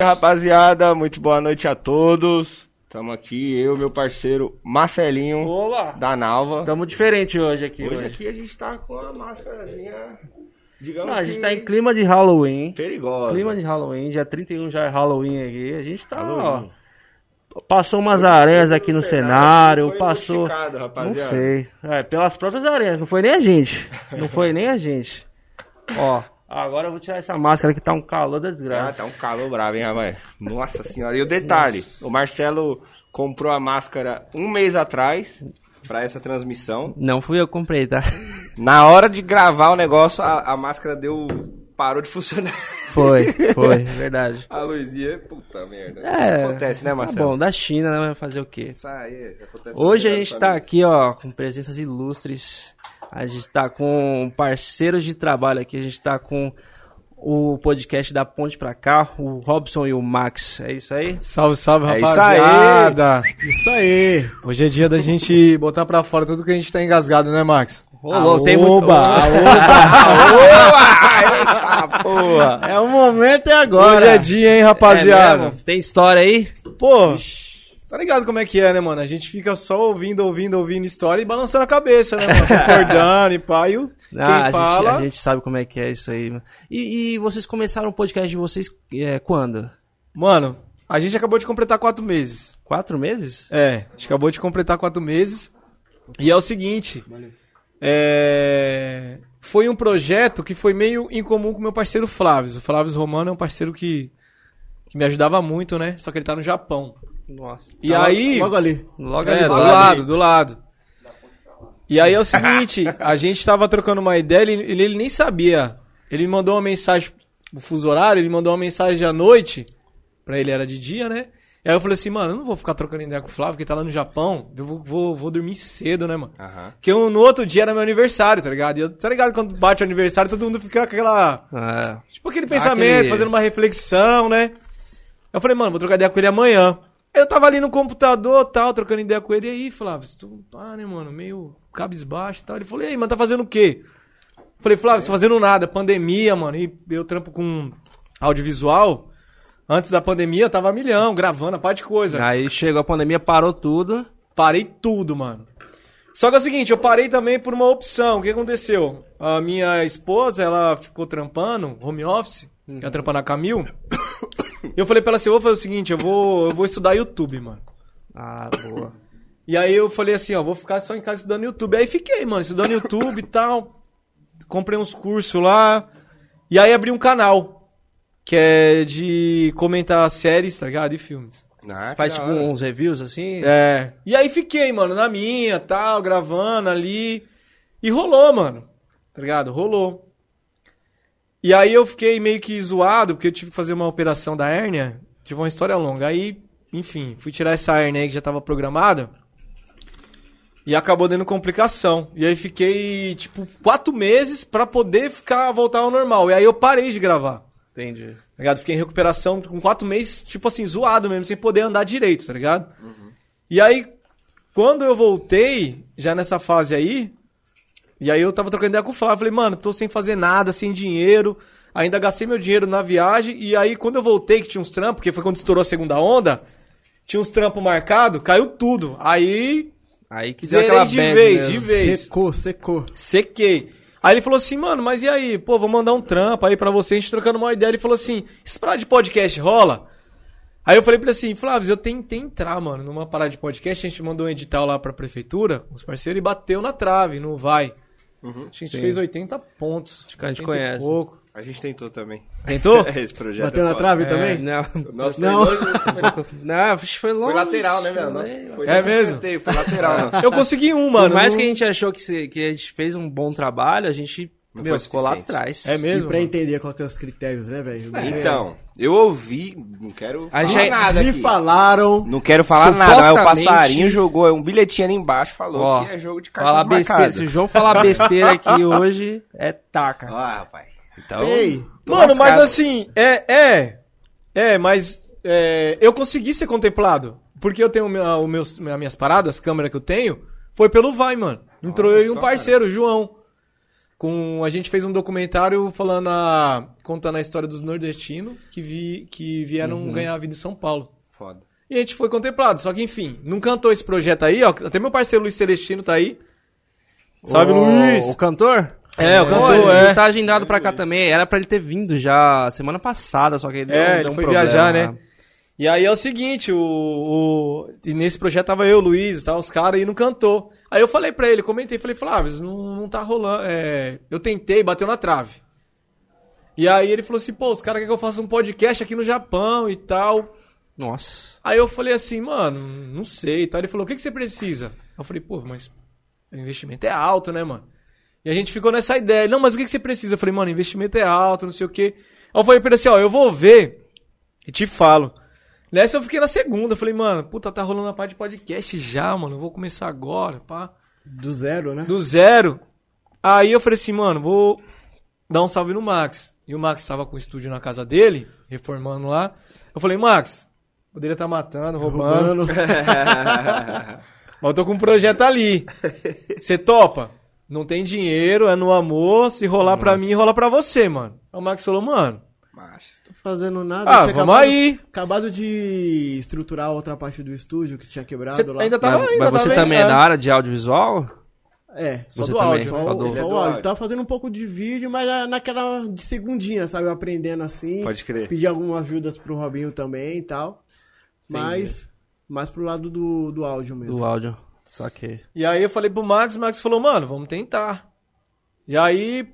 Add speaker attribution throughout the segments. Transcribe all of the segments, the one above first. Speaker 1: Rapaziada, muito boa noite a todos. Tamo aqui, eu, meu parceiro Marcelinho
Speaker 2: Olá!
Speaker 1: da Nalva.
Speaker 2: Tamo diferente hoje aqui.
Speaker 1: Hoje
Speaker 2: Hoje
Speaker 1: aqui é um a gente tá com a máscarazinha, digamos
Speaker 2: Não, a gente
Speaker 1: que
Speaker 2: tá em clima de Halloween.
Speaker 1: perigosa.
Speaker 2: Clima de Halloween, dia 31 já é Halloween aqui. A gente tá,
Speaker 1: Halloween.
Speaker 2: ó. Passou umas aranhas aqui no cenário,
Speaker 1: Foi
Speaker 2: passou.
Speaker 1: modificado,
Speaker 2: Não
Speaker 1: rapaziada.
Speaker 2: sei. É, pelas próprias aranhas, não foi nem a gente. Não foi nem a gente. Ó, agora eu vou tirar essa máscara que tá um calor da
Speaker 1: Ah,
Speaker 2: desgraça.
Speaker 1: tá um calor bravo, hein, rapaz? Nossa senhora. E o detalhe, o Marcelo comprou a máscara um mês atrás pra essa transmissão.
Speaker 3: Não fui eu que comprei, tá?
Speaker 1: Na hora de gravar o negócio, a, a máscara deu... parou de funcionar.
Speaker 3: Foi, foi, É verdade.
Speaker 1: A luzinha, puta merda.
Speaker 3: É.
Speaker 1: acontece, né,
Speaker 3: Tá
Speaker 1: Marcelo?
Speaker 3: bom, da China, né? Vai fazer o quê?
Speaker 1: Isso aí, acontece né?
Speaker 3: Hoje a
Speaker 1: com
Speaker 3: gente
Speaker 1: toda
Speaker 3: tá
Speaker 1: família.
Speaker 3: aqui, ó, com presenças ilustres. A gente tá com parceiros de trabalho aqui. A gente tá com o podcast da Ponte pra cá, o Robson e o Max. É isso aí?
Speaker 4: Salve, salve,
Speaker 1: É isso
Speaker 4: rapaziada! Isso aí. Hoje é dia da gente botar pra fora tudo que a gente tá engasgado, né, Max?
Speaker 3: Rolou,
Speaker 4: Aoba,
Speaker 3: tem muito-
Speaker 4: aoba.
Speaker 1: Boa! Eita, porra!
Speaker 5: É o momento é
Speaker 4: Hoje é
Speaker 5: agora.
Speaker 4: dia, hein,
Speaker 3: É
Speaker 4: rapaziada?
Speaker 3: mesmo? Tem história aí?
Speaker 5: Pô, tá ligado como é que é, né, mano? A gente fica só ouvindo, ouvindo, ouvindo história e balançando a cabeça, né, mano? Acordando e pai. o-
Speaker 3: Ah, a
Speaker 5: Quem
Speaker 3: gente-
Speaker 5: fala.
Speaker 3: a gente sabe como é que é isso aí. E, e vocês começaram o podcast de vocês é, quando?
Speaker 5: Mano, a gente acabou de completar quatro meses.
Speaker 3: Quatro meses?
Speaker 5: É, a gente acabou de completar quatro meses. E é o seguinte. É. Foi um projeto que foi meio incomum com meu parceiro Flávio. O Flávio Romano é um parceiro que, que me ajudava muito, né? Só que ele tá no Japão.
Speaker 3: Nossa.
Speaker 5: E
Speaker 4: Tá logo-
Speaker 5: aí.
Speaker 4: Logo ali.
Speaker 3: Logo
Speaker 5: É,
Speaker 3: ali
Speaker 5: do
Speaker 3: do
Speaker 5: lado,
Speaker 3: lado.
Speaker 5: do lado. E aí é o seguinte, a gente tava trocando uma ideia, ele, ele, ele nem sabia. Ele me mandou uma mensagem no fuso horário, ele mandou uma mensagem à noite, pra ele era de dia, né? E aí eu falei assim, mano, eu não vou ficar trocando ideia com o Flávio, que tá lá no Japão, eu vou, vou, vou dormir cedo, né, mano?
Speaker 1: Aham.
Speaker 5: Porque eu- no outro dia era meu aniversário, tá ligado? E eu, tá ligado quando bate o aniversário, todo mundo fica com aquela...
Speaker 3: Ah,
Speaker 5: Tipo aquele pensamento,
Speaker 3: Aquele-
Speaker 5: fazendo uma reflexão, né? Eu falei, mano, vou trocar ideia com ele amanhã. Eu tava ali no computador tal, trocando ideia com ele. E aí, Flávio, tu tá, né, mano, meio cabisbaixo e tal. Ele falou, e aí, mano, tá fazendo o quê? Eu falei, Flávio, tô fazendo nada, pandemia, mano. E eu trampo com audiovisual. Antes da pandemia, eu tava milhão, gravando, a parte de coisa.
Speaker 3: aí chegou a pandemia, parou tudo.
Speaker 5: Parei tudo, mano. Só que é o seguinte, eu parei também por uma opção. O que aconteceu? A minha esposa, ela ficou trampando, home office, que ela trampa na Camil. E eu falei pra ela assim, eu vou fazer o seguinte, eu vou, eu vou estudar YouTube, mano.
Speaker 3: Ah, boa.
Speaker 5: E aí eu falei assim, ó, vou ficar só em casa estudando YouTube. Aí fiquei, mano, estudando YouTube e tal. Comprei uns cursos lá. E aí abri um canal, que é de comentar séries, tá ligado? E filmes.
Speaker 1: Ah, que
Speaker 3: Faz
Speaker 1: da
Speaker 3: tipo
Speaker 1: hora.
Speaker 3: uns reviews assim.
Speaker 5: É. E aí fiquei, mano, na minha, tal, gravando ali. E rolou, mano. Tá ligado? Rolou. E aí eu fiquei meio que zoado, porque eu tive que fazer uma operação da hérnia. Tive uma história longa. Aí, enfim, fui tirar essa hérnia aí que já tava programada. E acabou dando complicação. E aí fiquei, tipo, quatro meses pra poder ficar, voltar ao normal. E aí eu parei de gravar.
Speaker 3: Entendi.
Speaker 5: Tá ligado? Fiquei em recuperação com quatro meses, tipo assim, zoado mesmo, sem poder andar direito, tá ligado? E aí, quando eu voltei, já nessa fase aí, e aí eu tava trocando ideia com o Flávio, falei, mano, tô sem fazer nada, sem dinheiro, ainda gastei meu dinheiro na viagem, e aí quando eu voltei, que tinha uns trampos, porque foi quando estourou a segunda onda, tinha uns trampos marcados, caiu tudo. Aí,
Speaker 3: Aí que deu
Speaker 5: zerei
Speaker 3: aquela
Speaker 5: de
Speaker 3: bad
Speaker 5: vez,
Speaker 3: mesmo.
Speaker 5: de vez.
Speaker 4: Secou, secou.
Speaker 5: Sequei. Aí ele falou assim, mano, mas e aí? Pô, vou mandar um trampo aí pra você, a gente trocando uma ideia. Ele falou assim, esse parada de podcast rola? Aí eu falei pra ele assim, Flávio, eu tentei entrar, mano, numa parada de podcast, a gente mandou um edital lá pra prefeitura, os parceiros, e bateu na trave, não vai. a gente
Speaker 3: Sim.
Speaker 5: fez 80 pontos.
Speaker 3: Uhum. que a gente
Speaker 5: 80 e
Speaker 3: conhece.
Speaker 5: Pouco.
Speaker 1: A gente tentou também.
Speaker 5: Tentou?
Speaker 1: Esse projeto.
Speaker 4: Bateu na
Speaker 1: foda.
Speaker 4: trave
Speaker 3: É,
Speaker 4: também?
Speaker 3: não,
Speaker 1: Nossa,
Speaker 4: Não.
Speaker 1: foi longe,
Speaker 3: não, vixe, foi longe.
Speaker 1: Foi lateral, né, velho? Nossa, foi
Speaker 5: É
Speaker 1: longe,
Speaker 5: mesmo?
Speaker 1: escanteio, Foi lateral, não.
Speaker 5: eu consegui um, mano.
Speaker 3: Por mais
Speaker 5: não-
Speaker 3: que a gente achou que, se- que a gente fez um bom trabalho, a gente
Speaker 1: Não
Speaker 3: meu,
Speaker 1: foi
Speaker 3: ficou lá
Speaker 1: suficiente.
Speaker 3: atrás.
Speaker 5: É
Speaker 4: E
Speaker 5: mesmo?
Speaker 4: pra entender qual que é os critérios, né, velho?
Speaker 1: Então, eu ouvi, não quero falar
Speaker 3: É. A gente-
Speaker 1: nada
Speaker 4: Me
Speaker 1: aqui.
Speaker 4: falaram.
Speaker 1: Não quero falar nada. Aí o
Speaker 3: Supostamente-
Speaker 1: passarinho jogou um bilhetinho ali embaixo, falou
Speaker 3: Ó,
Speaker 1: que é jogo de
Speaker 3: falar
Speaker 1: cartas
Speaker 3: besteira.
Speaker 1: marcadas.
Speaker 3: Se o João falar besteira aqui hoje, é taca.
Speaker 1: Ah, rapaz. Então,
Speaker 4: Ei,
Speaker 1: tô
Speaker 5: Mano, mas
Speaker 1: lascado.
Speaker 5: assim, é, é, é, mas é, eu consegui ser contemplado, porque eu tenho minha, o meus, minha- minhas paradas, câmera que eu tenho, foi pelo Vai, mano. Entrou
Speaker 1: Olha
Speaker 5: eu e um
Speaker 1: só,
Speaker 5: parceiro, o João. Com, a gente fez um documentário falando a, contando a história dos nordestinos que, vi, que vieram ganhar a vida em São Paulo.
Speaker 6: Foda.
Speaker 5: E a gente foi contemplado. Só que, enfim, não cantou esse projeto aí, ó. Até meu parceiro Luiz Celestino tá aí. Salve,
Speaker 3: o,
Speaker 5: Luiz!
Speaker 3: O cantor?
Speaker 5: É, o cantor,
Speaker 3: Pô,
Speaker 5: é.
Speaker 3: Ele tá agendado pra cá também. Era pra ele ter vindo já semana passada, só que ele
Speaker 5: É,
Speaker 3: deu,
Speaker 5: ele
Speaker 3: deu um
Speaker 5: foi
Speaker 3: problema
Speaker 5: viajar,
Speaker 3: lá.
Speaker 5: né? E aí é o seguinte, o, o- e nesse projeto tava eu, o Luiz, tá, os caras, e não cantou. Aí eu falei pra ele, comentei, falei, Flávio, isso não, não tá rolando. é, eu tentei, bateu na trave. E aí ele falou assim, pô, os caras querem que eu faça um podcast aqui no Japão e tal.
Speaker 3: Nossa.
Speaker 5: Aí eu falei assim, mano, não sei e tal. Ele falou, o que, que você precisa? Eu falei, pô, mas o investimento é alto, né, mano? E a gente ficou nessa ideia. Não, mas o que, que você precisa? Eu falei, mano, investimento é alto, não sei o quê. Aí eu falei pra ele assim, ó, eu vou ver e te falo. Nessa eu fiquei na segunda. Eu falei, mano, puta, tá rolando a parte de podcast já, mano. Eu vou começar agora, pá.
Speaker 4: Do zero, né?
Speaker 5: Do zero. Aí eu falei assim, mano, vou dar um salve no Max. E o Max tava com o estúdio na casa dele, reformando lá. Eu falei, Max, poderia estar matando, roubando.
Speaker 4: Roubando.
Speaker 5: Mas eu tô com um projeto ali. Você topa? Não tem dinheiro, é no amor. Se rolar pra mim, rola pra você, mano. Aí o Max falou, mano.
Speaker 6: Mas,
Speaker 4: fazendo nada.
Speaker 5: Ah,
Speaker 4: Você
Speaker 5: vamos
Speaker 4: acabado-
Speaker 5: aí.
Speaker 4: Acabado de estruturar a outra parte do estúdio que tinha quebrado
Speaker 5: Cê
Speaker 4: lá.
Speaker 5: ainda
Speaker 3: Mas,
Speaker 5: tava
Speaker 3: mas
Speaker 5: ainda
Speaker 3: você
Speaker 5: tava
Speaker 3: também é
Speaker 5: ainda.
Speaker 3: da área de audiovisual?
Speaker 4: É.
Speaker 5: Só
Speaker 3: você
Speaker 5: do
Speaker 3: também.
Speaker 5: áudio,
Speaker 4: Só,
Speaker 5: né?
Speaker 4: o-
Speaker 3: Falou.
Speaker 4: só o áudio. Tava fazendo um pouco de vídeo, mas na- naquela de segundinha, sabe? Eu aprendendo assim.
Speaker 6: Pode crer.
Speaker 4: Pedi algumas ajudas pro Robinho também e tal. Mas mais pro lado do, do áudio
Speaker 5: é
Speaker 4: mesmo.
Speaker 3: Do áudio. Saquei.
Speaker 5: E aí eu falei pro Max, o Max falou, mano, vamos tentar. E aí,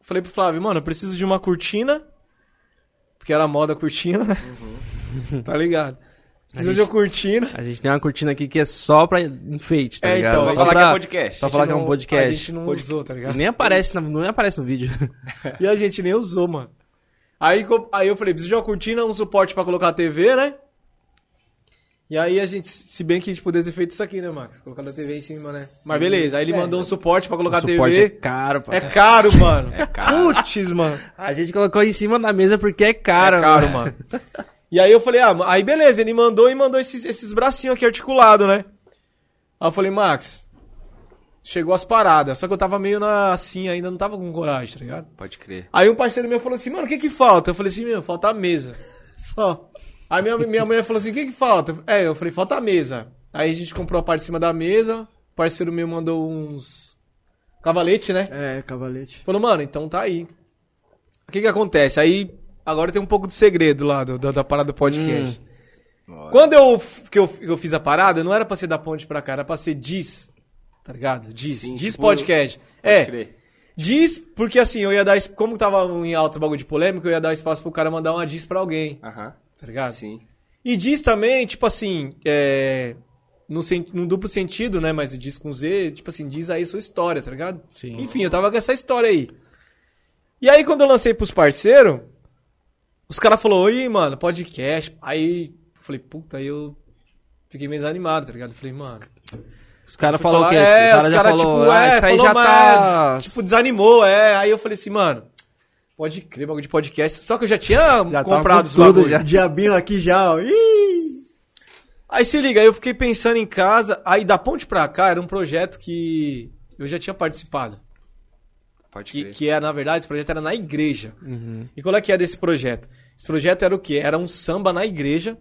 Speaker 5: falei pro Flávio, mano, eu preciso de uma cortina. Porque era moda cortina, né?
Speaker 3: Uhum.
Speaker 5: tá ligado? Preciso de uma cortina.
Speaker 3: A gente tem uma cortina aqui que é só pra enfeite, tá
Speaker 5: É,
Speaker 3: ligado?
Speaker 5: então,
Speaker 3: só
Speaker 5: vai
Speaker 6: Vai
Speaker 3: pra,
Speaker 6: falar que é podcast.
Speaker 3: Só falar que é
Speaker 5: Não-
Speaker 3: um podcast. Né?
Speaker 5: A gente não usou, tá ligado?
Speaker 3: E Nem aparece, na- não aparece no vídeo.
Speaker 5: E a gente nem usou, mano. Aí, co- aí eu falei, preciso de uma cortina, um suporte pra colocar a TV, né? E aí a gente, se bem que a gente poderia ter feito isso aqui, né, Max? Colocado a TV em cima, né? Mas beleza, aí ele mandou um suporte pra colocar a
Speaker 3: o É, então. suporte é
Speaker 5: TV.
Speaker 3: caro, pá.
Speaker 5: É caro, mano.
Speaker 6: É caro.
Speaker 5: Putz, mano.
Speaker 3: A gente colocou em cima da mesa porque é caro.
Speaker 5: é caro, mano. E aí eu falei, ah, aí beleza, ele mandou e mandou esses, esses bracinhos aqui articulados, né? Aí eu falei, Max, chegou as paradas. Só que eu tava meio na assim, ainda não tava com coragem, tá ligado?
Speaker 6: Pode crer.
Speaker 5: Aí um parceiro meu falou assim, mano, o que que falta? Eu falei assim, meu, falta a mesa.
Speaker 4: Só.
Speaker 5: Aí minha, minha mulher falou assim, o que que falta? É, eu falei, falta a mesa. Aí a gente comprou a parte de cima da mesa, o parceiro meu mandou uns cavalete, né?
Speaker 4: É, cavalete.
Speaker 5: Falou, mano, então tá aí. O que que acontece? Aí, agora tem um pouco de segredo lá do, da, da parada do podcast.
Speaker 6: Hum.
Speaker 5: Quando eu, f- que eu, que eu fiz a parada, não era pra ser da ponte pra cá, era pra ser diz, tá ligado? Diz,
Speaker 6: Sim,
Speaker 5: diz
Speaker 6: tipo,
Speaker 5: podcast. é,
Speaker 6: Pode crer.
Speaker 5: Diz, porque assim, eu ia dar. es- Como tava em alto o bagulho de polêmica, eu ia dar espaço pro cara mandar uma diz pra alguém,
Speaker 6: Aham.
Speaker 5: tá ligado?
Speaker 6: Sim.
Speaker 5: E diz também, tipo assim, é. Num, sen- num duplo sentido, né? Mas diz com Z, tipo assim, diz aí sua história, tá ligado?
Speaker 3: Sim.
Speaker 5: Enfim, eu tava com essa história aí. E aí, quando eu lancei pros parceiros, os caras falaram, oi, mano, podcast. Aí, eu falei, puta, aí eu fiquei meio desanimado, tá ligado? Eu falei, mano.
Speaker 3: Os caras
Speaker 5: Fui
Speaker 3: falaram o
Speaker 5: falar,
Speaker 3: quê?
Speaker 5: É,
Speaker 3: os
Speaker 5: os
Speaker 3: caras
Speaker 5: caras,
Speaker 3: já
Speaker 5: tipo,
Speaker 3: falou, ah,
Speaker 5: é,
Speaker 3: isso aí
Speaker 5: falou,
Speaker 3: já tá...
Speaker 5: mas, tipo, desanimou, é. Aí eu falei assim, mano, pode crer, bagulho de podcast. Só que eu já tinha
Speaker 3: tava
Speaker 5: comprado
Speaker 3: com
Speaker 5: os
Speaker 3: tudo
Speaker 5: bagulhos.
Speaker 3: já.
Speaker 4: Diabinho aqui já, ó. Ih!
Speaker 5: Aí se liga, aí eu fiquei pensando em casa, aí da ponte pra cá era um projeto que eu já tinha participado.
Speaker 6: Pode
Speaker 5: Que,
Speaker 6: crer.
Speaker 5: que era, na verdade, esse projeto era na igreja.
Speaker 3: Uhum.
Speaker 5: E qual é que é desse projeto? Esse projeto era o quê? Era um samba na igreja,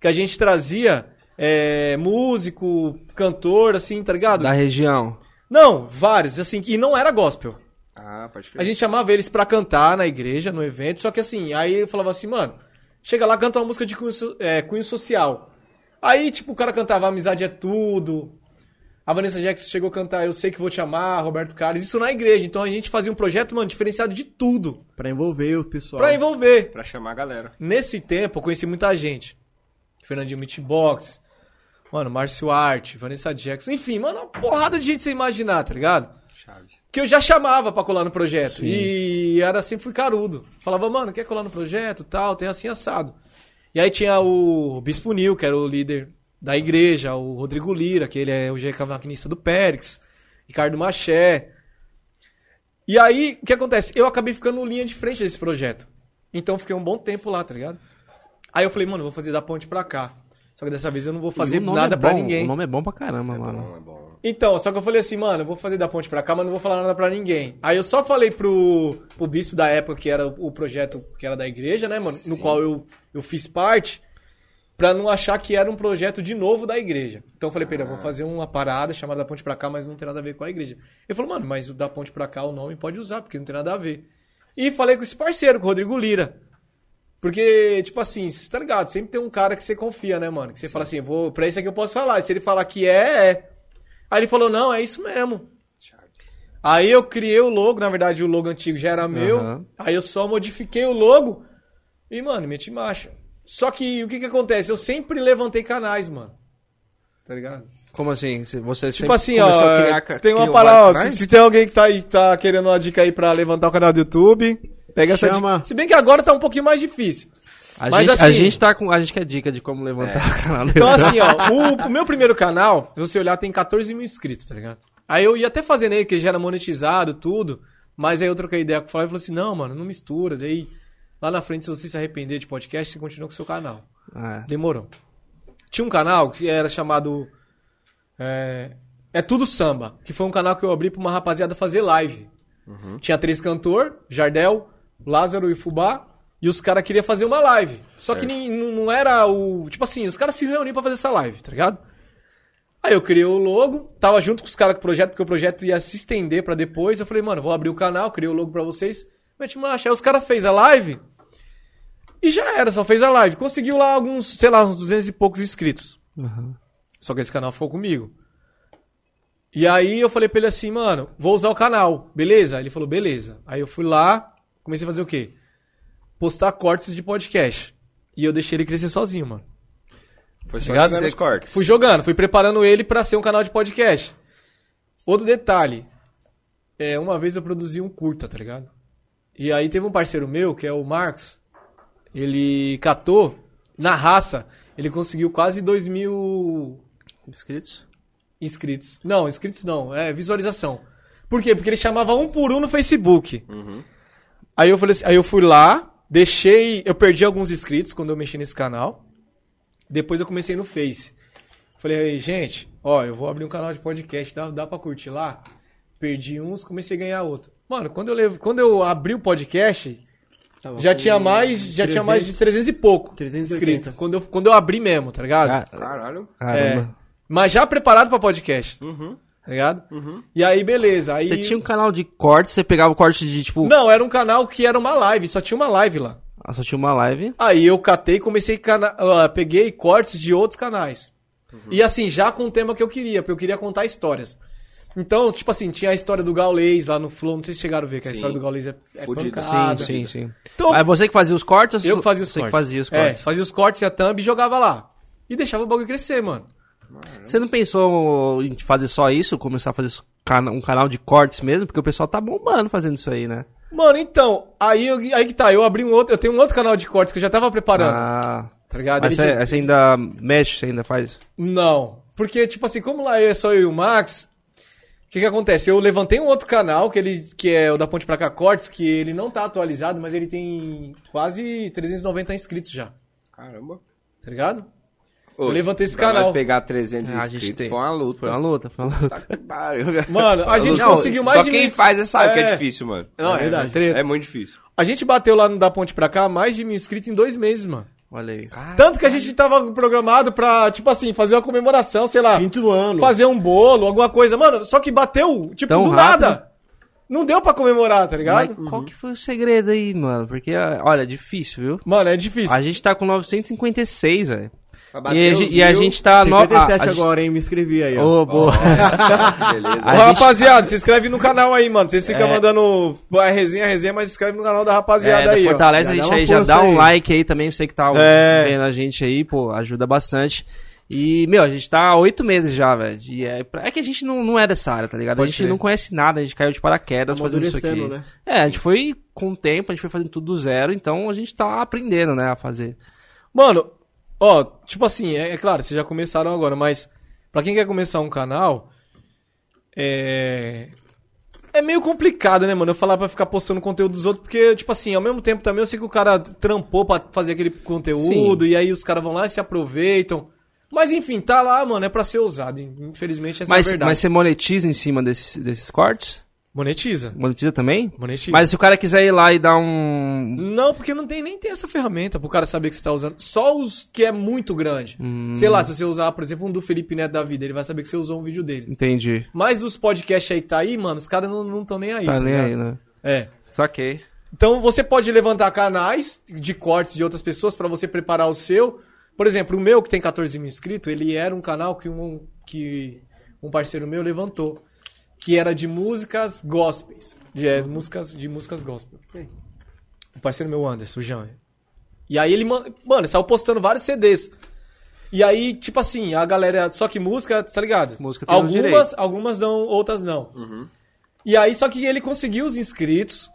Speaker 5: que a gente trazia é, músico, cantor, assim, tá ligado?
Speaker 3: Da região.
Speaker 5: Não, vários, assim, e não era gospel.
Speaker 6: Ah, pode
Speaker 5: A
Speaker 6: crer.
Speaker 5: gente chamava eles pra cantar na igreja, no evento, só que assim, aí eu falava assim, mano, chega lá, canta uma música de cunho, so- é, cunho social. Aí, tipo, o cara cantava Amizade é Tudo, a Vanessa Jackson chegou a cantar Eu Sei Que Vou Te Amar, Roberto Carlos, isso na igreja. Então a gente fazia um projeto, mano, diferenciado de tudo,
Speaker 4: Pra envolver o pessoal.
Speaker 5: pra envolver.
Speaker 6: Pra chamar a galera.
Speaker 5: Nesse tempo, eu conheci muita gente. Fernandinho Meatbox, mano, Márcio Arte, Vanessa Jackson, enfim, mano, uma porrada de gente sem imaginar, tá ligado?
Speaker 6: Chave.
Speaker 5: que eu já chamava pra colar no projeto. E era sempre fui carudo. Falava, mano, quer colar no projeto, tal, tem assim assado. E aí tinha o Bispo Nil, que era o líder da igreja, o Rodrigo Lira, que ele é hoje é cavaquinista do Périx, Ricardo Maché. E aí, o que acontece? Eu acabei ficando linha de frente desse projeto. Então eu fiquei um bom tempo lá, tá ligado? Aí eu falei, mano, eu vou fazer da ponte pra cá. Só que dessa vez eu não vou
Speaker 3: E
Speaker 5: fazer
Speaker 3: o nome
Speaker 5: nada
Speaker 3: é
Speaker 5: pra
Speaker 3: bom,
Speaker 5: ninguém.
Speaker 3: O nome é bom pra caramba, mano.
Speaker 6: Bom, é bom.
Speaker 5: Então, só que eu falei assim, mano, eu vou fazer da ponte pra cá, mas não vou falar nada pra ninguém. Aí eu só falei pro, pro bispo da época, que era o o projeto que era da igreja, né, mano? No qual eu, eu fiz parte, pra não achar que era um projeto de novo da igreja. Então eu falei pra ele, eu vou fazer uma parada chamada da ponte pra cá, mas não tem nada a ver com a igreja. Ele falou, mano, mas o da ponte pra cá o nome pode usar, porque não tem nada a ver. E falei com esse parceiro, com o Rodrigo Lira. Porque, tipo assim, você tá ligado? Sempre tem um cara que você confia, né, mano? Que você fala assim, vou, pra isso aqui eu posso falar. E se ele falar que é, é. Aí ele falou, não, é isso mesmo. Aí eu criei o logo, na verdade o logo antigo já era meu.
Speaker 3: Aham.
Speaker 5: Aí eu só modifiquei o logo e, mano, meti marcha. Só que o que que acontece? Eu sempre levantei canais, mano. Tá ligado?
Speaker 3: Como assim? Se Você sempre
Speaker 5: Tipo assim,
Speaker 3: começou
Speaker 5: ó,
Speaker 3: a criar ca-
Speaker 5: tem uma
Speaker 3: criou
Speaker 5: parada, ó,
Speaker 3: vários
Speaker 5: se,
Speaker 3: canais?
Speaker 5: se tem alguém que tá aí, tá querendo uma dica aí pra levantar o canal do YouTube, pega essa
Speaker 4: Chama.
Speaker 5: dica. Se bem que agora tá um pouquinho mais difícil.
Speaker 3: A,
Speaker 5: mas
Speaker 3: gente, a
Speaker 5: assim-
Speaker 3: gente tá com. A gente quer dica de como levantar o canal.
Speaker 5: Então, assim, ó, o, o meu primeiro canal, se você olhar, tem 14 mil inscritos, tá ligado? Aí eu ia até fazendo ele, que já era monetizado, tudo. Mas aí eu troquei ideia com o Flávio e falou assim: não, mano, não mistura. Daí, lá na frente, se você se arrepender de podcast, você continua com o seu canal.
Speaker 3: Ah,
Speaker 5: Demorou. Tinha um canal que era chamado. É, é Tudo Samba, que foi um canal que eu abri pra uma rapaziada fazer live. Tinha três cantor, Jardel, Lázaro e Fubá, e os caras queriam fazer uma live. Só que nem- não não era o. Tipo assim, os caras se reuniam pra fazer essa live, tá ligado? Aí eu criei o logo, tava junto com os caras com o projeto, porque o projeto ia se estender pra depois. Eu falei, mano, vou abrir o canal, criei o logo pra vocês. Mete marcha. Aí os caras fez a live. E já era, só fez a live. Conseguiu lá alguns, sei lá, uns 200 e poucos inscritos.
Speaker 3: aham.
Speaker 5: Só que esse canal ficou comigo. E aí eu falei pra ele assim, mano, vou usar o canal, beleza? Ele falou, beleza. Aí eu fui lá, comecei a fazer o quê? Postar cortes de podcast. E eu deixei ele crescer sozinho, mano.
Speaker 6: Foi só
Speaker 5: Obrigado,
Speaker 6: jogando os
Speaker 5: você-
Speaker 6: cortes.
Speaker 5: Fui jogando, fui preparando ele pra ser um canal de podcast. Outro detalhe. É, uma vez eu produzi um curta, tá ligado? E aí teve um parceiro meu, que é o Marcos. Ele catou na raça. Ele conseguiu quase 2 mil
Speaker 3: Inscritos?
Speaker 5: inscritos. Não, inscritos não, é visualização. Por quê? Porque ele chamava um por um no Facebook.
Speaker 6: Uhum.
Speaker 5: Aí eu falei assim- aí eu fui lá, deixei, eu perdi alguns inscritos quando eu mexi nesse canal. Depois eu comecei no Face. Falei, aí, gente, ó, eu vou abrir um canal de podcast, dá, dá pra curtir lá? Perdi uns, comecei a ganhar outro. Mano, quando eu, levo, quando eu abri o podcast,
Speaker 4: Tava
Speaker 5: já
Speaker 4: com
Speaker 5: tinha mais, já tinha mais de
Speaker 4: 300.
Speaker 5: 300 e pouco
Speaker 4: 380.
Speaker 5: inscritos. Quando eu, quando eu abri mesmo, tá ligado?
Speaker 3: Ca-
Speaker 6: Caralho.
Speaker 3: Caramba.
Speaker 5: Mas já preparado pra podcast.
Speaker 6: Uhum.
Speaker 5: Tá ligado? E aí, beleza. Aí...
Speaker 3: Você tinha um canal de corte, você pegava o corte de tipo.
Speaker 5: Não, era um canal que era uma live, só tinha uma live lá.
Speaker 3: Ah, Só tinha uma live.
Speaker 5: Aí eu catei e comecei. Cana... ah, peguei cortes de outros canais. E assim, já com o tema que eu queria, porque eu queria contar histórias. Então, tipo assim, tinha a história do Gaulês lá no Flow, não sei se chegaram a ver, que a
Speaker 6: Sim.
Speaker 5: história do Gaulês é, é
Speaker 6: Fudido.
Speaker 5: pancada.
Speaker 3: sim, sim, sim.
Speaker 5: Então-
Speaker 3: Aí você que fazia os cortes?
Speaker 5: Eu que fazia os
Speaker 3: você
Speaker 5: cortes.
Speaker 3: que fazia os
Speaker 5: É,
Speaker 3: cortes.
Speaker 5: fazia os cortes e a thumb e jogava lá. E deixava o bagulho crescer, mano.
Speaker 3: Você não pensou em fazer só isso? Começar a fazer cana- um canal de cortes mesmo? Porque o pessoal tá bombando fazendo isso aí, né?
Speaker 5: Mano, então, aí, eu- aí que tá, eu abri um outro, eu tenho um outro canal de cortes que eu já tava preparando,
Speaker 3: Ah.
Speaker 5: tá ligado?
Speaker 3: Mas
Speaker 5: Ele
Speaker 3: você,
Speaker 5: já-
Speaker 3: você ainda mexe, você ainda faz?
Speaker 5: Não. Porque, tipo assim, como lá é só eu e o Max, o que que acontece? Eu levantei um outro canal, que, ele, que é o da Ponte Pra Cá Cortes, que ele não tá atualizado, mas ele tem quase 390 inscritos já,
Speaker 6: Caramba.
Speaker 5: tá ligado?
Speaker 6: Ô,
Speaker 5: levantei esse
Speaker 6: pra
Speaker 5: canal.
Speaker 6: nós pegar 300
Speaker 3: Ah, a gente
Speaker 6: inscritos
Speaker 3: tem.
Speaker 6: foi uma luta.
Speaker 3: Foi uma luta, foi uma luta.
Speaker 6: Tá que pariu.
Speaker 5: Mano, a gente
Speaker 6: Não,
Speaker 5: conseguiu mais
Speaker 6: só
Speaker 5: de
Speaker 6: quem
Speaker 5: mil-
Speaker 6: faz é sabe que
Speaker 5: É.
Speaker 6: é difícil, mano.
Speaker 5: Não,
Speaker 4: é verdade.
Speaker 5: treta.
Speaker 6: É muito difícil.
Speaker 5: A gente bateu lá no Da Ponte Pra Cá mais de mil inscritos em dois meses, mano.
Speaker 3: Olha aí.
Speaker 5: Tanto que a gente tava programado pra, tipo assim, fazer uma comemoração, sei lá.
Speaker 4: Quinto ano.
Speaker 5: fazer um bolo, alguma coisa. Mano, só que bateu, tipo,
Speaker 3: Tão
Speaker 5: do
Speaker 3: rápido.
Speaker 5: nada. Não deu pra comemorar, tá
Speaker 3: Mas
Speaker 5: ligado?
Speaker 3: qual que foi o segredo aí, mano? Porque, ah, olha, é difícil, viu?
Speaker 5: Mano, é difícil.
Speaker 3: A gente tá com 956, velho.
Speaker 6: Pra
Speaker 5: Tá,
Speaker 3: E,
Speaker 6: bater
Speaker 3: a
Speaker 6: os
Speaker 3: gente- e a
Speaker 6: mil-
Speaker 3: gente tá... no- ah,
Speaker 4: 57
Speaker 3: a gente-
Speaker 4: agora, hein? Me inscrevi aí, ó.
Speaker 3: Ô, boa.
Speaker 6: Beleza.
Speaker 3: A
Speaker 5: Ô,
Speaker 3: gente- É.
Speaker 5: rapaziada, se inscreve no canal aí, mano. Vocês ficam mandando a resenha, a resenha, mas se inscreve no canal da rapaziada
Speaker 3: É,
Speaker 5: aí,
Speaker 3: da
Speaker 5: ó.
Speaker 3: fortalece
Speaker 4: Já
Speaker 3: a
Speaker 4: dá
Speaker 3: gente
Speaker 4: uma
Speaker 3: aí, já
Speaker 4: força
Speaker 3: dá um
Speaker 4: aí.
Speaker 3: like aí também, você que tá
Speaker 5: É.
Speaker 3: vendo a gente aí, pô, ajuda bastante. E, meu, a gente tá há oito meses já, velho. E é, pra- é que a gente não, não é dessa área, tá ligado? a
Speaker 5: Pode
Speaker 3: gente
Speaker 5: crer. Tá
Speaker 3: não conhece nada, a gente caiu de paraquedas fazendo isso aqui.
Speaker 4: Amadurecendo, né?
Speaker 3: É, a gente foi com o tempo, a gente foi fazendo tudo do zero, então a gente tá aprendendo, né, a fazer.
Speaker 5: Mano, ó, tipo assim, é, é claro, vocês já começaram agora, mas pra quem quer começar um canal, é. É meio complicado, né, mano? Eu falar pra ficar postando conteúdo dos outros, porque, tipo assim, ao mesmo tempo também eu sei que o cara trampou pra fazer aquele conteúdo, e aí os caras vão lá e se aproveitam. Mas enfim, tá lá, mano, é pra ser usado. Infelizmente essa é a
Speaker 3: Mas,
Speaker 5: verdade.
Speaker 3: mas você monetiza em cima desses, desses cortes?
Speaker 5: Monetiza.
Speaker 3: Monetiza também?
Speaker 5: Monetiza.
Speaker 3: Mas se o cara quiser ir lá e dar um.
Speaker 5: Não, porque não tem nem tem essa ferramenta pro cara saber que você tá usando. Só os que é muito grande. Sei lá, se você usar, por exemplo, um do Felipe Neto da vida, ele vai saber que você usou um vídeo dele.
Speaker 3: Entendi.
Speaker 5: Mas os podcasts aí que tá aí, mano, os caras não estão nem aí.
Speaker 3: Tá nem
Speaker 5: ligado?
Speaker 3: aí, né?
Speaker 5: É.
Speaker 3: Saquei.
Speaker 5: Então você pode levantar canais de cortes de outras pessoas pra você preparar o seu. Por exemplo, o meu, que tem 14 mil inscritos, ele era um canal que um, que um parceiro meu levantou. Que era de músicas gospels. De, é, músicas, de músicas gospel. Um parceiro meu, Anderson, o Jean. E aí ele, man- mano, saiu postando vários CDs. E aí, tipo assim, a galera. Só que música, tá ligado?
Speaker 3: Música tem os
Speaker 5: algumas,
Speaker 3: direitos.
Speaker 5: algumas dão, outras não. E aí, só que ele conseguiu os inscritos,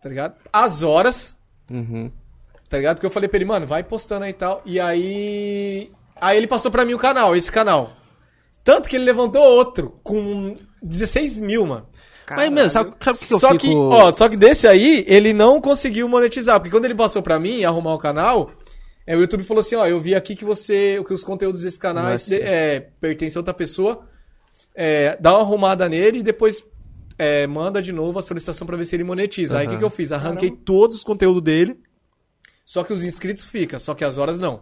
Speaker 5: tá ligado? As horas,
Speaker 3: Uhum.
Speaker 5: tá ligado? Porque eu falei pra ele, mano, vai postando aí e tal. E aí. Aí ele passou pra mim o canal, esse canal. Tanto que ele levantou outro, com 16 mil, mano.
Speaker 3: Mas, meu, sabe, sabe o que, que eu
Speaker 5: só
Speaker 3: fico...
Speaker 5: que, ó, só que desse aí, ele não conseguiu monetizar. Porque quando ele passou pra mim arrumar o canal, é, o YouTube falou assim, ó, eu vi aqui que você. que os conteúdos desses canais
Speaker 3: Nossa.
Speaker 5: de- é, pertencem a outra pessoa. É, dá uma arrumada nele e depois é, manda de novo a solicitação pra ver se ele monetiza. Aí o que, que eu fiz? Arranquei todos os conteúdos dele. Só que os inscritos ficam, só que as horas não.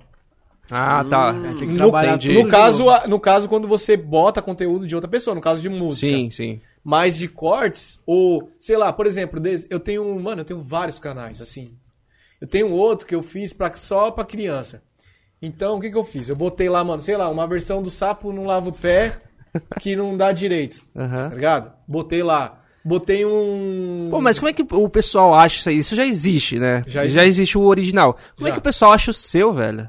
Speaker 3: Ah, tá.
Speaker 4: Tem que
Speaker 5: No,
Speaker 4: trabalhar
Speaker 3: entendi.
Speaker 4: tudo
Speaker 5: no
Speaker 4: de
Speaker 5: caso,
Speaker 4: novo.
Speaker 5: a- no caso, quando você bota conteúdo de outra pessoa, no caso de música
Speaker 3: Sim, sim.
Speaker 5: mais de cortes, ou, sei lá, por exemplo, des- eu tenho, um- mano, eu tenho vários canais, assim. Eu tenho outro que eu fiz pra, só pra criança. Então, o que que eu fiz? Eu botei lá, mano, sei lá, uma versão do sapo não lava o pé, que não dá direito,
Speaker 3: Aham.
Speaker 5: tá ligado? Botei lá. Botei um...
Speaker 3: Pô, mas como é que o pessoal acha isso aí? Isso já existe, né?
Speaker 5: Já
Speaker 3: Já existe,
Speaker 5: existe.
Speaker 3: o original. Como é
Speaker 5: Já.
Speaker 3: que o pessoal acha o seu, velho?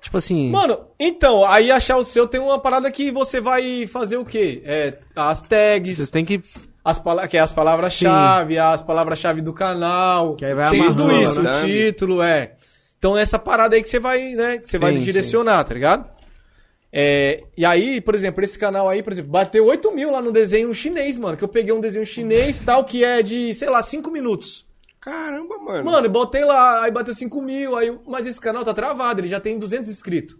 Speaker 3: Tipo assim...
Speaker 5: Mano, então, aí achar o seu tem uma parada que você vai fazer o quê? É, as
Speaker 3: você
Speaker 5: tags,
Speaker 3: tem que...
Speaker 5: as, pala que é as palavras-chave, as palavras-chave do canal.
Speaker 4: Que aí vai
Speaker 5: tem tudo
Speaker 4: amarrando,
Speaker 5: isso,
Speaker 6: né?
Speaker 5: o título, é. Então é essa parada aí que você vai, né? Que você vai
Speaker 3: Sim,
Speaker 5: direcionar, tá ligado? É, e aí, por exemplo, esse canal aí, por exemplo, bateu 8 mil lá no desenho chinês, mano. Que eu peguei um desenho chinês tal, que é de, sei lá, 5 minutos.
Speaker 6: Caramba, mano.
Speaker 5: Mano, eu botei lá, aí bateu 5 mil, aí, mas esse canal tá travado, ele já tem 200 inscritos.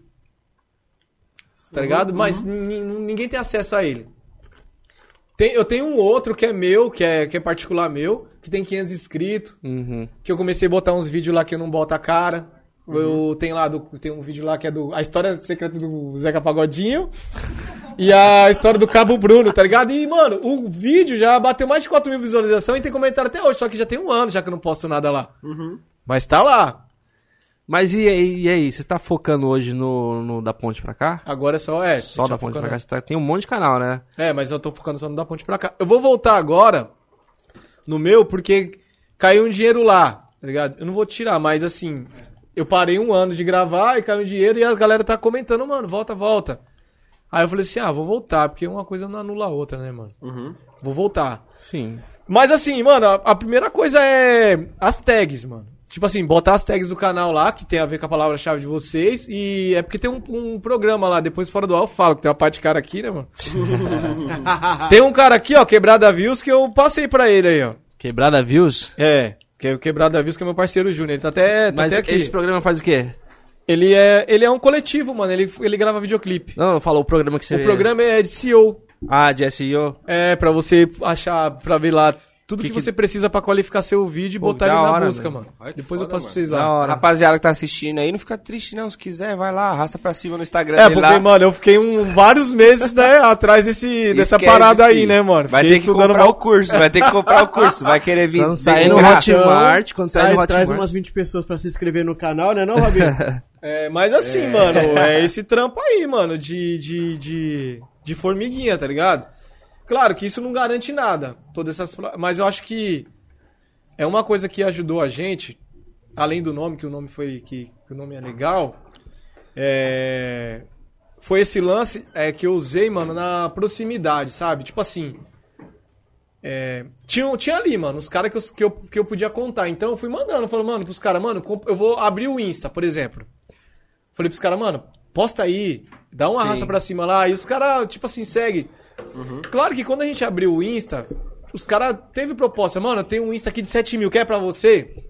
Speaker 5: Tá ligado? Mas nin- ninguém tem acesso a ele. Tem- eu tenho um outro que é meu, que é, que é particular meu, que tem 500 inscritos,
Speaker 3: Uhum.
Speaker 5: que eu comecei a botar uns vídeos lá que eu não boto a cara.
Speaker 3: Uhum.
Speaker 5: Eu tenho lá, do, tem um vídeo lá que é do... A história secreta do Zeca Pagodinho e a história do Cabo Bruno, tá ligado? E, mano, o vídeo já bateu mais de 4 mil visualizações e tem comentário até hoje, só que já tem um ano já que eu não posto nada lá.
Speaker 3: Uhum.
Speaker 5: Mas tá lá.
Speaker 3: Mas e, aí- e aí? Você tá focando hoje no, no Da Ponte pra cá?
Speaker 5: Agora é só é.
Speaker 3: Só Da Ponte pra cá? Você tá- tem um monte de canal, né?
Speaker 5: É, mas eu tô focando só no da ponte pra cá. Eu vou voltar agora no meu, porque caiu um dinheiro lá, tá ligado? Eu não vou tirar, mas assim, eu parei um ano de gravar e caiu um dinheiro e a galera tá comentando, mano, volta, volta. Aí eu falei assim, ah, vou voltar, porque uma coisa não anula a outra, né, mano? Vou voltar.
Speaker 3: Sim.
Speaker 5: Mas assim, mano, a, a primeira coisa é as tags, mano. Tipo assim, botar as tags do canal lá, que tem a ver com a palavra-chave de vocês. E é porque tem um, um programa lá, depois fora do ar eu falo, que tem uma parte de cara aqui, né, mano? tem um cara aqui, ó, Quebrada Views, que eu passei pra ele aí, ó.
Speaker 3: Quebrada Views?
Speaker 5: É, que é o Quebrada Views, que é meu parceiro Júnior. Ele tá até, tá
Speaker 3: Mas
Speaker 5: até aqui.
Speaker 3: esse programa faz o quê?
Speaker 5: Ele, é, ele é um coletivo, mano. Ele, ele grava videoclipe.
Speaker 3: Não, não, falou o programa que você...
Speaker 5: O programa é de CEO.
Speaker 3: Ah, de SEO.
Speaker 5: É, pra você achar, pra ver lá tudo que,
Speaker 3: que-
Speaker 5: você precisa pra qualificar seu vídeo e
Speaker 3: Pô,
Speaker 5: botar
Speaker 3: da
Speaker 5: ele na
Speaker 3: hora,
Speaker 5: música,
Speaker 3: mano.
Speaker 5: mano.
Speaker 6: Olha que
Speaker 5: Depois eu
Speaker 6: foda,
Speaker 5: passo pra
Speaker 6: mano.
Speaker 5: vocês
Speaker 3: Da
Speaker 5: lá.
Speaker 3: hora.
Speaker 6: Rapaziada que tá assistindo aí, não fica triste não. Se quiser, vai lá, arrasta pra cima no Instagram
Speaker 5: É,
Speaker 6: dele
Speaker 5: porque,
Speaker 6: lá.
Speaker 5: mano, eu fiquei um, vários meses né, atrás desse, dessa
Speaker 6: Esquece,
Speaker 5: parada aí,
Speaker 6: filho.
Speaker 5: né, mano?
Speaker 6: Vai
Speaker 5: Fiquei
Speaker 6: ter que comprar o curso, vai ter que comprar o curso. Vai querer vir.
Speaker 3: Quando sair no
Speaker 6: vingar.
Speaker 3: Hotmart, quando sair no
Speaker 4: Traz,
Speaker 3: Hotmart...
Speaker 4: traz umas 20 pessoas pra se inscrever no canal, né não, Robinho?
Speaker 5: É, mas assim, mano, é esse trampo aí, mano, de, de, de, de formiguinha, tá ligado? Claro que isso não garante nada, todas essas, pla- mas eu acho que é uma coisa que ajudou a gente, além do nome, que o nome foi, que, que o nome é legal, é, foi esse lance é, que eu usei, mano, na proximidade, sabe? Tipo assim, é, tinha, tinha ali, mano, os caras que eu, que, eu, que eu podia contar. Então eu fui mandando, falando, mano, pros caras, mano, comp- eu vou abrir o Insta, por exemplo. Falei pros caras, mano, posta aí, dá uma raça pra cima lá. E os caras, tipo assim, segue. Claro que quando a gente abriu o Insta, os caras teve proposta, mano, eu tenho um Insta aqui de 7 mil, quer pra você?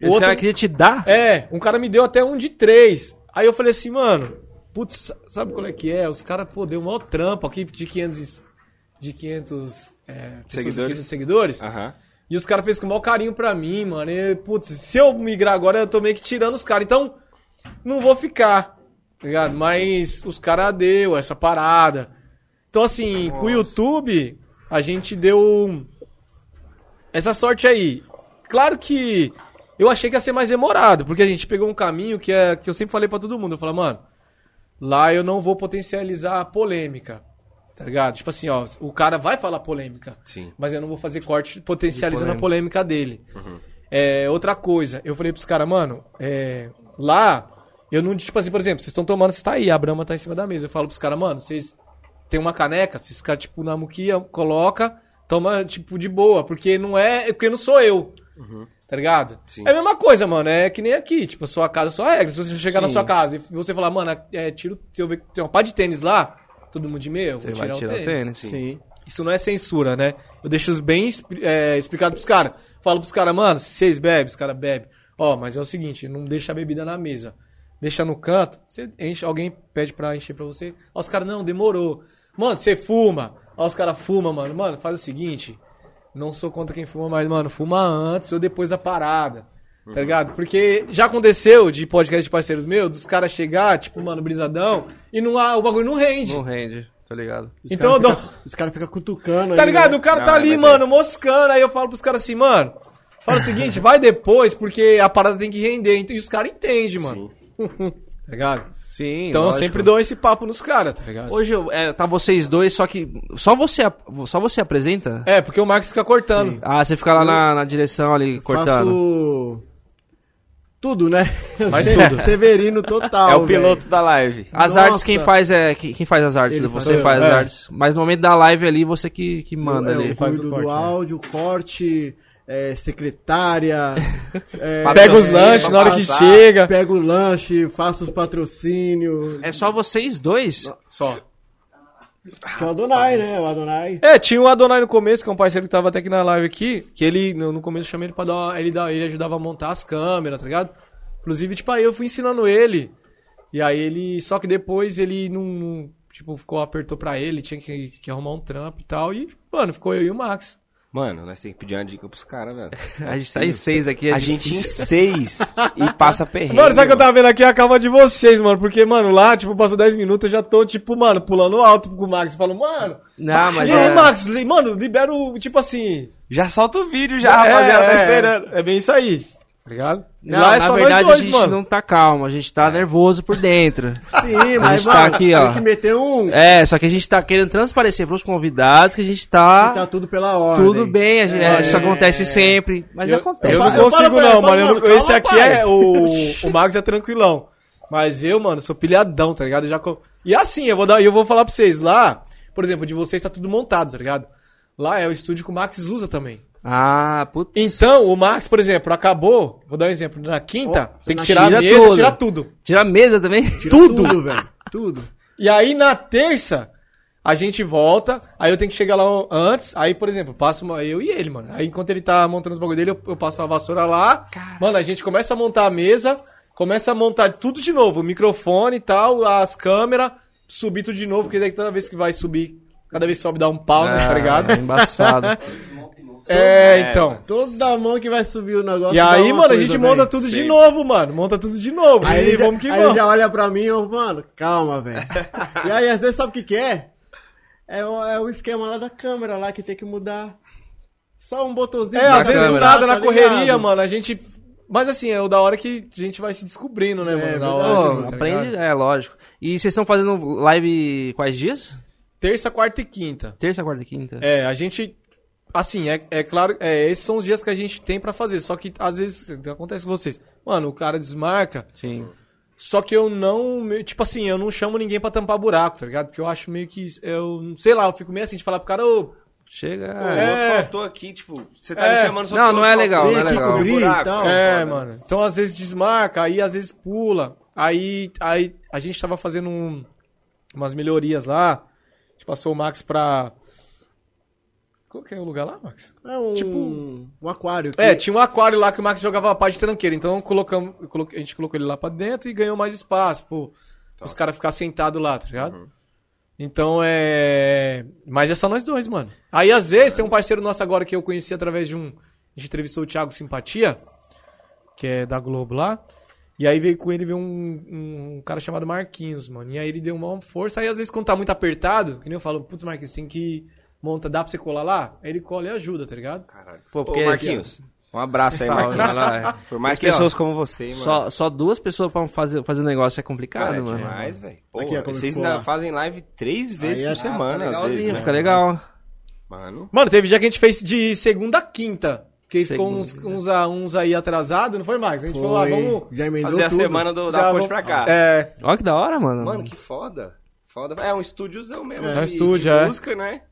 Speaker 5: É, O
Speaker 3: Esse cara queria te dar?
Speaker 5: é, um cara me deu até um de três. Aí eu falei assim, mano, Putz, sabe qual é que é? Os caras, pô, deu um maior trampo aqui de 500, de 500 é, pessoas,
Speaker 6: Seguidores.
Speaker 5: 500
Speaker 3: Ah.
Speaker 5: seguidores.
Speaker 6: Aham.
Speaker 5: E os caras fez com o maior carinho pra mim, mano. E, putz, se eu migrar agora, eu tô meio que tirando os caras. Então, não vou ficar, tá ligado? Mas os caras deu essa parada. Então, assim, com o YouTube, a gente deu um- essa sorte aí. Claro que eu achei que ia ser mais demorado, porque a gente pegou um caminho que, é, que eu sempre falei pra todo mundo. Eu falei, mano, lá eu não vou potencializar a polêmica, tá ligado? Tipo assim, ó, o cara vai falar polêmica
Speaker 6: Sim.
Speaker 5: mas eu não vou fazer corte potencializando a polêmica dele. É, outra coisa, eu falei pros caras, mano, é, lá, eu não, tipo assim, por exemplo, vocês estão tomando, vocês tá aí, a Brahma tá em cima da mesa. Eu falo pros caras, mano, vocês tem uma caneca, vocês ficam, tipo, na muquia, coloca, toma, tipo, de boa, porque não é, porque não sou eu. Tá ligado?
Speaker 6: Sim.
Speaker 5: É a mesma coisa, mano. É que nem aqui. Tipo, a sua casa, a sua regra. Se você chegar na sua casa e você falar, mano, é, tiro, se eu ver que tem uma pá de tênis lá, todo mundo de meio, eu vou
Speaker 3: Você vai
Speaker 5: tirar,
Speaker 3: tirar
Speaker 5: o tênis.
Speaker 3: Sim.
Speaker 4: Sim.
Speaker 5: Isso não é censura, né? Eu deixo os bem expli- é, explicado pros caras. Falo pros caras, mano, se vocês bebem, os caras bebem. Ó, mas é o seguinte, não deixa a bebida na mesa. Deixa no canto, você enche, alguém pede pra encher pra você. Ó, os caras, não, demorou. Mano, você fuma. Ó, os caras fumam, mano. Mano, faz o seguinte. Não sou contra quem fuma, mas, mano, fuma antes ou depois da parada. Tá ligado? Porque já aconteceu de podcast de parceiros meus, dos caras chegar, tipo, mano, brisadão, e não, há- o bagulho não rende.
Speaker 3: Não rende, tá ligado?
Speaker 4: Os
Speaker 5: então eu
Speaker 4: cara
Speaker 5: dou.
Speaker 4: fica- Os caras ficam cutucando
Speaker 5: Tá
Speaker 4: aí,
Speaker 5: ligado?
Speaker 4: né?
Speaker 5: O cara
Speaker 6: Não,
Speaker 5: tá
Speaker 6: é,
Speaker 5: ali,
Speaker 6: mas
Speaker 5: mano, moscando. Aí eu falo pros caras assim, mano, fala o seguinte, vai depois, porque a parada tem que render. Então, E os caras entendem, mano. tá ligado?
Speaker 3: Sim.
Speaker 5: Então
Speaker 3: lógico.
Speaker 5: eu sempre dou esse papo nos caras, tá ligado?
Speaker 3: Hoje eu- é, tá vocês dois, só que. Só você, ap- só você apresenta?
Speaker 5: É, porque o Max fica cortando.
Speaker 3: Ah, você fica lá na, na direção ali, cortando.
Speaker 4: Faço tudo, né?
Speaker 5: Faz
Speaker 4: Se-
Speaker 5: tudo.
Speaker 4: Severino total.
Speaker 6: É o
Speaker 4: velho.
Speaker 6: piloto da live.
Speaker 3: As
Speaker 4: Nossa.
Speaker 3: artes quem faz é. Quem, quem faz as artes?
Speaker 4: Ele
Speaker 3: você
Speaker 4: faz-
Speaker 3: faz
Speaker 4: é.
Speaker 3: as artes. Mas no momento da live ali, você que, que manda
Speaker 4: É,
Speaker 3: ali.
Speaker 4: o
Speaker 5: faz o
Speaker 4: cuido
Speaker 5: corte,
Speaker 4: do
Speaker 5: né?
Speaker 4: áudio, corte, é, secretária. é,
Speaker 5: Pega os
Speaker 4: é,
Speaker 5: lanches na hora que
Speaker 6: passar.
Speaker 5: chega.
Speaker 4: Pega o lanche, faço os patrocínios.
Speaker 3: É só vocês dois?
Speaker 5: Só.
Speaker 4: Que é o Adonai, né? O Adonai.
Speaker 5: É, tinha um Adonai no começo, que é um parceiro que tava até aqui na live aqui, que ele, no no começo eu chamei ele pra dar uma, ele, dá- ele ajudava a montar as câmeras, tá ligado? Inclusive, tipo, aí eu fui ensinando ele, e aí ele, só que depois ele não, não, tipo, ficou, apertou pra ele, tinha que, que arrumar um trampo e tal, e, mano, ficou eu e o Max.
Speaker 6: Mano, nós temos que pedir uma dica pros caras, velho.
Speaker 3: A gente tá em seis aqui.
Speaker 6: A gente em seis e passa perrengue.
Speaker 5: Mano, sabe o que eu
Speaker 6: mano.
Speaker 5: tava vendo aqui? A calma de vocês, mano, porque, mano, lá, tipo, passou 10 minutos, eu já tô, tipo, mano, pulando alto com o Max, eu falo, mano...
Speaker 3: Não, mas.
Speaker 5: e aí,
Speaker 3: é-
Speaker 5: Max, li- mano, libera o, tipo assim...
Speaker 6: Já solta o vídeo já, rapaziada, tá esperando.
Speaker 5: É, é bem isso aí, tá ligado?
Speaker 3: Não,
Speaker 5: Lá é
Speaker 3: na
Speaker 5: só nós
Speaker 3: verdade
Speaker 5: dois,
Speaker 3: a gente
Speaker 5: mano. É.
Speaker 3: não tá calmo, a gente tá nervoso por dentro.
Speaker 4: Sim, mas
Speaker 3: gente tá
Speaker 4: mano,
Speaker 3: aqui,
Speaker 4: tem
Speaker 3: ó.
Speaker 4: que meter um.
Speaker 3: É, só que a gente tá querendo transparecer pros convidados que a gente tá,
Speaker 4: Tá tudo pela ordem.
Speaker 3: tudo bem, a gente- é, isso acontece sempre, mas
Speaker 5: Eu-
Speaker 3: acontece.
Speaker 5: Eu não
Speaker 4: Eu falo
Speaker 5: consigo,
Speaker 4: pra ele,
Speaker 5: não,
Speaker 4: falo,
Speaker 5: mano. Eu não-
Speaker 4: mano,
Speaker 5: esse
Speaker 4: calma,
Speaker 5: aqui
Speaker 4: pai.
Speaker 5: é. O, o Max é tranquilão. Mas eu, mano, sou pilhadão, tá ligado? Eu já co- E assim, eu vou, dar, eu vou falar pra vocês. Lá, por exemplo, de vocês tá tudo montado, tá ligado? Lá é o estúdio que o Max usa também.
Speaker 3: Ah, putz.
Speaker 5: Então, o Max, por exemplo, acabou. Vou dar um exemplo. Na quinta,
Speaker 4: Ó,
Speaker 5: tem que
Speaker 4: na-
Speaker 5: tirar
Speaker 3: tira
Speaker 5: a mesa,
Speaker 3: tudo.
Speaker 5: tirar tudo.
Speaker 3: Tira a mesa também.
Speaker 4: Tira tudo, velho. Tudo.
Speaker 5: E aí na terça a gente volta, aí eu tenho que chegar lá antes, aí por exemplo, passo uma, eu e ele, mano. Aí enquanto ele tá montando os bagulho dele, eu, eu passo uma vassoura lá. Mano, a gente começa a montar a mesa, começa a montar tudo de novo, o microfone e tal, as câmeras, subir tudo de novo, porque daí toda vez que vai subir, cada vez sobe dá um pau, né, tá
Speaker 3: Ah,
Speaker 5: ligado?
Speaker 3: embaçado.
Speaker 5: É, então.
Speaker 4: Toda mão que vai subir o negócio.
Speaker 5: E
Speaker 4: dá
Speaker 5: aí,
Speaker 4: uma
Speaker 5: mano, a
Speaker 4: coisa,
Speaker 5: gente
Speaker 4: velho.
Speaker 5: monta tudo de novo, mano. Monta tudo de novo.
Speaker 4: Aí,
Speaker 5: e
Speaker 4: ele,
Speaker 5: vamos que
Speaker 4: já, aí ele
Speaker 5: vamos.
Speaker 4: já olha pra mim e eu, mano, calma, velho. e aí, às vezes, sabe o que que é? É o, é o esquema lá da câmera lá que tem que mudar. Só um botãozinho.
Speaker 5: É,
Speaker 4: pra
Speaker 5: às vezes do
Speaker 4: câmera,
Speaker 5: nada, na
Speaker 4: tá
Speaker 5: correria,
Speaker 4: ligado?
Speaker 5: mano, a gente. Mas assim, é o da hora que a gente vai se descobrindo, né, mano? Da
Speaker 4: mas
Speaker 5: hora,
Speaker 4: é,
Speaker 5: assim,
Speaker 3: Pô,
Speaker 5: tá
Speaker 3: aprende,
Speaker 5: ligado?
Speaker 3: é lógico. E vocês estão fazendo live quais dias?
Speaker 5: Terça, quarta e quinta.
Speaker 3: Terça, quarta e quinta?
Speaker 5: É, a gente. Assim, é, é claro, é, esses são os dias que a gente tem pra fazer. Só que às vezes acontece com vocês. Mano, o cara desmarca,
Speaker 3: Sim.
Speaker 5: só que eu não. me- Tipo assim, eu não chamo ninguém pra tampar buraco, tá ligado? Porque eu acho meio que. Eu, sei lá, eu fico meio assim de falar pro cara, ô.
Speaker 3: Chega.
Speaker 6: O
Speaker 5: É.
Speaker 6: outro faltou aqui, tipo, você tá
Speaker 5: É.
Speaker 6: me chamando só
Speaker 3: Não,
Speaker 6: porque o
Speaker 3: não
Speaker 6: outro
Speaker 3: é legal,
Speaker 6: faltou.
Speaker 3: não é
Speaker 6: Vem aqui um
Speaker 3: legal.
Speaker 6: cobrir e
Speaker 4: Buraco.
Speaker 6: tal.
Speaker 5: É,
Speaker 6: Foda.
Speaker 5: mano. Então às vezes desmarca, aí às vezes pula. Aí, aí a gente tava fazendo um- umas melhorias lá. A gente passou o Max pra. Qual que é o lugar lá, Max?
Speaker 4: É um,
Speaker 5: Tipo-
Speaker 4: um aquário. que-
Speaker 5: É, tinha um aquário lá que o Max jogava a pá de tranqueira. Então colocamos, colo- a gente colocou ele lá pra dentro e ganhou mais espaço. Pô. Os caras ficar sentado lá, tá ligado? Então é. Mas é só nós dois, mano. Aí às vezes tem um parceiro nosso agora que eu conheci através de um. A gente entrevistou o Thiago Simpatia, que é da Globo lá. E aí veio com ele veio um, um cara chamado Marquinhos, mano. E aí ele deu uma força. Aí às vezes quando tá muito apertado, que nem eu falo, putz, Marquinhos, tem que. Monta, dá pra você colar lá? Aí ele cola e ajuda, tá ligado?
Speaker 6: Caralho. Pô,
Speaker 3: Pô, porque- assim,
Speaker 6: Marquinhos. Um abraço aí, Marquinhos. lá. é. Por mais
Speaker 3: Porque, ó,
Speaker 6: pessoas como você, hein, mano.
Speaker 3: Só, só duas pessoas pra fazer, fazer negócio é complicado,
Speaker 6: Cara, é
Speaker 3: mano.
Speaker 6: demais, velho. Pô,
Speaker 4: Aqui, ó, como é
Speaker 6: vocês
Speaker 4: ficou
Speaker 6: ainda
Speaker 4: lá.
Speaker 6: fazem live três vezes
Speaker 4: Aí
Speaker 6: por
Speaker 4: é-
Speaker 6: semana, às vezes.
Speaker 3: Legalzinho,
Speaker 6: né?
Speaker 3: fica legal.
Speaker 6: Mano,
Speaker 5: Mano, teve dia que a gente fez de segunda a quinta. Que ficou
Speaker 3: Segunda, né?
Speaker 5: uns, uns, a- uns aí atrasado, não foi, Max? A gente falou, ah, vamos.
Speaker 4: Já emendou
Speaker 6: fazer a
Speaker 4: tudo.
Speaker 6: semana do,
Speaker 5: Já
Speaker 6: da ponte
Speaker 5: vamos-
Speaker 6: pra cá.
Speaker 5: É,
Speaker 3: Olha que da hora, mano.
Speaker 6: Mano, que foda. Foda. É um estúdiozão mesmo.
Speaker 4: É.
Speaker 6: de-
Speaker 5: É um estúdio,
Speaker 6: de
Speaker 5: é.
Speaker 6: música, né?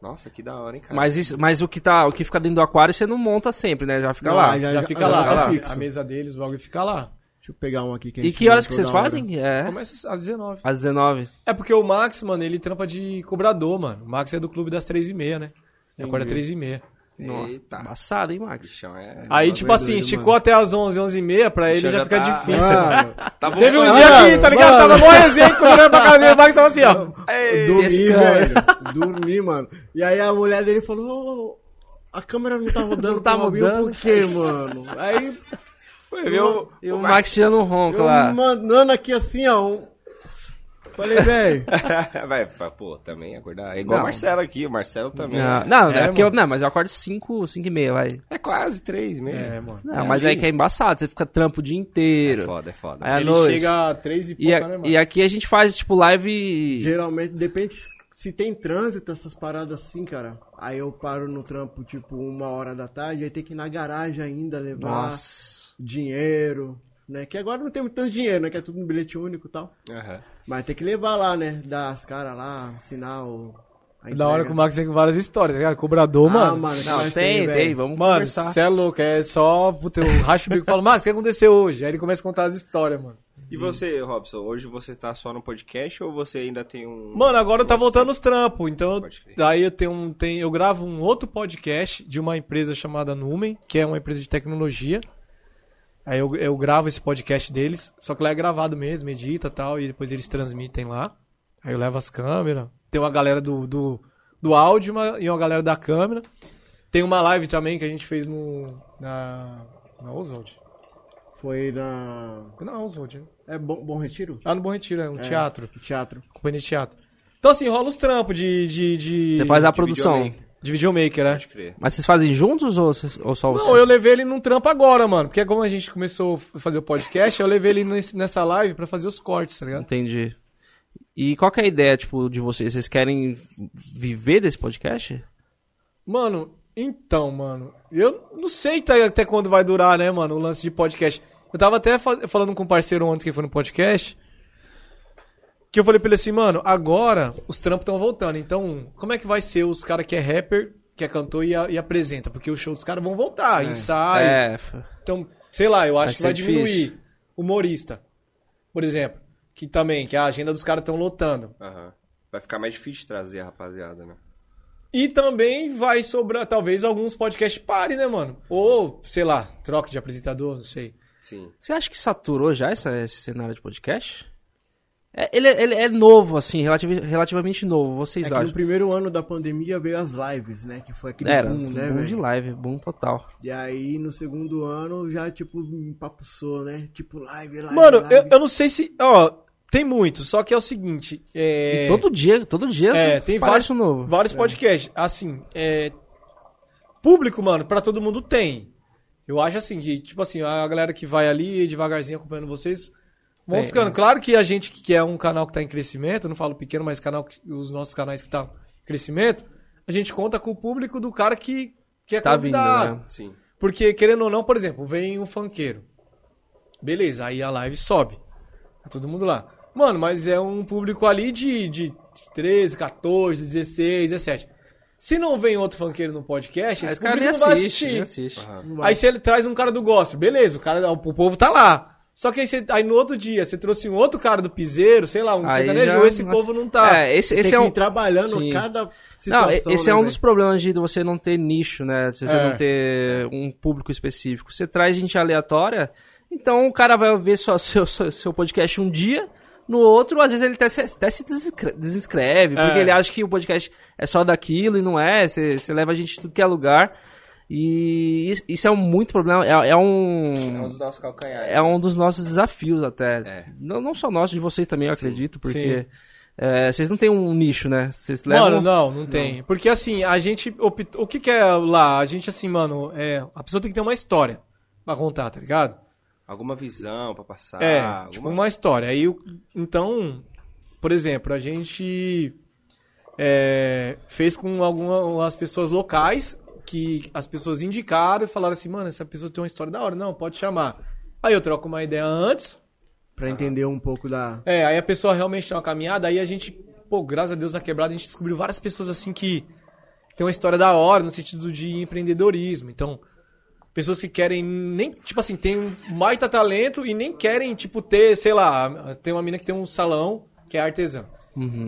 Speaker 6: Nossa, que da hora, hein, cara.
Speaker 3: mas, isso, mas o, que tá, o que fica dentro do aquário você não monta sempre, né? Já fica
Speaker 4: Não,
Speaker 3: lá.
Speaker 4: aí
Speaker 5: já
Speaker 4: Já-
Speaker 5: fica
Speaker 4: já
Speaker 5: lá.
Speaker 4: tá
Speaker 5: tá?
Speaker 4: fixo.
Speaker 5: A mesa deles, o bagulho fica lá.
Speaker 4: Deixa eu pegar um aqui que a
Speaker 3: E
Speaker 4: gente
Speaker 3: que horas
Speaker 4: mandou
Speaker 3: que vocês
Speaker 4: da hora.
Speaker 3: fazem? É.
Speaker 5: Começa às 19.
Speaker 3: Às 19.
Speaker 5: É porque o Max, mano, ele trampa de cobrador, mano. O Max é do clube das 3h30, né? Ele acorda 3h30.
Speaker 6: Eita.
Speaker 3: Passado, hein, Max?
Speaker 6: Bichão, é...
Speaker 5: Aí,
Speaker 4: bagulho
Speaker 5: tipo assim,
Speaker 4: doido,
Speaker 5: esticou
Speaker 4: mano.
Speaker 5: até as 11, 11h30, pra ele
Speaker 6: Bichão
Speaker 5: já,
Speaker 6: já
Speaker 5: fica
Speaker 6: tá-
Speaker 5: difícil.
Speaker 4: Ah,
Speaker 6: Tá bom,
Speaker 5: Teve um
Speaker 6: mano.
Speaker 5: dia aqui, tá ligado? Tava mó resenha, cobrando pra cara dele, o Max tava assim, ó.
Speaker 4: É. dormi,
Speaker 3: descansa.
Speaker 4: velho. Dormi, mano. E aí a mulher dele falou: "Ô, a câmera não tá rodando
Speaker 3: Não tá
Speaker 4: pro Robinho,
Speaker 3: rodando.
Speaker 4: por quê, mano? Aí
Speaker 6: Foi ver o...
Speaker 3: E o Max tirando um ronco
Speaker 4: eu
Speaker 3: lá.
Speaker 4: mandando aqui assim, ó. um- Falei, velho.
Speaker 6: Vai, fa- pô, também acordar. É igual o
Speaker 3: Não.
Speaker 6: Marcelo aqui, o Marcelo também.
Speaker 3: Não,
Speaker 6: né?
Speaker 3: não,
Speaker 5: É,
Speaker 3: é porque eu,
Speaker 5: mano.
Speaker 3: não, mas eu acordo 5, 5 e meia, vai.
Speaker 6: É quase três mesmo.
Speaker 5: É, mano.
Speaker 3: Não, mas aí que é embaçado, você fica trampo o dia
Speaker 6: É
Speaker 3: inteiro.
Speaker 6: foda, é foda.
Speaker 3: Aí à
Speaker 5: ele
Speaker 3: noite.
Speaker 5: chega às 3 e pouca,
Speaker 3: E, a-
Speaker 5: né, mano?
Speaker 3: e aqui a gente faz, tipo, live.
Speaker 4: Geralmente, depende se tem trânsito, essas paradas assim, cara. Aí eu paro no trampo, tipo, uma hora da tarde, aí tem que ir na garagem ainda levar
Speaker 3: Nossa.
Speaker 4: dinheiro, né? Que agora não tem muito tanto dinheiro, né? Que é tudo no bilhete único e tal.
Speaker 6: Aham.
Speaker 4: Mas tem que levar lá, né? Dar as caras lá, assinar o. a
Speaker 5: Da hora
Speaker 4: entrega.
Speaker 5: que o Max tem várias histórias, tá ligado? Cobrador,
Speaker 4: Tá Ah,
Speaker 5: mano.
Speaker 4: mano, que
Speaker 3: Não,
Speaker 4: mais
Speaker 3: tem, tem,
Speaker 4: velho?
Speaker 3: vamos
Speaker 5: Mano,
Speaker 3: conversar.
Speaker 5: você é louco, é só. Puta, eu racho o bico e falo, Max, o que aconteceu hoje? Aí ele começa a contar as histórias, mano.
Speaker 6: E você, Robson, hoje você tá só no podcast ou você ainda tem um.
Speaker 5: Mano, agora tá voltando os trampos, então
Speaker 6: Pode crer.
Speaker 5: daí eu tenho um, tem, eu gravo um outro podcast de uma empresa chamada Numen, que é uma empresa de tecnologia. Aí eu, eu gravo esse podcast deles, só que lá é gravado mesmo, edita e tal, e depois eles transmitem lá. Aí eu levo as câmeras. Tem uma galera do, do, do áudio uma- e uma galera da câmera. Tem uma live também que a gente fez no. Na. Na Oswald.
Speaker 4: Foi na.
Speaker 5: Na Oswald, né?
Speaker 4: É Bom, Bom Retiro?
Speaker 5: Lá no Bom Retiro, é um teatro.
Speaker 4: Teatro.
Speaker 5: Companhia de teatro. Então assim, rola os trampos de. de, é de
Speaker 3: Você faz a
Speaker 6: de
Speaker 3: produção.
Speaker 6: videogame.
Speaker 5: De videomaker, né?
Speaker 6: Pode crer.
Speaker 3: Mas vocês fazem juntos ou, vocês- ou só
Speaker 5: Não, eu levei ele num trampo agora, mano. Porque como a gente começou a fazer o podcast, eu levei ele nesse- nessa live pra fazer os cortes, tá ligado?
Speaker 3: Entendi. E qual que é a ideia, tipo, de vocês? Vocês querem viver desse podcast?
Speaker 5: Mano, então, mano. Eu não sei tá- até quando vai durar, né, mano, o lance de podcast. Eu tava até fa- falando com um parceiro ontem que foi no podcast. Que eu falei pra ele assim, mano, agora os trampos estão voltando. Então, como é que vai ser os caras que é rapper, que é cantor e, a- e apresenta? Porque o show dos caras vão voltar, ensaio,
Speaker 3: é, f-
Speaker 5: Então, sei lá, eu acho
Speaker 3: Vai
Speaker 5: que vai
Speaker 3: ser
Speaker 5: diminuir.
Speaker 3: difícil.
Speaker 5: Humorista, por exemplo, que também, que a agenda dos caras estão lotando.
Speaker 6: Aham. Vai ficar mais difícil de trazer a rapaziada, né?
Speaker 5: E também vai sobrar, talvez, alguns podcasts parem, né, mano? Ou, sei lá, troca de apresentador, não sei.
Speaker 6: Sim.
Speaker 3: Você acha que saturou já essa- esse cenário de podcast? É, ele, é- ele é novo, assim, relativ- relativamente novo, vocês
Speaker 4: É que no
Speaker 3: acham?
Speaker 4: primeiro ano da pandemia veio as lives, né? Que foi aquele
Speaker 3: Era, um
Speaker 4: boom, né,
Speaker 3: boom de
Speaker 4: velho?
Speaker 3: live, boom total.
Speaker 4: E aí no segundo ano já, tipo, empapuçou, né? Tipo, live, live.
Speaker 5: Mano,
Speaker 4: live.
Speaker 5: eu, eu não sei se. Ó, tem muito, só que é o seguinte. É...
Speaker 3: E todo dia, todo dia
Speaker 5: É,
Speaker 3: tu-
Speaker 5: tem
Speaker 3: parece
Speaker 5: vários,
Speaker 3: um novo.
Speaker 5: vários podcasts. Assim, é, público, mano, pra todo mundo tem. Eu acho assim, que, tipo assim, a galera que vai ali devagarzinho acompanhando vocês vão
Speaker 3: Tem,
Speaker 5: ficando. Claro que a gente que é um canal que tá em crescimento, eu não falo pequeno, mas canal, que- os nossos canais que tá em crescimento, a gente conta com o público do cara que, que é
Speaker 3: Tá vindo,
Speaker 5: convidado.
Speaker 3: né?
Speaker 6: Sim.
Speaker 5: Porque, querendo ou não, por exemplo, vem um funkeiro. Beleza, aí a live sobe. Tá todo mundo lá. Mano, mas é um público ali de, de 13, 14, 16, 17. Se não vem outro funkeiro no podcast,
Speaker 3: Mas
Speaker 5: esse
Speaker 3: o cara nem né?
Speaker 5: público não vai
Speaker 3: assiste,
Speaker 5: assistir.
Speaker 3: nem assiste.
Speaker 4: Não vai.
Speaker 5: Aí se ele traz um cara do gospel, beleza, o, cara, o povo tá lá. Só que aí, você- aí no outro dia você trouxe um outro cara do piseiro, sei lá, um
Speaker 3: Aí
Speaker 5: sertanejo,
Speaker 3: já-
Speaker 5: esse
Speaker 3: nossa.
Speaker 5: povo não tá.
Speaker 3: É, esse,
Speaker 4: Tem
Speaker 3: esse
Speaker 4: que
Speaker 3: é um...
Speaker 4: ir trabalhando
Speaker 3: Sim.
Speaker 4: cada
Speaker 3: Não,
Speaker 4: situação,
Speaker 3: e- esse
Speaker 4: né,
Speaker 3: é um
Speaker 4: velho?
Speaker 3: dos problemas de você não ter nicho, né? De você
Speaker 5: É.
Speaker 3: não ter um público específico. Você traz gente aleatória, então o cara vai ver só seu, seu, seu podcast um dia, No outro, às vezes ele até se, até se desinscre- desinscreve, porque
Speaker 5: É.
Speaker 3: ele acha que o podcast é só daquilo e não é. Você você leva a gente em tudo que é lugar. E isso- isso é um muito problema. É, é
Speaker 6: É um
Speaker 3: um.
Speaker 6: dos nossos calcanhares.
Speaker 3: É um dos nossos desafios, até.
Speaker 6: É.
Speaker 3: Não, não só nosso, de vocês também, eu acredito,
Speaker 5: sim.
Speaker 3: porque. é, Vocês não têm um nicho, né? Vocês levam.
Speaker 5: Mano, não, não tem. Porque assim, a gente optou. O que, que é lá? A gente, assim, mano, é. A pessoa tem que ter uma história pra contar, tá ligado?
Speaker 6: Alguma visão pra
Speaker 1: Ah,
Speaker 6: passar.
Speaker 5: é,
Speaker 6: alguma-
Speaker 5: tipo, uma história. Aí, o- então, por exemplo, a gente é, fez com algumas pessoas locais que as pessoas indicaram e falaram assim, mano, essa pessoa tem uma história da hora, não, pode chamar. Aí eu troco uma ideia antes,
Speaker 4: Pra entender um pouco da.
Speaker 5: é, aí a pessoa realmente tem uma caminhada, aí a gente, pô, graças a Deus na quebrada, a gente descobriu várias pessoas assim que tem uma história da hora no sentido de empreendedorismo. Então, pessoas que querem nem, tipo assim, tem um baita talento e nem querem, tipo, ter, sei lá, tem uma mina que tem um salão que é artesã.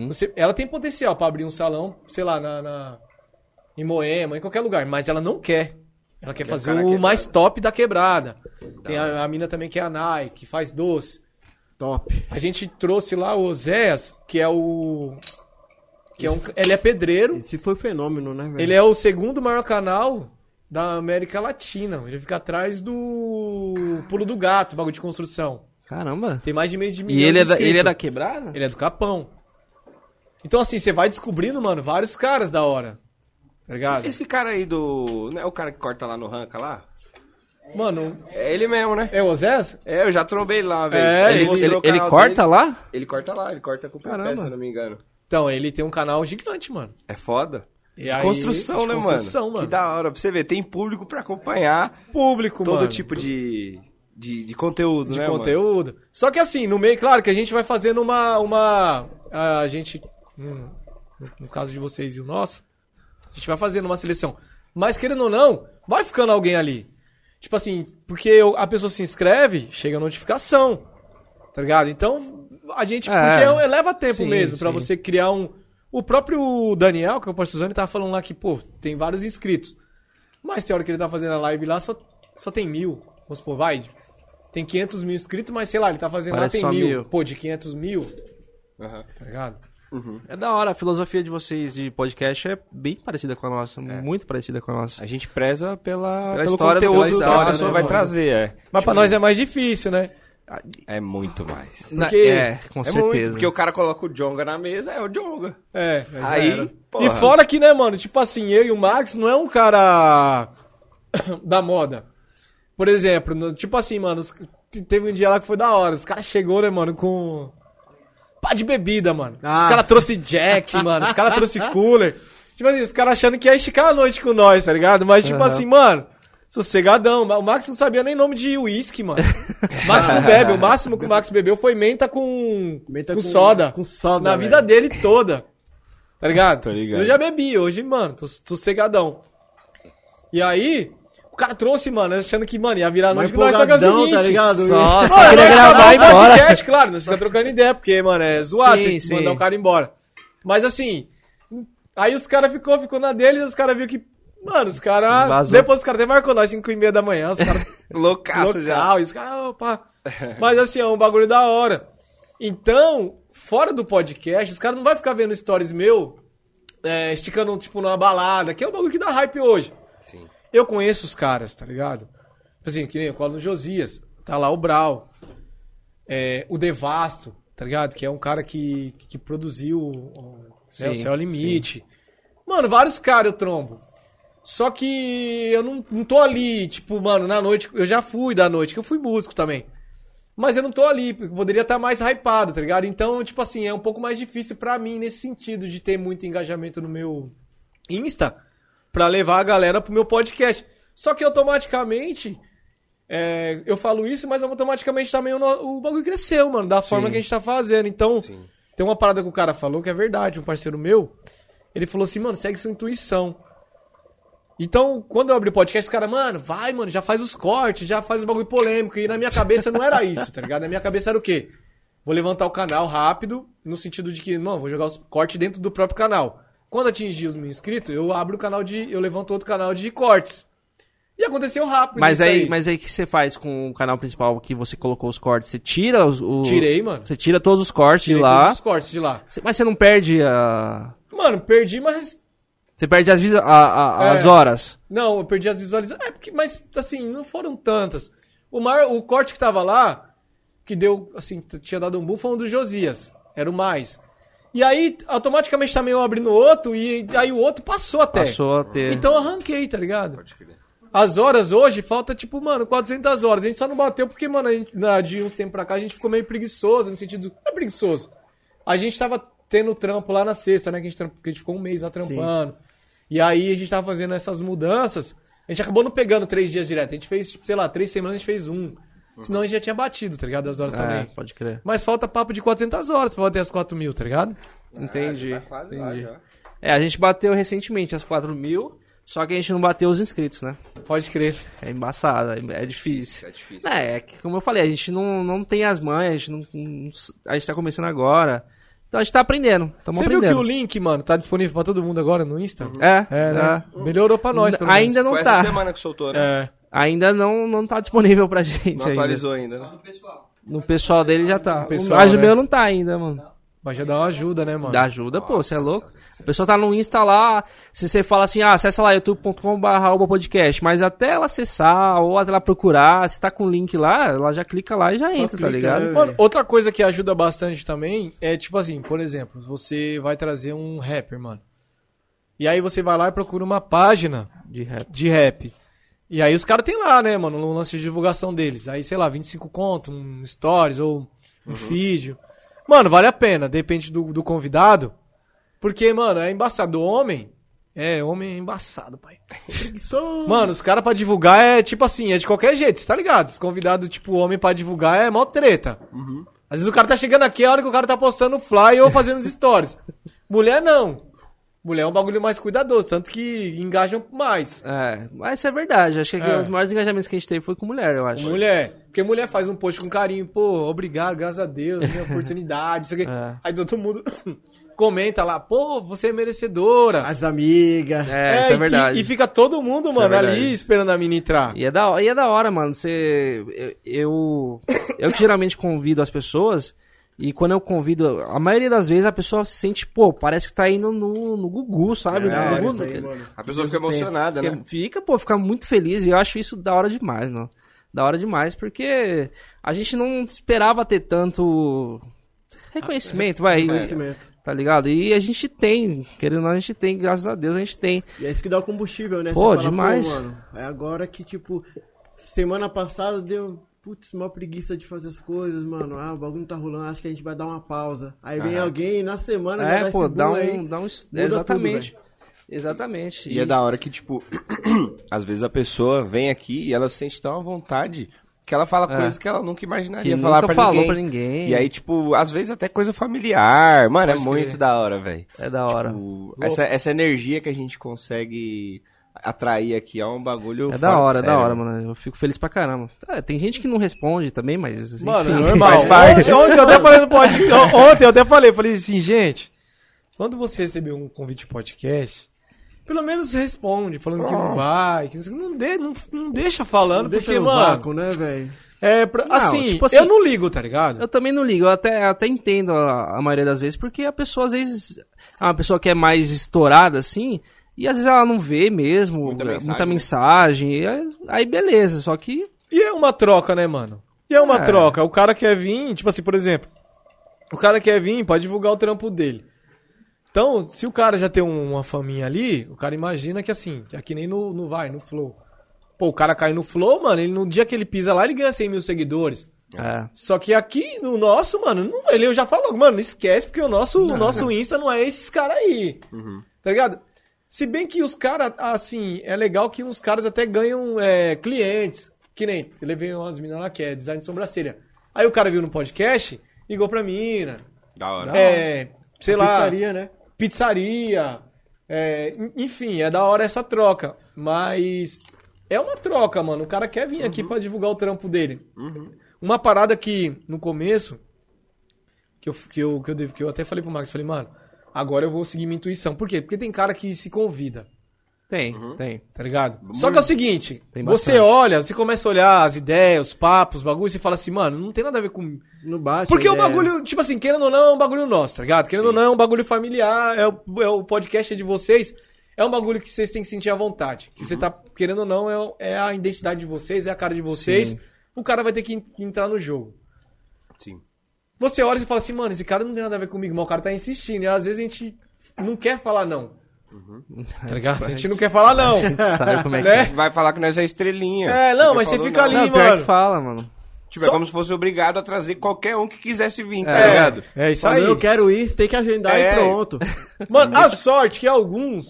Speaker 5: Você- ela tem potencial pra abrir um salão, sei lá, na, na- em Moema, em qualquer lugar, mas ela não quer. Ela quer fazer
Speaker 6: ficar na
Speaker 5: o
Speaker 6: quebrada. Tá.
Speaker 5: mais top da quebrada. Tem a, a mina também que é a Nike, faz doce.
Speaker 4: Top.
Speaker 5: A gente trouxe lá o Oséias, que é o. Que é um, ele é pedreiro.
Speaker 4: Esse foi um fenômeno, né, velho?
Speaker 5: Ele é o segundo maior canal da América Latina. Ele fica atrás do. Pulo do Gato, bagulho de construção.
Speaker 3: Caramba.
Speaker 5: Tem mais de meio de milhão
Speaker 3: E ele
Speaker 5: de
Speaker 3: é, da,
Speaker 5: inscritos.
Speaker 3: ele é da quebrada?
Speaker 5: Ele é do Capão. Então, assim, você vai descobrindo, mano, vários caras da hora. Tá ligado?
Speaker 6: Esse cara aí do. Não é o cara que corta lá no ranca lá?
Speaker 5: Mano,
Speaker 6: É ele mesmo, né?
Speaker 5: é o Oséias?
Speaker 6: É, eu já trombei ele lá uma vez.
Speaker 5: É,
Speaker 6: Aí
Speaker 5: ele-
Speaker 6: mostrou o
Speaker 3: ele
Speaker 6: canal
Speaker 3: corta
Speaker 6: dele.
Speaker 3: lá?
Speaker 6: Ele corta lá, ele corta com o pé,
Speaker 3: Caramba.
Speaker 6: se eu não me engano.
Speaker 5: Então, ele tem um canal gigante, mano.
Speaker 6: É foda.
Speaker 5: E
Speaker 6: de
Speaker 5: aí-
Speaker 6: construção,
Speaker 5: de
Speaker 6: né,
Speaker 5: construção,
Speaker 6: mano?
Speaker 5: mano.
Speaker 6: Que da hora. Pra você ver, tem público pra acompanhar
Speaker 5: Público,
Speaker 6: todo
Speaker 5: mano.
Speaker 6: tipo de, de, de conteúdo,
Speaker 5: de
Speaker 6: né, mano?
Speaker 5: conteúdo. Só que assim, no meio, claro que a gente vai fazendo uma. uma a gente. hum, no- no caso de vocês e o nosso, a gente vai fazendo uma seleção. Mas querendo ou não, vai ficando alguém ali. Tipo assim, porque eu- a pessoa se inscreve, chega a notificação. Tá ligado? Então, a gente.
Speaker 3: É.
Speaker 5: Porque é- leva tempo
Speaker 3: Sim,
Speaker 5: mesmo pra
Speaker 3: sim.
Speaker 5: você criar um. O próprio Daniel, que é o Pastor Suzano, tava falando lá que, pô, tem vários inscritos. Mas tem hora que ele tá fazendo a live lá, só, só tem mil. Vamos supor, vai. Tem 500 mil inscritos, mas sei lá, ele tá fazendo
Speaker 3: Parece
Speaker 5: lá,
Speaker 3: só
Speaker 5: tem mil.
Speaker 3: mil.
Speaker 5: Pô, de 500 mil,
Speaker 6: Aham.
Speaker 5: tá ligado?
Speaker 3: É da hora, a filosofia de vocês de podcast é bem parecida com a nossa, muito parecida com a nossa.
Speaker 6: A gente preza pela,
Speaker 3: Pela
Speaker 6: pelo
Speaker 3: história,
Speaker 6: conteúdo
Speaker 3: pela
Speaker 6: que
Speaker 3: história,
Speaker 6: a pessoa
Speaker 3: né,
Speaker 6: vai
Speaker 3: mano?
Speaker 6: trazer, é.
Speaker 5: Mas pra nós é mais difícil, né?
Speaker 6: É muito mais.
Speaker 3: Na-
Speaker 5: porque-
Speaker 3: é, com
Speaker 6: é muito,
Speaker 3: certeza.
Speaker 6: porque o cara coloca o Jonga na mesa, é o Jonga.
Speaker 5: É.
Speaker 6: Aí, porra.
Speaker 5: E fora que, né, mano, tipo assim, eu e o Max não é um cara da moda. Por exemplo, no- tipo assim, mano, os- te- teve um dia lá que foi da hora. Os caras chegou, né, mano, com pá de bebida, mano.
Speaker 4: Ah.
Speaker 5: Os caras trouxe Jack, mano. Os caras trouxe cooler. Tipo assim, os caras achando que ia esticar a noite com nós, tá ligado? Mas, tipo
Speaker 3: Aham.
Speaker 5: assim, mano, sossegadão. O Max não sabia nem nome de uísque, mano. O Max não bebe. O máximo que o Max bebeu foi menta com,
Speaker 4: Menta
Speaker 5: com,
Speaker 4: com-
Speaker 5: soda.
Speaker 4: com soda,
Speaker 5: Na
Speaker 4: velho.
Speaker 5: vida dele toda. Tá ligado?
Speaker 6: Tô ligado.
Speaker 5: Eu já bebi hoje, mano, tô, tô cegadão. E aí, o cara trouxe, mano, achando que, mano, ia virar
Speaker 4: Mas
Speaker 5: noite com nós, só que é o seguinte.
Speaker 4: tá ligado?
Speaker 3: Só,
Speaker 5: Mano,
Speaker 3: só queria
Speaker 5: nós
Speaker 3: gravar e
Speaker 5: gravamos
Speaker 3: embora.
Speaker 5: podcast, claro, nós ficamos trocando ideia, porque, mano, é zoado
Speaker 3: Sim,
Speaker 5: você
Speaker 3: sim.
Speaker 5: mandar o cara embora. Mas assim, aí os caras ficou, ficou na deles, os caras viram que, mano, os caras...
Speaker 3: Vazou.
Speaker 5: Depois os caras até marcou nós 5 e meia da manhã, os caras
Speaker 6: Loucaço já.
Speaker 5: local, e os caras, opa. Mas assim, é um bagulho da hora. Então, fora do podcast, os caras não vão ficar vendo stories meu é, esticando, tipo, numa balada, que é um bagulho que dá hype hoje.
Speaker 6: Sim.
Speaker 5: Eu conheço os caras, tá ligado? Tipo Assim, que nem eu colo no Josias, tá lá o Brau, é, o Devasto, tá ligado? Que é um cara que, que produziu o- né, o
Speaker 3: Sim,
Speaker 5: Céu é o Limite. Mano, vários caras eu trombo. Só que eu não, não tô ali, tipo, mano, na noite. Eu já fui da noite, que eu fui músico também. Mas eu não tô ali, porque eu poderia estar mais hypado, tá ligado? Então, tipo assim, é um pouco mais difícil pra mim nesse sentido de ter muito engajamento no meu Insta pra levar a galera pro meu podcast. Só que automaticamente, é, eu falo isso, mas automaticamente também o, no- o bagulho cresceu, mano, da forma que a gente tá fazendo. Então, tem uma parada que o cara falou que é verdade, um parceiro meu, ele falou assim, mano, segue sua intuição. Então, quando eu abri o podcast, os caras, mano, vai, mano, já faz os cortes, já faz o bagulho polêmico. E na minha cabeça não era isso, tá ligado? Na minha cabeça era o quê? Vou levantar o canal rápido, no sentido de que, não, vou jogar os cortes dentro do próprio canal. Quando atingir os mil inscritos, eu abro o canal de. Eu levanto outro canal de cortes. E aconteceu rápido.
Speaker 3: Mas
Speaker 5: isso
Speaker 3: aí, mas aí o que você faz com o canal principal que você colocou os cortes? Você tira os. o-
Speaker 5: Tirei, mano.
Speaker 3: Você tira todos os cortes
Speaker 5: Tirei
Speaker 3: de Tipo, lá.
Speaker 5: todos os cortes de lá.
Speaker 3: Você- Mas você não perde a.
Speaker 5: Mano, perdi, mas.
Speaker 3: Você perde as, visa- a- a- as
Speaker 5: É.
Speaker 3: horas.
Speaker 5: Não, eu perdi as visualizações. É porque, mas assim, não foram tantas. O maior, o corte que tava lá, que deu, assim, t- tinha dado um buff, foi um do Josias. Era o mais. E aí, automaticamente também eu abri no outro, e aí o outro passou até.
Speaker 3: Passou a ter.
Speaker 5: Então eu arranquei, tá ligado? As horas hoje, falta tipo, mano, 400 horas. A gente só não bateu porque, mano, a gente- na- de uns tempos pra cá a gente ficou meio preguiçoso, no sentido. Não é preguiçoso. A gente tava tendo trampo lá na sexta, né? Que a gente, tramp- que a gente ficou um mês lá trampando. E aí a gente tava fazendo essas mudanças. A gente acabou não pegando três dias direto. A gente fez, tipo, sei lá, três semanas a gente fez um. Senão a gente já tinha batido, tá ligado? As horas
Speaker 3: é,
Speaker 5: também.
Speaker 3: pode crer.
Speaker 5: Mas falta papo de 400 horas pra bater as 4 mil, tá ligado?
Speaker 3: Entendi.
Speaker 6: Quase lá
Speaker 3: entendi.
Speaker 6: Ah, já.
Speaker 3: É, a gente bateu recentemente as 4 mil, só que a gente não bateu os inscritos, né?
Speaker 5: Pode crer.
Speaker 3: É embaçado, é, é difícil.
Speaker 6: É difícil.
Speaker 3: É, é que, como eu falei, a gente não, não tem as manhas, a gente, não, não- a gente tá começando agora. Então a gente tá aprendendo. Estamos
Speaker 5: Você viu
Speaker 3: aprendendo.
Speaker 5: que o link, mano, tá disponível pra todo mundo agora no Insta?
Speaker 3: É,
Speaker 5: É, né?
Speaker 3: é.
Speaker 5: Melhorou pra nós, pelo menos.
Speaker 6: Foi
Speaker 3: ainda não
Speaker 6: essa
Speaker 3: tá.
Speaker 6: semana que soltou, né?
Speaker 5: É.
Speaker 3: Ainda não, não tá disponível pra gente.
Speaker 6: Não
Speaker 3: ainda.
Speaker 6: atualizou ainda, né?
Speaker 3: No pessoal dele já tá.
Speaker 5: pessoal,
Speaker 3: Mas o
Speaker 5: né?
Speaker 3: meu não tá ainda, mano.
Speaker 5: Mas já dá uma ajuda, né, mano?
Speaker 3: Dá ajuda, pô, você é louco? A pessoa tá no Insta lá, se você fala assim, ah, acessa lá youtube.com.br podcast, mas até ela acessar ou até ela procurar, se tá com o link lá, ela já clica lá e já entra,
Speaker 4: clica,
Speaker 3: tá ligado?
Speaker 4: né?
Speaker 5: Mano, outra coisa que ajuda bastante também é, tipo assim, por exemplo, você vai trazer um rapper, mano. E aí você vai lá e procura uma página
Speaker 3: De rap.
Speaker 5: de rap. E aí os caras tem lá, né, mano, um lance de divulgação deles. Aí, sei lá, 25 conto, um stories ou um vídeo. Mano, vale a pena, depende do, do convidado. Porque, mano, é embaçado. O homem. É, homem é embaçado, pai.
Speaker 4: Preguiçoso.
Speaker 5: Mano, os caras pra divulgar é tipo assim, é de qualquer jeito, você tá ligado? Os convidados, tipo, homem pra divulgar é mó treta. Às vezes o cara tá chegando aqui, é a hora que o cara tá postando fly ou fazendo os stories. Mulher não. Mulher é um bagulho mais cuidadoso, tanto que engajam mais.
Speaker 3: É, mas isso é verdade. Acho que
Speaker 5: É.
Speaker 3: os maiores engajamentos que a gente teve foi com mulher, eu acho.
Speaker 5: Mulher. Porque mulher faz um post com carinho, pô, obrigado, graças a Deus, minha oportunidade, isso aqui.
Speaker 3: É.
Speaker 5: Aí todo mundo comenta lá, pô, você é merecedora.
Speaker 4: As amigas.
Speaker 3: É, isso
Speaker 5: e-
Speaker 3: é verdade.
Speaker 5: E, fica todo mundo,
Speaker 3: é
Speaker 5: mano, ali
Speaker 3: verdade.
Speaker 5: esperando a mina entrar.
Speaker 3: E é da, ho- e é da hora, mano. Você, eu, eu, eu que geralmente convido as pessoas. E quando eu convido, a maioria das vezes a pessoa se sente, pô, parece que tá indo no, no Gugu, sabe?
Speaker 6: É,
Speaker 3: No
Speaker 6: da hora
Speaker 3: Gugu,
Speaker 6: isso aí,
Speaker 3: naquele-
Speaker 4: mano.
Speaker 6: A pessoa fica emocionada,
Speaker 3: Fica-
Speaker 6: né?
Speaker 3: Fica, pô, fica muito feliz. E eu acho isso da hora demais, mano. Da hora demais, porque a gente não esperava ter tanto reconhecimento,
Speaker 4: É.
Speaker 3: vai.
Speaker 4: Conhecimento.
Speaker 3: Tá ligado? E a gente tem, querendo ou não, a gente tem, graças a Deus a gente tem.
Speaker 4: E é isso que dá o combustível, né?
Speaker 3: Pô, demais.
Speaker 4: mano, é agora que, tipo, semana passada deu, putz, maior preguiça de fazer as coisas, mano. Ah, o bagulho não tá rolando, acho que a gente vai dar uma pausa. Aí vem alguém e na semana já
Speaker 3: É,
Speaker 4: dá
Speaker 3: pô,
Speaker 4: esse
Speaker 3: dá
Speaker 4: boom
Speaker 3: um.
Speaker 4: aí.
Speaker 3: Dá um
Speaker 4: tudo,
Speaker 3: exatamente. exatamente.
Speaker 6: E é da hora que, tipo, às vezes a pessoa vem aqui e ela se sente tão à vontade que ela fala
Speaker 3: É.
Speaker 6: coisas que ela nunca imaginaria
Speaker 3: que
Speaker 6: falar
Speaker 3: nunca
Speaker 6: pra
Speaker 3: falou
Speaker 6: ninguém.
Speaker 3: pra ninguém.
Speaker 6: E aí, tipo, às vezes até coisa familiar. Mano, é
Speaker 3: Pode
Speaker 6: muito
Speaker 3: crer.
Speaker 6: da hora, velho.
Speaker 3: É da hora.
Speaker 6: Tipo, essa, essa energia que a gente consegue atrair aqui é um bagulho.
Speaker 3: É
Speaker 6: fora
Speaker 3: da
Speaker 6: de
Speaker 3: hora, é
Speaker 6: sério.
Speaker 3: da
Speaker 6: né?
Speaker 3: hora, mano. Eu fico feliz pra caramba. Ah, tem gente que não responde também, mas. enfim.
Speaker 5: Mano, normal.
Speaker 6: faz parte.
Speaker 5: Ontem, ontem eu até falei no podcast. Ontem eu até falei, falei assim, gente, quando você receber um convite de podcast, pelo menos responde, falando que não vai, que não sei o quê. não, de, não, não deixa falando,
Speaker 4: Não
Speaker 5: porque,
Speaker 4: deixa no
Speaker 5: mano,
Speaker 4: vácuo, né, velho?
Speaker 5: é pra-
Speaker 3: Não,
Speaker 5: assim,
Speaker 3: tipo assim,
Speaker 5: eu não ligo, tá ligado?
Speaker 3: Eu também não ligo, eu até, até entendo a, a maioria das vezes, porque a pessoa às vezes. É uma pessoa que é mais estourada assim, e às vezes ela não vê mesmo é,
Speaker 6: Muita
Speaker 3: muita
Speaker 6: mensagem,
Speaker 3: mensagem.
Speaker 6: né?
Speaker 3: e aí, aí beleza, só que.
Speaker 5: E é uma troca, né, mano? E é uma
Speaker 3: É.
Speaker 5: troca. O cara quer vir, tipo assim, por exemplo, o cara quer vir pode divulgar o trampo dele. Então, se o cara já tem um- uma faminha ali, o cara imagina que assim, é que nem no, no Vai, no Flow. Pô, o cara cai no Flow, mano, ele, no dia que ele pisa lá, ele ganha 100 mil seguidores.
Speaker 3: É,
Speaker 5: Só que aqui, no nosso, mano, não- ele já falou, mano, esquece, porque o nosso, o nosso Insta não é esses caras aí. Tá ligado? Se bem que os caras, assim, é legal que uns caras até ganham é, clientes. Que nem, eu levei umas meninas lá que é design de sobrancelha. Aí o cara viu no podcast, ligou pra mina.
Speaker 6: Da
Speaker 1: Ah.
Speaker 6: hora.
Speaker 5: É, sei lá, pizzaria.
Speaker 4: Pizzaria, né?
Speaker 5: é, en- enfim, é da hora essa troca. Mas é uma troca, mano. O cara quer vir aqui pra divulgar o trampo dele. Uma parada que no começo que eu que eu que eu, devo- que eu até falei pro Max, falei, mano, agora eu vou seguir minha intuição. Por quê? Porque tem cara que se convida.
Speaker 3: Tem,
Speaker 6: Uhum.
Speaker 3: tem.
Speaker 5: tá ligado? Só que é o seguinte, você olha, você começa a olhar as ideias, os papos, os bagulhos, e fala assim, mano, não tem nada a ver com...
Speaker 4: No bate.
Speaker 5: Porque
Speaker 4: né?
Speaker 5: o bagulho, tipo assim, querendo ou não, é um bagulho nosso, tá ligado? Querendo ou não, é um bagulho familiar, é o, é o podcast é de vocês, é um bagulho que vocês têm que sentir à vontade. Que você tá, querendo ou não, é, o- é a identidade de vocês, é a cara de vocês. O cara vai ter que en- entrar no jogo.
Speaker 6: Sim.
Speaker 5: Você olha e fala assim, mano, esse cara não tem nada a ver comigo, mas o cara tá insistindo. E às vezes a gente não quer falar não. Tá ligado? A gente não quer falar não.
Speaker 3: Sabe como é que é?
Speaker 5: né?
Speaker 6: Vai falar que nós é estrelinha.
Speaker 5: É, não,
Speaker 6: Porque
Speaker 5: mas você
Speaker 6: falou
Speaker 5: fica
Speaker 6: não.
Speaker 5: ali,
Speaker 3: Não, pior
Speaker 5: mano.
Speaker 3: que fala, mano.
Speaker 6: Tipo, é
Speaker 5: Só-
Speaker 6: como se fosse obrigado a trazer qualquer um que quisesse vir, tá
Speaker 5: É,
Speaker 6: ligado?
Speaker 5: é isso
Speaker 4: Falou,
Speaker 5: aí.
Speaker 4: eu quero isso, tem que agendar
Speaker 6: É.
Speaker 4: e pronto.
Speaker 5: Mano, a sorte que alguns.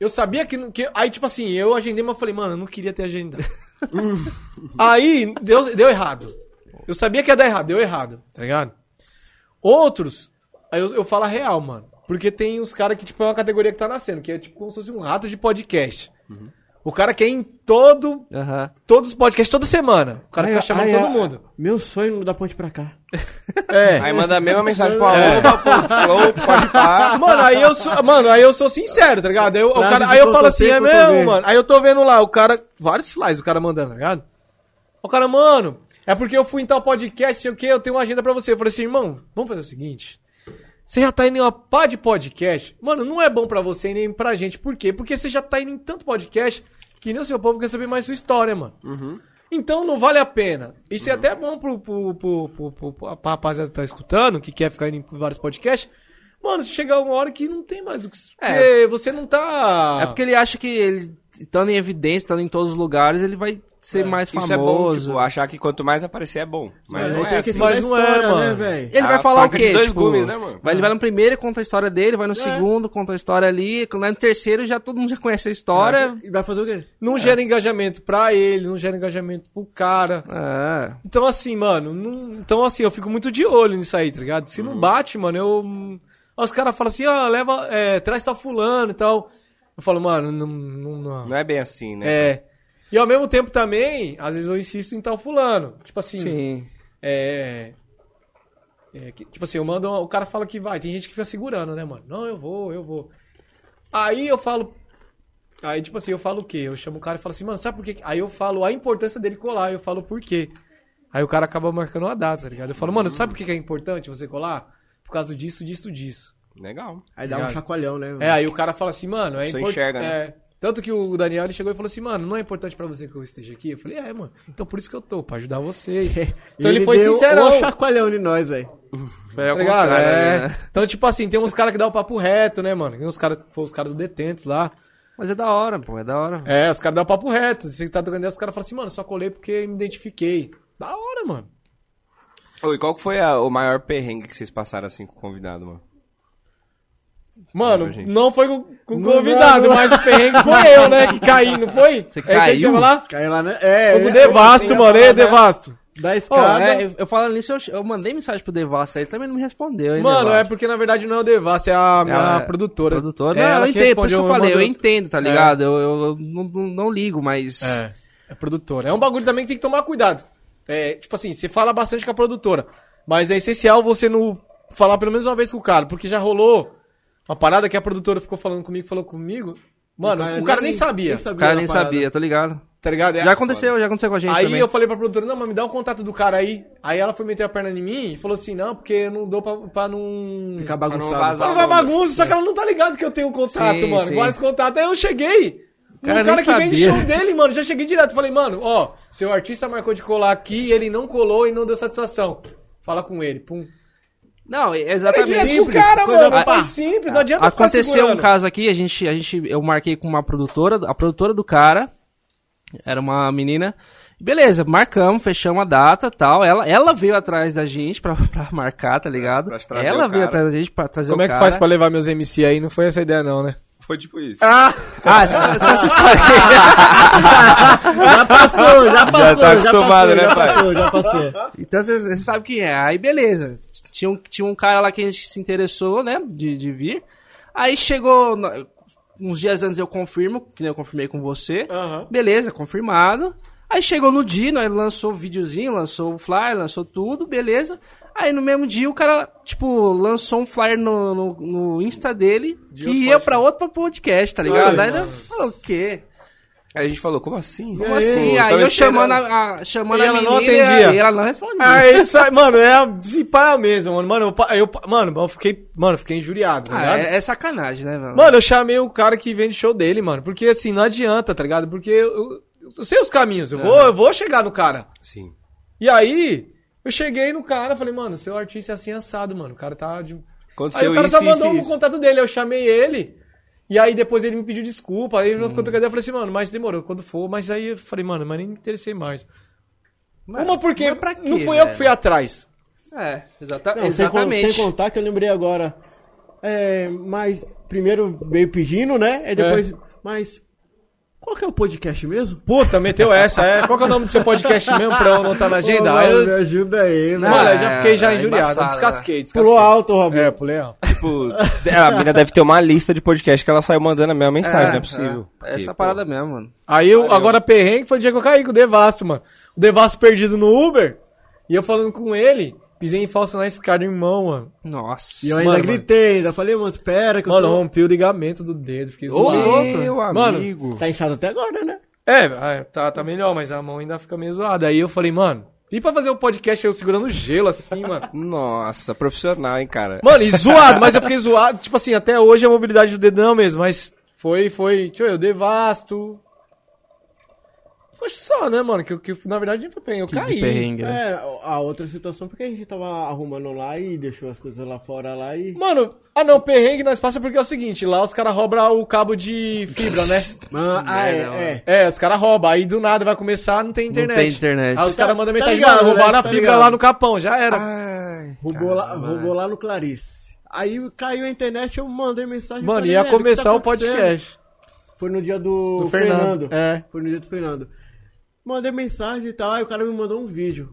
Speaker 5: Eu sabia que, não- que. Aí, tipo assim, eu agendei, mas eu falei, mano, eu não queria ter agendado. aí, deu, deu errado. Eu sabia que ia dar errado, deu errado, tá ligado? Outros, aí eu, eu falo a real, mano. Porque tem uns caras que, tipo, é uma categoria que tá nascendo, que é tipo como se fosse um rato de podcast.
Speaker 4: Uhum.
Speaker 5: O cara quer ir em todo,
Speaker 3: Aham.
Speaker 5: todos os podcasts toda semana. O cara
Speaker 4: Aí, é,
Speaker 5: fica chamando
Speaker 4: aí,
Speaker 5: todo
Speaker 4: a-
Speaker 5: mundo.
Speaker 4: Meu sonho não dá ponte pra cá.
Speaker 5: É.
Speaker 6: Aí manda a mesma mensagem pro Alô, pra pô, falou, pode parar.
Speaker 5: Mano, aí eu sou, mano, aí eu sou sincero, tá ligado? Aí, eu- o
Speaker 4: Frase
Speaker 5: cara-
Speaker 4: de
Speaker 5: aí eu falo assim, é
Speaker 4: cotovelo,
Speaker 5: mesmo,
Speaker 4: cotovelo.
Speaker 5: mano. Aí eu tô vendo lá, o cara, vários slides o cara mandando, tá ligado? O cara, mano, é porque eu fui em tal podcast, sei o quê, eu tenho uma agenda pra você. Eu falei assim, irmão, vamos fazer o seguinte. Você já tá indo em uma pá de podcast? Mano, não é bom pra você e nem pra gente. Por quê? Porque você já tá indo em tanto podcast que nem o seu povo quer saber mais sua história, mano.
Speaker 3: Uhum.
Speaker 5: Então não vale a pena. Isso é até bom pro, pro, pro, pro, pro, pro- pra rapaziada que tá escutando, que quer ficar indo em vários podcasts. Mano, se chegar uma hora que não tem mais o que.
Speaker 3: É.
Speaker 5: Porque você não
Speaker 6: Ah.
Speaker 5: tá.
Speaker 3: É porque ele acha que ele, estando em evidência, estando em todos os lugares, ele vai ser mais
Speaker 6: Isso
Speaker 3: famoso.
Speaker 6: é bom, tipo, achar que quanto mais aparecer é bom. Mas
Speaker 4: Aí
Speaker 6: não
Speaker 4: tem
Speaker 6: é
Speaker 4: que
Speaker 6: assim.
Speaker 4: seguir a
Speaker 5: Mas não é,
Speaker 4: história,
Speaker 5: mano.
Speaker 4: né, velho?
Speaker 3: Ele
Speaker 6: A
Speaker 3: vai falar o
Speaker 6: faca de
Speaker 3: quê?
Speaker 6: dois
Speaker 3: tipo,
Speaker 6: gumes, né, mano? É.
Speaker 3: Vai, ele vai no primeiro, conta a história dele, vai no segundo, conta a história ali, quando é no terceiro, já todo mundo já conhece a
Speaker 6: É.
Speaker 3: história.
Speaker 4: E vai fazer o quê?
Speaker 5: Não gera engajamento pra ele, não gera engajamento pro cara.
Speaker 3: É.
Speaker 5: Então, assim, mano, não- então assim, eu fico muito de olho nisso aí, tá ligado? Se não bate, mano, eu. Aí Os caras falam assim, ah, leva. É, traz tal fulano e tal. Eu falo, mano, não. não, não.
Speaker 6: Não é bem assim, né?
Speaker 5: É. E ao mesmo tempo também, às vezes eu insisto em tal fulano. Tipo assim,
Speaker 3: Sim.
Speaker 5: é. é, que- tipo assim, eu mando. uma- o cara fala que vai. Tem gente que fica segurando, né, mano? Não, eu vou, eu vou. Aí eu falo. Aí, tipo assim, eu falo o quê? Eu chamo o cara e falo assim, mano, sabe por quê? Aí eu falo a importância dele colar, eu falo por quê. Aí o cara acaba marcando uma data, tá ligado? Eu falo, mano, sabe por que que é importante você colar? Por causa disso, disso, disso.
Speaker 6: Legal.
Speaker 4: Aí dá um
Speaker 5: Obrigado.
Speaker 4: chacoalhão, né?
Speaker 5: É, aí o cara fala assim, mano, é
Speaker 6: Você
Speaker 5: import-
Speaker 6: enxerga, né?
Speaker 5: é. Tanto que o Daniel ele chegou e falou assim, mano, não é importante pra você que eu esteja aqui? Eu falei, é, mano, então por isso que eu tô, pra ajudar vocês. Então ele, foi
Speaker 4: deu
Speaker 5: sincerão.
Speaker 4: um chacoalhão de nós, velho.
Speaker 3: Foi ao
Speaker 5: Tá ligado?
Speaker 3: contrário
Speaker 5: É.
Speaker 3: ali, né?
Speaker 5: Então, tipo assim, tem uns caras que dão o papo reto, né, mano? Tem uns caras, pô, os caras do Detentes lá.
Speaker 3: Mas é da hora, pô, é da hora.
Speaker 5: É, os caras dão o papo reto. Você tá tocando ideia, os caras falam assim, mano, só colei porque me identifiquei. Da hora, mano.
Speaker 6: Ô, e qual que foi a- o maior perrengue que vocês passaram assim com o convidado, mano?
Speaker 5: Mano,
Speaker 6: Nossa, gente.
Speaker 5: não foi com, com o
Speaker 4: Não,
Speaker 5: convidado,
Speaker 4: não.
Speaker 5: mas o perrengue foi eu, né? Que caí, não foi? Você É isso aí que você
Speaker 3: caiu?
Speaker 5: vai lá?
Speaker 4: Caiu lá, né? É,
Speaker 5: Foi com o
Speaker 4: é,
Speaker 5: Devasto,
Speaker 4: eu- né?
Speaker 5: mano.
Speaker 4: eu-
Speaker 5: Ei,
Speaker 4: eu-
Speaker 5: Devasto.
Speaker 4: Da
Speaker 3: Pô,
Speaker 4: escada.
Speaker 3: é, eu, eu falando nisso, eu, eu mandei mensagem pro Devassa, ele também não me respondeu, hein,
Speaker 5: Mano, é
Speaker 3: Devassa?
Speaker 5: porque na verdade não é o Devasso, é a minha
Speaker 3: Ela é
Speaker 5: produtora.
Speaker 3: produtora.
Speaker 5: É
Speaker 3: não,
Speaker 5: ela
Speaker 3: eu
Speaker 5: que
Speaker 3: entendo, por isso que
Speaker 5: respondeu,
Speaker 3: eu falei, eu
Speaker 5: mandou-
Speaker 3: entendo, tá ligado? Eu, eu- eu não, não- não ligo, mas...
Speaker 5: É, é produtora. É um bagulho também que tem que tomar cuidado. É, tipo assim, você fala bastante com a produtora, mas é essencial você não falar pelo menos uma vez com o cara, porque já rolou uma parada que a produtora ficou falando comigo, falou comigo. Mano, o cara, nem, sabia,
Speaker 3: O cara
Speaker 4: da
Speaker 3: nem
Speaker 4: parada.
Speaker 3: sabia, tá ligado?
Speaker 5: tá ligado? É-
Speaker 3: Já aconteceu, já aconteceu com a gente
Speaker 5: Aí
Speaker 3: também.
Speaker 5: eu falei pra produtora, não, mas me dá o contato do cara aí. Aí ela foi meter a perna em mim e falou assim, não, porque eu não dou pra, pra não...
Speaker 4: Ficar
Speaker 6: não
Speaker 4: bagunçado.
Speaker 6: vazar.
Speaker 5: Ela vai bagunça, só que ela não tá ligada que eu tenho contato,
Speaker 3: Sim,
Speaker 5: mano.
Speaker 3: sim.
Speaker 5: Guarda esse contato. Aí eu cheguei. O
Speaker 3: Cara,
Speaker 5: cara, cara
Speaker 3: nem
Speaker 5: que vende
Speaker 3: sabia.
Speaker 5: show dele, mano, já cheguei direto. Falei, mano, ó, seu artista marcou de colar aqui e ele não colou e não deu satisfação. Fala com ele, pum. Tá
Speaker 3: Não, é
Speaker 5: Era
Speaker 3: exatamente.
Speaker 5: direto com o
Speaker 4: Simples,
Speaker 5: cara,
Speaker 4: coisa
Speaker 5: mano.
Speaker 4: pá.
Speaker 5: Foi simples, não adianta ficar
Speaker 3: Ah, Aconteceu um
Speaker 5: segurando.
Speaker 3: caso aqui, a gente, a gente, eu marquei com uma produtora, a produtora do cara, era uma menina. Beleza, marcamos, fechamos a data tal. Ela, ela veio atrás da gente pra, pra marcar, tá ligado?
Speaker 6: Pra trazer
Speaker 3: Ela
Speaker 6: o
Speaker 3: veio
Speaker 6: cara.
Speaker 3: atrás da gente pra trazer
Speaker 5: Como
Speaker 3: o
Speaker 5: é que
Speaker 3: cara.
Speaker 5: faz pra levar meus MC aí? Não foi essa ideia, não, né?
Speaker 6: Foi tipo isso.
Speaker 3: Ah, essa- então você sabe.
Speaker 4: Já passou, já passou.
Speaker 6: tá acostumado,
Speaker 4: passou,
Speaker 6: né,
Speaker 4: já
Speaker 6: pai?
Speaker 4: Passou, já passou.
Speaker 3: Então você você sabe quem é. Aí beleza. Tinha um, tinha um cara lá que a gente se interessou, né? De, de vir. Aí chegou. na- Uns dias antes eu confirmo, que nem eu confirmei com você.
Speaker 5: Aham.
Speaker 3: Beleza, confirmado. Aí chegou no dia, nós lançou o videozinho, lançou o flyer, lançou tudo, beleza. Aí no mesmo dia o cara, tipo, lançou um flyer no, no, no Insta dele que
Speaker 5: outro
Speaker 3: ia pra outro podcast, tá ligado?
Speaker 4: Olha,
Speaker 3: Aí
Speaker 4: mano.
Speaker 3: ele falou, o quê?
Speaker 6: Aí a gente falou, como assim?
Speaker 3: Como assim? Aí eu chamando a, a- chamando
Speaker 5: E
Speaker 3: a
Speaker 5: ela não
Speaker 3: menina e
Speaker 5: atendia.
Speaker 3: a- e ela não respondia.
Speaker 5: Ah, isso aí, mano, é a- se pá mesmo, mano. Mano, eu, pa- eu, pa- mano, eu fiquei, mano, eu fiquei injuriado, tá
Speaker 3: Ah,
Speaker 5: ligado?
Speaker 3: é, é sacanagem, né, mano?
Speaker 5: Mano, eu chamei o cara que vende show dele, mano. Porque assim, não adianta, tá ligado? Porque eu, eu- eu sei os caminhos,
Speaker 3: É.
Speaker 5: eu vou, eu vou chegar no cara.
Speaker 6: Sim.
Speaker 5: E aí, eu cheguei no cara, falei, mano, seu artista é assim assado, mano. O cara tá de. Aí
Speaker 6: Aconteceu
Speaker 5: o cara tá um
Speaker 6: isso,
Speaker 5: só mandou
Speaker 6: isso,
Speaker 5: o
Speaker 6: isso.
Speaker 5: contato dele, eu chamei ele. E aí depois ele me pediu desculpa, aí ele
Speaker 3: Hum.
Speaker 5: ficou trocando ideia, eu falei assim, mano, mas demorou, quando for. Mas aí eu falei, mano, mas nem me interessei mais. Uma porque
Speaker 3: mas pra quê,
Speaker 5: não fui eu
Speaker 3: velho?
Speaker 5: que fui atrás.
Speaker 3: É, exata-
Speaker 4: Não, sem con-
Speaker 3: exatamente.
Speaker 4: Sem, contar que eu lembrei agora. É, mas primeiro veio pedindo, né? E
Speaker 5: É.
Speaker 4: depois. Mas. Qual que é o podcast mesmo?
Speaker 5: Puta, meteu essa, é. Qual que é o nome do seu podcast mesmo pra eu não estar na agenda?
Speaker 4: Ô,
Speaker 5: Aí
Speaker 4: mano,
Speaker 5: eu-
Speaker 4: Me ajuda aí,
Speaker 3: Não,
Speaker 4: mano.
Speaker 5: Mano, eu
Speaker 3: é,
Speaker 5: já fiquei já
Speaker 3: é
Speaker 5: injuriado.
Speaker 3: embaçado,
Speaker 5: Descasquei, descasquei.
Speaker 4: Pulou alto, Robin.
Speaker 5: É, pulei alto.
Speaker 6: Tipo, a mina deve ter uma lista de podcast que ela saiu mandando a mesma mensagem, não é possível.
Speaker 3: É,
Speaker 6: Porque,
Speaker 3: essa
Speaker 6: pô,
Speaker 3: parada mesmo, mano.
Speaker 5: Aí eu, agora perrengue foi o dia que eu caí com o Devasso, mano. O Devasso perdido no Uber. E eu falando com ele, pisei em falso na escada, irmão, mano.
Speaker 3: Nossa.
Speaker 4: E eu ainda
Speaker 5: Mano,
Speaker 4: gritei, ainda falei, mano, espera que
Speaker 5: Mano,
Speaker 4: eu
Speaker 5: rompi o ligamento do dedo, fiquei
Speaker 3: Ô,
Speaker 5: zoado.
Speaker 3: louco.
Speaker 6: Meu
Speaker 5: Mano,
Speaker 6: amigo.
Speaker 4: tô. Tá inchado até agora, né?
Speaker 5: É, ah, tá, tá melhor, mas a mão ainda fica meio zoada. Aí eu falei, mano, e pra fazer o podcast eu segurando gelo assim, mano?
Speaker 6: Nossa, profissional, hein, cara.
Speaker 5: Mano, e zoado, mas eu fiquei zoado. Tipo assim, até hoje é a mobilidade do dedão mesmo, mas foi, foi. Deixa eu ver, o devasto. Foi só, né, mano? Que, eu- que eu, na verdade nem foi bem, eu caí.
Speaker 3: De perrengue, né?
Speaker 4: É, a outra situação, porque a gente tava arrumando lá e deixou as coisas lá fora lá e.
Speaker 5: Mano, ah não, perrengue nós passa porque é o seguinte, lá os caras roubam o cabo de fibra, né?
Speaker 4: Mano, ah, é, é.
Speaker 5: É, os caras roubam, aí do nada vai começar, não tem internet.
Speaker 3: tem internet.
Speaker 5: Aí os
Speaker 4: Tá-
Speaker 5: caras mandam
Speaker 4: tá
Speaker 5: mensagem,
Speaker 4: ligado,
Speaker 5: mano,
Speaker 4: né?
Speaker 5: roubaram a
Speaker 4: Tá
Speaker 5: fibra
Speaker 4: ligado. Ah,
Speaker 5: lá no capão, já era.
Speaker 6: Ai,
Speaker 4: Roubou, lá, roubou lá no Clarice. Aí caiu a internet, eu mandei mensagem
Speaker 5: mano,
Speaker 4: falei,
Speaker 5: ia
Speaker 4: velho, que
Speaker 5: começar
Speaker 4: tá
Speaker 5: o podcast.
Speaker 4: Foi no dia do,
Speaker 5: Do Fernando,
Speaker 4: Fernando.
Speaker 5: é.
Speaker 4: Foi no dia do Fernando. Mandei mensagem e tal, aí o cara me mandou um vídeo.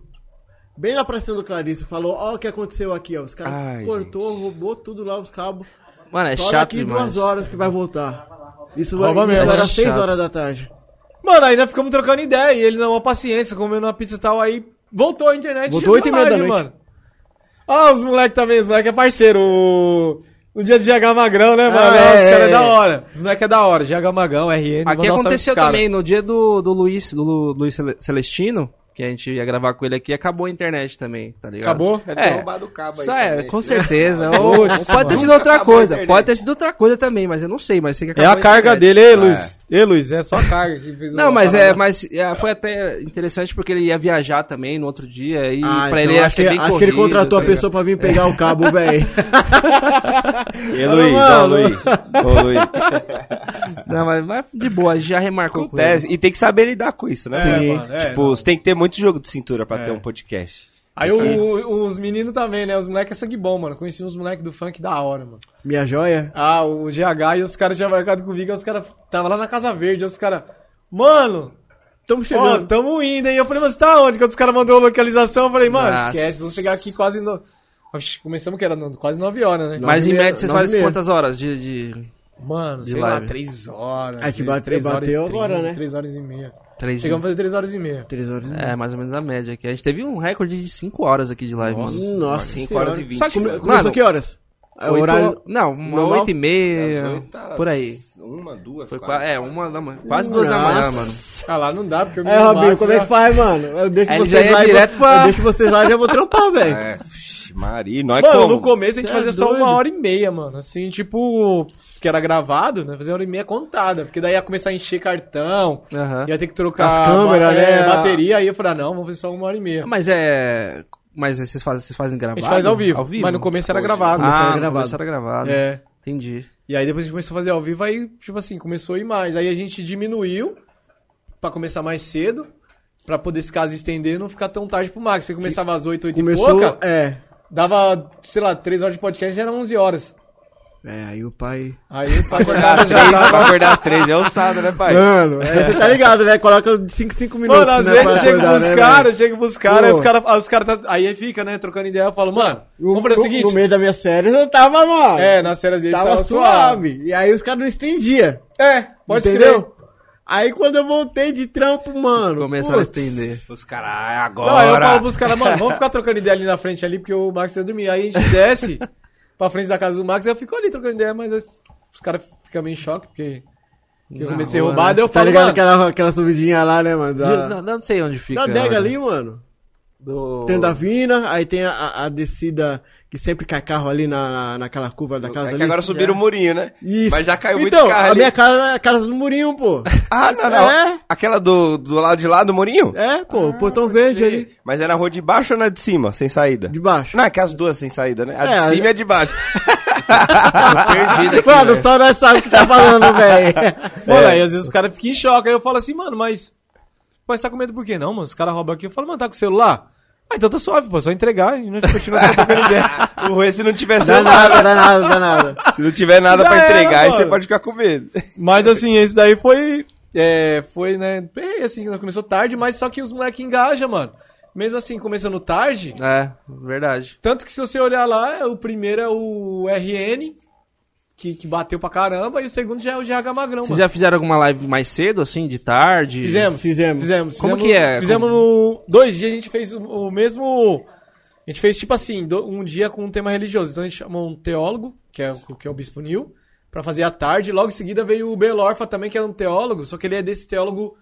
Speaker 4: Bem na praça do Clarice, falou, ó o que aconteceu aqui, ó. Os
Speaker 6: Ai,
Speaker 4: caras cortou, roubou tudo lá, os cabos.
Speaker 3: Mano, é
Speaker 4: Só
Speaker 3: chato
Speaker 4: daqui
Speaker 3: demais.
Speaker 4: duas horas que vai voltar. Isso,
Speaker 5: Rouba
Speaker 4: isso
Speaker 5: mesmo,
Speaker 4: era
Speaker 5: é
Speaker 4: seis
Speaker 5: chato.
Speaker 4: horas da tarde.
Speaker 5: Mano, aí nós ficamos trocando ideia, e ele não, uma paciência, comendo uma pizza e tal, aí voltou a internet.
Speaker 4: Voltou
Speaker 5: chegou
Speaker 4: oito e meia da
Speaker 5: live,
Speaker 4: noite.
Speaker 5: Ah, os moleque também, os moleque é parceiro, o... O dia de GH Magrão, né, mano? Ah, os
Speaker 4: é,
Speaker 5: caras é,
Speaker 4: é.
Speaker 5: da hora. Os moleque é da hora. GH Magrão, RN,
Speaker 3: Aqui
Speaker 5: mandar um salve
Speaker 3: aconteceu
Speaker 5: pros cara.
Speaker 3: também, no dia do, do Luiz, do Lu- Luiz Cele- Celestino, que a gente ia gravar com ele aqui, acabou a internet também, tá ligado?
Speaker 5: Acabou?
Speaker 6: É,
Speaker 3: É,
Speaker 6: ter roubado o cabo aí.
Speaker 3: Isso é,
Speaker 6: também,
Speaker 3: com
Speaker 6: esse-
Speaker 3: certeza. Ou- ou
Speaker 5: Putz,
Speaker 3: pode
Speaker 5: mano.
Speaker 3: ter sido outra
Speaker 6: Acabou a
Speaker 3: coisa,
Speaker 6: internet.
Speaker 3: pode ter sido outra coisa também, mas eu não sei, mas sei que
Speaker 5: É
Speaker 3: acabou
Speaker 5: a carga
Speaker 3: internet.
Speaker 5: dele, ei, Luiz. Ei, Luiz, é só a carga que fez o-
Speaker 3: Não, mas
Speaker 4: tá
Speaker 5: a
Speaker 3: é,
Speaker 5: parada.
Speaker 3: mas é, foi até interessante porque ele ia viajar também no outro dia e
Speaker 4: Ah,
Speaker 3: pra
Speaker 4: então
Speaker 3: ele ia
Speaker 4: acho,
Speaker 3: ser
Speaker 4: que,
Speaker 3: bem
Speaker 4: acho que ele
Speaker 3: corrido,
Speaker 4: contratou
Speaker 3: tá
Speaker 4: a pessoa pra vir pegar o cabo, velho.
Speaker 6: E Luiz, ó,
Speaker 4: Mano.
Speaker 6: Luiz. Ô, Luiz.
Speaker 3: ligado? Não, mas, mas de boa, já remarcou com ele.
Speaker 6: Acontece. E tem que saber lidar com isso, né?
Speaker 5: É,
Speaker 6: Sim.
Speaker 5: mano, é,
Speaker 6: tipo,
Speaker 5: não.
Speaker 6: você tem que ter muito jogo de cintura pra ter um podcast.
Speaker 5: Aí o- os meninos também, né? Os moleques é sangue bom, mano. Conheci uns moleques do funk da hora, mano.
Speaker 4: Minha joia.
Speaker 5: Ah, o GH e os caras tinham marcado comigo, aí os caras tava lá na Casa Verde, aí os caras. Mano!
Speaker 4: Estamos
Speaker 5: Ó,
Speaker 3: tá-
Speaker 4: chegando.
Speaker 5: tamo indo, hein? Eu falei, mas tá onde? Quando os caras mandou a localização, eu falei, mano,
Speaker 3: Nossa.
Speaker 5: esquece, vamos chegar aqui quase. No... Oxi, começamos que era no- quase 9 horas, né?
Speaker 3: Mas
Speaker 4: Nove
Speaker 3: em
Speaker 4: e meia,
Speaker 3: média vocês
Speaker 4: nove e
Speaker 3: fazem
Speaker 4: meia.
Speaker 3: quantas horas de- de...
Speaker 5: Mano,
Speaker 3: De
Speaker 5: sei lá,
Speaker 3: live.
Speaker 5: 3 horas.
Speaker 4: Ah, que bate- bateu agora, né?
Speaker 5: 3 horas e meia.
Speaker 3: Três
Speaker 5: Chegamos a fazer 3 horas e meia.
Speaker 4: Três horas. e
Speaker 3: É, mais ou menos a média aqui. A gente teve um recorde de 5 horas aqui de live,
Speaker 4: meia.
Speaker 3: mano.
Speaker 4: Nossa,
Speaker 6: 5 horas e
Speaker 4: senhora.
Speaker 6: 20.
Speaker 3: Só que,
Speaker 4: Come,
Speaker 3: mano,
Speaker 4: começou que horas? É, o
Speaker 3: oito-
Speaker 4: horário.
Speaker 3: Não, uma
Speaker 4: normal?
Speaker 3: 8 e meia, por aí.
Speaker 6: tá Uma, duas,
Speaker 3: Foi qua- é, uma da manhã, quase duas da manhã, mano.
Speaker 5: Ah lá, não dá, porque eu né?
Speaker 4: É, Robinho, como é que faz, mano? Eu deixo
Speaker 3: Aí ele já
Speaker 4: vocês
Speaker 3: ia
Speaker 4: lá e
Speaker 3: direto
Speaker 4: vou-
Speaker 3: pra-
Speaker 4: eu deixo vocês lá e já vou trampar, velho.
Speaker 6: É, vixi, Maria, e nós
Speaker 5: Mano,
Speaker 6: como?
Speaker 5: no começo a gente
Speaker 4: Cê é
Speaker 5: fazia só
Speaker 4: doido.
Speaker 5: uma hora e meia, mano. Assim, tipo, que era gravado, né? Fazia uma hora e meia contada. Porque daí ia começar a encher cartão,
Speaker 3: Aham.
Speaker 5: ia ter que trocar
Speaker 4: As câmeras,
Speaker 5: ba-
Speaker 4: né?
Speaker 5: é, bateria. Aí eu falei, ah, não, vamos fazer só uma hora e meia.
Speaker 3: Mas é... Mas vocês fazem, vocês fazem
Speaker 5: A
Speaker 3: gravado?
Speaker 5: gente faz ao vivo, mas no começo era gravado.
Speaker 3: Ah,
Speaker 4: era
Speaker 3: no
Speaker 4: gravado.
Speaker 3: começo era gravado.
Speaker 5: É.
Speaker 3: Entendi.
Speaker 5: E aí depois a gente começou a fazer ao vivo, aí, tipo assim, começou a ir mais. Aí a gente diminuiu pra começar mais cedo. Pra poder esse caso estender e não ficar tão tarde pro Max. Você começava às 8, 8 e
Speaker 4: Começou.
Speaker 5: pouca,
Speaker 4: É.
Speaker 5: dava, sei lá, 3 horas de podcast já era 11 horas.
Speaker 4: É, aí o pai.
Speaker 5: Aí pra
Speaker 6: Acordar
Speaker 5: acordar
Speaker 6: às três, pra acordar às três é ousado, né, pai?
Speaker 4: Mano, é, você tá ligado, né? Coloca 5, 5 minutos.
Speaker 5: Mano, às
Speaker 4: né,
Speaker 5: vezes
Speaker 4: pra
Speaker 5: eu chego
Speaker 4: acordar,
Speaker 5: pros
Speaker 4: né,
Speaker 5: caras, chego pros caras, aí os
Speaker 4: Pô.
Speaker 5: caras. Aí os caras tá- aí fica, né, trocando ideia, eu falo, mano,
Speaker 4: No,
Speaker 5: vamos fazer o
Speaker 4: no- no
Speaker 5: seguinte.
Speaker 4: meio das minhas férias eu tava, mano.
Speaker 5: É, nas férias deles
Speaker 4: tava suave. E aí os caras não estendiam.
Speaker 5: É, pode
Speaker 4: entendeu?
Speaker 5: crer.
Speaker 4: Aí quando eu voltei de trampo, mano.
Speaker 3: Começaram a
Speaker 4: putz,
Speaker 3: estender.
Speaker 6: Os caras, ah,
Speaker 5: Não, aí eu
Speaker 6: agora.
Speaker 5: falo pros caras, mano, vamos ficar trocando ideia ali na frente ali, porque o Max ia dormir. Aí a gente desce pra frente da casa do Max e eu fico ali trocando ideia, mas aí os caras ficam meio em choque, porque porque eu
Speaker 3: Na
Speaker 5: comecei
Speaker 3: rua,
Speaker 5: roubado, eu
Speaker 4: Tá
Speaker 5: falo,
Speaker 4: ligado
Speaker 5: mano,
Speaker 4: aquela, aquela subidinha lá, né, mano? Da,
Speaker 3: Não, não sei onde fica.
Speaker 4: da adega
Speaker 3: olha.
Speaker 4: ali, mano.
Speaker 3: Do...
Speaker 4: Tem da Vina, aí tem a, a- a descida que sempre cai carro ali na, na- naquela curva da casa
Speaker 6: É
Speaker 4: ali.
Speaker 6: que agora subiram o murinho, né?
Speaker 4: Isso.
Speaker 6: Mas já caiu
Speaker 4: então,
Speaker 6: muito carro
Speaker 4: a
Speaker 6: ali.
Speaker 4: minha casa é a casa do Murinho, pô.
Speaker 6: Ah, não, não. Ah,
Speaker 4: É.
Speaker 6: Aquela do, do lado de lá do murinho?
Speaker 4: É, pô, o portão verde ali,
Speaker 6: Mas é na rua de baixo ou na de cima, sem saída?
Speaker 4: de baixo.
Speaker 6: Não, é que as duas sem saída, né? A
Speaker 4: É,
Speaker 6: de cima e
Speaker 4: a-
Speaker 6: a de baixo.
Speaker 3: Perdido aqui,
Speaker 4: Ah, mano,
Speaker 6: né?
Speaker 3: velho.
Speaker 4: só nós sabemos o que tá falando, velho. É.
Speaker 5: mano, aí às vezes os caras ficam em choque. Aí eu falo assim, mano, mas. Mas tá com medo por quê? Não, mano, os caras roubam aqui. Eu falo, mano, tá com o celular? Ah, então tá suave, pô, só entregar e nós continuamos trocando ideia.
Speaker 6: o ruim é se não tiver
Speaker 4: Dá
Speaker 6: celular.
Speaker 4: nada, dá nada, dá nada.
Speaker 6: Se não tiver nada
Speaker 5: Já
Speaker 6: pra
Speaker 5: era,
Speaker 6: entregar, aí
Speaker 5: mano.
Speaker 6: você pode ficar com medo.
Speaker 5: Mas assim, esse daí foi. É, foi, né? Perrei, assim, nós começou tarde, mas só que os moleques engajam, mano. Mesmo assim, começando tarde.
Speaker 3: É, verdade.
Speaker 5: Tanto que se você olhar lá, o primeiro é o RN, que, que bateu pra caramba, e o segundo já é o GH Magrão,
Speaker 3: Vocês
Speaker 5: mano.
Speaker 3: já fizeram alguma live mais cedo, assim, de tarde?
Speaker 5: Fizemos,
Speaker 4: Fizemos.
Speaker 5: fizemos.
Speaker 3: Como
Speaker 5: fizemos-
Speaker 3: que é?
Speaker 5: Fizemos no. Dois dias a gente fez o, o mesmo. A gente fez tipo assim, do- um dia com um tema religioso. Então a gente chamou um teólogo, que é, o- que é o Bispo Nil, pra fazer à tarde. Logo em seguida veio o Belorfa também, que era um teólogo, só que ele é desse teólogo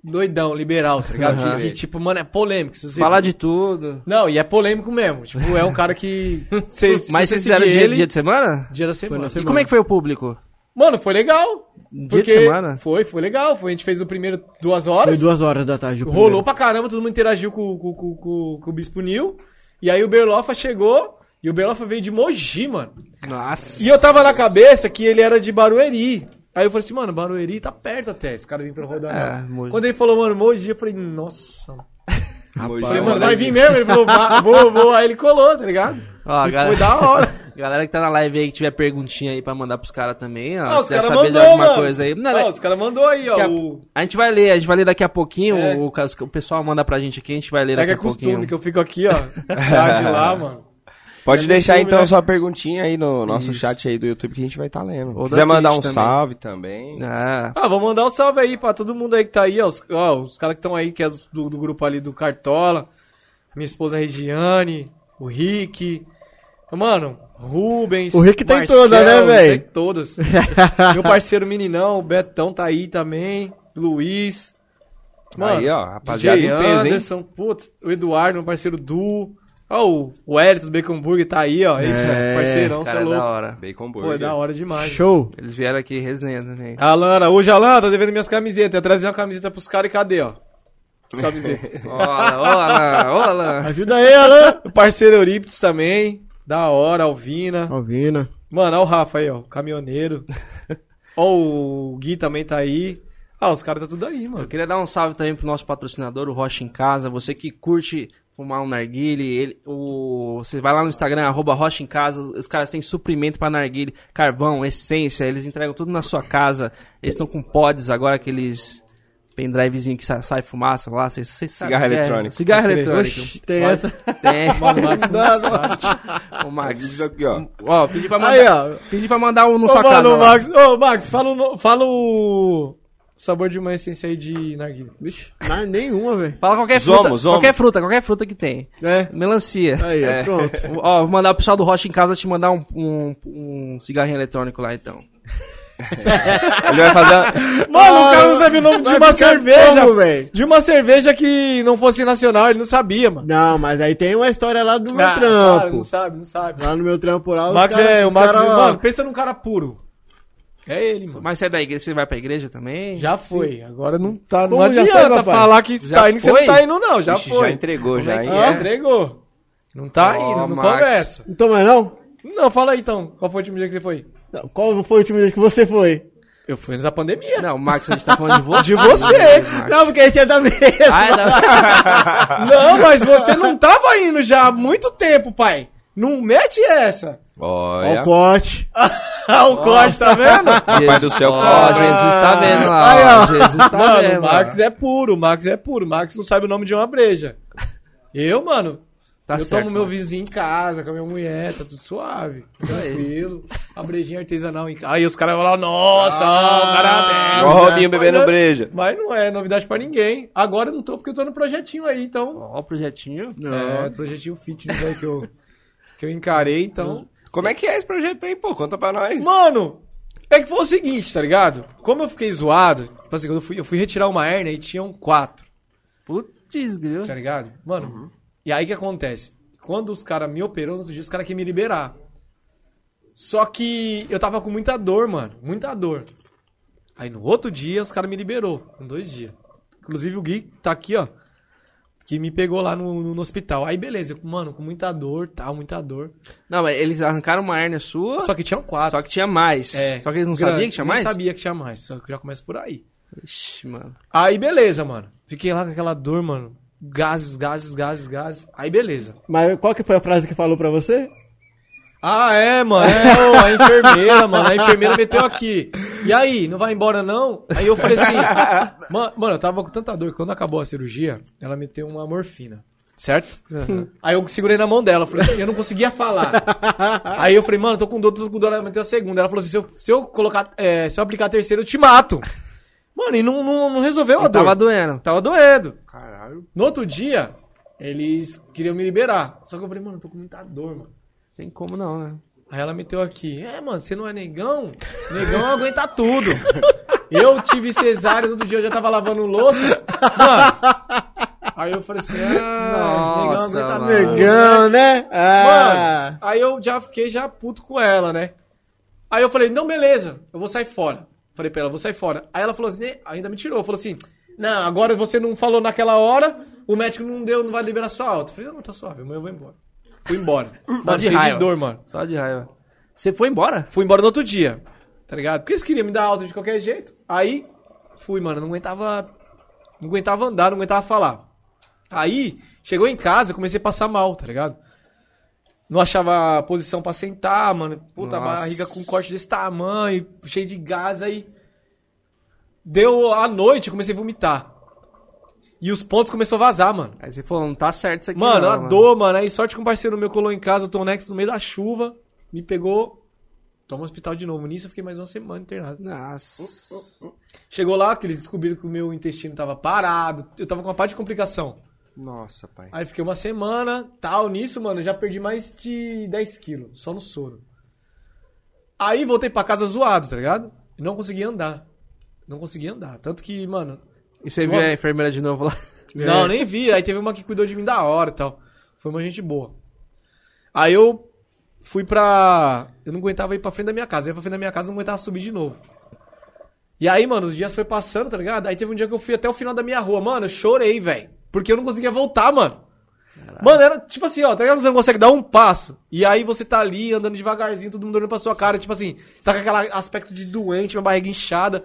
Speaker 5: doidão, liberal, tá ligado? Que- Que, tipo, mano, é polêmico. se você-
Speaker 3: Falar de tudo.
Speaker 5: Não, e é polêmico mesmo. Tipo, é um cara que. cê- se
Speaker 3: Mas
Speaker 5: você
Speaker 3: vocês fizeram
Speaker 5: seguir
Speaker 3: dia,
Speaker 5: ele-
Speaker 3: dia de semana?
Speaker 5: Dia da semana.
Speaker 4: na
Speaker 5: E
Speaker 3: E
Speaker 4: semana.
Speaker 3: como é que foi o público?
Speaker 5: Mano, foi legal.
Speaker 3: Dia
Speaker 5: porque
Speaker 3: de semana?
Speaker 5: Foi, foi legal. Foi, a gente fez o primeiro duas
Speaker 4: Foi
Speaker 5: horas.
Speaker 4: duas horas da tarde. o
Speaker 5: Rolou
Speaker 4: primeiro.
Speaker 5: pra caramba, todo mundo interagiu com, com, com, com, com o Bispo Nil. E aí o Berlofa chegou. E o Berlofa veio de Mogi, mano.
Speaker 3: Nossa.
Speaker 5: E eu tava na cabeça que ele era de Barueri. Aí eu falei assim, mano, Barueri tá perto até. Esse cara vem pra rodar.
Speaker 3: É, Mogi.
Speaker 5: Quando ele falou, mano, Mogi, eu falei, nossa.
Speaker 6: Hoje
Speaker 5: Eu falei,
Speaker 6: é
Speaker 5: mano,
Speaker 6: uma
Speaker 5: vai vir mesmo. Ele falou, "Va- vou, vou. Aí ele colou, tá ligado?
Speaker 3: Ó,
Speaker 5: e
Speaker 3: galera-
Speaker 5: foi da hora.
Speaker 3: Galera que tá na live aí, que tiver perguntinha aí pra mandar pros caras também, ó.
Speaker 5: Ah, os
Speaker 3: quiser
Speaker 5: caras
Speaker 3: saber de
Speaker 5: mandou,
Speaker 3: alguma
Speaker 5: mano.
Speaker 3: coisa aí. Não, né?
Speaker 5: Ah,
Speaker 3: não,
Speaker 5: os caras mandou aí, ó.
Speaker 3: Que a-
Speaker 5: o-
Speaker 3: A gente vai ler, a gente vai ler daqui a pouquinho.
Speaker 5: É.
Speaker 3: O, o, o pessoal manda pra gente aqui, a gente vai ler
Speaker 5: É
Speaker 3: daqui
Speaker 5: que
Speaker 3: a
Speaker 5: é
Speaker 3: um pouquinho.
Speaker 5: costume que eu fico aqui, ó. Tarde lá, mano.
Speaker 6: Pode
Speaker 5: É
Speaker 6: deixar
Speaker 5: YouTube,
Speaker 6: então
Speaker 5: né?
Speaker 6: sua perguntinha aí no nosso chat aí do YouTube que a gente vai
Speaker 1: tá
Speaker 6: estar lendo.
Speaker 3: Ou
Speaker 6: Se quiser
Speaker 3: da
Speaker 6: mandar um
Speaker 3: Twitch também.
Speaker 6: salve também.
Speaker 3: Ah,
Speaker 5: Ah, vou mandar um salve aí pra todo mundo aí que tá aí, ó. Os, ó, os caras que estão aí, que é do, do grupo ali do Cartola. Minha esposa Regiane, o Rick. Mano, Rubens.
Speaker 4: O Rick tá em toda, né, véi?
Speaker 5: Tem todas. Meu parceiro meninão, o Betão tá aí também. Luiz.
Speaker 6: aí, ó, rapaziada
Speaker 5: DJ
Speaker 1: um
Speaker 6: em peso, hein?
Speaker 5: Anderson, putz, o Eduardo, meu parceiro Du. Ó, o- o Hélio do Bacon Burger tá aí, ó. Eita, parceirão, cê é
Speaker 3: cara, da
Speaker 5: louco.
Speaker 3: hora.
Speaker 6: Bacon
Speaker 5: Pô, é
Speaker 6: Burger.
Speaker 5: da hora demais.
Speaker 4: Show.
Speaker 3: Eles vieram aqui resenha também.
Speaker 5: Alan, hoje Alan tá devendo minhas camisetas. Eu trazer uma camiseta pros caras e cadê, ó? As camisetas.
Speaker 3: Olá, olá, olá.
Speaker 4: Ajuda aí, Alan.
Speaker 5: o parceiro Eurípides também. Da hora, Alvina.
Speaker 4: Alvina.
Speaker 5: Mano, ó o Rafa aí, ó. o Caminhoneiro. ó, o Gui também tá aí. Ah, os caras tá tudo aí,
Speaker 3: Eu
Speaker 5: mano.
Speaker 3: queria dar um salve também pro nosso patrocinador, o Rocha em Casa. Você que curte fumar um narguile, ele, o, você vai lá no Instagram, arroba Rocha em Casa. Os caras têm suprimento pra narguile, carvão, essência. Eles entregam tudo na sua casa. Eles estão com pods agora, aqueles pendrivezinho que sa- sai fumaça lá. Cês, cês sabem
Speaker 6: Cigarro
Speaker 3: o que é.
Speaker 6: eletrônico.
Speaker 3: Cigarro
Speaker 5: Pode crer.
Speaker 3: eletrônico.
Speaker 4: Oxi, tem essa.
Speaker 3: Tem.
Speaker 5: Mano, o Max não
Speaker 4: Não, não.
Speaker 5: sabe.
Speaker 3: O
Speaker 6: Diz
Speaker 3: Max. Um,
Speaker 6: aqui, ó.
Speaker 3: Ó, pedi pra mandar,
Speaker 4: Aí, ó.
Speaker 3: pedi pra mandar um no
Speaker 5: Ô,
Speaker 3: sua
Speaker 5: mano,
Speaker 3: casa.
Speaker 5: o
Speaker 3: ó.
Speaker 5: Max, ô, Max, fala o, no- fala o sabor de uma essência aí de narguilha.
Speaker 4: Vixe, não, nenhuma, velho.
Speaker 3: Fala qualquer
Speaker 6: Zomo,
Speaker 3: fruta,
Speaker 6: zomo.
Speaker 3: qualquer fruta, qualquer fruta que tem.
Speaker 4: É.
Speaker 3: Melancia.
Speaker 4: Aí,
Speaker 5: É.
Speaker 4: ó, pronto.
Speaker 3: Ó, vou mandar o pessoal do Rocha em casa te mandar um, um, um cigarrinho eletrônico lá, então.
Speaker 6: Ele vai fazer.
Speaker 5: Mano, o cara não sabia o nome de uma cerveja.
Speaker 4: Como, velho?
Speaker 5: De uma cerveja que não fosse nacional, ele não sabia, mano.
Speaker 4: Não, mas aí tem uma história lá do meu
Speaker 5: Ah, para,
Speaker 4: trampo.
Speaker 5: não sabe, não sabe.
Speaker 4: Lá no meu trampo lá,
Speaker 5: O
Speaker 4: os
Speaker 5: Max
Speaker 4: cara-
Speaker 5: é, o
Speaker 4: os
Speaker 5: Max,
Speaker 4: cara-
Speaker 5: mano, pensa num cara puro. É ele, mano.
Speaker 3: Mas você é da igreja, você vai pra igreja também?
Speaker 5: Já foi, agora não tá, não
Speaker 4: Como já
Speaker 5: adianta
Speaker 4: foi, papai?
Speaker 5: falar que está
Speaker 3: Já
Speaker 5: indo, que você
Speaker 3: foi?
Speaker 5: não tá indo não, já
Speaker 6: Ixi,
Speaker 5: foi. é
Speaker 6: já entregou, já, hein?
Speaker 5: Já entregou. Não tá
Speaker 3: Ó,
Speaker 5: indo, não
Speaker 3: Max.
Speaker 5: conversa.
Speaker 4: Não toma não?
Speaker 5: Não, fala aí então, qual foi o último dia que você foi?
Speaker 4: Não, Qual foi o último dia que você foi?
Speaker 5: Eu fui antes da pandemia.
Speaker 3: Não, Max, a gente tá falando de você.
Speaker 5: De você.
Speaker 3: Max.
Speaker 4: Não, porque esse é da
Speaker 3: Ah,
Speaker 4: mesma.
Speaker 3: não.
Speaker 5: Não, mas você não tava indo já há muito tempo, pai. Não mete essa.
Speaker 4: Ó
Speaker 6: Olha.
Speaker 5: é?
Speaker 4: o corte.
Speaker 5: Ah, o corte, tá vendo?
Speaker 6: Papai do céu,
Speaker 3: Ó,
Speaker 6: cobra.
Speaker 3: Jesus tá vendo lá. ó, Jesus tá
Speaker 5: Mano,
Speaker 3: vendo.
Speaker 5: é o Max é puro, o Max é puro. O Max não sabe o nome de uma breja. Eu, mano,
Speaker 3: Tá
Speaker 5: eu
Speaker 3: certo.
Speaker 5: tomo meu vizinho em casa, com a minha mulher, tá tudo suave. Tranquilo. A brejinha artesanal em casa. Aí os caras vão lá, nossa,
Speaker 3: Ah.
Speaker 5: ó, o cara
Speaker 1: Ó,
Speaker 5: é
Speaker 1: o Robinho
Speaker 5: Mas
Speaker 1: bebendo
Speaker 5: não-
Speaker 1: breja.
Speaker 5: Mas não é novidade pra ninguém. Agora eu não tô, porque eu tô no projetinho aí, então.
Speaker 3: Ó, o projetinho.
Speaker 4: Não.
Speaker 5: É, projetinho fitness aí que eu, que eu encarei, então.
Speaker 1: Como é que é esse projeto aí, pô? Conta pra nós.
Speaker 5: Mano, é que foi o seguinte, tá ligado? Como eu fiquei zoado, tipo assim, quando eu fui, eu fui retirar uma hérnia e tinham quatro,
Speaker 3: Putz, grilo.
Speaker 5: tá ligado? Mano,
Speaker 3: Uhum.
Speaker 5: e aí que acontece? Quando os caras me operou, no outro dia os caras queriam me liberar. Só que eu tava com muita dor, mano. Muita dor. Aí no outro dia os caras me liberou, com dois dias. Inclusive o Gui tá aqui, ó. Que me pegou lá no, no- no hospital. Aí beleza, eu, mano, com muita dor, tá, muita dor.
Speaker 3: Não, mas eles arrancaram uma hérnia sua, Ah. só
Speaker 5: Só que tinham
Speaker 3: que,
Speaker 5: quatro.
Speaker 3: tinha mais.
Speaker 5: É,
Speaker 3: só que eles não
Speaker 5: grande.
Speaker 3: sabiam que tinha
Speaker 5: Nem
Speaker 3: mais?
Speaker 5: sabia que tinha mais, só que já começa por aí.
Speaker 3: Ixi, mano.
Speaker 5: Aí beleza, mano. Fiquei lá com aquela dor, mano. Gases, gases, gases, gases. Aí beleza.
Speaker 4: Mas qual que foi a frase que falou pra você?
Speaker 5: Ah, é, mano. É, ô, a enfermeira, mano. A enfermeira meteu aqui. E aí, não vai embora não? Aí eu falei assim. "Ma- mano, eu tava com tanta dor que quando acabou a cirurgia, ela meteu uma morfina. Certo? Aí eu segurei na mão dela. Falei assim, eu não conseguia falar. Aí eu falei, mano, tô com dor, tô com dor. Ela meteu a segunda. Ela falou assim: se eu, se eu colocar, é, se eu aplicar a terceira, eu te mato. Mano, e não, não, não resolveu a dor.
Speaker 3: Tava doendo.
Speaker 5: Tava doendo. Caralho. No outro dia, eles queriam me liberar. Só que eu falei, mano, eu tô com muita dor, mano.
Speaker 3: Tem como não, né?
Speaker 5: Aí ela meteu aqui, é, mano, você não é negão? Negão aguenta tudo. Eu tive cesárea, no outro dia eu já tava lavando louça. Mano. Aí eu falei assim, ah,
Speaker 3: Nossa,
Speaker 5: negão aguenta
Speaker 3: mano.
Speaker 5: tudo.
Speaker 4: Negão, né?
Speaker 5: Mano,
Speaker 4: Ah.
Speaker 5: aí eu já fiquei já puto com ela, né? Aí eu falei, não, beleza, eu vou sair fora. Falei pra ela, eu vou sair fora. Aí ela falou assim, né, ainda me tirou. Falou assim, não, agora você não falou naquela hora, o médico não deu, não vai liberar sua alta. Eu Falei, não, tá suave, amanhã eu vou embora. Fui embora. Mano,
Speaker 3: Tá de
Speaker 5: cheio de
Speaker 3: raiva.
Speaker 5: dor, mano.
Speaker 3: Só de raiva. Você foi embora?
Speaker 5: Fui embora no outro dia, tá ligado? Porque eles queriam me dar alta de qualquer jeito. Aí, fui, mano, não aguentava. Não aguentava andar, não aguentava falar. Aí, chegou em casa, comecei a passar mal, tá ligado? Não achava posição pra sentar, mano. Puta,
Speaker 3: Nossa.
Speaker 5: barriga com um corte desse tamanho, cheio de gás aí. Deu à noite, eu comecei a vomitar. E os pontos começaram a vazar, mano.
Speaker 3: Aí você falou, não tá certo isso aqui
Speaker 5: Mano,
Speaker 3: não,
Speaker 5: a dor, mano. Aí sorte que um parceiro meu colou em casa, o Tonex, no meio da chuva, me pegou. Toma hospital de novo. Nisso eu fiquei mais uma semana internado.
Speaker 3: Nossa.
Speaker 5: Chegou lá, que eles descobriram que o meu intestino tava parado. Eu tava com uma parte de complicação.
Speaker 6: Nossa, pai.
Speaker 5: Aí fiquei uma semana, tal. Nisso, mano, eu já perdi mais de 10 quilos, só no soro. Aí voltei pra casa zoado, tá ligado? Não consegui andar. Não consegui andar. Tanto que, mano,
Speaker 3: E você viu
Speaker 5: Mano.
Speaker 3: a enfermeira de novo lá?
Speaker 5: Não, nem vi. Aí teve uma que cuidou de mim da hora e tal. Foi uma gente boa. Aí eu fui pra. Eu não aguentava ir pra frente da minha casa. Eu ia pra frente da minha casa e não aguentava subir de novo. E aí, mano, os dias foi passando, tá ligado? Aí teve um dia que eu fui até o final da minha rua. Mano, eu chorei, velho. Porque eu não conseguia voltar, mano. Mano, era tipo assim, ó, tá ligado? Você não consegue dar um passo. E aí você tá ali andando devagarzinho, todo mundo olhando pra sua cara, tipo assim, você tá com aquele aspecto de doente, uma barriga inchada.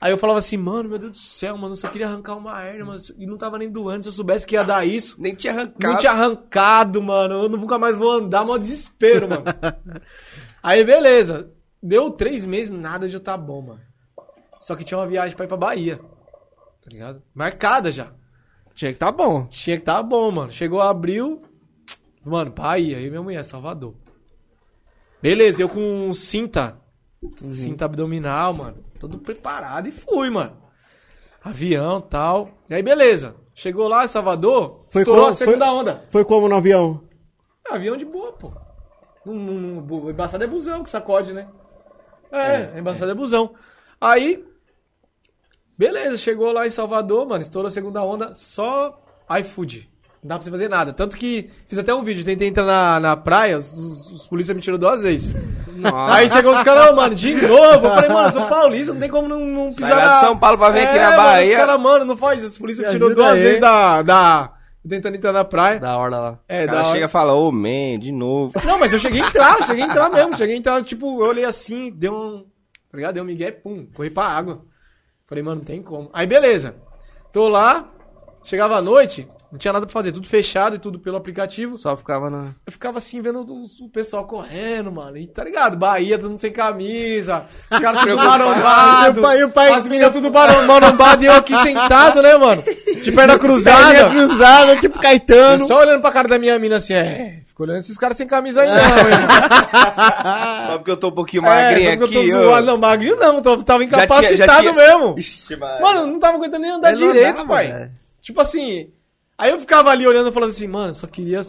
Speaker 5: Aí eu falava assim, mano, meu Deus do céu, mano, eu só queria arrancar uma hernia, mano, e não tava nem doendo, se eu soubesse que ia dar isso.
Speaker 1: Nem te arrancar.
Speaker 5: Não tinha arrancado, mano. Eu nunca mais vou andar, mó desespero, mano. Aí, beleza. Deu três meses, nada de eu tá bom, mano. Só que tinha uma viagem pra ir pra Bahia. Tá ligado? Marcada já.
Speaker 3: Tinha que tá bom.
Speaker 5: Tinha que tá bom, mano. Chegou abril. Mano, Bahia. E minha mulher, Salvador. Beleza, eu com cinta.
Speaker 4: Uhum.
Speaker 5: Cinta abdominal, mano. Todo preparado e fui, mano. Avião tal. E aí, beleza. Chegou lá em Salvador,
Speaker 4: Foi
Speaker 5: estourou
Speaker 4: qual-
Speaker 5: a segunda
Speaker 4: foi-
Speaker 5: onda.
Speaker 4: Foi como no avião?
Speaker 5: É, Avião de boa, pô. Não, não, não, bu- embaçado é busão que sacode, né? É, embaçado é. busão. Aí, beleza, chegou lá em Salvador, mano, estourou a segunda onda, só iFood. Não dá pra você fazer nada. Tanto que fiz até um vídeo, tentei entrar na, na praia, os, os, os polícia me tirou duas vezes.
Speaker 3: Nossa.
Speaker 5: Aí chegou os caras, "Ô, mano, de novo. Eu falei, mano, eu sou paulista, não tem como não, não pisar
Speaker 1: lá de
Speaker 5: na- É,
Speaker 1: São Paulo pra vir aqui na
Speaker 5: Mano, os
Speaker 1: Bahia.
Speaker 5: caras, mano, não faz isso. Os polícia me
Speaker 4: Me
Speaker 5: tirou
Speaker 4: ajuda
Speaker 5: duas
Speaker 4: aí.
Speaker 5: vezes da, da... Tentando entrar na praia.
Speaker 3: Da hora lá.
Speaker 5: É,
Speaker 1: O cara
Speaker 5: hora.
Speaker 1: chega e fala, ô, man, de novo.
Speaker 5: Não, mas eu cheguei a entrar, eu cheguei a entrar mesmo. Cheguei a entrar, tipo, eu olhei assim, deu um. Tá ligado? Deu um migué, pum, corri pra água. Falei, mano, não tem como. Aí, beleza. Tô lá, chegava à noite, não tinha nada pra fazer, tudo fechado e tudo pelo aplicativo.
Speaker 3: Só ficava na.
Speaker 5: Eu ficava assim, vendo os- o pessoal correndo, mano. E tá ligado? Bahia, todo mundo sem camisa, os caras tudo
Speaker 1: Preocupado.
Speaker 5: marombado.
Speaker 4: E o pai- e o pai-
Speaker 5: as meninas tudo marom- marombado e eu aqui sentado, né, mano? De perna
Speaker 4: Perninha
Speaker 5: cruzada.
Speaker 4: cruzada, tipo Caetano.
Speaker 7: Só olhando pra cara da minha mina assim, é. Fico olhando esses caras sem camisa aí, não, hein?
Speaker 1: Só porque eu tô um pouquinho
Speaker 5: É,
Speaker 1: magrinha
Speaker 5: só porque eu
Speaker 1: aqui.
Speaker 5: tô
Speaker 1: ô.
Speaker 5: zoado. Não, magrinho não, tô- tava
Speaker 1: tinha-
Speaker 5: incapacitado
Speaker 1: já tinha-
Speaker 5: mesmo.
Speaker 1: Ixi, mano.
Speaker 5: Mano, eu não tava aguentando nem andar
Speaker 3: Ele
Speaker 5: direito,
Speaker 3: andava,
Speaker 5: pai.
Speaker 3: velho.
Speaker 5: Tipo assim, aí eu ficava ali olhando e falando assim, mano, só queria,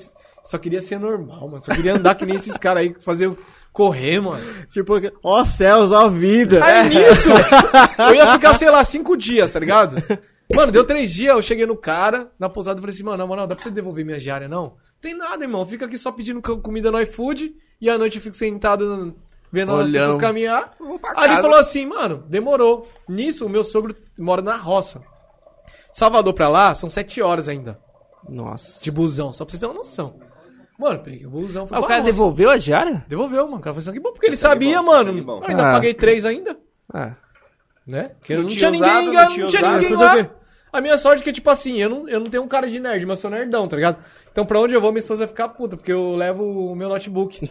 Speaker 5: só queria ser normal, mano. Só queria andar que nem esses caras aí, fazer correr, mano.
Speaker 4: Tipo, ó céus, ó vida. É.
Speaker 5: Aí nisso, eu ia ficar, sei lá, cinco dias, tá ligado? Mano, deu três dias, eu cheguei no cara, na pousada, eu falei assim, mano, na moral, dá pra você devolver minha diária, não? Tem nada, irmão, fica aqui só pedindo co- comida no iFood, e à noite eu fico sentado no- vendo as
Speaker 3: Olhão.
Speaker 5: pessoas caminhar. Aí ele falou assim, mano, demorou. Nisso, o meu sogro mora na roça. Salvador pra lá, são sete horas ainda,
Speaker 3: Nossa.
Speaker 5: de busão, só pra você ter uma noção. Mano, peguei o busão, fui
Speaker 3: Ah, o
Speaker 5: pra
Speaker 3: cara
Speaker 5: roça.
Speaker 3: devolveu a diária?
Speaker 5: Devolveu, mano, o cara foi sangue bom, porque ele sabia, mano,
Speaker 1: bom.
Speaker 5: Eu ainda
Speaker 3: Ah.
Speaker 5: paguei três ainda
Speaker 3: Ah.
Speaker 5: né? Porque não,
Speaker 1: tinha
Speaker 5: tinha,
Speaker 1: usado,
Speaker 5: ninguém,
Speaker 1: não
Speaker 5: lá,
Speaker 1: tinha
Speaker 5: não tinha
Speaker 1: usado,
Speaker 5: ninguém
Speaker 1: tudo
Speaker 5: lá. A minha sorte é que, tipo assim, eu não, eu não tenho um cara de nerd, mas sou nerdão, tá ligado? Então pra onde eu vou, minha esposa vai ficar puta, porque eu levo o meu notebook.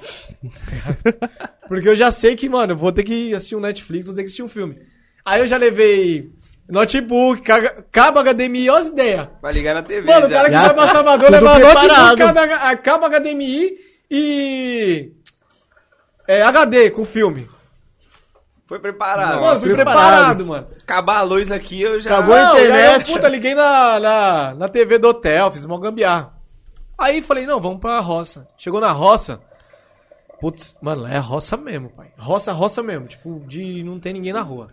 Speaker 5: porque eu já sei que, mano, eu vou ter que assistir um Netflix, vou ter que assistir um filme. Aí eu já levei notebook, ca- cabo HDMI, olha as ideias.
Speaker 1: Vai ligar na TV.
Speaker 5: Mano, o
Speaker 1: já.
Speaker 5: cara que vai pra Salvador
Speaker 4: Tudo
Speaker 5: leva notebook,
Speaker 4: preparado.
Speaker 5: cada- acaba HDMI e... É, HD com filme.
Speaker 1: Foi preparado.
Speaker 5: Mano, fui preparado, mano.
Speaker 1: Acabar a luz aqui, eu já.
Speaker 4: Acabou a
Speaker 5: Não,
Speaker 4: internet.
Speaker 5: daí eu, puta, liguei na, na, na TV do hotel, fiz uma gambiarra. Aí falei, não, vamos pra roça. Chegou na roça. Putz, mano, é roça mesmo, pai. Roça, roça mesmo. Tipo, de não ter ninguém na rua.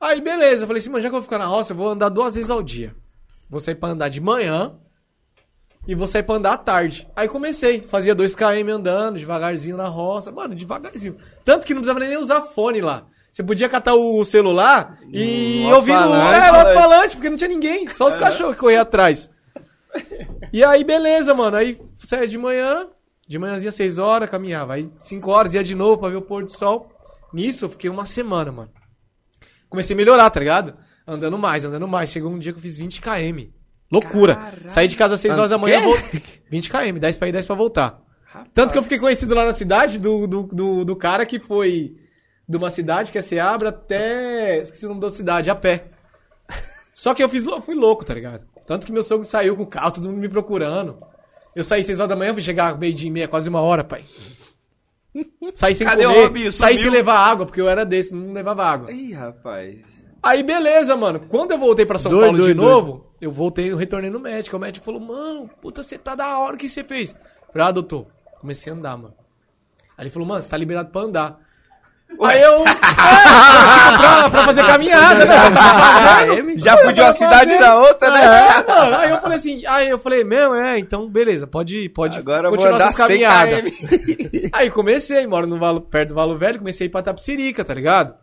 Speaker 5: Aí, beleza. Eu falei assim, mano, já que eu vou ficar na roça, eu vou andar duas vezes ao dia. Vou sair pra andar de manhã e vou sair pra andar à tarde. Aí comecei. Fazia 2km andando, devagarzinho na roça. Mano, devagarzinho. Tanto que não precisava nem usar fone lá. Você podia catar o celular e ouvir no
Speaker 1: alto-falante.
Speaker 5: é, o falante, porque não tinha ninguém. Só os cachorros que corriam atrás. E aí, beleza, mano. Aí saia de manhã, de manhãzinha 6 horas, caminhava. Aí 5 horas ia de novo pra ver o pôr do sol. Nisso, eu fiquei uma semana, mano. Comecei a melhorar, tá ligado? Andando mais, andando mais. Chegou um dia que eu fiz 20 km. Loucura. Saí de casa às
Speaker 1: Ah,
Speaker 5: 6 horas da manhã, vou... 20 km, 10 pra ir, 10 pra voltar. Tanto que eu fiquei conhecido lá na cidade do, do, do, do cara que foi de uma cidade que é Seabra até. Esqueci o nome da cidade, a pé. Só que eu fiz, lou- fui louco, tá ligado? Tanto que meu sogro saiu com o carro, todo mundo me procurando. Eu saí seis horas da manhã, fui chegar meio dia e meia, quase uma hora, pai. Saí sem
Speaker 1: Cadê o
Speaker 5: comer,
Speaker 1: Robinho?
Speaker 5: saí sem
Speaker 1: Sumiu?
Speaker 5: levar água, porque eu era desse, não levava água.
Speaker 1: Ih, rapaz.
Speaker 5: Aí beleza, mano. Quando eu voltei pra São
Speaker 4: Doido,
Speaker 5: Paulo de
Speaker 4: doido,
Speaker 5: novo, eu voltei, eu retornei no médico. O médico falou, mano, puta, você tá da hora, o que você fez? Falei, ah, doutor, comecei a andar, mano. Aí ele falou, mano, você tá liberado pra andar. Aí eu. É, tipo, pra, pra fazer caminhada, né? Eu tava fazendo.
Speaker 1: Já fui de uma cidade na outra, né?
Speaker 5: É, mano. Aí eu falei assim, aí eu falei, mesmo, é, então beleza, pode ir, pode
Speaker 1: Agora eu vou andar 100 km.
Speaker 5: Aí comecei, moro no Valo- perto do Valo Velho, comecei a ir pra Tapsirica, tá ligado?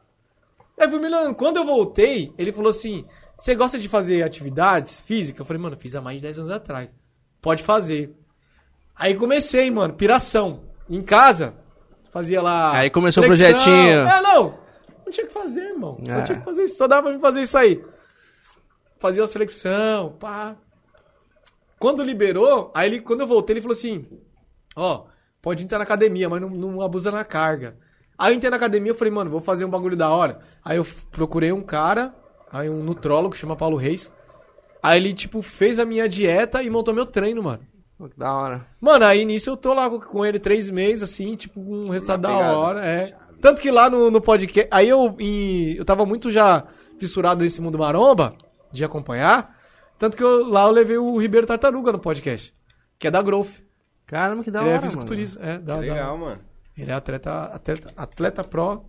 Speaker 5: Aí fui melhorando. Quando eu voltei, ele falou assim: Você gosta de fazer atividades físicas? Eu falei, mano, fiz há mais de 10 anos atrás. Pode fazer. Aí comecei, mano, piração. Em casa, fazia lá.
Speaker 3: Aí começou o projetinho.
Speaker 5: É, não. Não tinha o que fazer, irmão. Só
Speaker 3: É.
Speaker 5: tinha que fazer isso. Só dava pra me fazer isso aí. Fazia as flexão, pá. Quando liberou, aí ele, quando eu voltei, ele falou assim: Ó, pode entrar na academia, mas não, não abusa na carga. Aí eu entrei na academia eu falei, mano, vou fazer um bagulho da hora. Aí eu f- procurei um cara, aí um nutrólogo que chama Paulo Reis. Aí ele, tipo, fez a minha dieta e montou meu treino, mano.
Speaker 3: Pô, que da hora.
Speaker 5: Mano, aí nisso eu tô lá com- com ele três meses, assim, tipo, um resultado da
Speaker 1: pegada.
Speaker 5: hora, é. Tanto que lá no, no podcast. Aí eu, em- eu tava muito já fissurado nesse mundo maromba, de acompanhar. Tanto que eu- lá eu levei o Ribeiro Tartaruga no podcast, que é da Growth.
Speaker 3: Caramba, que da
Speaker 5: ele
Speaker 3: hora,
Speaker 5: é fisiculturista. É, da, da-
Speaker 1: Legal, mano.
Speaker 5: ele é atleta, atleta, atleta pró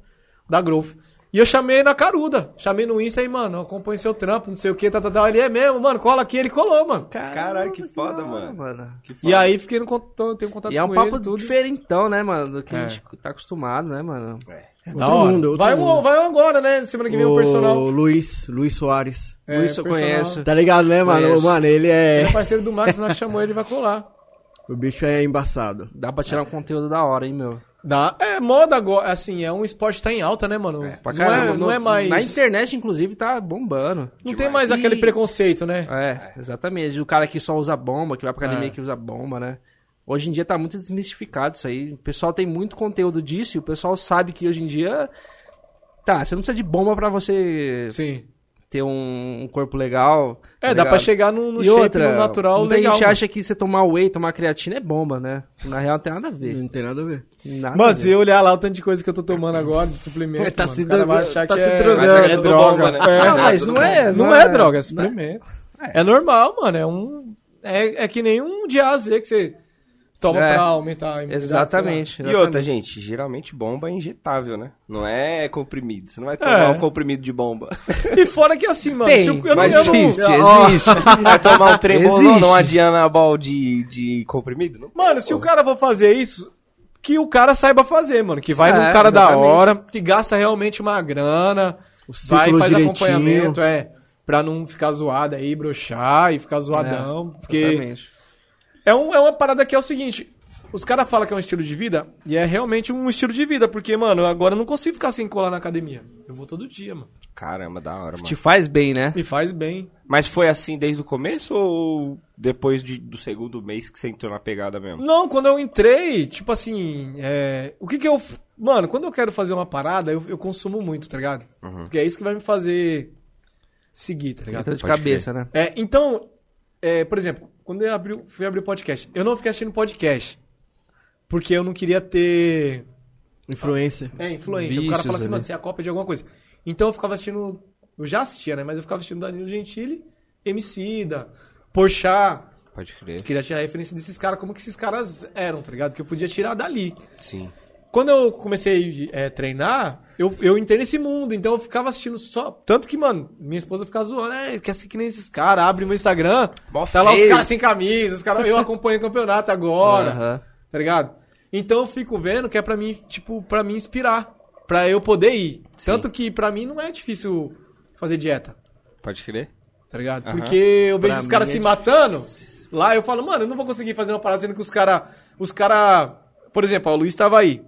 Speaker 5: da Growth. E eu chamei na caruda. Chamei no Insta aí, mano, acompanha seu trampo, não sei o que, tá, tá, tá. Ele é mesmo, mano, cola aqui, ele colou, mano.
Speaker 3: Caramba,
Speaker 1: Caralho, que foda,
Speaker 3: da hora,
Speaker 1: mano.
Speaker 3: mano.
Speaker 1: Que foda.
Speaker 5: E aí fiquei no contato, tenho contato
Speaker 3: E é um
Speaker 5: Tá com ele,
Speaker 3: papo
Speaker 5: tudo.
Speaker 3: diferentão, né, mano? Do que
Speaker 5: É.
Speaker 3: a gente tá acostumado, né, mano?
Speaker 5: É
Speaker 4: Outro mundo, outro
Speaker 5: vai,
Speaker 4: mundo.
Speaker 5: Um, vai um agora, né? Semana que vem o personal.
Speaker 4: O Luiz, Luiz Soares.
Speaker 5: É,
Speaker 3: Luiz, eu
Speaker 5: personal.
Speaker 3: conheço.
Speaker 4: Tá ligado, né, mano?
Speaker 3: Conheço.
Speaker 4: Mano, ele
Speaker 5: Ele
Speaker 4: é...
Speaker 5: é parceiro do Max, nós chamou ele, vai colar.
Speaker 4: O bicho é embaçado.
Speaker 3: Dá pra tirar um conteúdo da hora, hein, meu?
Speaker 5: Dá. É moda agora, assim, é um esporte que tá em alta, né, mano?
Speaker 3: Pra
Speaker 5: não,
Speaker 3: caramba,
Speaker 5: é,
Speaker 3: no-
Speaker 5: não é mais.
Speaker 3: Na internet, inclusive, tá bombando.
Speaker 5: não tem mais aquele
Speaker 3: E-
Speaker 5: preconceito, né?
Speaker 3: É, exatamente. O cara que só usa bomba, que vai pra academia
Speaker 5: É.
Speaker 3: que usa bomba, né? Hoje em dia tá muito desmistificado isso aí. O pessoal tem muito conteúdo disso e o pessoal sabe que hoje em dia. Tá, você não precisa de bomba pra você
Speaker 5: Sim.
Speaker 3: ter um, um corpo legal.
Speaker 5: É,
Speaker 3: tá
Speaker 5: dá pra
Speaker 3: ligado?
Speaker 5: chegar no, no
Speaker 3: e
Speaker 5: shape
Speaker 3: outra,
Speaker 5: no natural
Speaker 3: muita
Speaker 5: legal.
Speaker 3: gente acha que você tomar whey, tomar creatina é bomba, né? Na real não tem nada a ver.
Speaker 4: Não tem nada a ver.
Speaker 3: Nada a
Speaker 5: Mano,
Speaker 3: ver.
Speaker 5: se Hum. eu olhar lá o tanto de coisa que eu tô tomando agora, de suplemento,
Speaker 4: Tá
Speaker 5: mano,
Speaker 4: se
Speaker 5: o cara vai
Speaker 4: droga-
Speaker 5: achar
Speaker 4: tá
Speaker 5: que
Speaker 4: se
Speaker 5: é...
Speaker 4: drogando.
Speaker 5: Mas
Speaker 4: É
Speaker 1: bomba, né?
Speaker 5: É.
Speaker 3: Não, mas não é.
Speaker 5: Não é droga, é suplemento. É normal, mano, é um... É, é que nem um de AZ que você toma
Speaker 3: É.
Speaker 5: pra aumentar a imunidade. sei lá.
Speaker 3: Exatamente.
Speaker 6: E outra, gente, geralmente bomba é injetável, né? Não é comprimido. Você não vai
Speaker 5: É.
Speaker 6: tomar um comprimido de bomba.
Speaker 5: E fora que assim, mano,
Speaker 3: Tem,
Speaker 5: se eu, eu, não,
Speaker 6: Mas
Speaker 5: eu não-
Speaker 6: existe, existe. Vai tomar um trembolão, não adianta bal de, de comprimido? Não.
Speaker 5: Mano, se o cara for fazer isso, que o cara saiba fazer, mano. Que vai
Speaker 3: É,
Speaker 5: num cara da
Speaker 3: exatamente.
Speaker 5: hora, que gasta realmente uma grana, vai
Speaker 4: ciclo
Speaker 5: faz
Speaker 4: direitinho.
Speaker 5: acompanhamento, é. Pra não ficar zoado aí, broxar e ficar zoadão. porque
Speaker 3: Exatamente.
Speaker 5: é, um, é uma parada que é o seguinte: os caras falam que é um estilo de vida, e é realmente um estilo de vida, porque, mano, agora eu não consigo ficar sem colar na academia. Eu vou todo dia, mano.
Speaker 6: Caramba, da hora, mano.
Speaker 3: Te faz bem, né?
Speaker 5: Me faz bem.
Speaker 6: Mas foi assim desde o começo ou depois de- do segundo mês que você entrou na pegada mesmo?
Speaker 5: Não, quando eu entrei, tipo assim, é, o que que eu. f- Mano, quando eu quero fazer uma parada, eu, eu consumo muito, tá ligado? Porque é isso que vai me fazer seguir, tá ligado?
Speaker 3: Entra de cabeça, né?
Speaker 5: É, então, é, por exemplo, quando eu abri, o- fui abrir o podcast, eu não fiquei assistindo podcast. Porque eu não queria ter.
Speaker 4: Influência.
Speaker 5: É, influência. o cara
Speaker 3: Vícios
Speaker 5: fala assim,
Speaker 3: ali.
Speaker 5: mano, você é a cópia de alguma coisa. Então eu ficava assistindo. Eu já assistia, né? Mas eu ficava assistindo Danilo Gentili, Emicida, Porchat.
Speaker 6: Pode crer.
Speaker 5: Eu queria tirar a referência desses caras, como que esses caras eram, tá ligado? Que eu podia tirar dali.
Speaker 6: Sim.
Speaker 5: Quando eu comecei a treinar, eu, eu entrei nesse mundo, então eu ficava assistindo só. Tanto que, mano, minha esposa ficava zoando, é, quer ser que nem esses caras, abre meu Instagram,
Speaker 6: Mó
Speaker 5: tá lá os
Speaker 6: feio.
Speaker 5: caras sem camisa, os caras, eu acompanho o campeonato agora,
Speaker 3: Aham.
Speaker 5: tá ligado? Então eu fico vendo que é pra mim, tipo, pra me inspirar, pra eu poder ir. Tanto que pra mim não é difícil fazer dieta
Speaker 6: Pode crer?
Speaker 5: tá ligado?
Speaker 6: Aham.
Speaker 5: Porque eu vejo
Speaker 3: Pra
Speaker 5: os caras
Speaker 3: mim
Speaker 5: se
Speaker 3: é
Speaker 5: matando, lá eu falo, mano, eu não vou conseguir fazer uma parada sendo que os caras. Os caras. Por exemplo, ó, o Luiz tava aí.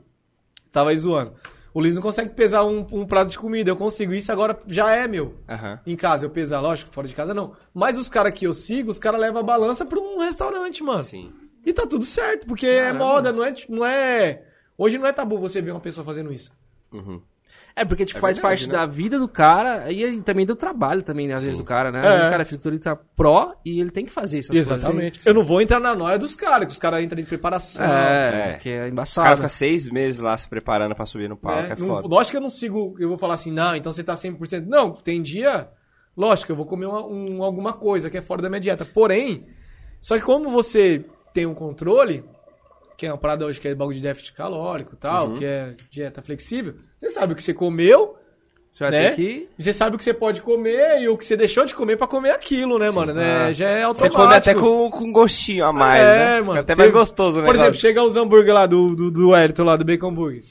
Speaker 5: Tava aí zoando. O Luiz não consegue pesar um, um prato de comida, eu consigo. Isso agora já é meu.
Speaker 6: Aham.
Speaker 5: Em casa, eu pesar, lógico, fora de casa não. Mas os caras que eu sigo, os caras levam a balança pra um restaurante, mano.
Speaker 6: Sim.
Speaker 5: E tá tudo certo, porque é moda, não é, tipo, não é. Hoje não é tabu você ver uma pessoa fazendo isso.
Speaker 6: Uhum.
Speaker 3: É, porque tipo,
Speaker 6: É
Speaker 3: faz
Speaker 6: verdade,
Speaker 3: parte
Speaker 6: né?
Speaker 3: da vida do cara e, aí também do trabalho também, né? Às vezes do cara, né? Às
Speaker 5: É.
Speaker 3: vezes o cara é fisiculturista pró e ele tem que fazer essas coisas.
Speaker 5: Eu não vou entrar na noia dos caras, que os caras entram de preparação. né?
Speaker 3: É,
Speaker 6: É.
Speaker 3: porque é
Speaker 6: O cara
Speaker 3: embaçado.
Speaker 4: assim,
Speaker 6: fica seis meses lá se preparando pra subir no palco,
Speaker 5: né?
Speaker 6: é,
Speaker 5: Não-
Speaker 6: foda.
Speaker 5: lógico que eu não sigo, eu vou falar assim, não, então você tá 100%. Não, tem dia, lógico, eu vou comer uma- um- alguma coisa que é fora da minha dieta. Porém, só que como você tem um controle, que é uma parada hoje que é bagulho de déficit calórico e
Speaker 6: Uhum.
Speaker 5: tal, que é dieta flexível, você sabe o que você comeu,
Speaker 3: Você vai
Speaker 5: né?
Speaker 3: ter que.
Speaker 5: e você sabe o que você pode comer e o que você deixou de comer pra comer aquilo, né, mano? Né? Já é
Speaker 6: Você
Speaker 5: automático.
Speaker 6: come até com, com um gostinho a mais,
Speaker 5: É,
Speaker 6: né? Fica
Speaker 5: mano,
Speaker 6: até
Speaker 5: teve-
Speaker 6: mais gostoso, né?
Speaker 5: Por exemplo, chega os hambúrguer lá do, do, do Elton, lá do Bacon Burger.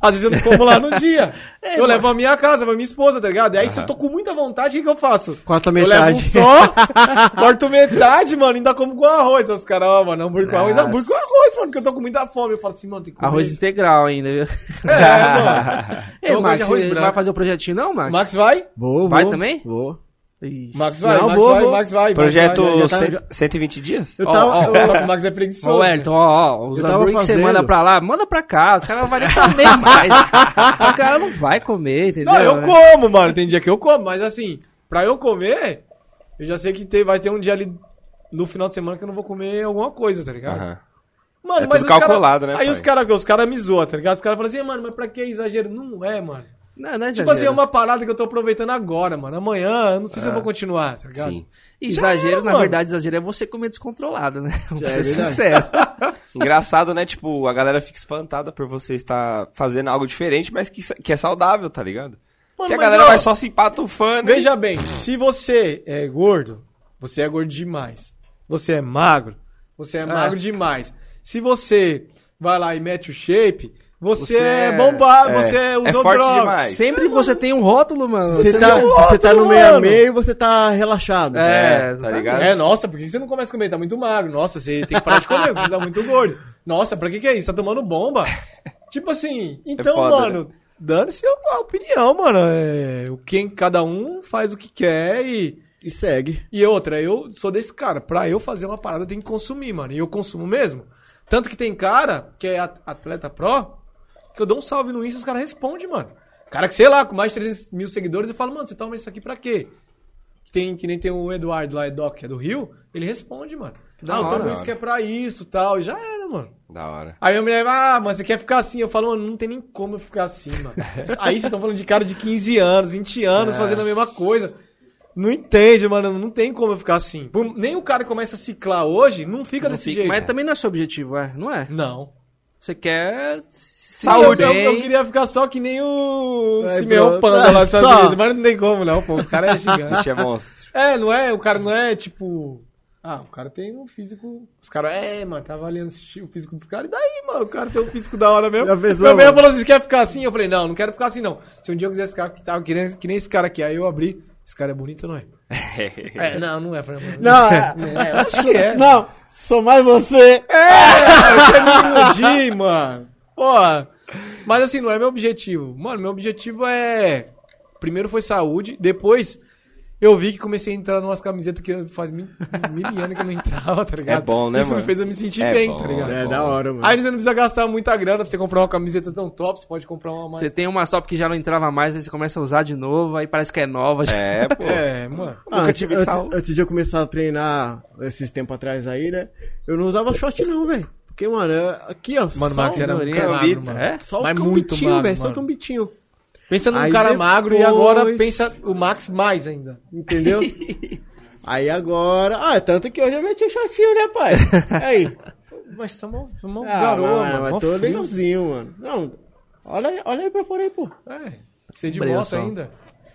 Speaker 5: Às vezes eu não como lá no dia.
Speaker 6: É,
Speaker 5: eu levo a minha casa, pra minha esposa, tá ligado? E aí se eu tô com muita vontade, o que, que eu faço?
Speaker 4: Corta
Speaker 5: Eu levo um
Speaker 4: metade.
Speaker 5: só, corto metade, mano, ainda como com arroz. Aí Os caras, ó, mano, hambúrguer com arroz,
Speaker 3: Nossa.
Speaker 5: hambúrguer com arroz, mano, porque eu tô com muita fome. Eu falo assim, mano, tem que comer. É,
Speaker 3: Arroz integral ainda, viu?
Speaker 5: Eu
Speaker 3: Ei,
Speaker 5: gosto É de
Speaker 3: Max,
Speaker 5: arroz
Speaker 3: você
Speaker 5: branco.
Speaker 3: vai fazer o projetinho não, Max?
Speaker 5: Max vai?
Speaker 4: Vou, vou.
Speaker 3: Vai também?
Speaker 4: Vou.
Speaker 3: Ixi.
Speaker 5: Max vai,
Speaker 4: Não,
Speaker 5: Max,
Speaker 4: boa,
Speaker 5: vai
Speaker 4: boa.
Speaker 5: Max vai, Max
Speaker 6: Projeto
Speaker 5: vai.
Speaker 4: já tá-
Speaker 6: cen-
Speaker 4: já-
Speaker 6: 120 dias?
Speaker 4: Eu
Speaker 5: Ó,
Speaker 4: tava.
Speaker 5: ó,
Speaker 4: eu-
Speaker 5: só que o Max é preguiçoso.
Speaker 3: Ô,
Speaker 5: né?
Speaker 3: Elton, ó, ó, os
Speaker 4: Eu tava
Speaker 3: hambúrguer que você
Speaker 4: fazendo.
Speaker 3: manda pra lá, manda pra cá, os caras não vão nem comer mais. o cara não vai comer, entendeu?
Speaker 5: Não, eu como, mano. Tem dia que eu como, mas assim, pra eu comer, eu já sei que tem, vai ter um dia ali no final de semana que eu não vou comer alguma coisa, tá ligado?
Speaker 6: Aham.
Speaker 5: Mano,
Speaker 6: É tudo
Speaker 5: os cara-
Speaker 6: calculado, né,
Speaker 5: Aí
Speaker 6: pai?
Speaker 5: os caras os cara me zoam, tá ligado? Os caras falam assim, mano, mas pra que exagero? Não é, mano.
Speaker 3: Não, não é
Speaker 5: Tipo assim, é
Speaker 3: exagero.
Speaker 5: uma parada que eu tô aproveitando agora, mano. Amanhã, eu não sei se eu vou continuar, tá ligado?
Speaker 6: Sim.
Speaker 3: Exagero,
Speaker 5: era,
Speaker 3: na
Speaker 5: mano.
Speaker 3: verdade, exagero é você comer descontrolado, né? Vamos ser
Speaker 4: É verdade.
Speaker 3: sincero.
Speaker 6: Engraçado, né? Tipo, a galera fica espantada por você estar fazendo algo diferente, mas que, sa- que é saudável, tá ligado?
Speaker 5: Mano,
Speaker 6: Porque a
Speaker 5: mas,
Speaker 6: galera
Speaker 5: ó,
Speaker 6: vai só se um empatufando. e-
Speaker 5: Veja bem, se você é gordo, você é gordo demais. Você é magro, você
Speaker 6: Ah.
Speaker 5: é magro demais. Se você vai lá e mete o shape, você,
Speaker 3: Você
Speaker 5: é
Speaker 3: é-
Speaker 5: bombado,
Speaker 6: é,
Speaker 5: você
Speaker 6: é
Speaker 5: usou
Speaker 6: forte
Speaker 5: drogas.
Speaker 6: demais.
Speaker 3: Sempre você tem um rótulo, mano.
Speaker 4: Você tá, se você tá no meio a meio, você tá relaxado.
Speaker 3: É,
Speaker 6: tá
Speaker 3: tá
Speaker 6: ligado?
Speaker 5: É, nossa, por que você não começa a comer? Tá muito magro. Nossa, você tem que parar de comer, porque você tá muito gordo. Nossa, pra que que é isso? Tá tomando bomba? Tipo assim, então,
Speaker 6: foda, né?
Speaker 5: mano, dane-se a opinião, mano. É, o quem, cada um faz o que quer e...
Speaker 4: E segue.
Speaker 5: E outra, eu sou desse cara. Pra eu fazer uma parada, eu tenho que consumir, mano. E eu consumo mesmo. Tanto que tem cara que é at- atleta pró, que eu dou um salve no Insta e os caras respondem, mano. Cara que, sei lá, com mais de 300 mil seguidores, eu falo, mano, você toma isso aqui pra quê? tem, que nem tem o Eduardo lá, Edoc, que é do Rio, ele responde, mano.
Speaker 3: Da
Speaker 5: Ah, o
Speaker 3: hora,
Speaker 5: Tom Wilson
Speaker 6: mano.
Speaker 5: quer pra isso tal. E já era, mano.
Speaker 6: Da hora.
Speaker 5: Aí eu me lembro, ah, mano, você quer ficar assim? Eu falo, mano, não tem nem como eu ficar assim, mano. Aí vocês estão falando de cara de 15 anos, 20 anos, fazendo a mesma coisa. Não entende, mano, não tem como eu ficar assim. Por- Nem o cara que começa a ciclar hoje, não fica tá. desse jeito.
Speaker 3: Mas também não é seu objetivo, é? Não é?
Speaker 5: Não.
Speaker 3: Você quer. se sentir
Speaker 5: Eu,
Speaker 3: bem.
Speaker 5: eu queria ficar só que nem o
Speaker 4: Ai,
Speaker 5: Simeão
Speaker 4: pronto.
Speaker 5: Panda lá nos
Speaker 4: Só.
Speaker 5: Estados Unidos, mas não tem como, não, pô. O cara é gigante.
Speaker 6: Bicho é monstro.
Speaker 5: é, não é? O cara não é, tipo... Ah, o cara tem um físico... Os caras, é, mano, tá avaliando esse- o físico dos caras. E daí, mano? O cara tem um físico da hora mesmo.
Speaker 4: Já pensou,
Speaker 5: Meu mesmo
Speaker 4: mano?
Speaker 5: falou assim, você quer ficar assim? Eu falei, não, não quero ficar assim, não. Se um dia eu quiser ficar que, tá, que, nem, que nem esse cara aqui. Aí eu abri, esse cara é bonito ou não é? é, não, não é, Fernando.
Speaker 4: Não, é,
Speaker 5: é, eu acho que é.
Speaker 4: não, sou mais você.
Speaker 5: Eu quero me iludir, mano. Pô, mas assim, não é meu objetivo. Mano, meu objetivo é. Primeiro foi saúde, depois eu vi que comecei a entrar numas camisetas que faz mil, mil anos que eu não entrava, tá ligado?
Speaker 6: É bom, né,
Speaker 5: Isso me
Speaker 6: mano?
Speaker 5: fez eu me sentir
Speaker 6: É
Speaker 5: bem,
Speaker 6: bom,
Speaker 5: tá ligado?
Speaker 4: É da hora, mano.
Speaker 5: Aí você não precisa gastar muita grana pra você comprar uma camiseta tão top, você pode comprar uma
Speaker 3: Você
Speaker 5: mais.
Speaker 3: tem uma top que já não entrava mais, aí você começa a usar de novo, aí parece que é nova. já.
Speaker 6: É, pô.
Speaker 5: É, mano.
Speaker 4: Ah,
Speaker 6: Nunca
Speaker 4: antes,
Speaker 6: tive
Speaker 4: antes-
Speaker 6: saúde.
Speaker 4: antes de eu começar a treinar esses tempos atrás aí, né? Eu não usava short não, velho. Porque, mano, eu- aqui, ó.
Speaker 5: Mano, o
Speaker 4: só,
Speaker 5: Max era um
Speaker 3: Lourinho,
Speaker 5: cara magro,
Speaker 3: Lito,
Speaker 5: mano.
Speaker 3: é?
Speaker 4: só o
Speaker 5: mas muito
Speaker 4: cambitinho,
Speaker 5: magro,
Speaker 4: velho. Só o
Speaker 5: mano.
Speaker 4: cambitinho.
Speaker 5: Pensa num
Speaker 4: Aí
Speaker 5: cara
Speaker 4: depois-
Speaker 5: magro e agora pensa o Max mais ainda.
Speaker 4: Entendeu? aí agora. Ah, tanto que hoje eu meti o shortinho, né, pai? Aí.
Speaker 5: Mas tamo, tamo
Speaker 4: Ah,
Speaker 5: garoa,
Speaker 4: mano,
Speaker 5: Um mano.
Speaker 4: mas
Speaker 5: mó
Speaker 4: tô
Speaker 5: frio.
Speaker 4: legalzinho, mano. Não, olha, aí- olha aí pra fora aí, pô.
Speaker 5: É, você de
Speaker 3: Brilho,
Speaker 5: moto
Speaker 3: só.
Speaker 5: ainda.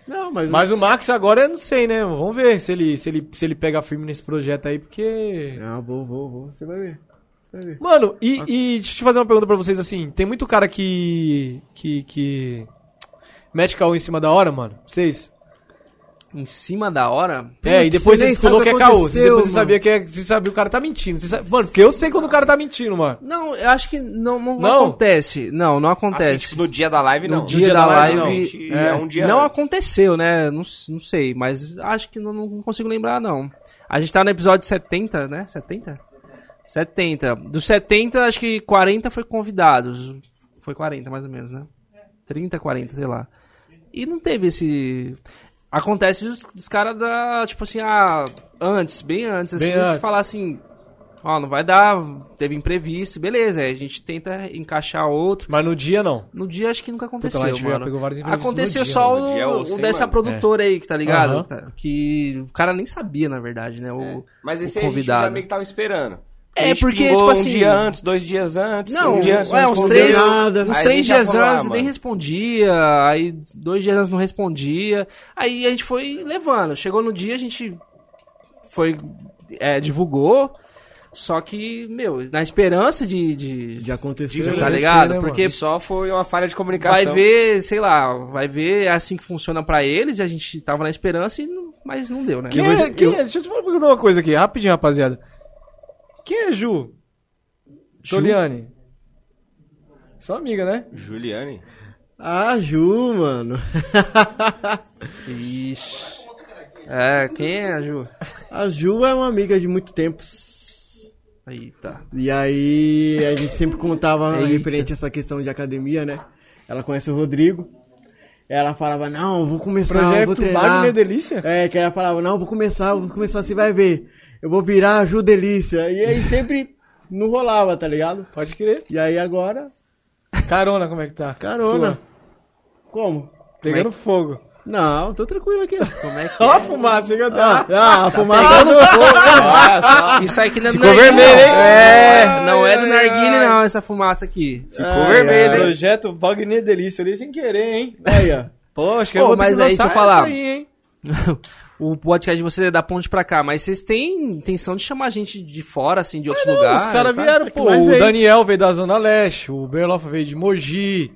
Speaker 4: Não, mas.
Speaker 5: Mas o Max agora eu não sei, né? Vamos ver se ele, se ele, se ele pega firme nesse projeto aí, porque.
Speaker 4: Não, Ah, vou, vou, vou. Você vai ver. Você vai ver.
Speaker 5: Mano, e, e deixa eu te fazer uma pergunta pra vocês assim. Tem muito cara que. que. que. mete caô em cima da hora, mano. Vocês.
Speaker 3: Em cima da hora.
Speaker 5: é, e
Speaker 4: Putz,
Speaker 5: depois
Speaker 4: você
Speaker 5: você
Speaker 4: nem
Speaker 5: descolou que
Speaker 4: sabe
Speaker 5: é
Speaker 4: o que
Speaker 5: caô. Depois
Speaker 4: aconteceu,
Speaker 5: você sabia que é. Você sabia o cara tá mentindo. Você sabe- mano, porque eu sei quando o cara tá mentindo, mano.
Speaker 3: Não, eu acho que não, não, não
Speaker 5: Não?
Speaker 3: acontece. Não, não
Speaker 6: Assim,
Speaker 3: acontece.
Speaker 6: tipo, no dia da live, não.
Speaker 3: no dia, da live.
Speaker 6: não. É, um dia
Speaker 3: não
Speaker 6: antes.
Speaker 3: aconteceu, né? Não, s- não sei, mas acho que não, não consigo lembrar, não. A gente tá no episódio 70, né? 70? 70. Dos 70, acho que 40 foi convidados. Foi 40, mais ou menos, né? 30, 40, sei lá. E não teve esse. Acontece dos, dos caras da. Tipo assim, ah, antes, bem antes, assim,
Speaker 5: Bem
Speaker 3: eles
Speaker 5: antes.
Speaker 3: falar assim. Ó, não vai dar, teve imprevisto, beleza. Aí a gente tenta encaixar outro.
Speaker 5: Mas no dia não.
Speaker 3: No dia acho que nunca aconteceu,
Speaker 5: lá a gente já
Speaker 3: mano.
Speaker 5: pegou várias entrevistas no
Speaker 3: aconteceu
Speaker 5: dia, é
Speaker 3: só
Speaker 6: né? No
Speaker 3: o,
Speaker 6: dia ou
Speaker 3: o
Speaker 6: sem,
Speaker 3: dessa
Speaker 6: mano.
Speaker 3: produtora aí que tá ligado?
Speaker 5: Aham.
Speaker 3: Tá- Que o cara nem sabia, na verdade, né? O,
Speaker 6: É. Mas esse
Speaker 3: o
Speaker 6: aí a gente já
Speaker 3: convidado.
Speaker 6: meio que tava esperando.
Speaker 3: É,
Speaker 6: A gente
Speaker 3: porque,
Speaker 6: pulou um
Speaker 3: tipo assim-
Speaker 6: dia antes, dois dias antes,
Speaker 3: Não,
Speaker 6: um dia antes.
Speaker 3: é,
Speaker 6: não
Speaker 3: uns
Speaker 6: respondeu
Speaker 3: três,
Speaker 4: nada.
Speaker 3: uns
Speaker 6: Aí
Speaker 3: três
Speaker 6: a gente já
Speaker 3: dias
Speaker 6: falou, ah,
Speaker 3: antes nem
Speaker 6: mano.
Speaker 3: respondia, aí dois dias antes não respondia. Aí a gente foi levando. Chegou no dia, a gente foi. é, divulgou. Só que, meu, na esperança de. de-
Speaker 4: Já aconteceu.
Speaker 5: Diga
Speaker 4: né?
Speaker 3: tá
Speaker 5: acontecer,
Speaker 3: ligado?
Speaker 5: né, mano?
Speaker 3: Porque
Speaker 6: E só foi uma falha de comunicação.
Speaker 3: Vai ver, sei lá, vai ver é assim que funciona pra eles, e a gente tava na esperança, e não- mas não deu, né?
Speaker 5: Quem é, quem é? Deixa eu te falar uma coisa aqui, rapidinho, rapaziada. Quem é Ju?
Speaker 3: Ju?
Speaker 5: Juliane. Sua amiga, né?
Speaker 6: Juliane?
Speaker 4: Ah, Ju, mano.
Speaker 3: Ixi. É, quem é, Ju?
Speaker 4: A Ju é uma amiga de muito tempo.
Speaker 3: Eita.
Speaker 4: E aí a gente sempre contava
Speaker 3: Eita.
Speaker 4: referente a essa questão de academia, né? Ela conhece o Rodrigo. Ela falava, não, eu vou começar, eu vou
Speaker 5: Projeto
Speaker 4: treinar.
Speaker 5: Wagner Delícia?
Speaker 4: É, que ela falava, não, eu vou começar, eu vou começar, você vai ver. Eu vou virar a Ju Delícia. E aí sempre não rolava, tá ligado?
Speaker 5: Pode crer.
Speaker 4: E aí agora,
Speaker 5: Carona, como é que tá?
Speaker 4: carona.
Speaker 5: Sua.
Speaker 4: Como?
Speaker 5: Pegando fogo.
Speaker 4: Não, tô tranquilo aqui. ó.
Speaker 3: Como é que
Speaker 5: Ó a fumaça, chega
Speaker 4: Ah,
Speaker 5: a
Speaker 4: ah, a fumaça do
Speaker 3: é? Isso aí que não é do Ficou
Speaker 5: Ah. vermelho, hein?
Speaker 3: É, não é do
Speaker 5: Ai,
Speaker 3: narguile,
Speaker 5: ai.
Speaker 3: não, essa fumaça aqui.
Speaker 5: Ficou vermelho, hein? Projeto Wagner Delícia, eu li sem querer, hein?
Speaker 4: Aí, ó.
Speaker 5: Poxa,
Speaker 3: Pô, mas aí, deixa
Speaker 5: lançar
Speaker 3: eu falar.
Speaker 5: essa aí, hein?
Speaker 3: o podcast de vocês é da ponte pra cá, mas vocês têm intenção de chamar gente de fora, assim, de outros
Speaker 5: Não,
Speaker 3: lugares?
Speaker 5: os caras
Speaker 3: tá?
Speaker 5: vieram, pô.
Speaker 4: mais
Speaker 5: O
Speaker 4: veio.
Speaker 5: Daniel veio da Zona Leste, o Berlofa veio de Mogi.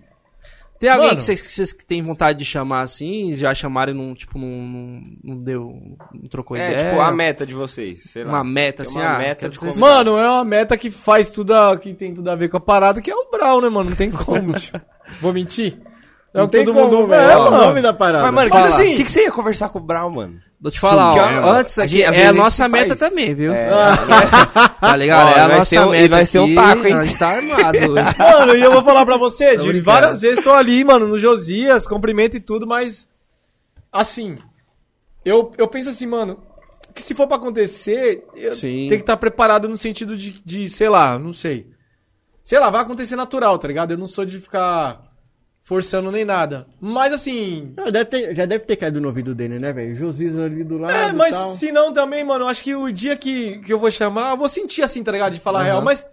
Speaker 3: Tem alguém
Speaker 5: Mano.
Speaker 3: que vocês, que vocês que têm vontade de chamar assim, já chamaram e não, tipo, não, não, não deu, não trocou
Speaker 6: É,
Speaker 3: ideia?
Speaker 6: tipo, a meta de vocês, sei lá.
Speaker 3: Uma meta,
Speaker 6: Tem
Speaker 3: assim,
Speaker 6: uma
Speaker 3: ah,
Speaker 6: meta
Speaker 3: quero
Speaker 6: de
Speaker 3: ter esse-
Speaker 6: convidado.
Speaker 5: Mano, é uma meta que faz tudo a, que tem tudo a ver com a parada, que é o Brau, né, mano? Não tem como. tio. Vou mentir? É o
Speaker 4: Não
Speaker 5: que
Speaker 4: tem
Speaker 5: todo
Speaker 4: como,
Speaker 5: mundo
Speaker 4: velho.
Speaker 5: é,
Speaker 4: É o
Speaker 5: mano.
Speaker 4: nome da parada.
Speaker 6: Mas, mano,
Speaker 5: Fala.
Speaker 6: o que, que você ia conversar com o Brau, mano?
Speaker 3: Vou te falar,
Speaker 6: Sim,
Speaker 3: ó,
Speaker 6: cara.
Speaker 3: antes
Speaker 6: A
Speaker 3: aqui
Speaker 6: gente- às
Speaker 3: é
Speaker 6: vezes
Speaker 3: a
Speaker 6: a gente
Speaker 3: nossa
Speaker 6: faz.
Speaker 3: meta também, viu?
Speaker 6: É.
Speaker 3: Tá ligado?
Speaker 6: Ó,
Speaker 3: é a
Speaker 6: nós
Speaker 3: nossa
Speaker 6: tem um-
Speaker 3: meta
Speaker 6: e nós tem um
Speaker 3: aqui,
Speaker 6: taco, hein?
Speaker 3: A gente tá armado hoje.
Speaker 5: Mano, e eu vou falar pra você, Jimmy,
Speaker 3: brincando.
Speaker 5: várias vezes tô ali, mano, no Josias, cumprimento e tudo, mas. Assim. Eu, eu penso assim, mano, que se for pra acontecer, eu
Speaker 3: Sim.
Speaker 5: tenho que estar preparado no sentido de, de, sei lá, não sei. Sei lá, vai acontecer natural, tá ligado? Eu não sou de ficar forçando nem nada. Mas assim.
Speaker 4: Não, deve ter- já deve ter caído no ouvido dele, né, velho? Josis ali do lado.
Speaker 5: É, mas
Speaker 4: tal.
Speaker 5: se não também, mano, eu acho que o dia que, que eu vou chamar, eu vou sentir assim, tá ligado? De falar a real, mas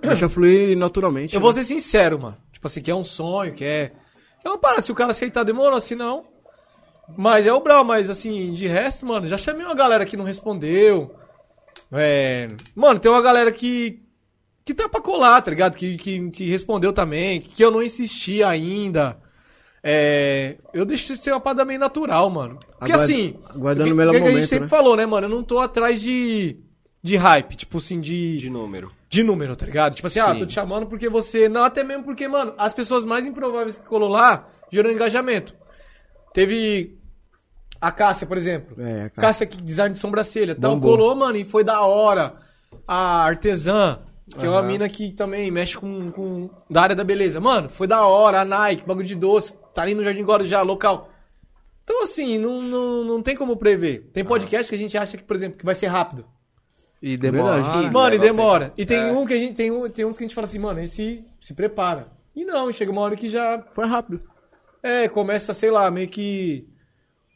Speaker 4: Deixa fluir naturalmente.
Speaker 5: eu vou
Speaker 4: né?
Speaker 5: ser sincero, mano. Tipo assim, que é um sonho, que é. É uma parada, se o cara aceitar, demorou, se não. Mas é o Brau, mas assim, de resto, mano, já chamei uma galera que não respondeu. É. Mano, tem uma galera que. Que tá pra colar, tá ligado? Que, que, que respondeu também, que eu não insisti ainda. É. Eu deixo de ser uma parada meio natural, mano. Porque
Speaker 4: Aguarda-
Speaker 5: assim.
Speaker 4: aguardando
Speaker 5: que-
Speaker 4: o melhor
Speaker 5: que A
Speaker 4: momento,
Speaker 5: gente sempre
Speaker 4: né?
Speaker 5: falou, né, mano? Eu não tô atrás de. De hype, tipo assim,
Speaker 6: de número.
Speaker 5: de número, tá ligado? Tipo assim, ah, tô te chamando porque você. Não, até mesmo porque, mano, as pessoas mais improváveis que colou lá gerou engajamento. Teve a Cássia, por exemplo.
Speaker 4: É, cara.
Speaker 5: Cássia, que design de sobrancelha. Então
Speaker 4: Bombou.
Speaker 5: colou, mano, e foi da hora. A Artesã, que é uma mina que também mexe com, com. da área da beleza. Mano, foi da hora. A Nike, bagulho de doce. Tá ali no Jardim Guarujá, local. Então, assim, não, não, não tem como prever.
Speaker 4: Ah.
Speaker 5: Tem podcast que a gente acha que, por exemplo, que vai ser rápido.
Speaker 3: E demora.
Speaker 4: Verdade.
Speaker 5: Mano, e
Speaker 1: Leva
Speaker 5: demora. E tem
Speaker 3: É.
Speaker 5: um que a gente tem, um, tem uns que a gente fala assim, mano, esse se prepara. E não, chega uma hora que já
Speaker 4: Foi rápido.
Speaker 5: é, começa, sei lá, meio que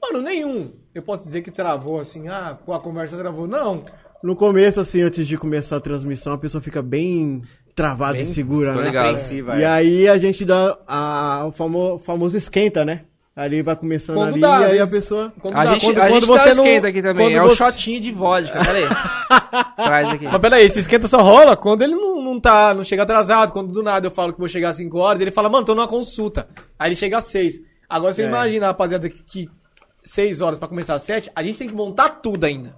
Speaker 5: mano, nenhum. Eu posso dizer que travou assim, ah, pô, a conversa travou. Não.
Speaker 4: No começo, assim, antes de começar a transmissão, a pessoa fica bem travada e segura,
Speaker 3: tô
Speaker 4: né?
Speaker 3: ligado.
Speaker 1: Apreensiva,
Speaker 4: E
Speaker 1: é.
Speaker 4: aí a gente dá a, o famo- famoso esquenta, né? Ali vai começando
Speaker 5: Quando
Speaker 4: ali,
Speaker 5: dá,
Speaker 4: e
Speaker 5: às
Speaker 4: aí a
Speaker 5: vezes-
Speaker 4: pessoa.
Speaker 5: Quando
Speaker 3: A
Speaker 5: dá-
Speaker 3: gente,
Speaker 5: quando-
Speaker 3: a
Speaker 5: quando
Speaker 3: gente tá
Speaker 5: não-
Speaker 3: esquenta aqui também.
Speaker 5: quando
Speaker 3: É um
Speaker 5: você-
Speaker 3: shotinho de vodka. Pera aí. Traz aqui.
Speaker 5: Mas peraí, esse esquenta só rola quando ele não, não tá, não chega atrasado, quando do nada eu falo que vou chegar às 5 horas, ele fala, mano, tô numa consulta. Aí ele chega às 6. Agora você
Speaker 4: É.
Speaker 5: imagina, rapaziada, que 6 horas pra começar às 7, a gente tem que montar tudo ainda.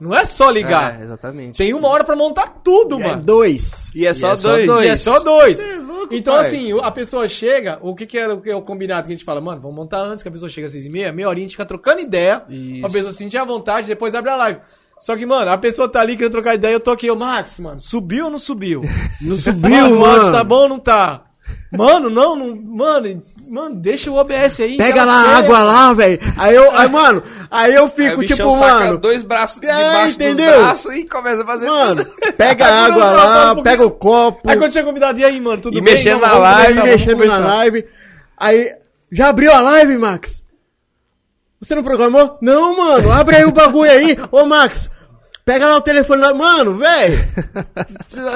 Speaker 5: Não é só ligar.
Speaker 3: É, exatamente.
Speaker 5: Tem uma hora pra montar tudo,
Speaker 4: E é aí,
Speaker 5: mano.
Speaker 4: dois.
Speaker 1: E é só
Speaker 3: é só
Speaker 1: dois.
Speaker 5: E é só dois.
Speaker 4: é louco,
Speaker 5: então,
Speaker 4: pai.
Speaker 5: assim, o- a pessoa chega, o que, que era o, que é o combinado que a gente fala? Mano, vamos montar antes, que a pessoa chega às seis e meia, meia horinha, a gente fica trocando ideia,
Speaker 3: Isso.
Speaker 5: a pessoa se sentir à vontade, depois abre a live. Só que, mano, a pessoa tá ali querendo trocar ideia, eu tô aqui, eu, Max, mano, subiu ou não subiu?
Speaker 4: Não subiu,
Speaker 5: Mano, o áudio
Speaker 4: mano.
Speaker 5: tá bom ou não tá? Mano, não, não, mano, mano, deixa o OBS aí. que
Speaker 4: Pega
Speaker 5: ela
Speaker 4: lá a
Speaker 5: quer.
Speaker 4: água lá, velho. Aí eu, aí, mano, aí eu
Speaker 1: Aí o
Speaker 4: fico tipo,
Speaker 1: bichão saca
Speaker 4: mano.
Speaker 1: dois braços
Speaker 4: É,
Speaker 1: debaixo
Speaker 4: entendeu?
Speaker 1: dos braços e começa a fazer
Speaker 4: Mano,
Speaker 1: tudo.
Speaker 4: pega
Speaker 5: Aí
Speaker 4: a
Speaker 5: quando eu
Speaker 4: água
Speaker 5: falo,
Speaker 4: lá,
Speaker 5: porque-
Speaker 4: pega o copo.
Speaker 5: Aí quando tinha convidado, e aí, mano, tudo
Speaker 1: E
Speaker 5: bem?
Speaker 1: mexendo na
Speaker 5: Não, vamos
Speaker 1: live,
Speaker 5: conversar,
Speaker 4: live,
Speaker 5: vamos
Speaker 4: mexendo na
Speaker 5: conversar.
Speaker 4: live. Aí, já abriu a live, Max? Você não programou? Não, mano, abre aí o bagulho aí. Ô, Max, pega lá o telefone lá. Mano, velho.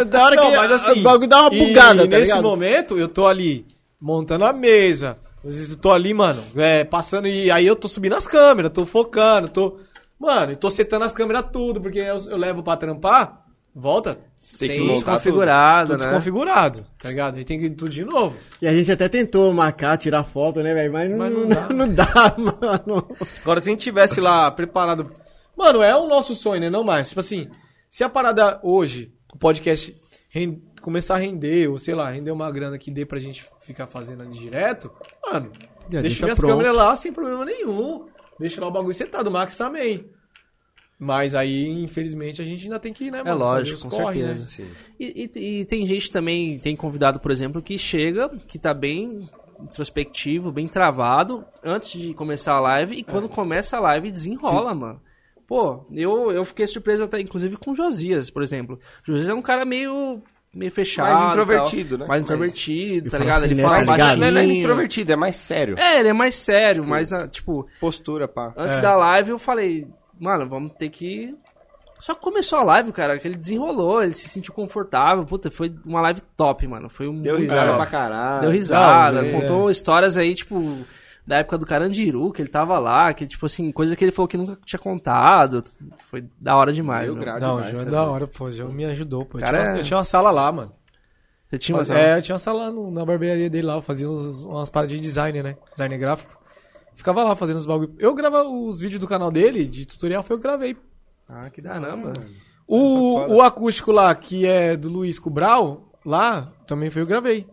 Speaker 4: Da hora
Speaker 5: Não,
Speaker 4: que
Speaker 5: mas assim,
Speaker 4: o bagulho dá uma
Speaker 5: e-
Speaker 4: bugada,
Speaker 5: e
Speaker 4: tá
Speaker 5: nesse
Speaker 4: ligado?
Speaker 5: momento, eu tô ali montando a mesa. Às vezes eu tô ali, mano, é, passando e aí eu tô subindo as câmeras, tô focando, tô. Mano, eu tô setando as câmeras tudo, porque eu, eu levo pra trampar, volta.
Speaker 1: Tem que
Speaker 5: sem-
Speaker 1: montar
Speaker 3: Desconfigurado,
Speaker 5: tudo
Speaker 3: né?
Speaker 5: desconfigurado, tá ligado? Aí tem que ir tudo de novo.
Speaker 4: E a gente até tentou marcar, tirar foto, né, velho? Mas, não-
Speaker 5: Mas não
Speaker 4: não,
Speaker 5: dá.
Speaker 4: dá. mano.
Speaker 5: Agora, se a gente tivesse lá preparado. Mano, é o nosso sonho, né? Não mais. Tipo assim, se a parada hoje, o podcast ren- começar a render, ou sei lá, render uma grana que dê pra gente ficar fazendo ali direto, mano,
Speaker 4: Já
Speaker 5: deixa
Speaker 4: deixa
Speaker 5: minhas
Speaker 4: pronto.
Speaker 5: câmeras lá sem problema nenhum. Deixa lá o bagulho sentado, o Max também. Mas aí, infelizmente, a gente ainda tem que, né, mano,
Speaker 3: É lógico,
Speaker 5: os
Speaker 3: com
Speaker 5: corre,
Speaker 3: certeza.
Speaker 5: né?
Speaker 3: E, e- e tem gente também, tem convidado, por exemplo, que chega, que tá bem introspectivo, bem travado, antes de começar a live,
Speaker 6: É.
Speaker 3: e quando começa a live desenrola, mano. Pô, eu, eu fiquei surpreso até, inclusive, com o Josias, por exemplo. O Josias é um cara meio, meio fechado. e tal,
Speaker 6: introvertido, né?
Speaker 3: Mais
Speaker 6: Mas-
Speaker 3: introvertido, tá
Speaker 4: fala
Speaker 3: ligado?
Speaker 4: assim,
Speaker 3: Ele
Speaker 4: né,
Speaker 3: fala
Speaker 4: mais
Speaker 6: Mas
Speaker 4: galinho.
Speaker 6: não é não é
Speaker 3: baixinho.
Speaker 6: introvertido, é mais sério.
Speaker 3: É, ele é mais sério, mais, na- tipo,
Speaker 6: Postura, pá.
Speaker 3: Antes
Speaker 5: É.
Speaker 3: da live eu falei, mano, vamos ter que. Só que começou a live, cara, que ele desenrolou, ele se sentiu confortável. Puta, foi uma live top, mano. Foi um.
Speaker 6: Deu risada Ah,
Speaker 3: É.
Speaker 6: pra caralho.
Speaker 3: Deu risada,
Speaker 5: Não, é.
Speaker 3: contou histórias aí, tipo, da época do Carandiru, que ele tava lá, que, tipo assim, coisa que ele falou que nunca tinha contado. Foi da hora demais.
Speaker 6: Deu
Speaker 3: meu.
Speaker 1: Tá
Speaker 6: grau
Speaker 5: Não, o
Speaker 6: demais,
Speaker 5: João é
Speaker 6: né,
Speaker 5: da
Speaker 6: velho?
Speaker 5: hora, pô. O João me ajudou, pô. Eu,
Speaker 3: Cara,
Speaker 5: tinha, uma,
Speaker 3: é-
Speaker 5: eu tinha uma sala lá, mano.
Speaker 3: Você tinha uma
Speaker 5: É, eu tinha uma sala lá no- na barbearia dele lá, eu fazia uns- umas paradas de design, né? Design gráfico. Ficava lá fazendo os bagulho. Eu gravava os vídeos do canal dele, de tutorial, foi eu que gravei.
Speaker 3: Ah, que danamba.
Speaker 5: O, o acústico lá, que é do Luiz Cubral, lá, também foi eu que gravei. tá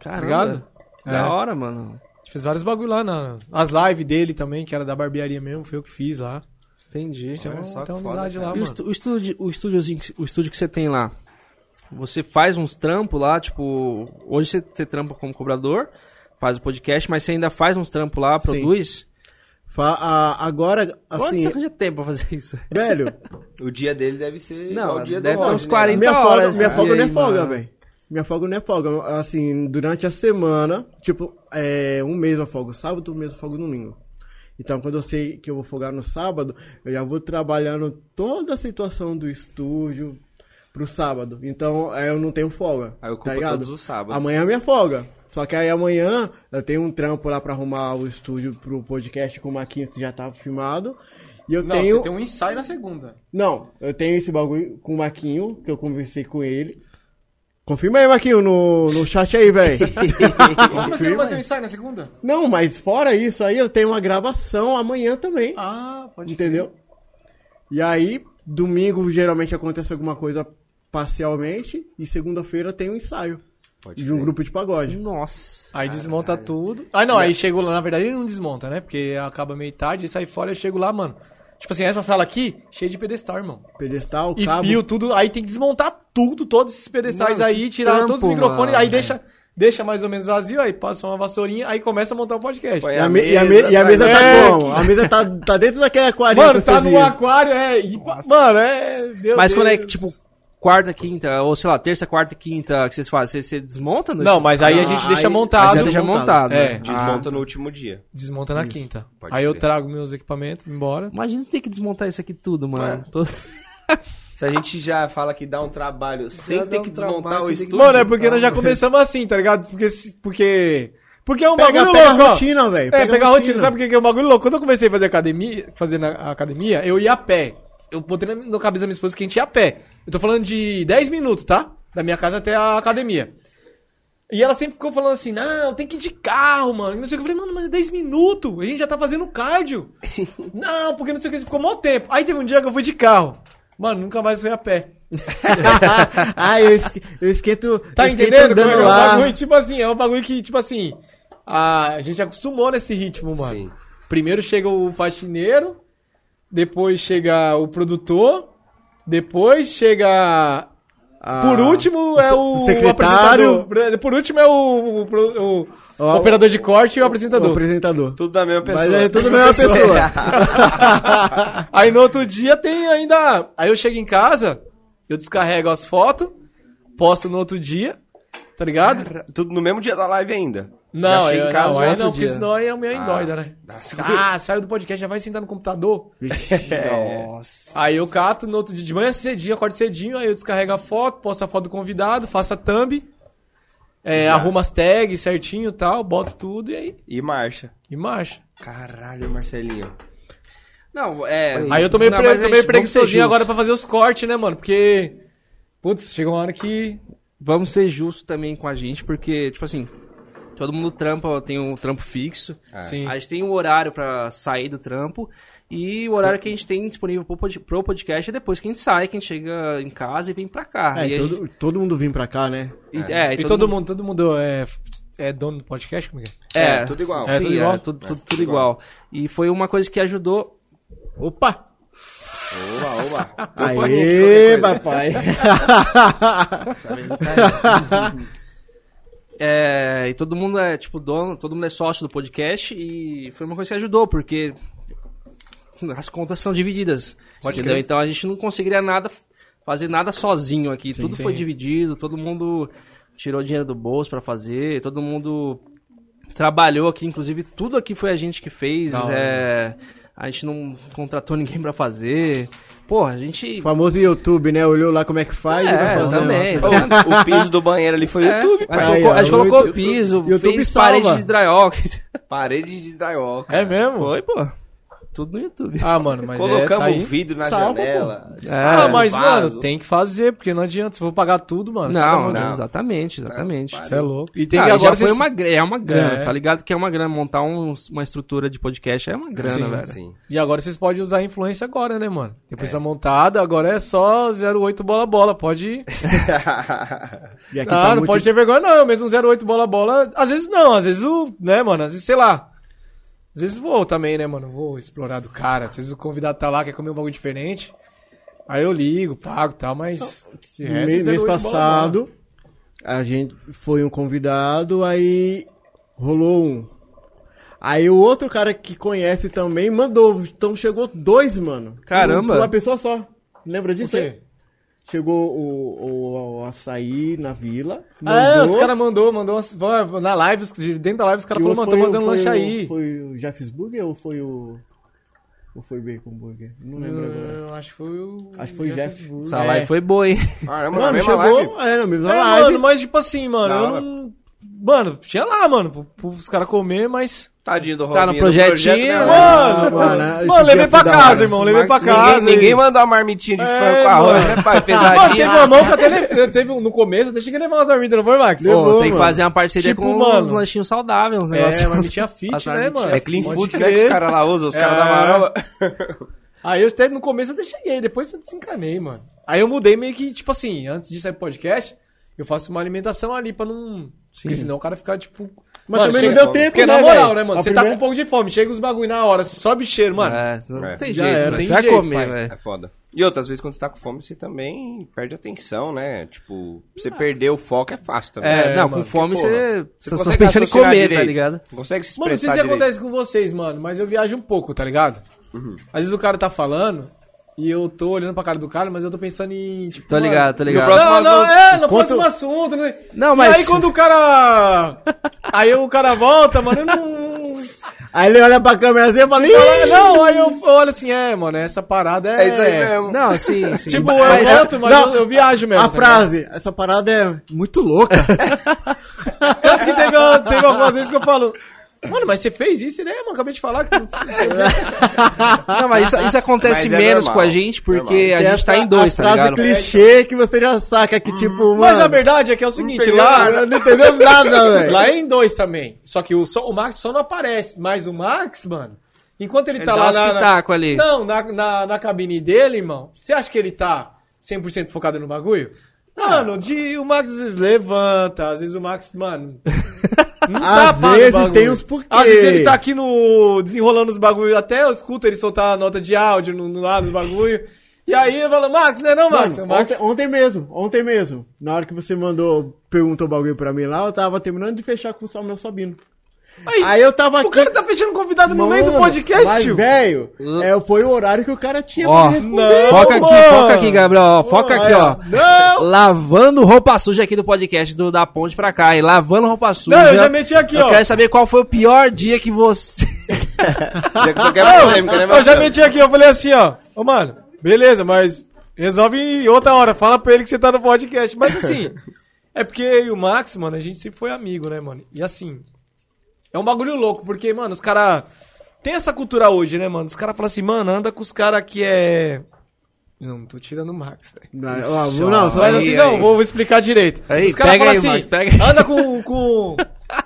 Speaker 3: Caramba.
Speaker 5: Ligado?
Speaker 3: Da
Speaker 5: É.
Speaker 3: hora, mano.
Speaker 5: A gente fez vários bagulho lá, na, as lives dele também, que era da barbearia mesmo, foi eu que fiz lá.
Speaker 3: Entendi.
Speaker 5: Tem uma,
Speaker 1: só
Speaker 5: tem uma
Speaker 1: que foda,
Speaker 5: amizade
Speaker 1: cara.
Speaker 5: lá,
Speaker 3: E o,
Speaker 5: Ah, mano.
Speaker 3: estu- o estúdio, o estúdiozinho que- o estúdio que você tem lá, você faz uns trampos lá, tipo, hoje você, você trampa como cobrador, faz o podcast, mas você ainda faz uns trampos lá,
Speaker 5: Sim.
Speaker 3: produz?
Speaker 4: Fa- a- agora,
Speaker 3: Quanto você
Speaker 4: assim,
Speaker 3: arranja tempo pra fazer isso?
Speaker 4: velho,
Speaker 1: O dia dele deve ser
Speaker 3: Não,
Speaker 1: igual o dia
Speaker 3: deve
Speaker 1: do
Speaker 3: ter
Speaker 1: Rodney,
Speaker 3: uns
Speaker 1: né?
Speaker 3: 40
Speaker 4: minha folga,
Speaker 3: horas.
Speaker 4: minha folga não
Speaker 3: então,
Speaker 4: é
Speaker 3: aí,
Speaker 4: folga,
Speaker 3: mano.
Speaker 4: velho. Minha folga não é folga. Assim, durante a semana, tipo, é, um mês eu folgo sábado, um mês eu folgo domingo. Então, quando eu sei que eu vou folgar no sábado, eu já vou trabalhando toda a situação do estúdio pro sábado. Então, aí eu não tenho folga.
Speaker 1: Aí eu ocupo
Speaker 4: tá ligado?
Speaker 1: todos os sábados.
Speaker 4: Amanhã é minha folga. Só que aí amanhã eu tenho um trampo lá pra arrumar o estúdio pro podcast com o Maquinho que já tá filmado. E eu
Speaker 8: Não,
Speaker 4: tenho.
Speaker 8: você tem um ensaio na segunda.
Speaker 4: Não, eu tenho esse bagulho com o Maquinho, que eu conversei com ele. Confirma aí, Maquinho, no, no chat aí, velho.
Speaker 8: Ah, mas você não vai ter um ensaio na segunda?
Speaker 4: não, mas fora isso aí, eu tenho uma gravação amanhã também,
Speaker 8: Ah, pode
Speaker 4: entendeu? E aí, domingo geralmente acontece alguma coisa parcialmente, e segunda-feira tem um ensaio de um grupo de pagode.
Speaker 3: Nossa.
Speaker 5: Aí desmonta tudo. Ah, não, aí chego lá, na verdade ele não desmonta, né? Porque acaba meio tarde, ele sai fora, eu chego lá, mano. Tipo assim, essa sala aqui, cheia de pedestal, irmão.
Speaker 4: Pedestal,
Speaker 5: E
Speaker 4: cabo...
Speaker 5: fio, tudo. Aí tem que desmontar tudo, todos esses pedestais
Speaker 3: Mano,
Speaker 5: aí, tirar
Speaker 3: trampo,
Speaker 5: todos os microfones,
Speaker 3: mano.
Speaker 5: aí deixa, deixa mais ou menos vazio, aí passa uma vassourinha, aí começa a montar o podcast.
Speaker 1: Põe
Speaker 4: E É a, me- e a me- e a mesa tá como? A mesa tá, tá dentro daquela aquarinha
Speaker 5: Mano,
Speaker 4: que
Speaker 5: tá
Speaker 4: vocês
Speaker 5: no
Speaker 4: viram.
Speaker 5: aquário, é. e- mano, é. meu
Speaker 3: Mas quando é
Speaker 5: Deus.
Speaker 3: tipo quarta, quinta, ou sei lá, terça, quarta, quinta, que vocês fazem? Você, você desmonta? no-
Speaker 5: Não, mas aí a gente
Speaker 4: Ah,
Speaker 5: deixa
Speaker 4: aí-
Speaker 3: Ah,
Speaker 5: montado.
Speaker 3: já deixa montado.
Speaker 5: É,
Speaker 3: né?
Speaker 1: Desmonta no último dia.
Speaker 5: Desmonta na quinta.
Speaker 1: pode
Speaker 5: Aí eu
Speaker 1: crer.
Speaker 5: trago meus equipamentos, embora.
Speaker 3: Imagina ter que desmontar isso aqui tudo, mano.
Speaker 5: É.
Speaker 3: Todo-
Speaker 1: Se a gente já fala que dá um trabalho sem ter
Speaker 3: dá
Speaker 1: que
Speaker 3: um
Speaker 1: desmontar o
Speaker 3: trabalho, você tem que-
Speaker 1: estúdio.
Speaker 5: Mano, é porque nós já começamos assim, tá ligado? Porque. se- Porque, porque é um
Speaker 4: Pega,
Speaker 5: bagulho
Speaker 4: pega
Speaker 5: louco.
Speaker 4: a
Speaker 5: ó.
Speaker 4: rotina, velho.
Speaker 5: É, pegar a rotina. Sabe o que que é um bagulho louco? Quando eu comecei a fazer academia, fazer na a academia, eu ia a pé. Eu botei na, na cabeça da minha esposa que a gente ia a pé. Eu tô falando de 10 minutos, tá? Da minha casa até a academia. E ela sempre ficou falando assim, não, tem que ir de carro, mano. E não sei o que. Eu falei, mano, mas é 10 minutos. A gente já tá fazendo cardio. não, porque não sei o que. Ficou mó tempo. Aí teve um dia que eu fui de carro. Mano, nunca mais fui a pé.
Speaker 4: ah, eu, esque- eu esquento.
Speaker 5: Tá
Speaker 4: eu esquento
Speaker 5: entendendo? Como é que
Speaker 4: Andando
Speaker 5: é um
Speaker 4: lá.
Speaker 5: bagulho, tipo assim, é um bagulho que, tipo assim, a, a gente acostumou nesse ritmo, mano.
Speaker 1: Sim.
Speaker 5: Primeiro chega o faxineiro, depois chega o produtor, depois chega.
Speaker 4: Ah,
Speaker 5: por último é
Speaker 4: se-
Speaker 5: o.
Speaker 4: secretário.
Speaker 5: apresentador. Por último é o, o pro- o
Speaker 4: Ó,
Speaker 5: operador de corte e o
Speaker 4: O
Speaker 5: apresentador.
Speaker 4: apresentador.
Speaker 1: Tudo da mesma pessoa.
Speaker 4: Mas é tudo a mesma pessoa.
Speaker 5: Aí no outro dia tem ainda. Aí eu chego em casa, eu descarrego as fotos, posto no outro dia, tá ligado?
Speaker 1: é Tudo no mesmo dia da live ainda.
Speaker 5: Não,
Speaker 1: Já chega
Speaker 5: eu,
Speaker 1: em casa
Speaker 5: não,
Speaker 1: no
Speaker 5: aí
Speaker 1: outro
Speaker 5: não, porque
Speaker 1: dia.
Speaker 5: senão aí a mulher
Speaker 1: Ah,
Speaker 5: endoida, né?
Speaker 1: nossa.
Speaker 5: Ah, saiu do podcast, já vai sentar no computador.
Speaker 1: É,
Speaker 5: É.
Speaker 3: Nossa.
Speaker 5: Aí eu cato no outro dia de manhã cedinho, acordo cedinho, aí eu descarrego a foto, posto a foto do convidado, faço a thumb, é, arrumo as tags certinho e tal, boto tudo e aí,
Speaker 1: E marcha.
Speaker 5: e marcha.
Speaker 1: Caralho, Marcelinho.
Speaker 3: Não, é.
Speaker 5: Aí eu tô meio,
Speaker 3: Não,
Speaker 5: pre...
Speaker 3: mas,
Speaker 5: tô
Speaker 3: gente, vamos
Speaker 5: meio
Speaker 3: ser
Speaker 5: preguiçosinho
Speaker 3: justos.
Speaker 5: agora pra fazer os cortes, né, mano? Porque, putz, chega uma hora que...
Speaker 3: Vamos ser justos também com a gente, porque, tipo assim, todo mundo trampa, tem um trampo fixo.
Speaker 5: Sim.
Speaker 3: A gente tem um horário pra sair do trampo e o horário que a gente tem disponível pro, pod- pro podcast é depois que a gente sai, que a gente chega em casa e vem pra cá.
Speaker 4: É,
Speaker 3: e a gente-
Speaker 4: todo, todo mundo vem pra cá, né?
Speaker 3: e- é,
Speaker 5: E, todo, mundo, todo mundo é, é dono do podcast, como é que é?
Speaker 3: É,
Speaker 1: tudo igual.
Speaker 3: É, tudo igual. tudo, tudo- tudo igual. E foi uma coisa que ajudou.
Speaker 4: Opa!
Speaker 1: Oba, oba.
Speaker 4: Aê, papai!
Speaker 1: tá
Speaker 3: é, e todo mundo é, tipo, dono, todo mundo é sócio do podcast. E foi uma coisa que ajudou, porque as contas são divididas. entendeu? Então a gente não conseguiria nada, fazer nada sozinho aqui. tudo foi dividido, todo mundo tirou dinheiro do bolso pra fazer, todo mundo trabalhou aqui, inclusive tudo aqui foi a gente que fez.
Speaker 5: Da hora.
Speaker 3: é, a gente não contratou ninguém pra fazer. Porra, a gente.
Speaker 4: O famoso YouTube, né? Olhou lá como é que faz e vai
Speaker 3: É,
Speaker 4: fazendo.
Speaker 3: também.
Speaker 1: O, o piso do banheiro ali foi o
Speaker 3: É,
Speaker 1: YouTube,
Speaker 3: a
Speaker 1: pai.
Speaker 3: gente
Speaker 4: Aí,
Speaker 3: colocou,
Speaker 4: ó,
Speaker 3: a gente colocou
Speaker 4: YouTube-
Speaker 3: piso,
Speaker 4: YouTube
Speaker 3: fez
Speaker 4: salva.
Speaker 3: parede de drywall.
Speaker 1: Parede de drywall.
Speaker 5: É mesmo?
Speaker 3: Foi, pô. Tudo no YouTube.
Speaker 5: Ah, mano, mas é, tá
Speaker 1: Colocamos
Speaker 5: aí.
Speaker 1: o vidro na
Speaker 4: Salva,
Speaker 1: janela.
Speaker 5: Ah,
Speaker 3: É,
Speaker 5: mas,
Speaker 1: um vaso.
Speaker 5: mano, tem que fazer, porque não adianta. Se for pagar tudo, mano. cada
Speaker 3: não,
Speaker 5: um-
Speaker 3: não, exatamente, exatamente.
Speaker 5: Isso é louco. E tem
Speaker 3: Ah,
Speaker 5: que agora.
Speaker 3: já foi
Speaker 5: vocês-
Speaker 3: uma, gra- é uma grana,
Speaker 5: É.
Speaker 3: tá ligado? Que é uma grana, montar um- uma estrutura de podcast é uma grana,
Speaker 5: Sim,
Speaker 3: velho.
Speaker 1: Sim.
Speaker 5: E agora vocês podem usar a influência agora, né, mano? Depois da montada, agora é só 08 bola bola. Pode ir.
Speaker 4: E aqui
Speaker 5: ah,
Speaker 4: tá
Speaker 5: não
Speaker 4: muito...
Speaker 5: pode ter vergonha, não. Mesmo um 08 bola bola. Às vezes não, às vezes o. Né, mano? Às vezes, sei lá. Às vezes vou também, né, mano? Vou explorar do cara. Às vezes o convidado tá lá, quer comer um bagulho diferente. Aí eu ligo, pago e tal, mas. de resto, é
Speaker 4: Me-
Speaker 5: 08
Speaker 4: mês
Speaker 5: bola bola.
Speaker 4: passado,
Speaker 5: né?
Speaker 4: a gente foi um convidado, aí rolou um. Aí o outro cara que conhece também mandou. Então chegou dois, mano.
Speaker 3: Caramba.
Speaker 4: Um- Uma pessoa só. Lembra
Speaker 7: quê?
Speaker 4: disso? aí? Chegou o, o, o açaí na vila.
Speaker 7: Ah,
Speaker 4: mandou.
Speaker 7: os caras mandou, mandou umas- vai- na live, os- dentro da live os
Speaker 4: E
Speaker 7: caras
Speaker 4: o
Speaker 7: falaram,
Speaker 4: outro
Speaker 7: mano, tô
Speaker 4: foi o-
Speaker 7: mandando
Speaker 4: foi
Speaker 7: lanche
Speaker 4: o-
Speaker 7: aí.
Speaker 4: Foi o Jeff's Burger ou foi o. Ou foi o Bacon Burger? Não lembro
Speaker 5: Ah,
Speaker 4: agora.
Speaker 7: Não, acho que foi o...
Speaker 4: Acho que foi o Jeff.
Speaker 3: Essa live foi boa, hein?
Speaker 6: Caramba, na
Speaker 4: Mano,
Speaker 6: mesma
Speaker 4: chegou.
Speaker 6: live.
Speaker 4: É, na mesma
Speaker 5: É,
Speaker 4: live.
Speaker 5: mano, mas tipo assim, mano,
Speaker 6: Da
Speaker 5: eu
Speaker 6: hora.
Speaker 5: não... Mano, tinha lá, mano, pro- pros caras comer, mas...
Speaker 6: Tadinho do Robinho.
Speaker 3: Tá
Speaker 6: do
Speaker 3: no projetinho.
Speaker 6: né, mano?
Speaker 5: Mano,
Speaker 4: mano,
Speaker 5: mano,
Speaker 4: esse
Speaker 5: mano,
Speaker 4: dia
Speaker 5: levei
Speaker 4: foi
Speaker 5: pra
Speaker 4: da hora.
Speaker 5: casa, irmão, levei pra casa.
Speaker 6: Ninguém, ninguém
Speaker 5: e-
Speaker 6: mandou uma marmitinha de
Speaker 5: É,
Speaker 6: frango com arroz,
Speaker 5: mano.
Speaker 6: né, pai?
Speaker 5: Mano, teve
Speaker 6: Pesadinha.
Speaker 5: uma mão que até levei, teve um- no começo, até cheguei a levar umas armitas, não foi, Max?
Speaker 3: Pô,
Speaker 4: Levou,
Speaker 3: tem que
Speaker 4: mano.
Speaker 3: fazer uma parceria
Speaker 5: Tipo,
Speaker 3: com
Speaker 5: mano.
Speaker 3: uns lanchinhos saudáveis, uns negócios.
Speaker 5: É, mas tinha fit,
Speaker 3: As
Speaker 5: né,
Speaker 3: marmitinhas.
Speaker 5: mano?
Speaker 6: É clean
Speaker 5: Pode
Speaker 6: food, né,
Speaker 5: crer. É.
Speaker 6: que os caras lá usam, os caras da Amaral.
Speaker 5: Aí eu até no começo eu até cheguei, depois eu desencanei, mano. Aí eu mudei meio que, tipo assim, antes de sair pro podcast, eu faço uma alimentação ali pra não. Porque senão o cara fica, tipo.
Speaker 4: Mas
Speaker 5: Mano,
Speaker 4: também
Speaker 5: chega-
Speaker 4: não deu tempo,
Speaker 5: Porque
Speaker 4: né,
Speaker 5: na moral,
Speaker 4: velho?
Speaker 5: né, mano?
Speaker 4: A
Speaker 5: Você tá
Speaker 4: primeira-
Speaker 5: com um pouco de fome, chega os bagulho na hora, sobe cheiro, mano.
Speaker 3: É, não tem
Speaker 4: Já
Speaker 3: jeito,
Speaker 4: era.
Speaker 3: né?
Speaker 5: Tem
Speaker 3: Você vai
Speaker 5: jeito,
Speaker 3: comer,
Speaker 5: pai.
Speaker 6: É
Speaker 3: velho.
Speaker 6: foda. E outras vezes, quando você tá com fome, você também perde atenção, né? Tipo, você perder o foco é fácil também.
Speaker 3: Ah. É,
Speaker 6: né,
Speaker 3: não,
Speaker 6: mano?
Speaker 3: com fome
Speaker 6: Porque, porra,
Speaker 3: você, você só
Speaker 6: consegue
Speaker 3: pensando em
Speaker 6: raciocinar
Speaker 3: comer, tá
Speaker 6: direito,
Speaker 3: ligado?
Speaker 6: não Consegue se expressar
Speaker 5: Mano, não sei se
Speaker 6: direito.
Speaker 5: acontece com vocês, mano, mas eu viajo um pouco, tá ligado? Às vezes o cara tá falando e eu tô olhando pra cara do cara, mas eu tô pensando em. Tipo,
Speaker 3: Tô
Speaker 5: mano,
Speaker 3: ligado, tô ligado.
Speaker 6: próximo
Speaker 5: Não, não,
Speaker 6: assunto.
Speaker 5: é, no
Speaker 4: Enquanto-
Speaker 5: próximo assunto. Né?
Speaker 3: Não,
Speaker 5: E
Speaker 3: mas-
Speaker 5: aí quando o cara. Aí o cara volta, mano, eu não.
Speaker 4: Aí ele olha pra câmera assim e fala: Ih!
Speaker 5: Ah, Não, aí eu olho assim, é, mano, essa parada é.
Speaker 6: É isso aí mesmo.
Speaker 3: Não, sim, sim.
Speaker 5: Tipo, eu
Speaker 3: Mas-
Speaker 5: volto, mas
Speaker 4: não,
Speaker 5: eu, eu viajo mesmo.
Speaker 4: A
Speaker 5: tá ligado?
Speaker 4: frase, essa parada é muito louca.
Speaker 5: Tanto que teve, teve algumas vezes que eu falo. Mano, mas você fez isso, né, mano? Acabei de falar que.
Speaker 3: Não, mas isso, isso acontece
Speaker 6: Mas é
Speaker 3: menos
Speaker 6: normal,
Speaker 3: com a gente, porque a gente tá
Speaker 4: Essa-
Speaker 3: em dois,
Speaker 4: as
Speaker 3: tá
Speaker 4: frases
Speaker 3: ligado?
Speaker 4: clichê que você já saca que, tipo, mano.
Speaker 5: Mas a verdade é que é o seguinte, lá,
Speaker 4: eu não entendeu nada, velho.
Speaker 5: lá é em dois também. Só que o, só, o Max só não aparece. Mas o Max, mano, enquanto ele,
Speaker 3: Ele
Speaker 5: tá
Speaker 3: dá
Speaker 5: lá
Speaker 3: uns
Speaker 5: na, na,
Speaker 3: pitaco ali.
Speaker 5: Não, na, na, na cabine dele, irmão, você acha que ele tá 100% focado no bagulho? Mano, de, o Max às vezes levanta, às vezes o Max, mano. Não
Speaker 4: Às
Speaker 5: pá no
Speaker 4: vezes
Speaker 5: bagulho.
Speaker 4: tem uns porquê.
Speaker 5: Às vezes ele tá aqui no. desenrolando os bagulho, até eu escuto ele soltar a nota de áudio no, no lado do bagulho. E aí eu falo, Max, né não, Max?
Speaker 4: Mano,
Speaker 5: O Max
Speaker 4: ontem, ontem mesmo, ontem mesmo. Na hora que você mandou, perguntou o bagulho pra mim lá, eu tava terminando de fechar com o Samuel Sabino.
Speaker 5: Aí,
Speaker 4: Aí, eu tava
Speaker 5: o cara tá fechando convidado no meio do
Speaker 4: Mano,
Speaker 5: podcast,
Speaker 4: mas,
Speaker 5: tio.
Speaker 4: velho, é, foi o horário que o cara tinha
Speaker 3: Ó,
Speaker 4: pra me responder.
Speaker 3: Foca aqui,
Speaker 5: mano. é.
Speaker 3: foca aqui, Gabriel. ó, foca aqui, ó.
Speaker 4: Não!
Speaker 3: Lavando roupa suja aqui do podcast do Da Ponte pra cá, hein? Lavando roupa suja.
Speaker 5: Não, eu já meti aqui,
Speaker 3: Eu
Speaker 5: ó.
Speaker 3: quero saber qual foi o pior dia que você.
Speaker 6: Já que você quer polêmica, né,
Speaker 5: Eu já
Speaker 6: Marcelo?
Speaker 5: meti aqui, eu falei assim, ó. Ô, mano, beleza, mas resolve em outra hora. Fala pra ele que você tá no podcast. Mas assim, é porque eu e o Max, mano, a gente sempre foi amigo, né, mano? E assim, é um bagulho louco, porque, mano, os caras. Tem essa cultura hoje, né, mano? Os caras falam assim, mano, anda com os caras que é. Não, tô tirando o Max, né?
Speaker 4: Não, ó, não, só
Speaker 5: Mas assim,
Speaker 3: aí.
Speaker 5: não, vou explicar direito.
Speaker 3: Aí,
Speaker 5: Os caras
Speaker 3: pega
Speaker 5: falam
Speaker 3: aí,
Speaker 5: assim,
Speaker 3: Max, pega aí.
Speaker 5: anda com... com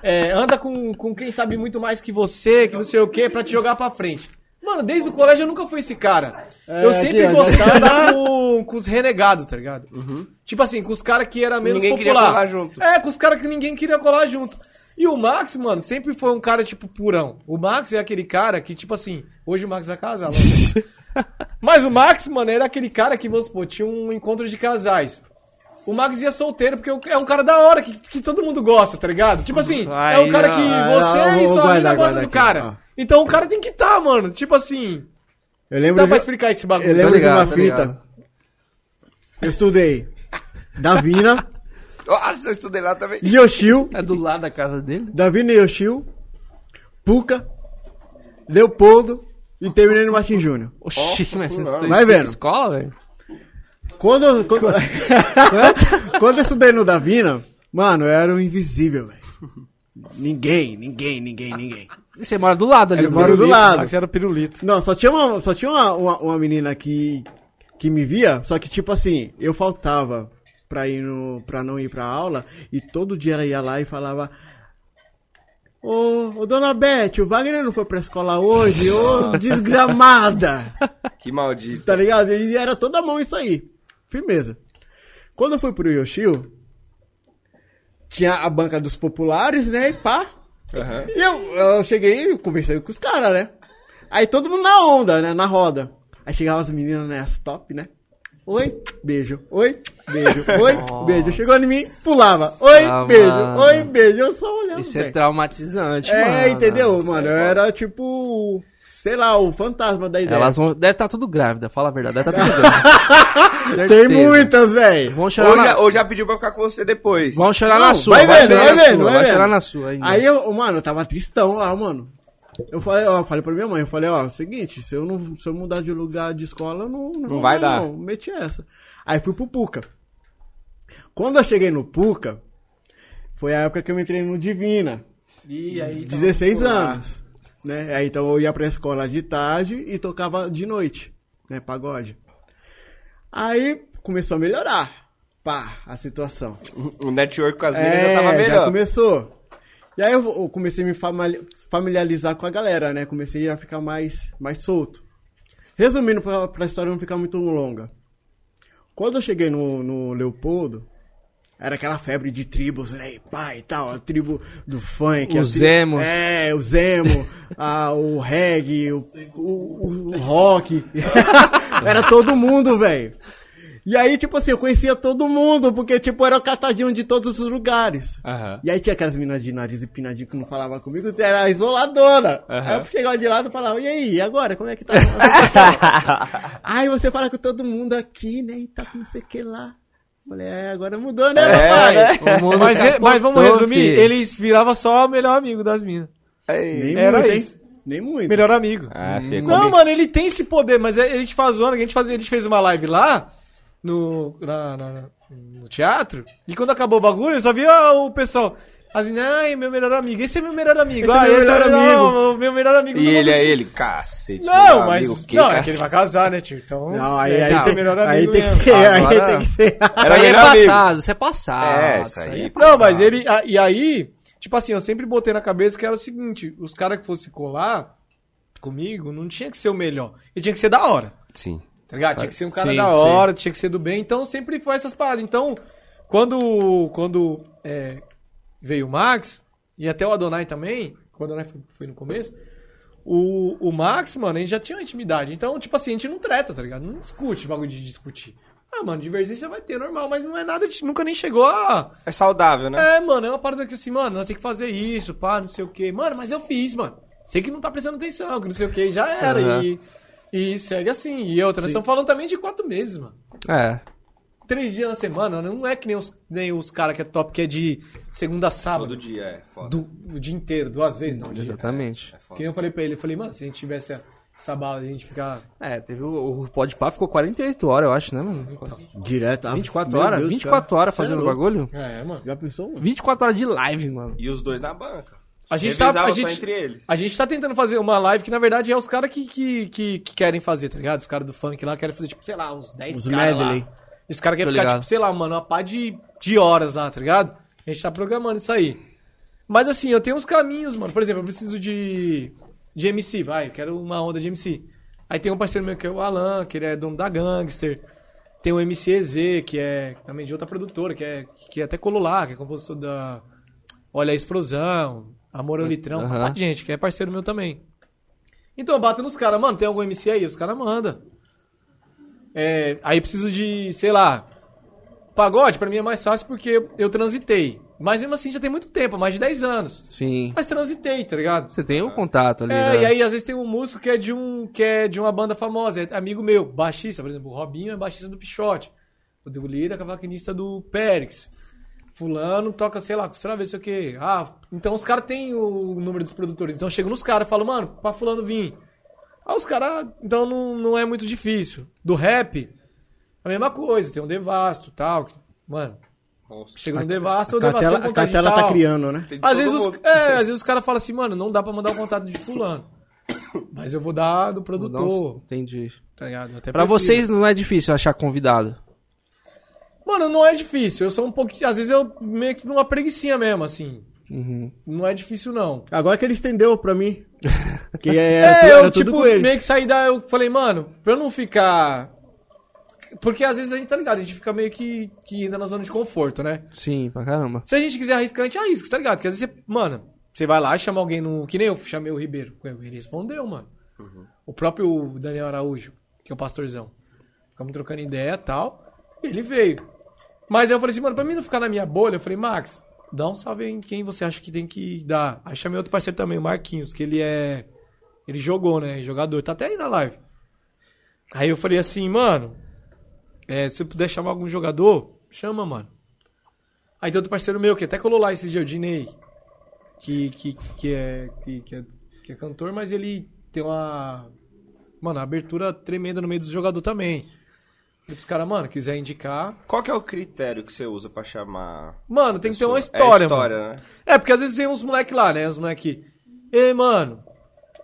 Speaker 5: é, anda com, com quem sabe muito mais que você, que não sei o quê, pra te jogar pra frente. Mano, desde o colégio eu nunca fui esse cara.
Speaker 3: É,
Speaker 5: eu sempre
Speaker 4: aqui, ó,
Speaker 5: gostei
Speaker 3: tá
Speaker 5: de andar com, com os renegados, tá ligado?
Speaker 3: Uhum.
Speaker 5: Tipo assim, com os caras que era menos
Speaker 6: Ninguém queria
Speaker 5: popular.
Speaker 6: colar junto.
Speaker 5: É, com os caras que ninguém queria colar junto. E o Max, mano, sempre foi um cara, tipo, purão. O Max é aquele cara que, tipo assim, hoje o Max vai casar, logo. Mas o Max, mano, era aquele cara que, vamos supor, tinha um encontro de casais. O Max ia solteiro, porque é um cara da hora, que, que todo mundo gosta, tá ligado? Tipo assim, é um
Speaker 3: Aí,
Speaker 5: cara
Speaker 3: ó.
Speaker 5: que
Speaker 4: Ah, eu
Speaker 5: você e
Speaker 4: vou
Speaker 5: sua
Speaker 4: guardar,
Speaker 5: mina
Speaker 4: guardar
Speaker 5: gostam do
Speaker 4: aqui, ó.
Speaker 5: cara. Então o cara tem que estar, tá, mano. Tipo assim,
Speaker 4: Eu lembro,
Speaker 5: dá pra
Speaker 4: de,
Speaker 5: explicar esse
Speaker 4: eu
Speaker 5: bagulho.
Speaker 4: lembro
Speaker 3: Tá ligado,
Speaker 4: de
Speaker 3: tô
Speaker 4: uma fita.
Speaker 3: ligado.
Speaker 4: Eu estudei Davina,
Speaker 6: Nossa, eu estudei lá também.
Speaker 4: Yoshio,
Speaker 3: É do lado da casa dele?
Speaker 4: Davina Yoshio, Puca, Leopoldo e terminei no Martin Júnior.
Speaker 3: Oxi, mas você tá em
Speaker 4: Vai vendo.
Speaker 3: escola, velho?
Speaker 4: Quando, eu- quando, quando eu estudei no Davina, mano, eu era um invisível, velho. Ninguém, ninguém, ninguém, ninguém.
Speaker 3: E Você mora do lado ali.
Speaker 4: Eu moro do lado.
Speaker 5: é Max era pirulito.
Speaker 4: Não, só tinha uma, só tinha uma, uma, uma menina que, que me via, só que tipo assim, eu faltava pra, ir no, pra não ir pra aula e todo dia ela ia lá e falava. Ô, ô dona Beth, o Wagner não foi pra escola hoje, ô desgramada!
Speaker 6: Que maldito.
Speaker 4: Tá ligado? E era toda mão isso aí. Firmeza. Quando eu fui pro Yoshio, tinha a banca dos populares, né? E pá.
Speaker 6: Aham.
Speaker 4: E eu, eu cheguei e conversei com os caras, né? Aí todo mundo na onda, né? Na roda. Aí chegavam as meninas, né? As top, né? Oi, beijo. Oi, beijo. Oi, beijo. Chegou em mim, pulava. Oi,
Speaker 3: Ah,
Speaker 4: beijo.
Speaker 3: mano.
Speaker 4: Oi, beijo. Eu só olhando.
Speaker 3: Isso é
Speaker 4: velho.
Speaker 3: traumatizante,
Speaker 4: é,
Speaker 3: mano.
Speaker 4: entendeu, mano? Eu era tipo, sei lá, o fantasma da ideia.
Speaker 3: Elas vão. Deve estar tudo grávida, fala a verdade. Deve estar tudo grávida.
Speaker 4: Tem
Speaker 3: Certeza.
Speaker 4: muitas, velho.
Speaker 3: Vão chorar,
Speaker 6: Ou
Speaker 3: na...
Speaker 6: já, ou já pediu pra ficar com você depois.
Speaker 3: Vão chorar
Speaker 4: Não,
Speaker 3: na sua.
Speaker 4: vai vendo,
Speaker 3: chorar
Speaker 4: vai
Speaker 3: na
Speaker 4: vendo,
Speaker 3: sua,
Speaker 4: vai
Speaker 3: Vai
Speaker 4: vendo.
Speaker 3: chorar na sua ainda.
Speaker 4: Aí eu, mano, eu tava tristão lá, mano. Eu falei, ó, eu falei pra minha mãe, eu falei, ó, seguinte, se eu não se eu mudar de lugar de escola, eu não, não, vou
Speaker 6: vai
Speaker 4: mais,
Speaker 6: dar.
Speaker 4: Não, meti essa. Aí fui pro Puca. Quando eu cheguei no Puca, foi a época que eu entrei no Divina.
Speaker 7: E aí,
Speaker 4: 16 anos. Né? Aí, então eu ia pra escola de tarde e tocava de noite, né? Pagode. Aí começou a melhorar. Pá, a situação.
Speaker 6: O o network com as meninas
Speaker 4: É,
Speaker 6: já tava
Speaker 4: já
Speaker 6: melhor.
Speaker 4: começou. E aí eu, eu comecei a me famali- familiarizar com a galera, né? Comecei a ficar mais, mais solto. Resumindo, pra, pra história não ficar muito longa. Quando eu cheguei no, no Leopoldo, era aquela febre de tribos, né? E pá e tal, a tribo do funk.
Speaker 3: O
Speaker 4: a tri-
Speaker 3: Zemo.
Speaker 4: É, o Zemo, a- o reggae, o, o- o- o rock. era todo mundo, velho. E aí, tipo assim, eu conhecia todo mundo, porque, tipo, era o catadinho de todos os lugares. E aí tinha aquelas meninas de nariz empinadinho que não falava comigo, era isoladora. Aí eu chegava de lado e falava, e aí, e agora? Como é que tá? a situação?" aí você fala com todo mundo aqui, né, e tá com não sei o que lá. Falei, é, agora mudou, né, papai?
Speaker 3: O mundo
Speaker 5: Mas, é- mas vamos
Speaker 3: capotou,
Speaker 5: resumir,
Speaker 3: filho.
Speaker 5: eles virava só o melhor amigo das minas.
Speaker 4: Nem
Speaker 5: Era
Speaker 4: muito,
Speaker 5: isso.
Speaker 4: hein? Nem muito.
Speaker 5: Melhor amigo.
Speaker 6: Ah, Fê,
Speaker 5: Não,
Speaker 6: come-
Speaker 5: mano, ele tem esse poder, mas é- ele te faz zoando. que A gente, fazia, a gente fez uma live lá no, na- na- no teatro. E quando acabou o bagulho, eu só via o pessoal. As meninas, ai, meu melhor amigo, esse é meu melhor amigo.
Speaker 4: Esse é
Speaker 5: ah,
Speaker 4: meu
Speaker 5: esse
Speaker 4: melhor
Speaker 5: é
Speaker 4: amigo."
Speaker 5: o meu melhor amigo.
Speaker 6: E
Speaker 5: todo
Speaker 6: ele
Speaker 5: mundo
Speaker 6: é
Speaker 5: assim.
Speaker 6: ele, cacete.
Speaker 5: Não,
Speaker 6: meu
Speaker 5: mas.
Speaker 6: amigo, que
Speaker 5: não, é
Speaker 6: cacete.
Speaker 5: que ele vai casar, né, tio? Então.
Speaker 4: Não, aí, aí,
Speaker 5: tem que
Speaker 4: você-
Speaker 5: ser melhor
Speaker 4: aí
Speaker 5: amigo
Speaker 4: tem que
Speaker 5: mesmo.
Speaker 4: ser, aí
Speaker 3: Agora-
Speaker 4: tem que ser.
Speaker 3: Isso aí é
Speaker 6: melhor amigo.
Speaker 3: passado, isso é passado.
Speaker 6: É, isso aí.
Speaker 5: Não, mas ele. a- e aí, tipo assim, eu sempre botei na cabeça que era o seguinte: os caras que fossem colar comigo não tinha que ser o melhor. E tinha que ser da hora.
Speaker 6: Sim.
Speaker 5: Tá ligado? Tinha que ser um cara
Speaker 3: Sim,
Speaker 5: da
Speaker 3: sim.
Speaker 5: hora, tinha que ser do bem. Então sempre foi essas paradas. Então, quando, quando é, veio o Max, e até o Adonai também, quando o Adonai foi, foi no começo, o, o Max, mano, a gente já tinha uma intimidade. Então, tipo assim, a gente não treta, tá ligado? Não discute bagulho de discutir. Ah, mano, divergência vai ter, normal, mas não é nada, de, nunca nem chegou a.
Speaker 6: É saudável, né?
Speaker 5: É, mano, é uma parada que assim, mano, nós tem que fazer isso, pá, não sei o quê. Mano, mas eu fiz, mano. Sei que não tá prestando atenção, que não sei o quê, já era.
Speaker 3: Aham.
Speaker 5: E, e segue assim. E outra, nós estamos falando também de quatro meses, mano.
Speaker 3: É.
Speaker 5: Três dias na semana, não é que nem os, nem os caras que é top, que é de segunda a sábado.
Speaker 6: Todo dia, é. Foda. É
Speaker 5: Do, o dia inteiro, duas vezes, não. um dia.
Speaker 3: Exatamente.
Speaker 5: Que nem eu falei pra ele, eu falei, mano, se a gente tivesse essa bala, a gente ficar.
Speaker 3: É, teve o, o Podpah ficou 48 horas, eu acho, né, mano?
Speaker 4: Direto. ah,
Speaker 3: 24
Speaker 4: meu
Speaker 3: horas?
Speaker 4: Deus do
Speaker 3: 24
Speaker 4: céu.
Speaker 3: horas
Speaker 4: Cê é
Speaker 3: fazendo o
Speaker 4: louco.
Speaker 3: bagulho?
Speaker 5: É, mano.
Speaker 4: Já pensou?
Speaker 3: 24 horas de live, mano.
Speaker 6: E os dois na banca.
Speaker 5: A gente, tá,
Speaker 6: Revezava
Speaker 5: a,
Speaker 6: só
Speaker 5: gente,
Speaker 6: entre eles.
Speaker 5: a gente tá tentando fazer uma live que, na verdade, é os caras que, que, que, que querem fazer, tá ligado? Os caras do funk lá querem fazer, tipo, sei lá, uns 10
Speaker 4: Os
Speaker 5: caras lá.
Speaker 4: medley.
Speaker 5: E os caras
Speaker 3: Tô
Speaker 5: querem ficar,
Speaker 3: ligado.
Speaker 5: tipo, sei lá, mano, uma pá de, de horas lá, tá ligado? A gente tá programando isso aí. Mas, assim, eu tenho uns caminhos, mano. Por exemplo, eu preciso de, de MC, vai. Eu quero uma onda de MC. Aí tem um parceiro meu que é o Alan, que ele é dono da Gangster. Tem o MCZ, que é também de outra produtora, que é, que até colou lá, que é compositor da... Olha a Explosão, Amor ao Litrão,
Speaker 3: Aham.
Speaker 5: uma pá de gente, que é parceiro meu também. Então eu bato nos caras, mano, tem algum MC aí? Os caras mandam. É, aí preciso de, sei lá, pagode pra mim é mais fácil porque eu, eu transitei. Mas mesmo assim já tem muito tempo, mais de 10 anos.
Speaker 3: Sim.
Speaker 5: Mas transitei, tá ligado?
Speaker 3: Você tem o contato
Speaker 4: Tá
Speaker 3: ali,
Speaker 5: É,
Speaker 3: né?
Speaker 5: e aí às vezes tem um músico que é de um que é de uma banda famosa, é amigo meu, baixista, por exemplo, o Robinho é baixista do Pichote. Rodrigo Lira é cavaquinista do Périx. Fulano toca, sei lá, com Travis, sei o quê. Ah, então os caras têm o número dos produtores. Então eu chego nos caras e falo, mano, pra fulano vir. Ah, os caras, então não, não é muito difícil. Do rap, a mesma coisa, tem um devasto e tal. que- Mano, chega no devasto, o
Speaker 4: A
Speaker 5: devasto
Speaker 4: Catela,
Speaker 5: tem um
Speaker 4: a
Speaker 5: contato
Speaker 4: Catela tá
Speaker 5: digital.
Speaker 4: criando, né?
Speaker 5: Às vezes, os, é, às vezes os caras falam assim, mano, não dá pra mandar o contato de fulano. Mas eu vou dar
Speaker 3: Vou dar uns-
Speaker 5: do produtor,
Speaker 3: Entendi.
Speaker 5: tá ligado? Eu Até
Speaker 3: Pra
Speaker 5: prefiro.
Speaker 3: vocês não é difícil achar convidado.
Speaker 5: Mano, não é difícil. Eu sou um pouquinho... Às vezes eu meio que numa preguicinha mesmo, assim.
Speaker 3: Uhum.
Speaker 5: Não é difícil, não.
Speaker 4: Agora que ele estendeu pra mim. Que era, tu-
Speaker 5: É,
Speaker 4: era
Speaker 5: eu,
Speaker 4: tudo
Speaker 5: tipo,
Speaker 4: com ele.
Speaker 5: meio que saí da... Eu falei, mano, pra eu não ficar... Porque às vezes a gente tá ligado, a gente fica meio que, que ainda na zona de conforto, né?
Speaker 3: Sim, pra caramba.
Speaker 5: Se a gente quiser arriscar, a gente arrisca, tá ligado? Porque às vezes você, mano, você vai lá e chama alguém no. Que nem eu chamei o Ribeiro. Ele respondeu, mano. O próprio Daniel Araújo, que é o pastorzão. Ficamos trocando ideia e tal. Ele veio. Mas aí eu falei assim, mano, pra mim não ficar na minha bolha, eu falei, Max, dá um salve em quem você acha que tem que dar. Aí chamei outro parceiro também, o Marquinhos, que ele é. Ele jogou, né? Jogador, tá até aí na live. Aí eu falei assim, mano, é, se eu puder chamar algum jogador, chama, mano. Aí tem outro então é parceiro meu, que até colou lá esse dia, o Dinei, que, que, que, é, que, que é, que é cantor, mas ele tem uma. Mano, uma abertura tremenda no meio do jogador também. Falei pros caras, mano, quiser indicar.
Speaker 1: Qual que é o critério que você usa pra chamar?
Speaker 5: Mano, tem que ter uma
Speaker 1: pessoa?
Speaker 5: história,
Speaker 1: É
Speaker 5: mano.
Speaker 1: história, né?
Speaker 5: É, porque às vezes vem uns moleque lá, né? Os moleque. Ei, mano,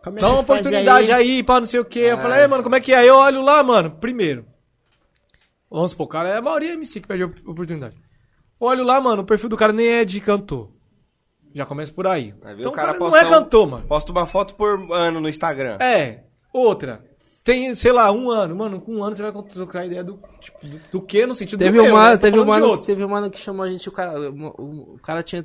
Speaker 4: Como é
Speaker 5: dá uma
Speaker 4: que faz
Speaker 5: oportunidade aí, pá, não sei o quê. Eu falei, ei, mano, como é que é? Aí eu olho lá, mano, primeiro. Vamos supor, o cara é a maioria MC que pede a oportunidade. Olho lá, mano, o perfil do cara nem é de cantor. Já começa por aí.
Speaker 1: Aí vê
Speaker 5: Então
Speaker 1: o
Speaker 5: o
Speaker 1: cara
Speaker 5: cara, não
Speaker 1: posta
Speaker 5: é
Speaker 1: um-
Speaker 5: cantor, mano.
Speaker 1: Posta uma foto por ano no Instagram.
Speaker 5: É, outra. Tem, sei lá, um ano. Mano, com um ano você vai trocar ideia do, tipo, do, do que no sentido
Speaker 3: Teve
Speaker 5: do
Speaker 3: um
Speaker 5: meu, né?
Speaker 3: mano,
Speaker 5: Tô
Speaker 3: teve um
Speaker 5: falando de
Speaker 3: mano,
Speaker 5: outro.
Speaker 3: teve um mano que chamou a gente, o cara, o, o cara tinha,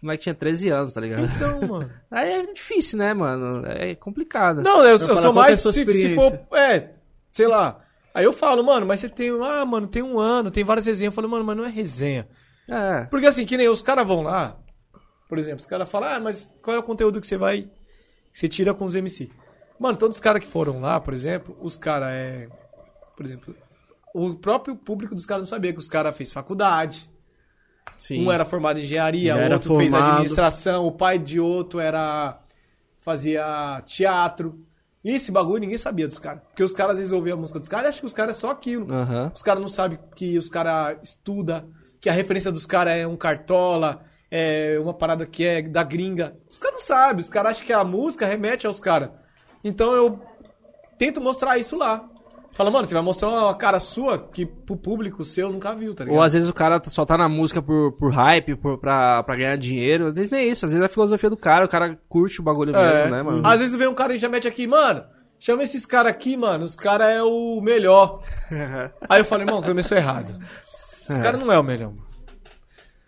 Speaker 3: como é que tinha 13 anos, tá ligado?
Speaker 5: Então, mano.
Speaker 3: Aí é difícil, né, mano? É complicado.
Speaker 5: Não, eu, eu
Speaker 4: falar,
Speaker 5: sou
Speaker 4: qual que é a
Speaker 5: mais.
Speaker 4: sua
Speaker 5: Se, se for.
Speaker 4: experiência?
Speaker 5: É, sei lá. Aí eu falo, mano, mas você tem. Ah, mano, tem um ano, tem várias resenhas. Eu falo, mano, mas não é resenha.
Speaker 3: É.
Speaker 5: Porque assim, que nem os caras vão lá. Por exemplo, os caras falam, ah, mas qual é o conteúdo que você vai. Que você tira com os MC? Mano, todos os caras que foram lá, por exemplo, os caras é. Por exemplo, o próprio público dos caras não sabia que os caras fez faculdade. Um era formado em engenharia,
Speaker 4: Já
Speaker 5: o
Speaker 4: era
Speaker 5: outro fez
Speaker 4: formado.
Speaker 5: administração, o pai de outro era fazia teatro. E esse bagulho ninguém sabia dos caras. Porque os caras resolviam a música dos caras e acham que os caras é só aquilo.
Speaker 3: Aham.
Speaker 5: Os caras não sabem que os caras estuda, que a referência dos caras é um cartola, é uma parada que é da gringa. Os caras não sabem, os caras acham que a música remete aos caras. Então eu tento mostrar isso lá. Fala, mano, você vai mostrar uma cara sua que pro público seu nunca viu, tá ligado?
Speaker 3: Ou às vezes o cara só tá na música por, por hype, por, pra, pra ganhar dinheiro. Às vezes nem isso, às vezes é a filosofia do cara, o cara curte o bagulho
Speaker 5: É.
Speaker 3: mesmo, né, mano?
Speaker 5: Às vezes vem um cara e já mete aqui, mano, chama esses caras aqui, mano, os caras é o melhor. Aí eu falo, irmão, começou errado. Os caras não é o melhor. mano.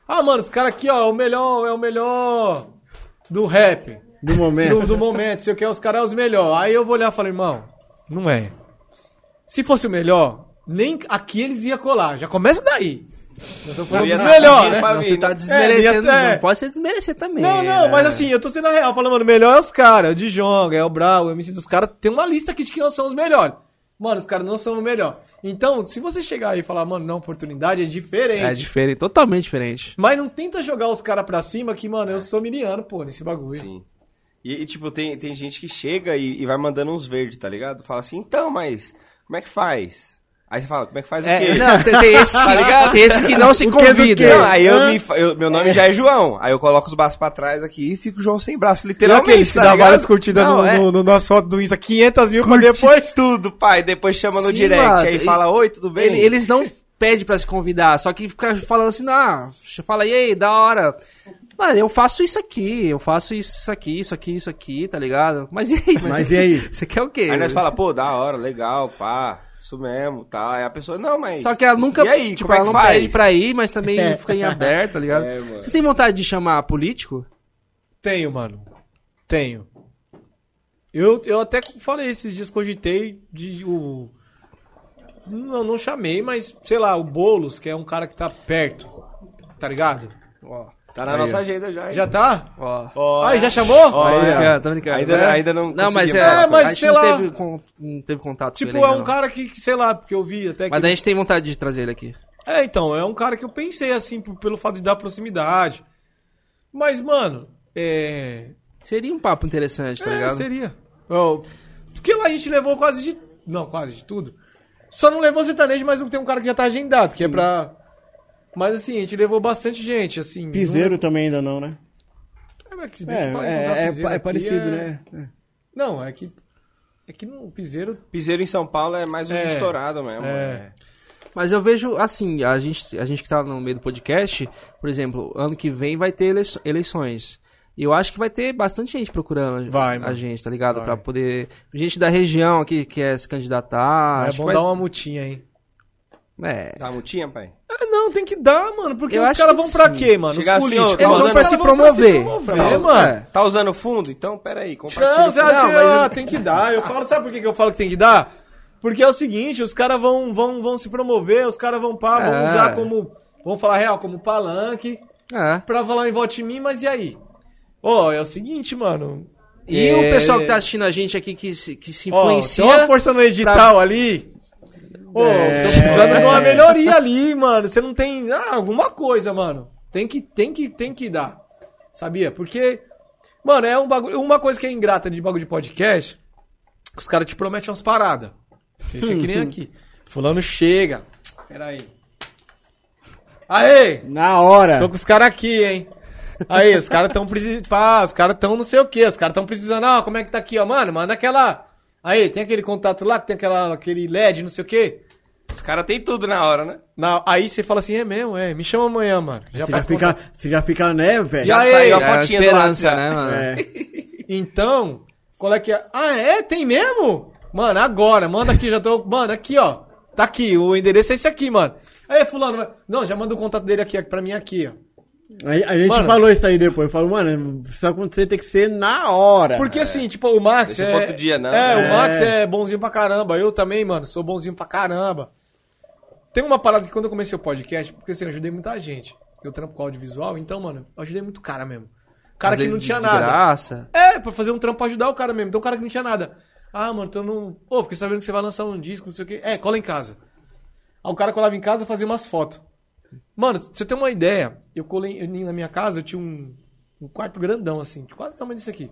Speaker 5: Ah, mano, os caras aqui, ó, é o melhor, é o melhor do rap,
Speaker 4: Do momento.
Speaker 5: do, do momento, sei o que, os caras é os melhor. Aí eu vou olhar e falo, irmão, não é. Se fosse o melhor, nem aqui eles iam colar, já começa daí. Eu tô falando
Speaker 1: ia
Speaker 5: dos
Speaker 1: na-
Speaker 5: melhor,
Speaker 1: ia
Speaker 5: né?
Speaker 1: pra
Speaker 3: Não,
Speaker 1: mim,
Speaker 3: você tá
Speaker 1: né?
Speaker 3: desmerecendo,
Speaker 5: É, ele até-
Speaker 3: não pode ser desmerecer também.
Speaker 5: Não, não,
Speaker 3: né?
Speaker 5: mas assim, eu tô sendo a real, falando, mano, melhor é os caras, é o Djonga, é o Brau, é o MC dos caras, tem uma lista aqui de que não são os melhores. Mano, os caras não são o melhor. Então, se você chegar aí e falar, mano, não, oportunidade é diferente.
Speaker 3: É diferente, totalmente diferente.
Speaker 5: Mas não tenta jogar os caras pra cima que, mano, eu sou miriano, pô, nesse bagulho.
Speaker 1: Sim. E, e, tipo, tem, tem gente que chega e, e vai mandando uns verdes, tá ligado? Fala assim, então, mas como é que faz? Aí você fala, como é que faz o
Speaker 3: É,
Speaker 1: quê?
Speaker 3: não, tem, tem esses que, tem esses que não se convida.
Speaker 1: Não, aí eu me fa- eu- meu nome já é João. Aí eu coloco os braços pra trás aqui e fico João sem braço, literalmente,
Speaker 5: Aqueles que
Speaker 1: tá
Speaker 5: dá
Speaker 1: ligado?
Speaker 5: várias curtidas
Speaker 3: Não,
Speaker 5: no,
Speaker 3: é.
Speaker 5: no, no nosso foto do Insta, 500 mil, mas
Speaker 1: Curte
Speaker 5: depois...
Speaker 1: tudo, pai. Depois chama no
Speaker 3: Sim,
Speaker 1: direct.
Speaker 3: mano,
Speaker 1: aí
Speaker 3: e-
Speaker 1: fala, oi, tudo bem?
Speaker 3: Ele- eles não pedem pra se convidar, só que fica falando assim, ah, fala, e aí, da hora. Mano, eu faço isso aqui, eu faço isso aqui, isso aqui, isso aqui, tá ligado? Mas e aí?
Speaker 4: Mas e aí?
Speaker 3: Você quer o quê?
Speaker 1: Aí nós fala, pô, da hora, legal, pá, isso mesmo, tá. Aí a pessoa, não, mas.
Speaker 3: Só que ela nunca,
Speaker 1: E aí,
Speaker 3: tipo,
Speaker 1: como é
Speaker 3: ela
Speaker 1: que
Speaker 3: não
Speaker 1: faz?
Speaker 3: pede pra ir, mas também fica em aberto, tá ligado?
Speaker 1: É, mano.
Speaker 3: Vocês têm vontade de chamar político?
Speaker 5: Tenho, mano. Tenho. Eu, eu até falei esses dias, cogitei de o. Não, não chamei, mas sei lá, o Boulos, que é um cara que tá perto. Tá ligado?
Speaker 1: Tá na nossa agenda já. hein?
Speaker 5: Já tá?
Speaker 3: Ó.
Speaker 1: Ó,
Speaker 5: Ah, e já chamou?
Speaker 3: Tô
Speaker 1: Olha.
Speaker 3: brincando, tô brincando.
Speaker 1: Ainda-
Speaker 3: É.
Speaker 1: ainda não
Speaker 3: Não, mas é.
Speaker 1: conseguimos falar
Speaker 5: com ele.
Speaker 3: a gente
Speaker 5: Mas, sei
Speaker 3: não
Speaker 5: lá.
Speaker 3: Teve, con- não teve contato
Speaker 5: tipo,
Speaker 3: com ele.
Speaker 5: é
Speaker 3: ainda,
Speaker 5: um
Speaker 3: não.
Speaker 5: cara que, que, sei lá, porque eu vi até que.
Speaker 3: Mas daí a gente tem vontade de trazer ele aqui.
Speaker 5: É, então, é um cara que eu pensei assim, p- pelo fato de dar proximidade. Mas, mano, é.
Speaker 3: Seria um papo interessante, tá
Speaker 5: é,
Speaker 3: ligado?
Speaker 5: seria. Ó, porque lá a gente levou quase de. Não, quase de tudo. Só não levou sertanejo, mas não tem um cara que já tá agendado, que é pra. Mas assim, a gente levou bastante gente, assim.
Speaker 4: Piseiro também ainda não, né?
Speaker 5: Não... É, que se
Speaker 4: É,
Speaker 5: bem que pra encontrar
Speaker 4: é, é,
Speaker 5: piseiro
Speaker 4: pa- é
Speaker 5: aqui
Speaker 4: parecido,
Speaker 5: é-
Speaker 4: né?
Speaker 5: Não, é que. É que no piseiro.
Speaker 1: Piseiro em São Paulo é mais um
Speaker 5: É.
Speaker 1: estourado mesmo.
Speaker 5: É.
Speaker 3: Mas eu vejo, assim, a gente, a gente que tá no meio do podcast, por exemplo, ano que vem vai ter ele- eleições. E eu acho que vai ter bastante gente procurando a-
Speaker 5: Vai,
Speaker 3: a
Speaker 5: mano.
Speaker 3: gente, tá ligado?
Speaker 5: Vai.
Speaker 3: Pra poder. Gente da região aqui que quer se candidatar.
Speaker 5: é
Speaker 3: acho
Speaker 5: bom
Speaker 3: que vai-
Speaker 5: dar uma multinha, hein?
Speaker 3: É.
Speaker 1: Tá mutinha, pai?
Speaker 5: Ah, não, tem que dar, mano. Porque
Speaker 3: Eu
Speaker 5: os
Speaker 3: acho
Speaker 5: caras
Speaker 3: que
Speaker 5: vão pra
Speaker 3: sim.
Speaker 5: quê, mano?
Speaker 1: Chegar
Speaker 5: os
Speaker 1: assim, ó,
Speaker 5: políticos.
Speaker 1: tá
Speaker 5: Eles
Speaker 1: usando
Speaker 5: vão pra
Speaker 3: pra
Speaker 5: se
Speaker 3: se
Speaker 5: promover.
Speaker 3: promover.
Speaker 5: Tá
Speaker 3: Tá-
Speaker 5: usando- mano.
Speaker 3: é.
Speaker 1: Tá usando fundo? Então, peraí, compartilha.
Speaker 5: Não, você acha
Speaker 3: Não,
Speaker 5: que,
Speaker 3: mas-
Speaker 5: ah, tem que dar. Eu falo, sabe por que que eu falo que tem que dar? Porque é o seguinte, os caras vão, vão, vão se promover, os caras vão, pá, vão
Speaker 3: É.
Speaker 5: usar como Vamos falar real, como palanque,
Speaker 3: É.
Speaker 5: pra falar em vote em mim, mas e aí? Ô, é o seguinte, mano.
Speaker 3: E
Speaker 5: É.
Speaker 3: o pessoal que tá assistindo a gente aqui que se, que se
Speaker 5: Ó,
Speaker 3: influencia.
Speaker 5: tem uma força no edital ali. Ô, tô precisando de uma melhoria ali, mano. Você não tem ah, alguma coisa, mano. Tem que, tem que, tem que dar. Sabia? Porque, mano, é um bagulho. Uma coisa que é ingrata de bagulho de podcast, que os caras te prometem umas paradas. Não sei se é que nem aqui. Fulano chega. Peraí. Aê!
Speaker 4: Na hora.
Speaker 5: Tô com os caras aqui, hein? Aí, os caras tão precisando. Pá, os caras tão não sei o quê. Os caras tão precisando. Ah, como é que tá aqui, ó, mano? Manda aquela. Aí, tem aquele contato lá que tem aquela, aquele LED, não sei o quê.
Speaker 1: Os caras tem tudo na hora, né?
Speaker 5: Na, aí você fala assim, é mesmo, é. Me chama amanhã, mano. Já tá
Speaker 4: você, já
Speaker 5: passa
Speaker 4: fica, você já fica, né, velho?
Speaker 1: Já
Speaker 5: aí,
Speaker 1: saiu a
Speaker 5: é
Speaker 3: É a
Speaker 1: fotinha do
Speaker 3: esperança,
Speaker 1: lado.
Speaker 3: né, mano?
Speaker 4: É.
Speaker 5: Então, qual é que é? Ah, é? Tem mesmo? Mano, agora, manda aqui, já tô. Mano, aqui, ó. Tá aqui, o endereço é esse aqui, mano. Aí, fulano, vai- não, já manda o contato dele aqui, aqui pra mim aqui, ó.
Speaker 4: Aí, a gente
Speaker 5: Mano.
Speaker 4: falou isso aí depois. Eu falo, mano, se isso acontecer tem que ser na hora.
Speaker 5: Porque assim, tipo, o Max
Speaker 1: Deixa
Speaker 5: é.
Speaker 1: pro outro dia, não. né?
Speaker 5: É,
Speaker 4: É.
Speaker 5: o Max é bonzinho pra caramba. Eu também, mano, sou bonzinho pra caramba. Tem uma parada que quando eu comecei o podcast, porque assim, eu ajudei muita gente. Eu trampo com audiovisual, então, mano, eu ajudei muito cara mesmo. Cara
Speaker 3: Fazer
Speaker 5: que não
Speaker 3: de-
Speaker 5: tinha
Speaker 3: de
Speaker 5: nada.
Speaker 3: Graça.
Speaker 5: É, pra fazer um trampo pra ajudar o cara mesmo. Então o cara que não tinha nada. Ah, mano, tô não. Ô, fiquei sabendo que você vai lançar um disco, não sei o quê. É, cola em casa. Aí o cara colava em casa e fazia umas fotos. Mano, pra você tem uma ideia, eu colei eu- na minha casa, eu tinha um, um quarto grandão, assim, quase o tamanho disso aqui.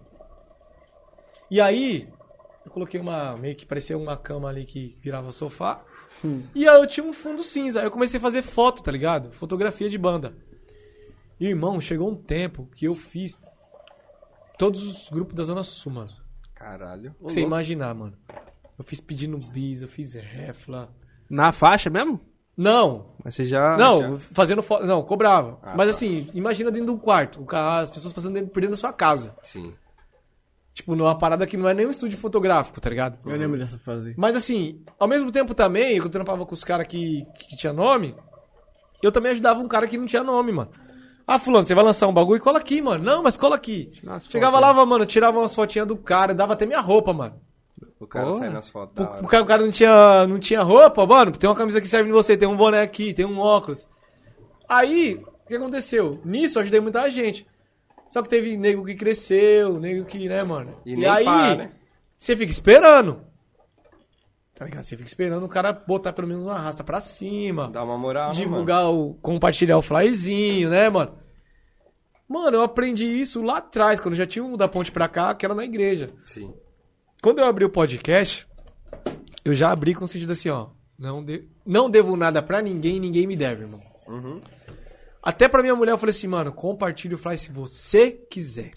Speaker 5: E aí, eu coloquei uma. meio que parecia uma cama ali que virava sofá. E aí eu tinha um fundo cinza. Aí eu comecei a fazer foto, tá ligado? Fotografia de banda. E, irmão, chegou um tempo que eu fiz todos os grupos da Zona Sul, mano.
Speaker 1: Caralho.
Speaker 5: Pra você imaginar, mano. Eu fiz pedindo bis, eu fiz refla.
Speaker 3: Na faixa mesmo?
Speaker 5: Não,
Speaker 3: Mas você Ah, já.
Speaker 5: não, fazendo foto. Não, cobrava.
Speaker 1: Ah,
Speaker 5: Mas
Speaker 1: tá.
Speaker 5: assim, imagina dentro de um quarto. o ca- As pessoas passando dentro, por dentro da sua casa.
Speaker 1: Sim.
Speaker 5: Tipo, numa parada que não é nem um estúdio fotográfico, tá ligado?
Speaker 4: Eu lembro dessa fase. aí.
Speaker 5: Mas assim, ao mesmo tempo também, eu trampava com os caras que, que, que tinha nome, eu também ajudava um cara que não tinha nome, mano. Ah, fulano, você vai lançar um bagulho? Cola aqui, mano. Não, mas cola aqui.
Speaker 3: Nossa,
Speaker 5: Chegava
Speaker 3: foto,
Speaker 5: lá, mano, eu tirava umas fotinhas do cara, dava até minha roupa, mano.
Speaker 1: O cara
Speaker 3: Porra.
Speaker 1: sai nas fotos
Speaker 5: O,
Speaker 1: da hora.
Speaker 5: o cara, o cara não, tinha, não tinha roupa, mano, tem uma camisa que serve em você, tem um boné aqui, tem um óculos. Aí, o que aconteceu? Nisso eu ajudei muita gente. Só que teve nego que cresceu, nego que, né, mano?
Speaker 1: E nem pá, né?
Speaker 5: você fica esperando. Tá ligado? Você fica esperando o cara botar pelo menos uma raça pra cima.
Speaker 1: Dá uma moral, né,
Speaker 5: divulgar o. compartilhar o flyzinho, né, mano? Mano, eu aprendi isso lá atrás, quando já tinha um da ponte pra cá, que era na igreja.
Speaker 1: mano? Sim.
Speaker 5: Quando eu abri o podcast, eu já abri com o sentido assim, ó. Não, de- não devo nada pra ninguém, ninguém me deve, irmão. Até pra minha mulher eu falei assim, mano, compartilha o Fly se você quiser.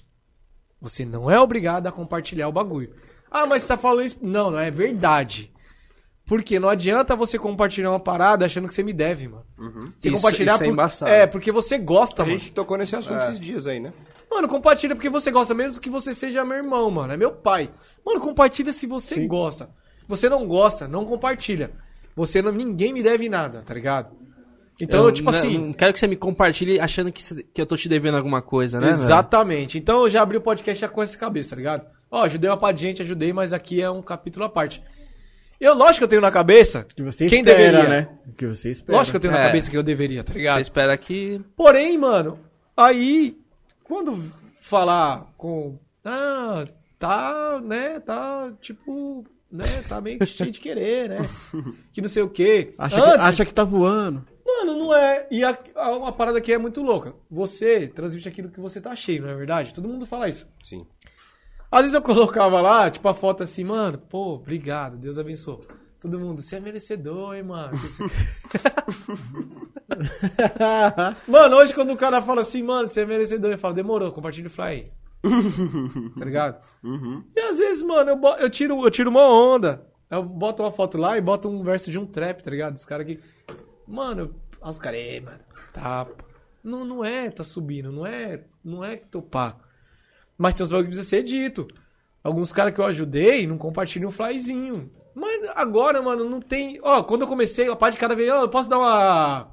Speaker 5: Você não é obrigado a compartilhar o bagulho. Ah, mas você tá falando isso. Não, não é verdade. Porque não adianta você compartilhar uma parada achando que você me deve, mano. Você
Speaker 3: Isso-
Speaker 5: compartilhar
Speaker 3: isso é
Speaker 5: por-
Speaker 3: embaçado.
Speaker 5: é, porque você gosta,
Speaker 1: A
Speaker 5: mano.
Speaker 1: gente tocou nesse assunto
Speaker 3: É.
Speaker 1: esses dias aí, né?
Speaker 5: Mano, compartilha porque você gosta, mesmo que você seja meu irmão, mano. É meu pai. Mano, compartilha se você gosta. Você não gosta, não compartilha. Você não. Ninguém me deve nada, tá ligado? Então, eu, tipo
Speaker 3: não-
Speaker 5: assim.
Speaker 3: Não quero que você me compartilhe achando que, cê- que eu tô te devendo alguma coisa, né?
Speaker 5: Exatamente. Então eu já abri o podcast já com essa cabeça, tá ligado? Ó, ajudei uma pá de gente, ajudei, mas aqui é um capítulo à parte. Eu, lógico que eu tenho na cabeça.
Speaker 4: Que você
Speaker 5: quem
Speaker 4: espera,
Speaker 5: deveria?
Speaker 4: né? Que você espera.
Speaker 5: Lógico que eu tenho na
Speaker 3: É.
Speaker 5: cabeça que eu deveria, tá ligado?
Speaker 3: Você espera que.
Speaker 5: Porém, mano, aí quando falar com ah, tá, né, tá tipo, né, tá meio que cheio de querer, né? Que não sei o quê.
Speaker 4: Acha, que,
Speaker 5: Antes-
Speaker 4: acha que tá voando.
Speaker 5: Mano, não é. E a, a- uma parada que é muito louca. Você transmite aquilo que você tá cheio, não é verdade? Todo mundo fala isso.
Speaker 1: Sim.
Speaker 5: Às vezes eu colocava lá, tipo, a foto assim, mano, pô, obrigado, Deus abençoe. Todo mundo, você é merecedor, hein, mano. Que não sei o quê. mano, hoje quando o cara fala assim, mano, você é merecedor, eu falo, demorou, compartilha o fly aí. tá ligado? E às vezes, mano, eu, bo- eu, tiro, eu tiro uma onda. Eu boto uma foto lá e boto um verso de um trap, tá ligado? Os caras que. Mano, eu- ah, os caras, "Ei, mano, tá. Não, não é tá subindo, não é, não é topar. Mas tem uns bagulho que precisa ser dito. Alguns caras que eu ajudei não compartilham o flyzinho. Mas agora, mano, não tem. Ó, quando eu comecei, a parte de cada vez, ó, eu posso dar uma.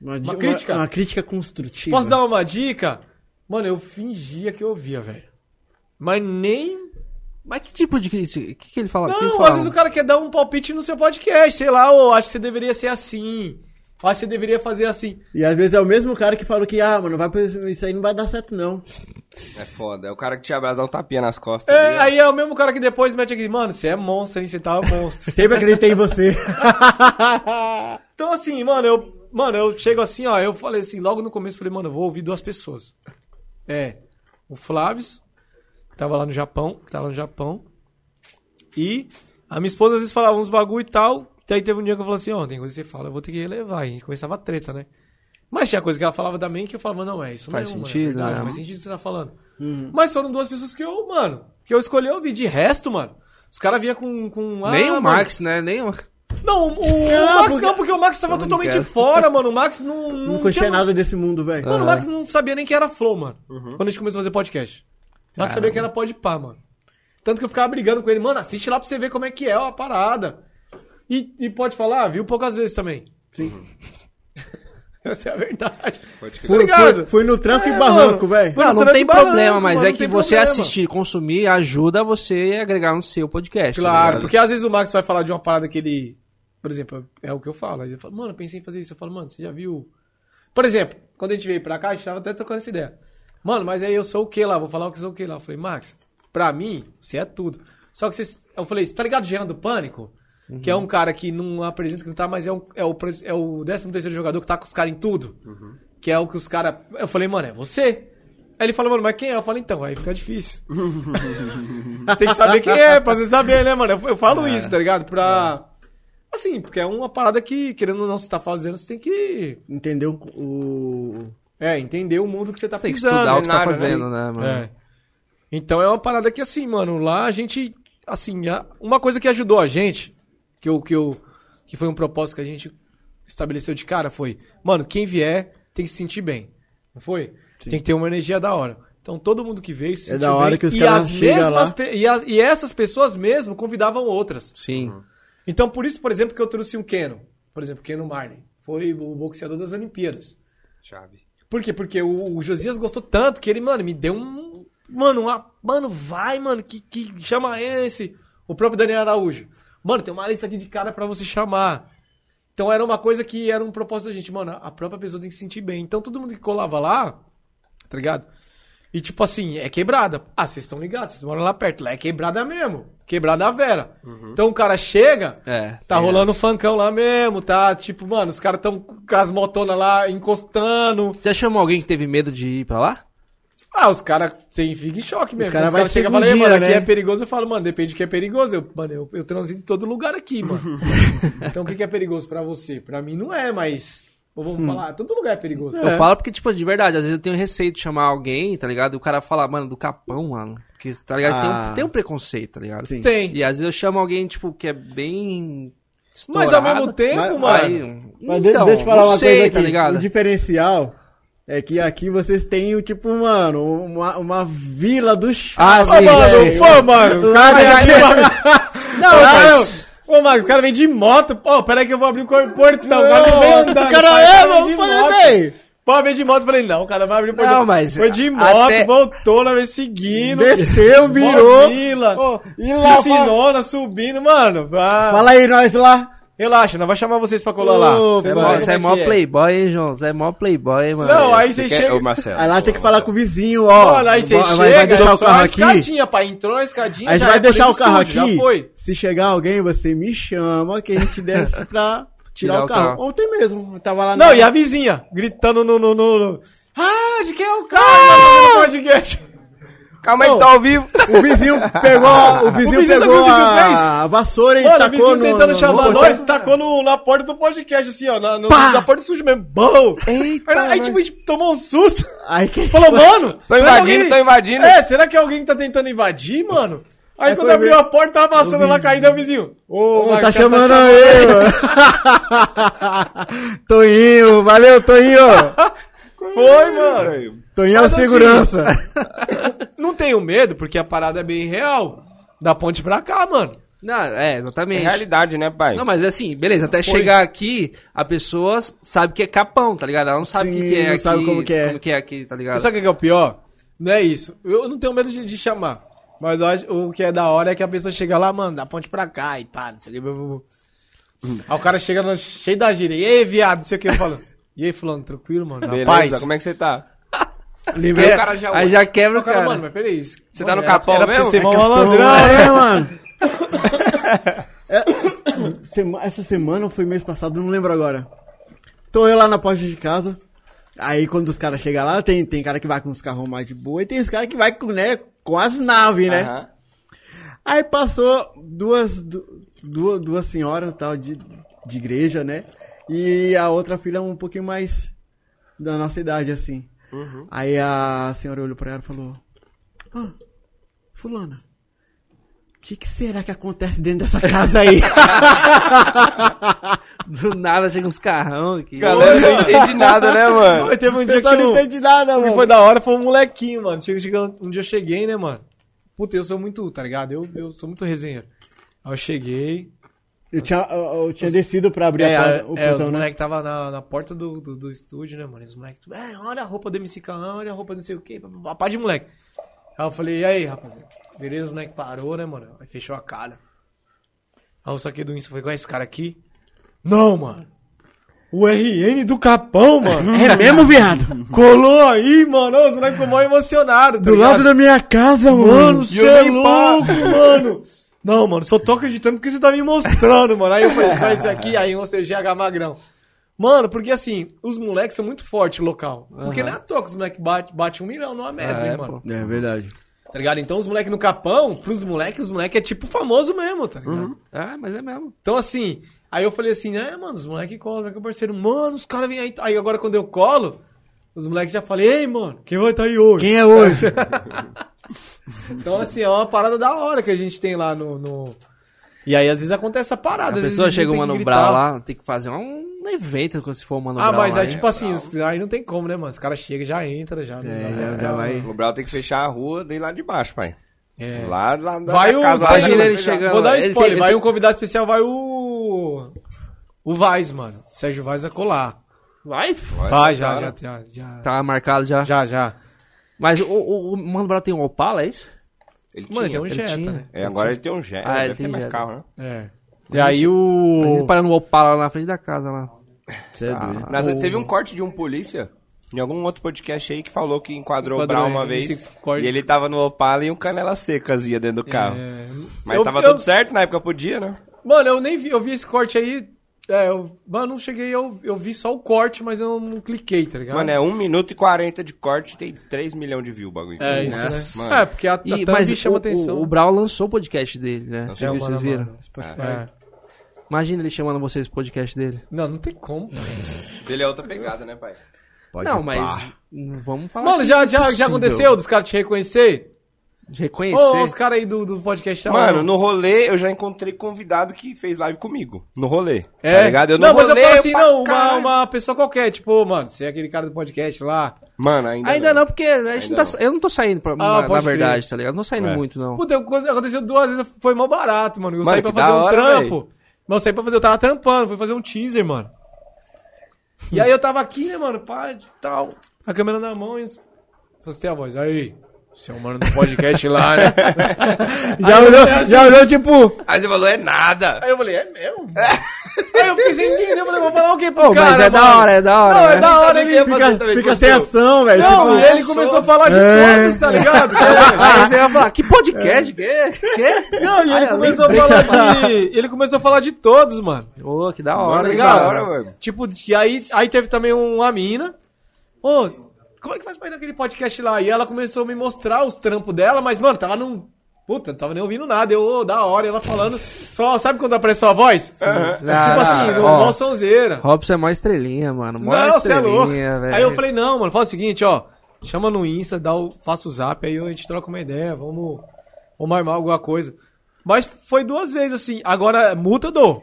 Speaker 4: Uma, di-
Speaker 5: crítica.
Speaker 4: Uma, uma crítica construtiva.
Speaker 5: Posso dar um- uma dica? Mano, eu fingia que eu ouvia, velho. Mas nem.
Speaker 3: Mas que tipo de. crítica? O que, que ele fala? o que eles
Speaker 5: Não, às
Speaker 3: falam?
Speaker 5: vezes o cara quer dar um palpite no seu podcast, sei lá, ou acho que você deveria ser assim. Acho que você deveria fazer assim.
Speaker 4: E às vezes é o mesmo cara que falou que, ah, mano, vai pra isso isso aí não vai dar certo, não.
Speaker 1: É foda. É o cara que te abraça, dá um tapinha nas costas.
Speaker 5: É,
Speaker 1: É,
Speaker 5: aí é o mesmo cara que depois mete aqui, mano, você é monstro, hein? Você tá um monstro.
Speaker 4: Sempre acreditei em você.
Speaker 5: Então, assim, mano, eu, mano, eu chego assim, ó, eu falei assim, logo no começo, eu falei, mano, eu vou ouvir duas pessoas. É, o Flávio, que tava lá no Japão, que tava lá no Japão, e a minha esposa às vezes falava uns bagulho e tal, daí teve um dia que eu falei assim, ó, tem coisa que você fala, eu vou ter que relevar, e começava a treta, né? Mas tinha coisa que ela falava também que eu falava, não, é isso
Speaker 3: Faz
Speaker 5: mesmo, mano, é
Speaker 3: sentido,
Speaker 5: verdade,
Speaker 3: né?
Speaker 5: Faz sentido o que você tá falando. Mas foram duas pessoas que eu, mano, que eu escolhi ouvir, de resto, mano, os caras vinham com, com... ah,
Speaker 3: Nem o
Speaker 5: mano,
Speaker 3: Max, né? Nem o...
Speaker 5: não, o, o
Speaker 4: Não,
Speaker 5: Max
Speaker 4: porque-
Speaker 5: não, porque o Max tava totalmente
Speaker 3: quero.
Speaker 5: fora, mano. O Max não. Não, Ah.
Speaker 4: Não conhecia
Speaker 5: tinha-
Speaker 4: nada desse mundo, velho.
Speaker 5: Mano, o Max não sabia nem que era Flow, mano. Quando a gente começou a fazer podcast. O Max sabia que era pode pá, mano. Tanto que eu ficava brigando com ele, mano, assiste lá pra você ver como é que é a parada. E, e pode falar, Ah, viu poucas vezes também.
Speaker 4: Sim.
Speaker 5: Essa é a verdade.
Speaker 1: Pode
Speaker 5: Tá
Speaker 4: Fui,
Speaker 5: ligado?
Speaker 4: fui, fui no tranco
Speaker 5: É,
Speaker 4: e barranco,
Speaker 5: mano.
Speaker 4: velho.
Speaker 5: Mano,
Speaker 3: Não, não
Speaker 5: tanto
Speaker 3: tem
Speaker 5: barranco,
Speaker 3: problema, mas
Speaker 5: mano,
Speaker 3: é
Speaker 5: não
Speaker 3: que
Speaker 5: tem
Speaker 3: você
Speaker 5: problema.
Speaker 3: assistir, consumir, ajuda você a agregar no seu podcast. tá
Speaker 5: Claro,
Speaker 3: ligado?
Speaker 5: porque às vezes o Max vai falar de uma parada que ele. Por exemplo, é o que eu falo. Aí Ele fala, mano, eu pensei em fazer isso. Eu falo, mano, você já viu. Por exemplo, quando a gente veio pra cá, a gente tava até trocando essa ideia. Mano, mas aí eu sou o que lá? Vou falar o que eu sou o que lá. Eu falei, Max, pra mim, você é tudo. Só que você. Eu falei, você tá ligado, Gerando do Pânico?
Speaker 3: Uhum.
Speaker 5: Que é um cara que não apresenta, que não tá, mas é, um, é o, pres- é o 13 terceiro jogador que tá com os caras em tudo.
Speaker 3: Uhum.
Speaker 5: Que é o que os caras. Eu falei, mano, é você. Aí ele falou, mano, mas quem é? Eu falei, então, aí fica difícil. Você tem que saber quem é, pra você saber, né, mano? Eu, eu falo
Speaker 4: É.
Speaker 5: isso, tá ligado? Pra. Assim, porque é uma parada que, querendo ou não, você tá fazendo, você tem que.
Speaker 4: Entendeu o.
Speaker 5: É, entender o mundo que você tá
Speaker 3: Tem que
Speaker 5: pisando,
Speaker 3: estudar o que você tá
Speaker 5: cenário, né?
Speaker 3: fazendo, né, mano?
Speaker 5: É. Então é uma parada que, assim, mano, lá a gente. Assim, a- uma coisa que ajudou a gente, que, eu, que, eu, que foi um propósito que a gente estabeleceu de cara, foi: mano, quem vier tem que se sentir bem. Não foi? Tem que ter uma energia da hora. Então todo mundo que veio se
Speaker 4: É
Speaker 5: sentiu
Speaker 4: da hora
Speaker 5: bem,
Speaker 4: que os
Speaker 5: e
Speaker 4: caras
Speaker 5: as
Speaker 4: chegam
Speaker 5: mesmas
Speaker 4: lá.
Speaker 5: pe- e, as- e essas pessoas mesmo convidavam outras.
Speaker 3: Sim.
Speaker 5: Então, por isso, por exemplo, que eu trouxe um Keno. Por exemplo, Keno Marley. Foi o boxeador das Olimpíadas.
Speaker 1: Chave.
Speaker 5: Por quê? Porque o, o Josias gostou tanto que ele, mano, me deu um. Mano, uma- mano, vai, mano, que, que chama esse? O próprio Daniel Araújo. Mano, tem uma lista aqui de cara pra você chamar. Então era uma coisa que era um propósito da gente, mano, a própria pessoa tem que se sentir bem. Então todo mundo que colava lá, tá ligado? E tipo assim, é quebrada. Ah, vocês estão ligados, vocês moram lá perto. Lá é quebrada mesmo. Quebrada a vera. Então o cara chega,
Speaker 3: É,
Speaker 5: tá
Speaker 3: tem
Speaker 5: rolando um
Speaker 3: essa.
Speaker 5: funkão lá mesmo, tá? Tipo, mano, os caras tão com as motonas lá encostando.
Speaker 3: Você já chamou alguém que teve medo de ir pra lá?
Speaker 5: Ah, os caras ficam em choque mesmo.
Speaker 4: Os cara
Speaker 5: os
Speaker 4: vai
Speaker 5: caras chegam e falam,
Speaker 4: segundo
Speaker 5: "Ei, mano,
Speaker 4: dia,
Speaker 5: aqui
Speaker 4: né?"
Speaker 5: é perigoso. Eu falo, mano, depende do que é perigoso. Eu, mano, eu, eu transito em todo lugar aqui, mano. então o que, que é perigoso pra você? Pra mim não é, mas. Ou vamos
Speaker 4: Hum.
Speaker 5: falar, todo lugar é perigoso.
Speaker 3: Eu falo porque, tipo, de verdade, às vezes eu tenho receio de chamar alguém, tá ligado? E o cara fala, mano, do capão, mano. Porque, tá ligado? Tem, um,
Speaker 4: Ah.
Speaker 3: tem um preconceito, tá ligado?
Speaker 4: Sim.
Speaker 5: Tem.
Speaker 3: E às vezes eu chamo alguém, tipo, que é bem.
Speaker 5: Mas
Speaker 3: estourado,
Speaker 5: ao mesmo tempo,
Speaker 4: Mas-
Speaker 5: mano.
Speaker 3: Aí,
Speaker 4: Mas de-
Speaker 3: então,
Speaker 4: deixa eu falar
Speaker 3: não
Speaker 4: uma
Speaker 3: sei,
Speaker 4: coisa aqui.
Speaker 3: tá ligado?
Speaker 4: O diferencial é que aqui vocês têm, tipo, mano, uma, uma vila do chá.
Speaker 3: Ah, sim, sim.
Speaker 5: Ô, mano.
Speaker 4: Lá dentro-
Speaker 3: Não,
Speaker 5: Cara,
Speaker 3: mas...
Speaker 5: ô, Marcos, o cara vem de moto. Pô, peraí que eu vou abrir o cor- portão. O cara não vem
Speaker 4: Não,
Speaker 5: andando.
Speaker 4: o cara
Speaker 5: pai,
Speaker 4: é,
Speaker 5: vem
Speaker 4: mano.
Speaker 5: de
Speaker 4: Eu falei,
Speaker 5: moto.
Speaker 4: velho.
Speaker 5: Pô, vem de moto. Falei, não, o cara vai abrir o portão.
Speaker 3: mas
Speaker 5: Foi de moto,
Speaker 3: até-
Speaker 5: voltou na vez seguindo.
Speaker 4: Desceu, virou.
Speaker 5: Vila,
Speaker 4: Ô, e lá, fala,
Speaker 5: piscinona, subindo, mano. vá.
Speaker 4: fala aí, nós lá.
Speaker 5: Relaxa, nós vai chamar vocês pra colar lá.
Speaker 4: Ô,
Speaker 5: Cê
Speaker 4: pai.
Speaker 5: vai-
Speaker 3: Você é mó playboy, hein, João? Você é mó playboy, hein, mano?
Speaker 5: Não, aí você
Speaker 1: quer-
Speaker 5: chega...
Speaker 1: Ô, Marcelo.
Speaker 4: Aí lá tem que
Speaker 1: Ô,
Speaker 4: falar
Speaker 1: Marcelo.
Speaker 4: com o vizinho, ó.
Speaker 5: Mano, aí você
Speaker 4: vai,
Speaker 5: chega, é
Speaker 4: vai deixar o
Speaker 5: só
Speaker 4: carro
Speaker 5: a
Speaker 4: aqui.
Speaker 5: escadinha, pai. Entrou na escadinha,
Speaker 4: A gente
Speaker 5: já
Speaker 4: vai
Speaker 5: é pra
Speaker 4: deixar o
Speaker 5: dentro do
Speaker 4: carro
Speaker 5: estúdio,
Speaker 4: aqui.
Speaker 5: Já foi.
Speaker 4: Se chegar alguém, você me chama que a gente desce pra tirar, o, carro. Ontem mesmo, eu tava lá
Speaker 5: Não,
Speaker 4: na-
Speaker 5: e a vizinha, gritando no... no, no, no- Ah, de quem é o carro? Ah! Mano, podcast.
Speaker 1: Calma aí, que
Speaker 4: Ô.
Speaker 1: tá ao vivo.
Speaker 4: O vizinho pegou, a- o vizinho
Speaker 5: vizinho sabe o que
Speaker 4: pegou
Speaker 5: o vizinho
Speaker 4: a, a vassoura e
Speaker 5: Mano, o
Speaker 4: tacou
Speaker 5: vizinho
Speaker 4: no...
Speaker 5: tentando
Speaker 4: no-
Speaker 5: chamar
Speaker 4: no-
Speaker 5: nós, tá- tacou no, na porta do podcast, assim, ó. Na, no- na porta do sujo mesmo. Bom!
Speaker 4: Eita,
Speaker 5: aí, aí, tipo, a gente tomou um susto.
Speaker 4: Aí que...
Speaker 5: Falou, mano,
Speaker 1: Tô
Speaker 5: será que
Speaker 1: invadindo,
Speaker 5: alguém-
Speaker 1: tô invadindo.
Speaker 5: É, será que alguém tá tentando invadir, mano? Aí
Speaker 4: Aí
Speaker 5: quando
Speaker 4: É, foi
Speaker 5: abriu
Speaker 4: ver.
Speaker 5: a porta, tava passando lá caindo, é o vizinho. Ô,
Speaker 4: Ô,
Speaker 5: Marcos,
Speaker 4: tá
Speaker 5: cara,
Speaker 4: chamando aí, mano. Toinho, valeu, Toinho.
Speaker 5: Foi, mano.
Speaker 4: Toinho é o
Speaker 5: Mas assim-
Speaker 4: segurança.
Speaker 5: Não tenho medo, porque a parada é bem real. Da ponte pra cá, mano.
Speaker 3: Não, é,
Speaker 1: É
Speaker 3: exatamente.
Speaker 1: realidade, né, pai?
Speaker 3: Não, mas assim, beleza, até chegar aqui, a pessoa sabe que é capão, tá ligado? Ela não sabe o que,
Speaker 4: Sim,
Speaker 3: que é
Speaker 4: não
Speaker 3: aqui,
Speaker 4: sabe como que é.
Speaker 3: aqui, tá ligado?
Speaker 5: Sabe o que que é o pior? Não é isso. Eu não tenho medo de, de chamar. Mas eu acho, o que é da hora é que a pessoa chega lá, mano, da ponte pra cá e pá, não sei o que. blá, blá, blá. Aí o cara chega no- cheio da gíria. E aí, viado, não sei o que. Eu falo. E aí, fulano, tranquilo, mano?
Speaker 1: Beleza,
Speaker 5: Rapaz. é
Speaker 1: como é que você tá?
Speaker 4: Lembrei.
Speaker 1: o cara já
Speaker 3: Aí já quebra
Speaker 5: Não,
Speaker 3: o cara.
Speaker 5: cara, mano, mas peraí. isso-
Speaker 1: Você tá no
Speaker 5: Era pra-
Speaker 1: capão
Speaker 5: era pra
Speaker 1: mesmo?
Speaker 5: Você ser
Speaker 1: É que
Speaker 5: mó
Speaker 1: eu tô-
Speaker 5: malandrão,
Speaker 4: É,
Speaker 5: né?
Speaker 4: mano. É, sema- essa semana ou foi mês passado, não lembro agora. Tô eu lá na porta de casa. Aí quando os caras chegam lá, tem, tem cara que vai com os carros mais de boa e tem os caras que vai com, né, com as naves, né?
Speaker 1: Aham.
Speaker 4: Aí passou duas, du- duas, duas senhoras tal de, de igreja, né? E a outra filha um pouquinho mais da nossa idade, assim.
Speaker 5: Uhum.
Speaker 4: Aí a senhora olhou pra ela e falou: ah, Fulana, o que, que será que acontece dentro dessa casa aí?
Speaker 3: Do nada chega uns carrão aqui.
Speaker 1: Galera, não entendi nada, né, mano?
Speaker 5: Mas teve um dia
Speaker 4: Eu
Speaker 5: que
Speaker 4: não
Speaker 5: eu...
Speaker 4: entendi nada,
Speaker 5: que
Speaker 4: mano.
Speaker 5: foi da hora foi um molequinho, mano. Chega- chega- um dia eu cheguei, né, mano? Puta, eu sou muito, tá ligado? Eu, eu sou muito resenheiro. Aí eu cheguei.
Speaker 4: Eu tinha, eu, eu tinha descido pra abrir
Speaker 5: É,
Speaker 4: a
Speaker 5: é,
Speaker 4: porta, o
Speaker 5: os
Speaker 4: portão, né?
Speaker 5: moleques tava na, na porta do, do, do estúdio, né, mano? Os moleques, tudo, é, olha a roupa do MC Calão, olha a roupa do não sei o quê, pá, pá, pá, pá de moleque. Aí eu falei, e aí, rapaziada? Beleza, os moleques parou, né, mano? Aí fechou a cara. Aí eu saquei do Insta e falei, qual é esse cara aqui? Não, mano. O RN do Capão, mano.
Speaker 4: É mesmo, viado?
Speaker 5: Colou aí, mano. Os moleques ficou mó emocionado. tá
Speaker 4: Do lado
Speaker 5: ligado?
Speaker 4: da minha casa,
Speaker 5: Mano,
Speaker 4: mano.
Speaker 5: você é louco, mano. Não, mano, só tô acreditando porque você tá me mostrando, mano. Aí eu falei, vai esse aqui, aí você GH magrão. Mano, porque assim, os moleques são muito fortes local. Porque não é à toa que os moleques batem bate um milhão numa média, hein, mano.
Speaker 4: É verdade.
Speaker 5: Tá ligado? Então os moleques no capão, pros moleques, os moleques é tipo famoso mesmo, tá ligado?
Speaker 3: Ah, mas é mesmo.
Speaker 5: Então, assim, aí eu falei assim, é, mano, os moleques colam, que parceiro, mano, os caras vêm aí. Aí agora quando eu colo, os moleques já falam, ei, mano, quem vai tá aí hoje?
Speaker 4: Quem é hoje?
Speaker 5: Então, assim, é uma parada da hora que a gente tem lá no. no- E aí, às vezes, acontece essa
Speaker 3: A
Speaker 5: parada. às vezes
Speaker 3: pessoa
Speaker 5: gente
Speaker 3: chega o
Speaker 5: tem que
Speaker 3: Mano
Speaker 5: gritar.
Speaker 3: Brown lá, tem que fazer um um evento quando se for o Mano
Speaker 5: Ah,
Speaker 3: Brown
Speaker 5: mas
Speaker 3: lá,
Speaker 5: é
Speaker 3: hein?
Speaker 5: tipo assim, os- aí não tem como, né, mano? Os caras chegam e já entram, já. não dá
Speaker 4: É,
Speaker 5: pra-
Speaker 4: já, já vai.
Speaker 1: O Brau tem que fechar a rua daí lá de baixo, pai.
Speaker 5: É.
Speaker 1: Lá, lá da
Speaker 5: Vai
Speaker 1: da
Speaker 5: o.
Speaker 1: casa, lá
Speaker 3: imagina
Speaker 1: da-
Speaker 3: ele chegando.
Speaker 5: Vou dar um
Speaker 3: Ele
Speaker 5: spoiler.
Speaker 3: tem-
Speaker 5: vai
Speaker 3: ele-
Speaker 5: um convidado especial, vai o. O Vaz, mano. Sérgio Vaz a colar.
Speaker 3: Vai?
Speaker 5: Vai,
Speaker 1: da
Speaker 5: já,
Speaker 1: hora.
Speaker 5: já, já, já.
Speaker 3: Tá marcado já.
Speaker 5: Já, já.
Speaker 3: Mas o, o, o Mano Brown tem um Opala, é isso?
Speaker 1: Ele tinha.
Speaker 5: Mano, tem um
Speaker 3: ele
Speaker 5: Jetta,
Speaker 3: tinha.
Speaker 5: né?
Speaker 1: É, agora ele tem um Jetta,
Speaker 3: Ah, ele
Speaker 1: deve ter
Speaker 3: tem
Speaker 1: mais
Speaker 3: Jetta.
Speaker 1: carro, né?
Speaker 5: É. E aí o. Tá
Speaker 3: Ele parando o Opala lá na frente da casa lá.
Speaker 4: Você
Speaker 5: Ah.
Speaker 4: é doido.
Speaker 1: Mas teve um corte de um polícia em algum outro podcast aí que falou que enquadrou,
Speaker 5: Enquadrou,
Speaker 1: o Brown uma
Speaker 5: é,
Speaker 1: vez.
Speaker 5: esse corte.
Speaker 1: E ele tava no Opala e um canela secas ia dentro do carro.
Speaker 5: É,
Speaker 1: Mas
Speaker 5: eu-
Speaker 1: tava
Speaker 5: eu-
Speaker 1: tudo certo, na época podia, né?
Speaker 5: Mano, eu nem vi, eu vi esse corte aí. É, eu, mano, não cheguei, eu, eu vi só o corte, mas eu não cliquei, tá ligado?
Speaker 1: Mano, é 1 minuto e 40 de corte tem 3 milhões de views o bagulho.
Speaker 5: É isso,
Speaker 1: Nossa,
Speaker 5: né?
Speaker 1: Mano,
Speaker 5: É, porque a, a
Speaker 3: E,
Speaker 5: thumb
Speaker 3: mas
Speaker 5: chama
Speaker 3: o,
Speaker 5: atenção.
Speaker 3: o, o Brown lançou o podcast dele, né? Vocês,
Speaker 5: Chama,
Speaker 3: vocês
Speaker 5: né,
Speaker 3: viram?
Speaker 5: mano? Spotify. É.
Speaker 3: Imagina ele chamando vocês pro podcast dele.
Speaker 5: Não, não tem como. velho.
Speaker 1: dele é outra pegada, né, pai?
Speaker 3: não, mas não vamos falar.
Speaker 5: Mano,
Speaker 3: que
Speaker 5: já,
Speaker 3: é
Speaker 5: já, já
Speaker 3: impossível.
Speaker 5: aconteceu dos caras te reconhecer? Ô,
Speaker 3: Reconhecer.
Speaker 5: os caras aí do, do podcast tá
Speaker 1: Mano,
Speaker 5: lá.
Speaker 1: no rolê eu já encontrei convidado que fez live comigo. No rolê.
Speaker 5: É.
Speaker 1: Tá ligado? Eu
Speaker 5: não,
Speaker 1: não,
Speaker 5: mas eu
Speaker 1: rolê,
Speaker 5: falo assim,
Speaker 1: pra
Speaker 5: não, uma,
Speaker 1: caralho.
Speaker 5: uma pessoa qualquer, tipo, ô, mano, você é aquele cara do podcast lá.
Speaker 1: Mano, ainda,
Speaker 3: Ainda não, porque a gente
Speaker 1: Ainda
Speaker 3: não tá-
Speaker 1: não.
Speaker 3: eu não tô saindo, pra, na- na,
Speaker 5: Ah, pode crer.
Speaker 3: verdade, tá ligado? Eu não tô saindo
Speaker 1: É.
Speaker 3: muito, não.
Speaker 5: Puta, eu- coisa- aconteceu duas vezes, foi mó barato, mano. Eu
Speaker 1: Mano,
Speaker 5: saí pra
Speaker 1: que
Speaker 5: fazer
Speaker 1: da
Speaker 5: um
Speaker 1: hora,
Speaker 5: trampo. Mas eu saí pra fazer, eu tava trampando, fui fazer um teaser, mano. E aí eu tava aqui, né, mano, pá, de tal. A câmera na mão e... Só tem a voz, aí... Você é o mano do podcast lá, né?
Speaker 4: Já olhou, já olhou, tipo.
Speaker 1: Aí você falou, é nada.
Speaker 5: assim, aí eu falei, é mesmo? aí eu fiquei sem entender, eu falei, vou falar o quê pro
Speaker 3: Ô,
Speaker 5: cara,
Speaker 3: mas é da
Speaker 5: mano?
Speaker 3: hora, é da hora.
Speaker 5: Não, é
Speaker 3: né?
Speaker 5: da hora,
Speaker 1: Sabe
Speaker 5: ele...
Speaker 1: o que fazer
Speaker 4: Fica,
Speaker 1: também
Speaker 4: fica
Speaker 1: com o
Speaker 4: sem
Speaker 1: seu.
Speaker 4: ação, velho.
Speaker 5: Não, é.
Speaker 4: tipo,
Speaker 5: ele começou a falar de todos, tá ligado?
Speaker 3: Aí você ia falar, que podcast? Que? Que?
Speaker 5: É. Não, e
Speaker 3: Ai, eu
Speaker 5: ele começou a falar de... Ele começou a falar de todos, mano.
Speaker 3: Ô, que da hora,
Speaker 5: Tá
Speaker 3: hein,
Speaker 5: ligado?
Speaker 1: da
Speaker 3: cara.
Speaker 1: hora, mano.
Speaker 5: Tipo, que aí, aí teve também uma mina. Ô, como é que faz pra ir naquele podcast lá? E ela começou a me mostrar os trampos dela, mas, mano, tava num. Puta, não tava nem ouvindo nada. Eu, ô, da hora, ela falando. Só, sabe quando aparece sua voz? Tipo
Speaker 3: Ah,
Speaker 5: assim,
Speaker 3: ah,
Speaker 5: no
Speaker 3: ó.
Speaker 5: mó sonzeira.
Speaker 3: Robson é mó estrelinha, mano. Mó
Speaker 5: Não, você é
Speaker 3: estrelinha,
Speaker 5: louco.
Speaker 3: velho.
Speaker 5: Aí eu falei, não, mano, fala o seguinte, ó. Chama no Insta, dá o, faça o zap, aí a gente troca uma ideia, vamos, vamos armar alguma coisa. Mas foi duas vezes assim. Agora, multa eu dou.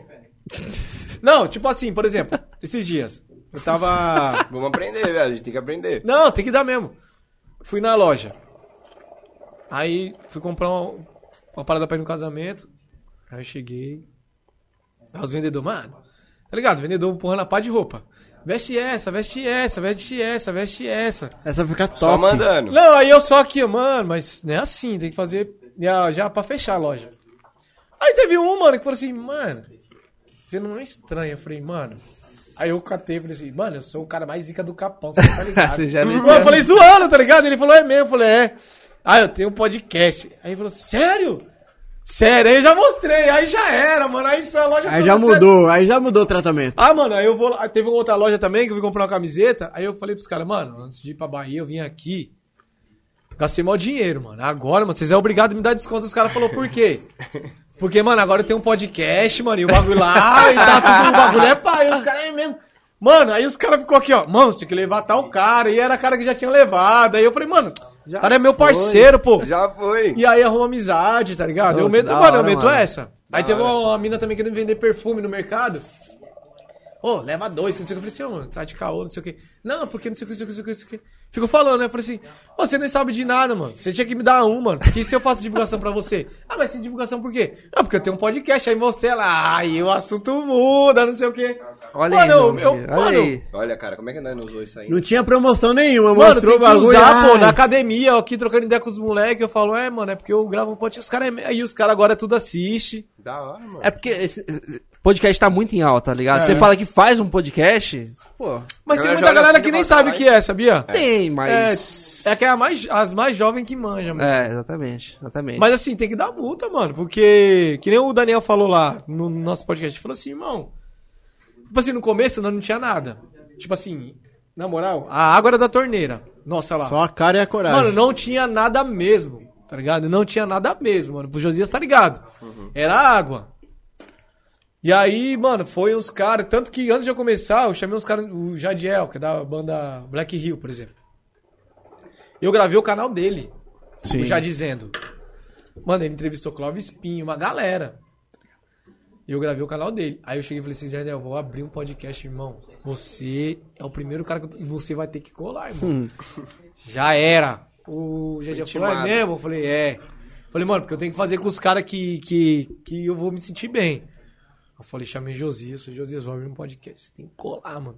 Speaker 5: Não, tipo assim, por exemplo, esses dias. Eu tava.
Speaker 1: Vamos aprender, velho. A gente tem que aprender.
Speaker 5: Não, tem que dar mesmo. Fui na loja. Aí fui comprar uma, uma parada pra ir no casamento. Aí eu cheguei. Aí os vendedores, mano. Tá ligado? O vendedor empurrando a pá de roupa. Veste essa, veste essa, veste essa, veste essa.
Speaker 4: Essa fica top.
Speaker 1: Só mandando.
Speaker 5: Não, aí eu só aqui, mano, mas não é assim, tem que fazer já, já pra fechar a loja. Aí teve um, mano, que falou assim, mano, Você não é estranho. Eu falei, mano. Aí eu catei e falei assim, mano, eu sou o cara mais zica do capão, você tá ligado?
Speaker 3: Você já me-
Speaker 5: Mano, eu falei zoando, tá ligado? Ele falou, é mesmo. Eu falei, é. Ah, eu tenho um podcast. Aí ele falou, sério? Sério, aí eu já mostrei, aí já era, mano. Aí foi a loja
Speaker 4: Aí
Speaker 5: toda
Speaker 4: já
Speaker 5: séria.
Speaker 4: mudou, aí já mudou o tratamento.
Speaker 5: Ah, mano, aí eu vou lá. Teve uma outra loja também que eu vim comprar uma camiseta. Aí eu falei pros caras, mano, antes de ir pra Bahia, eu vim aqui. Gastei mó dinheiro, mano. Agora, mano, vocês é obrigado a me dar desconto. Os caras falaram, por quê? Porque, mano, agora eu tenho um podcast, mano, e o bagulho lá, e tá tudo, o bagulho é pai. Aí os caras é mesmo. Mano, aí os caras ficou aqui, ó. Mano, você tem que levar tal cara. E era a cara que já tinha levado. Aí eu falei, mano, o cara é meu parceiro, pô.
Speaker 1: Já foi.
Speaker 5: E aí arruma amizade, tá ligado? eu meto,
Speaker 3: da
Speaker 5: mano, eu
Speaker 3: hora,
Speaker 5: meto
Speaker 3: mano.
Speaker 5: essa. Aí teve uma, uma mina também querendo vender perfume no mercado. Ô, leva dois, não sei o que. Eu falei assim, ô, mano, tá de caô, não sei o que. Não, porque não sei o que, não sei o que, não sei o que, não sei o que. Fico falando, né? Eu falei assim, ô, você nem sabe de nada, mano. Você tinha que me dar um, mano. Porque se eu faço divulgação pra você? Ah, mas sem divulgação por quê? Não, porque eu tenho um podcast, aí mostrei lá, "Ah, aí o assunto muda, não sei o que.
Speaker 3: Olha
Speaker 5: mano,
Speaker 3: aí,
Speaker 5: eu-
Speaker 3: meu
Speaker 5: eu-
Speaker 3: amigo,
Speaker 5: mano,
Speaker 3: olha aí.
Speaker 1: Olha, cara, como é que nós não usou isso ainda?
Speaker 4: Não tinha promoção nenhuma,
Speaker 5: Mano,
Speaker 4: mostrou o
Speaker 5: tem que
Speaker 4: bagulho.
Speaker 5: usar, pô,
Speaker 4: ai.
Speaker 5: na academia, ó, aqui trocando ideia com os moleques, eu falo, é, mano, é porque eu gravo um podcast, os caras, é... aí os caras agora tudo assiste.
Speaker 1: Da hora, mano.
Speaker 3: É porque esse- esse podcast tá muito em alta, tá ligado?
Speaker 5: É.
Speaker 3: Você fala que faz um podcast, pô,
Speaker 5: Mas
Speaker 1: Galera
Speaker 5: tem muita
Speaker 1: joga
Speaker 5: galera
Speaker 1: assim
Speaker 5: que
Speaker 1: de
Speaker 5: nem
Speaker 1: volta
Speaker 5: sabe o
Speaker 1: lá,
Speaker 5: que é, sabia?
Speaker 3: tem,
Speaker 5: É,
Speaker 3: mas...
Speaker 5: é que é a mais, as mais jovens que manjam, mano.
Speaker 3: É, exatamente, exatamente.
Speaker 5: Mas assim, tem que dar multa, mano, porque que nem o Daniel falou lá no nosso podcast, ele falou assim, irmão, tipo assim, no começo nós não tinha nada. Tipo assim, na moral, a água era da torneira. Nossa lá.
Speaker 4: Só a cara e a coragem.
Speaker 5: Mano, não tinha nada mesmo, tá ligado? Não tinha nada mesmo, mano. Pro Josias tá ligado. Era água. E aí, mano, foi uns caras. Tanto que antes de eu começar, eu chamei uns caras. O Jadiel, que é da banda Black Hill, por exemplo. Eu gravei o canal dele. O Já Dizendo. Mano, ele entrevistou Clóvis Pinho, uma galera. E eu gravei o canal dele. Aí eu cheguei e falei assim, Jadiel, vou abrir um podcast, irmão. Você é o primeiro cara que eu tô- você vai ter que colar, irmão. Já era. O GG falou, é
Speaker 1: intimado.
Speaker 5: mesmo? Eu falei, é. Falei, mano, porque eu tenho que fazer com os caras que, que, que eu vou me sentir bem. Eu falei, chamei Josias, falei, Josias, vou abrir um podcast. Você tem que colar, mano.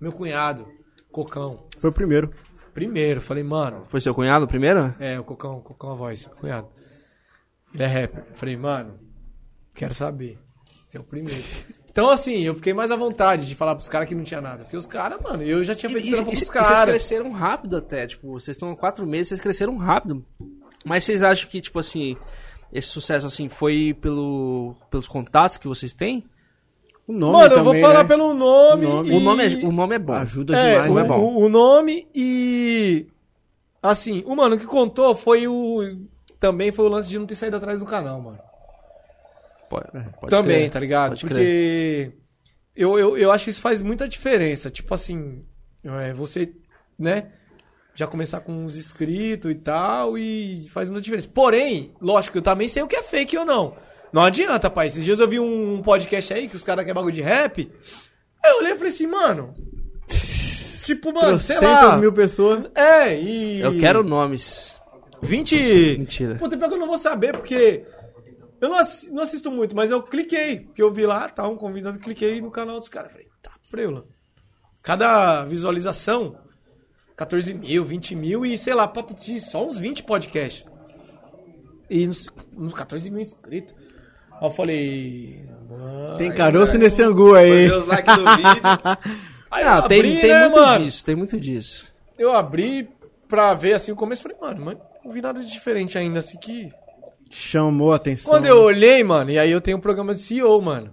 Speaker 5: Meu cunhado, Cocão,
Speaker 4: Foi o primeiro.
Speaker 5: primeiro. Falei, mano,
Speaker 3: Foi seu cunhado primeiro?
Speaker 5: é, o Cocão, o Cocão a voz, meu cunhado. Ele é rapper. Falei, mano, quero saber. Você é o primeiro. Então, assim, eu fiquei mais à vontade de falar pros caras que não tinha nada. Porque os caras, mano, eu já tinha feito trampo pros
Speaker 3: vocês
Speaker 5: caras.
Speaker 3: cresceram rápido até, tipo, vocês estão há quatro meses, vocês cresceram rápido. Mas vocês acham que, tipo assim, esse sucesso, assim, foi pelo, pelos contatos que vocês têm?
Speaker 4: O nome
Speaker 5: Mano, eu vou
Speaker 4: também,
Speaker 5: falar
Speaker 4: né?
Speaker 5: pelo nome.
Speaker 4: Nome.
Speaker 5: e-
Speaker 3: O, nome é, o nome é bom.
Speaker 4: Ajuda
Speaker 5: É,
Speaker 4: demais,
Speaker 5: o,
Speaker 4: né?
Speaker 5: o- o nome e. Assim, o mano que contou foi o. Também foi o lance de não ter saído atrás do canal, mano.
Speaker 3: Pode- pode
Speaker 5: também,
Speaker 3: crer.
Speaker 5: tá ligado?
Speaker 3: Pode
Speaker 5: Porque eu, eu, eu acho que isso faz muita diferença. Tipo assim, é, você, né, já começar com uns inscritos e tal, e faz muita diferença. Porém, lógico, eu também sei o que é fake ou não. Não adianta, pai. Esses dias eu vi um podcast aí que os caras querem bagulho de rap. Aí eu olhei e falei assim, mano. tipo, mano, sei lá.
Speaker 4: 300 mil pessoas.
Speaker 5: É, e.
Speaker 3: Eu quero nomes.
Speaker 5: 20.
Speaker 3: Mentira.
Speaker 5: Pô, tem pior que eu não vou saber, porque. Eu não, assi- não assisto muito, mas eu cliquei. Porque eu vi lá, tá um convidado, cliquei no canal dos caras. Falei, tá, preula. Cada visualização, 14 mil, 20 mil e sei lá, papo de só uns 20 podcasts. E uns, uns 14 mil inscritos. Aí eu falei. mano,
Speaker 4: Tem caroço nesse angu aí.
Speaker 1: Deu os likes do vídeo.
Speaker 5: Aí
Speaker 3: ah,
Speaker 5: eu
Speaker 3: tem,
Speaker 5: abri,
Speaker 3: tem
Speaker 5: né,
Speaker 3: muito
Speaker 5: mano?
Speaker 3: disso, tem muito disso.
Speaker 5: eu abri pra ver assim o começo falei, mano, mas não vi nada de diferente ainda, assim que.
Speaker 4: Chamou a atenção.
Speaker 5: Quando eu olhei, mano, e aí eu tenho um programa de CEO, mano.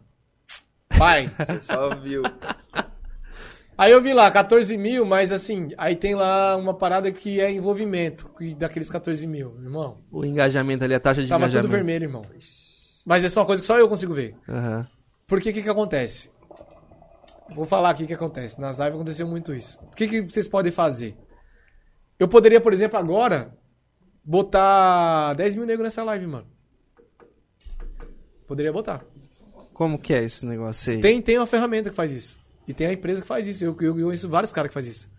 Speaker 5: Pai.
Speaker 1: Só viu.
Speaker 5: aí eu vi lá, 14 mil, mas assim, aí tem lá uma parada que é envolvimento e daqueles 14 mil, irmão.
Speaker 3: O engajamento ali, a taxa de
Speaker 5: Tava Tá, tudo
Speaker 3: engajamento.
Speaker 5: vermelho, irmão. Mas essa é só uma coisa que só eu consigo ver.
Speaker 3: Aham.
Speaker 5: Porque o que que acontece? Vou falar aqui o que acontece. Nas lives aconteceu muito isso. O que que vocês podem fazer? Eu poderia, por exemplo, agora botar 10 mil negros nessa live, mano. Poderia botar.
Speaker 3: Como que é esse negócio aí?
Speaker 5: Tem, tem uma ferramenta que faz isso. E tem a empresa que faz isso. Eu, eu, eu conheço vários caras que faz isso.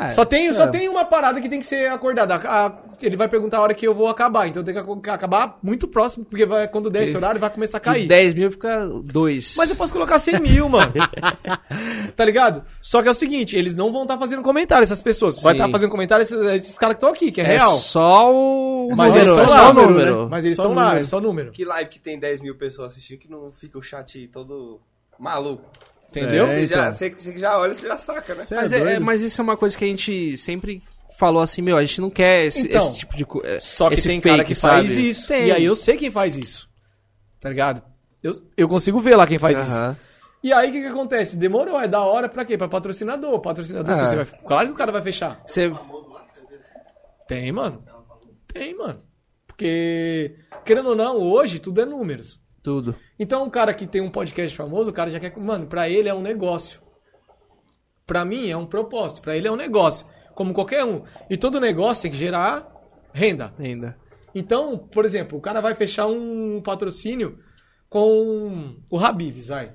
Speaker 3: Ah,
Speaker 5: só, tem,
Speaker 3: é.
Speaker 5: só tem uma parada que tem que ser acordada. A- a- ele vai perguntar a hora que eu vou acabar. Então tem que ac- acabar muito próximo, porque vai, quando der esse horário vai começar a
Speaker 3: De
Speaker 5: cair.
Speaker 3: 10 mil fica 2.
Speaker 5: Mas é eu posso colocar 100 mil, mano. tá ligado? Só que é o seguinte, eles não vão estar fazendo comentário, essas pessoas. Vai
Speaker 3: Sim.
Speaker 5: estar fazendo comentário esses, esses caras que estão aqui, que é,
Speaker 3: é
Speaker 5: real.
Speaker 3: só o
Speaker 5: Mas
Speaker 3: número,
Speaker 5: eles
Speaker 3: é
Speaker 5: estão
Speaker 3: só
Speaker 5: lá,
Speaker 3: o número.
Speaker 5: Mas eles
Speaker 4: Só
Speaker 5: estão lá,
Speaker 4: número.
Speaker 5: é só número.
Speaker 1: Que live que tem 10 mil pessoas assistindo que não fica o chat todo maluco?
Speaker 5: Entendeu?
Speaker 4: É,
Speaker 1: Você, já,
Speaker 4: então.
Speaker 1: você, você que já olha, você já saca, né?
Speaker 4: Cê
Speaker 3: Mas,
Speaker 4: é
Speaker 3: é-
Speaker 4: doido.
Speaker 3: é- mas isso é uma coisa que a gente sempre falou assim, meu, a gente não quer esse,
Speaker 5: Então,
Speaker 3: esse tipo de coisa.
Speaker 5: Só que
Speaker 3: esse
Speaker 5: tem
Speaker 3: fake,
Speaker 5: cara que faz
Speaker 3: sabe?
Speaker 5: isso.
Speaker 3: Tem.
Speaker 5: E aí eu sei quem faz isso. Tá ligado? Eu, eu consigo ver lá quem faz isso.
Speaker 3: Aham.
Speaker 5: E aí o que, que acontece? Demorou, é da hora pra quê? Pra patrocinador. Patrocinador, se
Speaker 3: Ah.
Speaker 5: você vai. Claro que o cara vai fechar.
Speaker 3: Você-
Speaker 5: Tem, mano. Tem, mano. Porque, querendo ou não, hoje tudo é números.
Speaker 3: Tudo.
Speaker 5: Então, um cara que tem um podcast famoso, o cara já quer. Mano, pra ele é um negócio. Pra mim é um propósito. Pra ele é um negócio. Como qualquer um. E todo negócio tem que gerar renda.
Speaker 3: Ainda.
Speaker 5: Então, por exemplo, o cara vai fechar um patrocínio com o Habibs, vai.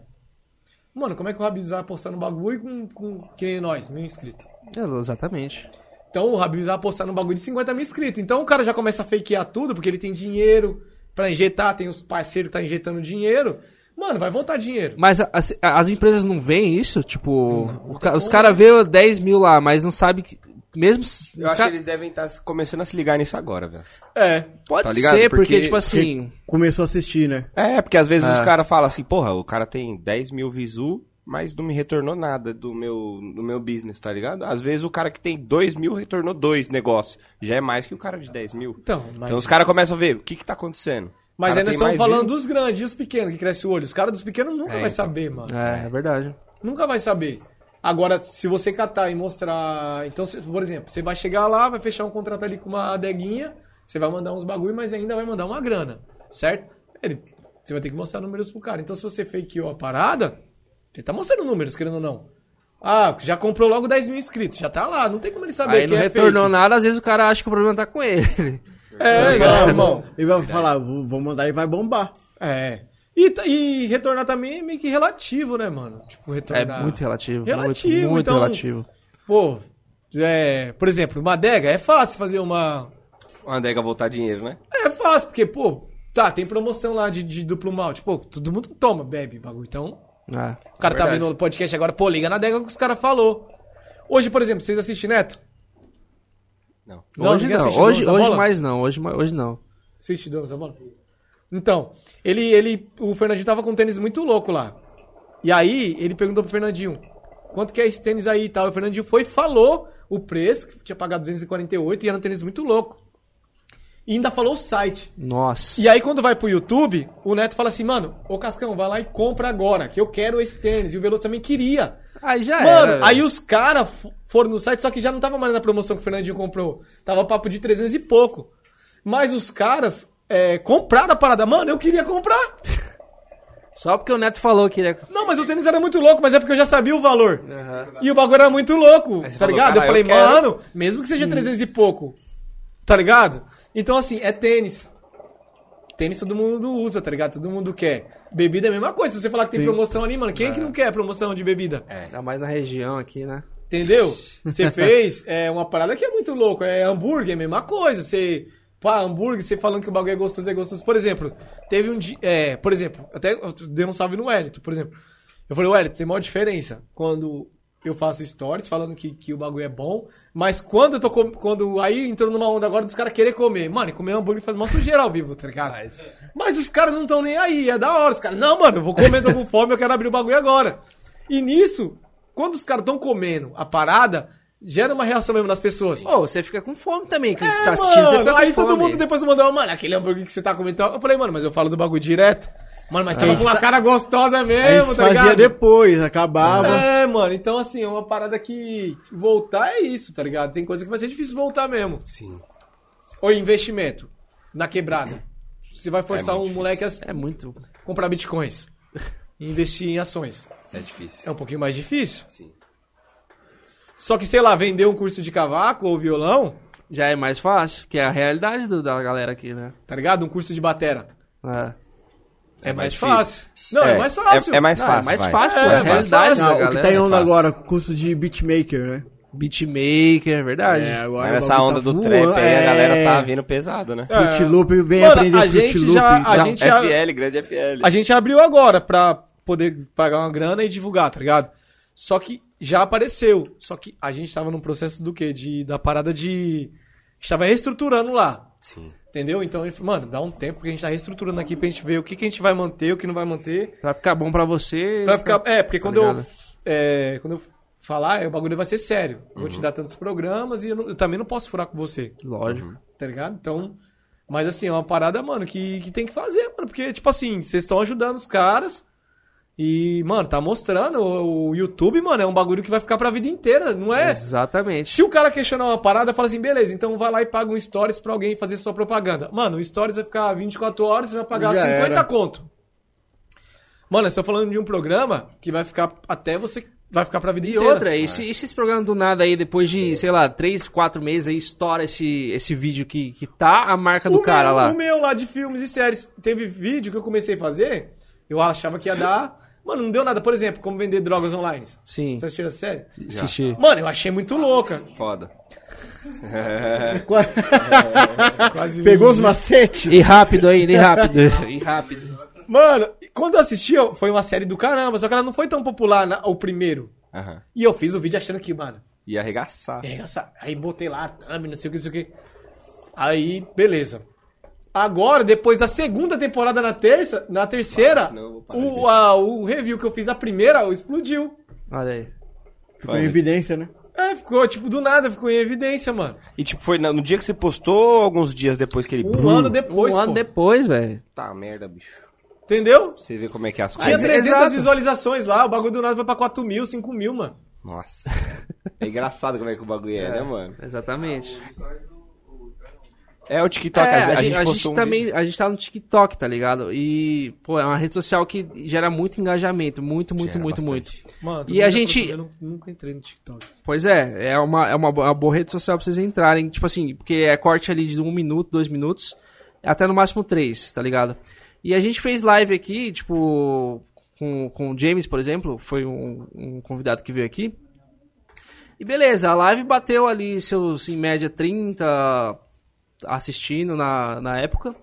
Speaker 5: Mano, como é que o Habibs vai apostar no bagulho com, com que nem nós, mil inscritos?
Speaker 3: É, Exatamente.
Speaker 5: Então o Habibs vai apostar no bagulho de 50 mil inscritos. Então o cara já começa a fakear tudo, porque ele tem dinheiro pra injetar, tem os parceiros que tá injetando dinheiro. Mano, vai voltar dinheiro.
Speaker 3: Mas a- as, as empresas não veem isso? Tipo, o ca- os caras vê 10 mil lá, mas não sabe que. Mesmo. s-
Speaker 1: Eu
Speaker 3: os
Speaker 1: acho
Speaker 3: ca-
Speaker 1: que eles devem estar começando a se ligar nisso agora, velho.
Speaker 5: É.
Speaker 3: Pode
Speaker 1: tá ligado?
Speaker 3: ser, porque,
Speaker 1: Porque-
Speaker 3: tipo assim.
Speaker 4: Começou a assistir, né?
Speaker 1: É, porque às vezes
Speaker 3: É.
Speaker 1: os caras falam assim, porra, o cara tem 10 mil visu, mas não me retornou nada do meu, do meu business, tá ligado? Às vezes o cara que tem 2 mil retornou dois negócios. Já é mais que o cara de 10 mil.
Speaker 5: Então, mas,
Speaker 1: Então os caras começam a ver, o que que tá acontecendo? O
Speaker 5: mas
Speaker 1: cara
Speaker 5: ainda
Speaker 1: tem mais
Speaker 5: estamos falando
Speaker 1: view?
Speaker 5: dos grandes e os pequenos que cresce o olho. Os caras dos pequenos nunca
Speaker 1: É,
Speaker 5: vai
Speaker 1: então.
Speaker 5: saber, mano.
Speaker 3: É, é verdade.
Speaker 5: Nunca vai saber. Agora, se você catar e mostrar. Então, se- por exemplo, você vai chegar lá, vai fechar um contrato ali com uma adeguinha, você vai mandar uns bagulho, mas ainda vai mandar uma grana, certo? Ele, você vai ter que mostrar números pro cara. Então, se você fakeou a parada, você tá mostrando números, querendo ou não. Ah, já comprou logo 10 mil inscritos, já tá lá, não tem como ele saber
Speaker 3: Aí
Speaker 5: que
Speaker 3: não
Speaker 5: é
Speaker 3: retornou né?
Speaker 5: fake.
Speaker 3: nada, às vezes o cara acha que o problema tá com ele.
Speaker 5: É,
Speaker 4: Vai,
Speaker 5: não, irmão.
Speaker 4: Ele vai falar, vou, vou mandar e vai bombar.
Speaker 5: É. E, tá- e retornar também é meio que relativo, né, mano? Tipo,
Speaker 3: É
Speaker 5: retornar.
Speaker 3: muito relativo.
Speaker 5: Relativo,
Speaker 3: muito, muito
Speaker 5: então-
Speaker 3: relativo.
Speaker 5: Pô, é, por exemplo, uma adega é fácil fazer uma.
Speaker 1: Uma adega voltar dinheiro, né?
Speaker 5: É fácil, porque, pô, tá, tem promoção lá de, de duplo malte. Pô, todo mundo toma, bebe bagulho. Então,
Speaker 3: Ah,
Speaker 5: o cara tá vendo o podcast agora, pô, liga na adega que os caras falou. Hoje, por exemplo, vocês assistem Neto?
Speaker 1: Não.
Speaker 3: hoje
Speaker 5: ninguém
Speaker 3: não,
Speaker 5: assiste
Speaker 3: hoje,
Speaker 5: Donos da
Speaker 3: hoje
Speaker 5: Bola?
Speaker 3: mais não, hoje, ma- hoje não.
Speaker 5: Assiste Donos da Bola? Então, ele, ele, o Fernandinho tava com um tênis muito louco lá. E aí, ele perguntou pro Fernandinho, quanto que é esse tênis aí e tal? E o Fernandinho foi e falou o preço, que tinha pagado 248 e era um tênis muito louco. E ainda falou o site.
Speaker 3: Nossa.
Speaker 5: E aí, quando vai pro YouTube, o Neto fala assim, mano, ô Cascão, vai lá e compra agora, que eu quero esse tênis. E o Veloso também queria.
Speaker 3: Aí
Speaker 1: Ah,
Speaker 3: já
Speaker 5: mano,
Speaker 3: era.
Speaker 5: aí
Speaker 3: velho.
Speaker 5: os caras f- foram no site, só que já não tava mais na promoção que o Fernandinho comprou. Tava papo de 300 e pouco. Mas os caras é, compraram a parada. Mano, eu queria comprar.
Speaker 3: Só porque o Neto falou que ele é...
Speaker 5: Não, mas o tênis era muito louco, mas é porque eu já sabia o valor. E o bagulho era muito louco, tá
Speaker 1: falou,
Speaker 5: ligado?
Speaker 1: "Caralho,
Speaker 5: eu falei,
Speaker 1: eu quero."
Speaker 5: mano, mesmo que seja 300 e pouco, tá ligado? Então, assim, é tênis. Tênis todo mundo usa, tá ligado? Todo mundo quer. Bebida é a mesma coisa. Se você falar que tem promoção ali, mano, quem é
Speaker 1: É.
Speaker 5: que não quer promoção de bebida?
Speaker 3: Ainda mais na região aqui, né?
Speaker 5: Entendeu? Você fez é, uma parada que é muito louco. É hambúrguer, é a mesma coisa. Você. Pá, hambúrguer, você falando que o bagulho é gostoso, é gostoso. Por exemplo, teve um dia. É, por exemplo, até eu dei um salve no Wellington, por exemplo. Eu falei, Wellington, tem maior diferença quando eu faço stories falando que, que o bagulho é bom, mas quando eu tô. com- Quando aí entrou numa onda agora dos caras querer comer. Mano, e comer hambúrguer faz mal sujeira ao vivo, tá ligado? Mas, os caras não estão nem aí, é da hora. Os caras, não, mano, eu vou comer, tô com fome, eu quero abrir o bagulho agora. E nisso, quando os caras estão comendo a parada, gera uma reação mesmo nas pessoas.
Speaker 3: Ô, você fica com fome também, que você
Speaker 5: É,
Speaker 3: tá assistindo, você
Speaker 5: mano,
Speaker 3: fica com
Speaker 5: aí
Speaker 3: fome.
Speaker 5: todo mundo depois mandou, mano, aquele hambúrguer que você tá comendo. Eu falei, mano, mas eu falo do bagulho direto. Mano, mas tava com uma cara gostosa
Speaker 4: Aí
Speaker 5: mesmo, tá
Speaker 4: fazia
Speaker 5: ligado?
Speaker 4: depois, acabava.
Speaker 5: É, mano, então assim, é uma parada que voltar é isso, tá ligado? Tem coisa que vai ser difícil voltar mesmo.
Speaker 1: Sim.
Speaker 5: Ou investimento na quebrada. Você vai forçar
Speaker 1: É
Speaker 5: um
Speaker 1: muito
Speaker 5: moleque a s-
Speaker 3: É muito...
Speaker 5: comprar bitcoins e investir em ações.
Speaker 1: É difícil.
Speaker 5: É um pouquinho mais difícil.
Speaker 1: Sim.
Speaker 5: Só que, sei lá, vender um curso de cavaco ou violão,
Speaker 3: Já é mais fácil, que é a realidade do- da galera aqui, né?
Speaker 5: tá ligado? Um curso de batera.
Speaker 3: É.
Speaker 5: É, mais,
Speaker 1: mais
Speaker 5: fácil. Não, é, mais fácil.
Speaker 1: É, mais
Speaker 3: Não,
Speaker 1: fácil,
Speaker 3: é mais
Speaker 1: vai.
Speaker 3: fácil, pô,
Speaker 5: É,
Speaker 3: é, a
Speaker 5: é mais
Speaker 3: realidade
Speaker 4: Não,
Speaker 3: da
Speaker 4: o que
Speaker 3: galera.
Speaker 4: tá em onda
Speaker 1: fácil.
Speaker 4: agora, curso de beatmaker, né?
Speaker 3: Beatmaker, verdade.
Speaker 4: É, agora
Speaker 1: Era
Speaker 4: o
Speaker 1: essa
Speaker 4: bagulho
Speaker 1: onda
Speaker 4: tá
Speaker 1: do
Speaker 4: voando,
Speaker 1: trap aí, a galera
Speaker 4: é.
Speaker 1: tá vindo pesado, né?
Speaker 4: Fruit Loop, bem
Speaker 5: É. Mano,
Speaker 4: aprender
Speaker 5: a
Speaker 4: Fruit
Speaker 5: gente
Speaker 4: Loop. tá?
Speaker 5: já- a
Speaker 4: Não,
Speaker 5: gente já-
Speaker 1: FL, grande FL.
Speaker 5: A gente abriu agora pra poder pagar uma grana e divulgar, tá ligado? Só que já apareceu. Só que a gente tava num processo do quê? De, da parada de. A gente tava reestruturando lá.
Speaker 1: Sim.
Speaker 5: Entendeu? Então, ele falou, mano, dá um tempo que a gente tá reestruturando aqui pra gente ver o que, que a gente vai manter, o que não vai manter.
Speaker 3: Pra ficar bom pra você.
Speaker 5: Pra ficar. É, porque quando eu.
Speaker 3: ligado?
Speaker 5: é, quando eu falar, é, o bagulho vai ser sério. Eu Vou te dar tantos programas e eu, não- eu também não posso furar com você.
Speaker 3: Lógico.
Speaker 5: Tá ligado? Então. Mas assim, é uma parada, mano, que, que tem que fazer, mano. Porque, tipo assim, vocês estão ajudando os caras. E, mano, tá mostrando. O, o YouTube, mano, é um bagulho que vai ficar pra vida inteira, não é?
Speaker 3: Exatamente.
Speaker 5: Se o cara questionar uma parada, fala assim, beleza, então vai lá e paga um stories pra alguém fazer sua propaganda. Mano, o stories vai ficar 24 horas, você vai pagar
Speaker 4: Já
Speaker 5: 50
Speaker 4: era.
Speaker 5: conto. Mano, eu estou falando de um programa que vai ficar até você. Vai ficar pra vida
Speaker 3: E
Speaker 5: inteira.
Speaker 3: outra, e
Speaker 1: É.
Speaker 3: se, e se esse programa do nada aí, depois de, sei lá, três, quatro meses aí, estoura esse, esse vídeo que, que tá a marca do
Speaker 5: o
Speaker 3: cara
Speaker 5: meu,
Speaker 3: lá?
Speaker 5: O meu lá de filmes e séries. Teve vídeo que eu comecei a fazer, eu achava que ia dar. Mano, não deu nada. Por exemplo, como vender drogas online. Vocês
Speaker 3: Sim,
Speaker 5: assistiram a série?
Speaker 3: assistir.
Speaker 5: Mano, eu achei muito louca.
Speaker 1: Foda.
Speaker 4: Pegou os macetes?
Speaker 3: E rápido aí, e rápido. e rápido.
Speaker 5: Mano, e quando eu assisti, eu- foi uma série do caramba, só que ela não foi tão popular na- o primeiro.
Speaker 1: Aham.
Speaker 5: E eu fiz o vídeo achando que, mano,
Speaker 1: E arregaçar.
Speaker 5: é essa. Aí botei lá a thumb, não sei o que, não sei o que. Aí, beleza. Agora, depois da segunda temporada na terça, na terceira,
Speaker 1: senão eu vou parar de
Speaker 5: o,
Speaker 1: ver.
Speaker 5: a- o review que eu fiz a primeira explodiu.
Speaker 3: Olha aí.
Speaker 4: Ficou em evidência, né?
Speaker 5: É, ficou, tipo, do nada, ficou em evidência, mano.
Speaker 1: E tipo, foi no no dia que você postou ou alguns dias depois que ele.
Speaker 5: Um
Speaker 1: Brum.
Speaker 5: ano depois,
Speaker 3: um ano
Speaker 5: pô.
Speaker 3: depois, velho.
Speaker 1: Tá, merda, bicho.
Speaker 5: Entendeu?
Speaker 1: Você vê como é que é as
Speaker 5: Tinha
Speaker 1: coisas.
Speaker 5: 300
Speaker 3: exato.
Speaker 5: visualizações lá, o bagulho do nada foi pra 4 mil, 5 mil, mano.
Speaker 1: Nossa. É engraçado como é que o bagulho é, né, mano?
Speaker 3: Exatamente.
Speaker 1: É o TikTok,
Speaker 3: É,
Speaker 1: a,
Speaker 3: a, gente, a
Speaker 1: postou
Speaker 3: gente
Speaker 1: um
Speaker 3: também,
Speaker 1: vídeo.
Speaker 3: a gente tá no TikTok, tá ligado? E, pô, é uma rede social que gera muito engajamento, muito, muito,
Speaker 1: Gera
Speaker 3: muito,
Speaker 1: bastante.
Speaker 3: muito.
Speaker 5: Mano,
Speaker 3: E a gente-
Speaker 5: Eu não- nunca entrei no TikTok.
Speaker 3: Pois é, é uma, é uma, bo- uma boa rede social pra vocês entrarem, tipo assim, porque é corte ali de um minuto, dois minutos, até no máximo três, tá ligado? E a gente fez live aqui, tipo, com, com o James, por exemplo, foi um, um convidado que veio aqui. E beleza, a live bateu ali seus, em média, 30 assistindo na, na época.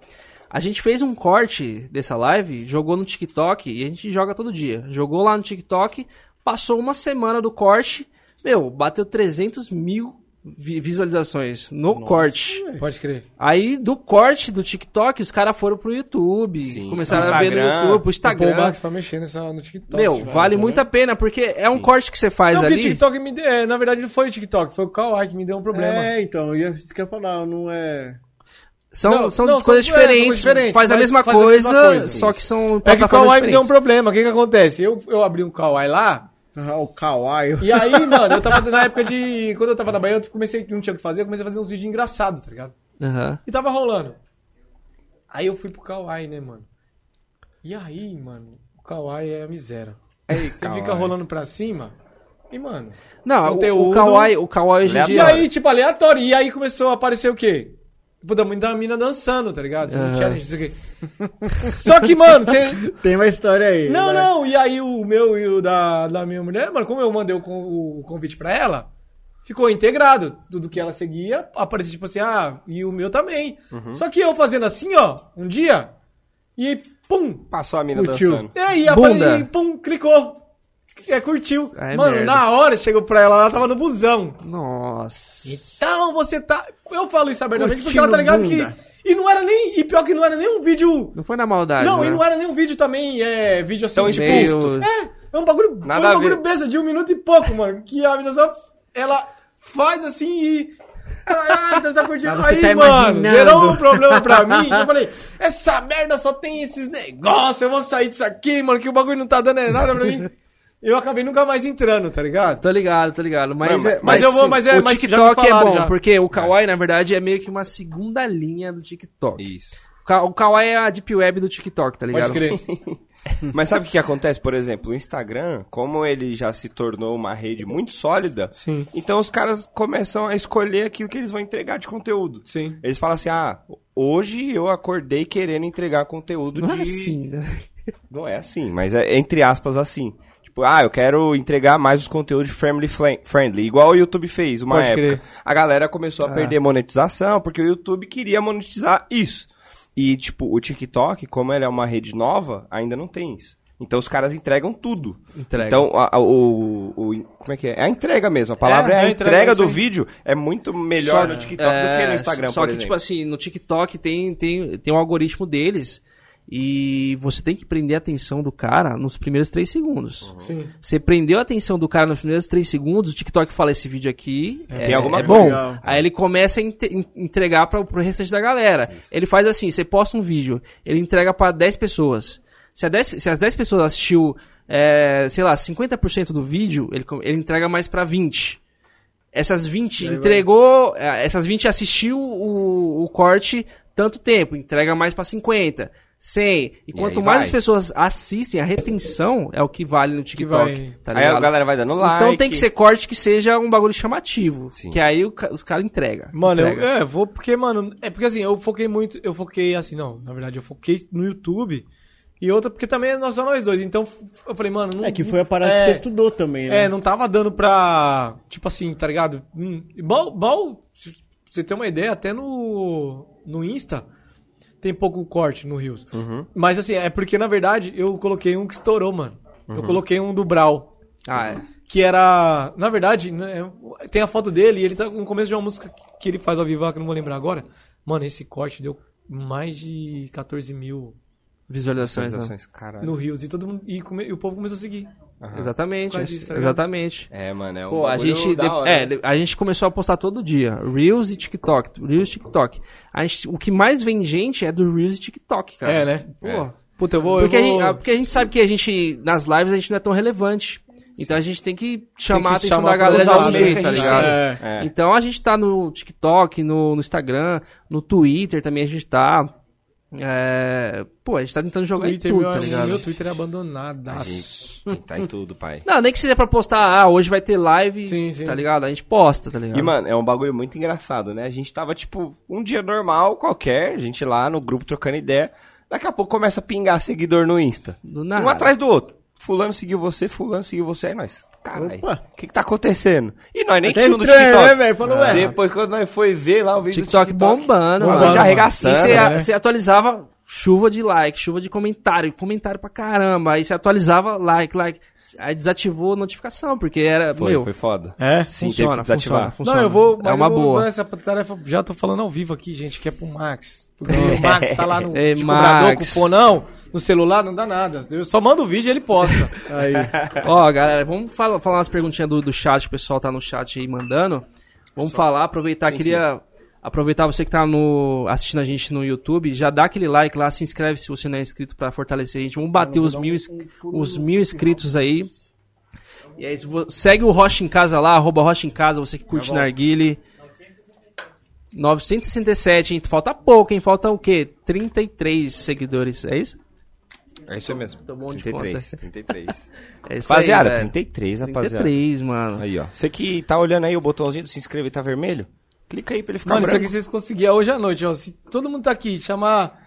Speaker 3: A gente fez um corte dessa live, jogou no TikTok, e a gente joga todo dia. Jogou lá no TikTok, passou uma semana do corte, meu, bateu 300 mil vi- visualizações no corte.
Speaker 5: Pode crer.
Speaker 3: Aí, do corte do TikTok, os caras foram pro YouTube,
Speaker 1: Sim.
Speaker 3: começaram
Speaker 1: Pro
Speaker 3: a ver no
Speaker 1: Instagram.
Speaker 3: YouTube, pro
Speaker 5: Tá Pô, o
Speaker 3: Instagram.
Speaker 5: Max pra mexer nessa, no TikTok.
Speaker 3: Meu,
Speaker 5: velho,
Speaker 3: vale
Speaker 5: tá
Speaker 3: muito
Speaker 5: vendo?
Speaker 3: a pena, porque é um corte que você faz
Speaker 5: Não, porque o
Speaker 3: ali.
Speaker 5: TikTok me deu. é, Na verdade, não foi o TikTok, foi o Kawaii que me deu um problema.
Speaker 4: É, então, ia- isso que eu ia falar, não é...
Speaker 3: São,
Speaker 5: Não,
Speaker 3: são
Speaker 5: não, são-
Speaker 3: coisas
Speaker 5: é, são coisas
Speaker 3: diferentes,
Speaker 5: diferentes,
Speaker 3: faz, a
Speaker 5: mas
Speaker 3: mesma
Speaker 5: faz a
Speaker 3: coisa,
Speaker 5: mesma coisa.
Speaker 3: só que são
Speaker 5: É que o
Speaker 3: plataformas
Speaker 5: Kawaii me deu um
Speaker 3: diferentes.
Speaker 5: problema. O que que acontece? Eu, eu abri um Kawaii lá,
Speaker 4: Ah, o kawaii.
Speaker 5: e aí, mano, eu tava na época de. Quando eu tava na Bahia, eu comecei, não tinha o que fazer, eu comecei a fazer uns vídeos engraçados, tá ligado?
Speaker 3: Aham.
Speaker 5: E tava rolando. Aí eu fui pro Kawaii, né, mano? E aí, mano, o Kawaii é a miséria. Você fica rolando pra cima e, mano.
Speaker 3: Não, o-
Speaker 5: Conteúdo.
Speaker 3: o Kawaii, o Kawaii hoje em
Speaker 5: E
Speaker 3: dia...
Speaker 5: aí, tipo, aleatório. E aí começou a aparecer o quê? Tipo, Puta, muita mina dançando, tá ligado? Um challenge, não sei o quê. Só que, mano, você.
Speaker 4: Tem uma história aí. né?
Speaker 5: Não,
Speaker 4: vai.
Speaker 3: né?
Speaker 5: não. E aí o meu e o da, da minha mulher, mano, como eu mandei o, con- o convite pra ela, ficou integrado. Tudo que ela seguia aparecia tipo assim, ah, e o meu também.
Speaker 3: Uhum.
Speaker 5: Só que eu fazendo assim, ó, um dia, e aí, pum!
Speaker 1: Passou a mina
Speaker 4: Curtiu.
Speaker 1: dançando.
Speaker 5: E aí
Speaker 3: Bunda.
Speaker 5: apareceu, pum, clicou. É, curtiu.
Speaker 3: Ai,
Speaker 5: mano,
Speaker 3: merda.
Speaker 5: na hora chegou pra ela, ela tava no busão.
Speaker 3: Nossa.
Speaker 5: Então você tá. Eu falo isso abertamente porque
Speaker 4: Curtindo
Speaker 5: ela tá ligado
Speaker 4: bunda.
Speaker 5: que. E não era nem. E pior que não era nem um vídeo.
Speaker 3: Não foi na maldade,
Speaker 5: Não,
Speaker 3: né?
Speaker 5: e não era nem um vídeo também, é. Vídeo assim.
Speaker 3: Tão
Speaker 5: tipo,
Speaker 3: exposto.
Speaker 5: É, é um bagulho.
Speaker 1: Nada
Speaker 5: foi
Speaker 1: a
Speaker 5: um bagulho
Speaker 1: ver.
Speaker 5: besta de um minuto e pouco, mano. Que a menina só. Ela faz assim e. ela, Ah, então você tá curtindo.
Speaker 4: Mas você
Speaker 5: Aí,
Speaker 4: tá
Speaker 5: mano,
Speaker 4: imaginando.
Speaker 5: gerou um problema pra mim. que eu falei, essa merda só tem esses negócios, eu vou sair disso aqui, mano, que o bagulho não tá dando é nada pra mim. Eu acabei nunca mais entrando, tá ligado?
Speaker 3: Tô ligado, tô ligado. Mas,
Speaker 1: Mas-
Speaker 3: é-
Speaker 1: mas
Speaker 5: eu vou- mas é-
Speaker 3: o
Speaker 5: mas já me
Speaker 3: TikTok é
Speaker 5: falaram
Speaker 3: bom,
Speaker 5: já.
Speaker 3: porque o Kawaii, na verdade, é meio que uma segunda linha do TikTok.
Speaker 1: Isso.
Speaker 3: O Ka- O Kawaii é a deep web do TikTok, tá ligado?
Speaker 5: Pode crer.
Speaker 1: Mas sabe o que, que acontece? Por exemplo, o Instagram, como ele já se tornou uma rede muito sólida,
Speaker 5: Sim.
Speaker 1: então os caras começam a escolher aquilo que eles vão entregar de conteúdo.
Speaker 5: Sim.
Speaker 1: Eles falam assim: ah, hoje eu acordei querendo entregar conteúdo
Speaker 3: Não
Speaker 1: de.
Speaker 3: é assim, né?
Speaker 1: Não é assim, mas é entre aspas assim. Tipo, ah, eu quero entregar mais os conteúdos family flen- friendly, igual o YouTube fez uma
Speaker 5: Pode
Speaker 1: época.
Speaker 5: crer.
Speaker 1: A galera começou a perder monetização porque o YouTube queria monetizar isso. E, tipo, o TikTok, como ele é uma rede nova, ainda não tem isso. Então os caras entregam tudo.
Speaker 3: Entrega.
Speaker 1: Então, a- a- o, o- Como é que é? É a entrega mesmo. A palavra é,
Speaker 5: é
Speaker 1: a
Speaker 5: a
Speaker 1: entrega,
Speaker 5: entrega, é isso
Speaker 1: do
Speaker 5: aí.
Speaker 1: vídeo. É muito melhor no TikTok do que no Instagram,
Speaker 3: Só
Speaker 1: por
Speaker 3: que,
Speaker 1: exemplo.
Speaker 3: tipo assim, no TikTok tem, tem, tem um algoritmo deles e você tem que prender a atenção do cara nos primeiros três segundos. Você prendeu a atenção do cara nos primeiros três segundos, o TikTok fala esse vídeo aqui é,
Speaker 1: Tem alguma
Speaker 3: é
Speaker 1: coisa.
Speaker 3: bom.
Speaker 4: Legal.
Speaker 3: Aí ele começa a inte- en- entregar para pro restante da galera. Ele faz assim, você posta um vídeo, ele entrega para 10 pessoas. Se, a 10 se as 10 pessoas assistiu, é, sei lá, 50% do vídeo, ele, co- ele entrega mais para 20. Essas 20 entregou, é, essas 20 assistiu o, o corte tanto tempo, entrega mais para 50, 100. E quanto
Speaker 1: aí
Speaker 3: mais
Speaker 1: vai.
Speaker 3: as pessoas assistem, a retenção é o que vale no TikTok,
Speaker 5: vai-
Speaker 3: tá
Speaker 1: Aí
Speaker 3: ligado?
Speaker 1: a galera vai dando like.
Speaker 3: Então tem que ser corte que seja um bagulho chamativo.
Speaker 1: Sim.
Speaker 3: Que aí o ca- os caras entregam.
Speaker 5: Mano, eu, é, vou porque, mano, é porque assim, eu foquei muito, eu foquei assim, não, na verdade, eu foquei no YouTube e outra porque também é só nós dois, então f- eu falei, mano, não...
Speaker 4: É que foi a parada
Speaker 5: É.
Speaker 4: que você estudou também, né?
Speaker 5: É, não tava dando pra, tipo assim, tá ligado? Hum, mal, mal, pra você ter uma ideia, até no, no Insta tem pouco corte no Rios.
Speaker 4: Uhum.
Speaker 5: Mas assim, é porque, na verdade, eu coloquei um que estourou, mano.
Speaker 4: Uhum.
Speaker 5: Eu coloquei um do Brau.
Speaker 3: Ah, é.
Speaker 5: que era, na verdade, né, tem a foto dele e ele tá no começo de uma música que ele faz ao vivo, lá, que eu não vou lembrar agora. Mano, esse corte deu mais de 14 mil
Speaker 3: Visualizações. né?
Speaker 1: Visualizações, caralho.
Speaker 5: no Rios e todo mundo e, come- e o povo começou a seguir.
Speaker 3: Exatamente.
Speaker 5: Quase isso, tá ligado?
Speaker 3: exatamente.
Speaker 1: É, mano, é um
Speaker 3: Pô, a
Speaker 1: bagulho
Speaker 3: gente,
Speaker 1: da
Speaker 3: de-
Speaker 1: hora. né?
Speaker 3: é, de- a gente começou a postar todo dia. Reels e TikTok. Reels e TikTok. A gente- o que mais vem gente é do Reels e TikTok, cara.
Speaker 5: É, né?
Speaker 3: Pô.
Speaker 1: É.
Speaker 5: Puta, eu vou.
Speaker 3: Porque,
Speaker 5: eu
Speaker 3: a gente,
Speaker 5: vou-
Speaker 3: ah, porque a gente sabe que a gente, nas lives, a gente não é tão relevante. Então a gente tem que chamar a atenção
Speaker 5: chamar
Speaker 3: da
Speaker 5: pra
Speaker 3: galera
Speaker 5: usar
Speaker 3: de
Speaker 5: os
Speaker 3: algum
Speaker 5: meios
Speaker 3: jeito,
Speaker 5: que
Speaker 3: tá
Speaker 5: a gente
Speaker 3: ligado?
Speaker 5: tem.
Speaker 1: É.
Speaker 3: Então a gente tá no TikTok, no, no Instagram, no Twitter também a gente tá. É, Pô, a gente tá tentando jogar
Speaker 5: Twitter,
Speaker 3: em tudo,
Speaker 5: meu,
Speaker 3: tá ligado?
Speaker 5: meu Twitter é abandonado.
Speaker 1: A gente tem que tá em tudo, pai.
Speaker 3: Não, nem que seja pra postar, ah, hoje vai ter live,
Speaker 5: Sim, sim.
Speaker 3: tá ligado? A gente posta, tá ligado?
Speaker 1: E, mano, é um bagulho muito engraçado, né? A gente tava, tipo, um dia normal, qualquer, a gente lá no grupo trocando ideia. Daqui a pouco começa a pingar seguidor no Insta.
Speaker 3: Do nada.
Speaker 1: Um atrás do outro. Fulano seguiu você, fulano seguiu você, aí nós. Caralho,
Speaker 4: Opa.
Speaker 1: o que que tá acontecendo? E nós nem
Speaker 4: Até
Speaker 1: tínhamos
Speaker 4: estranho,
Speaker 1: TikTok.
Speaker 4: né, velho? Falou, ué.
Speaker 1: Depois, quando nós foi ver lá o vídeo do TikTok,
Speaker 3: TikTok bombando,
Speaker 1: Bombando,
Speaker 3: mano.
Speaker 1: já arregaçando,
Speaker 3: E você,
Speaker 1: né?
Speaker 3: a- você atualizava chuva de like, chuva de comentário, comentário pra caramba. Aí você atualizava like, like. Aí desativou a notificação, porque era,
Speaker 1: Foi,
Speaker 3: meu,
Speaker 1: foi foda.
Speaker 5: É?
Speaker 1: Sim,
Speaker 3: funciona,
Speaker 1: teve que desativar.
Speaker 3: funciona, funciona.
Speaker 5: Não, eu vou.
Speaker 3: É
Speaker 5: mas
Speaker 3: uma
Speaker 5: eu vou dar
Speaker 3: boa.
Speaker 5: Essa tarefa, já tô falando ao vivo aqui, gente, que é pro Max. Porque o Max tá lá no
Speaker 3: Ei,
Speaker 5: descobridor,
Speaker 3: Max.
Speaker 5: cuponão, no celular, não dá nada. Eu só mando o vídeo e ele posta.
Speaker 4: Aí.
Speaker 3: Ó, galera, vamos fala- falar umas perguntinhas do, do chat, o pessoal tá no chat aí mandando. Vamos falar, aproveitar, queria aproveitar você que tá no, assistindo a gente no YouTube, já dá aquele like lá, se inscreve se você não é inscrito pra fortalecer a gente. Vamos bater os mil, ins- os mil inscritos aí. E é isso, vo- segue o Rocha em Casa lá, arroba Rocha em Casa, você que
Speaker 1: Tá
Speaker 3: curte narguile. 967, hein? Falta pouco, hein? Falta o quê? 33 seguidores, é isso?
Speaker 1: É isso mesmo.
Speaker 3: Tô bom um de
Speaker 1: 33, 33.
Speaker 3: É isso aí,
Speaker 1: Rapaziada,
Speaker 3: velho.
Speaker 1: 33, rapaziada.
Speaker 3: 33, mano.
Speaker 1: Aí, ó. Você que tá olhando aí o botãozinho do se inscrever tá vermelho, clica aí pra ele ficar
Speaker 5: Mano, isso
Speaker 1: branco.
Speaker 5: aqui vocês conseguiam hoje à noite, ó. Se todo mundo tá aqui, chamar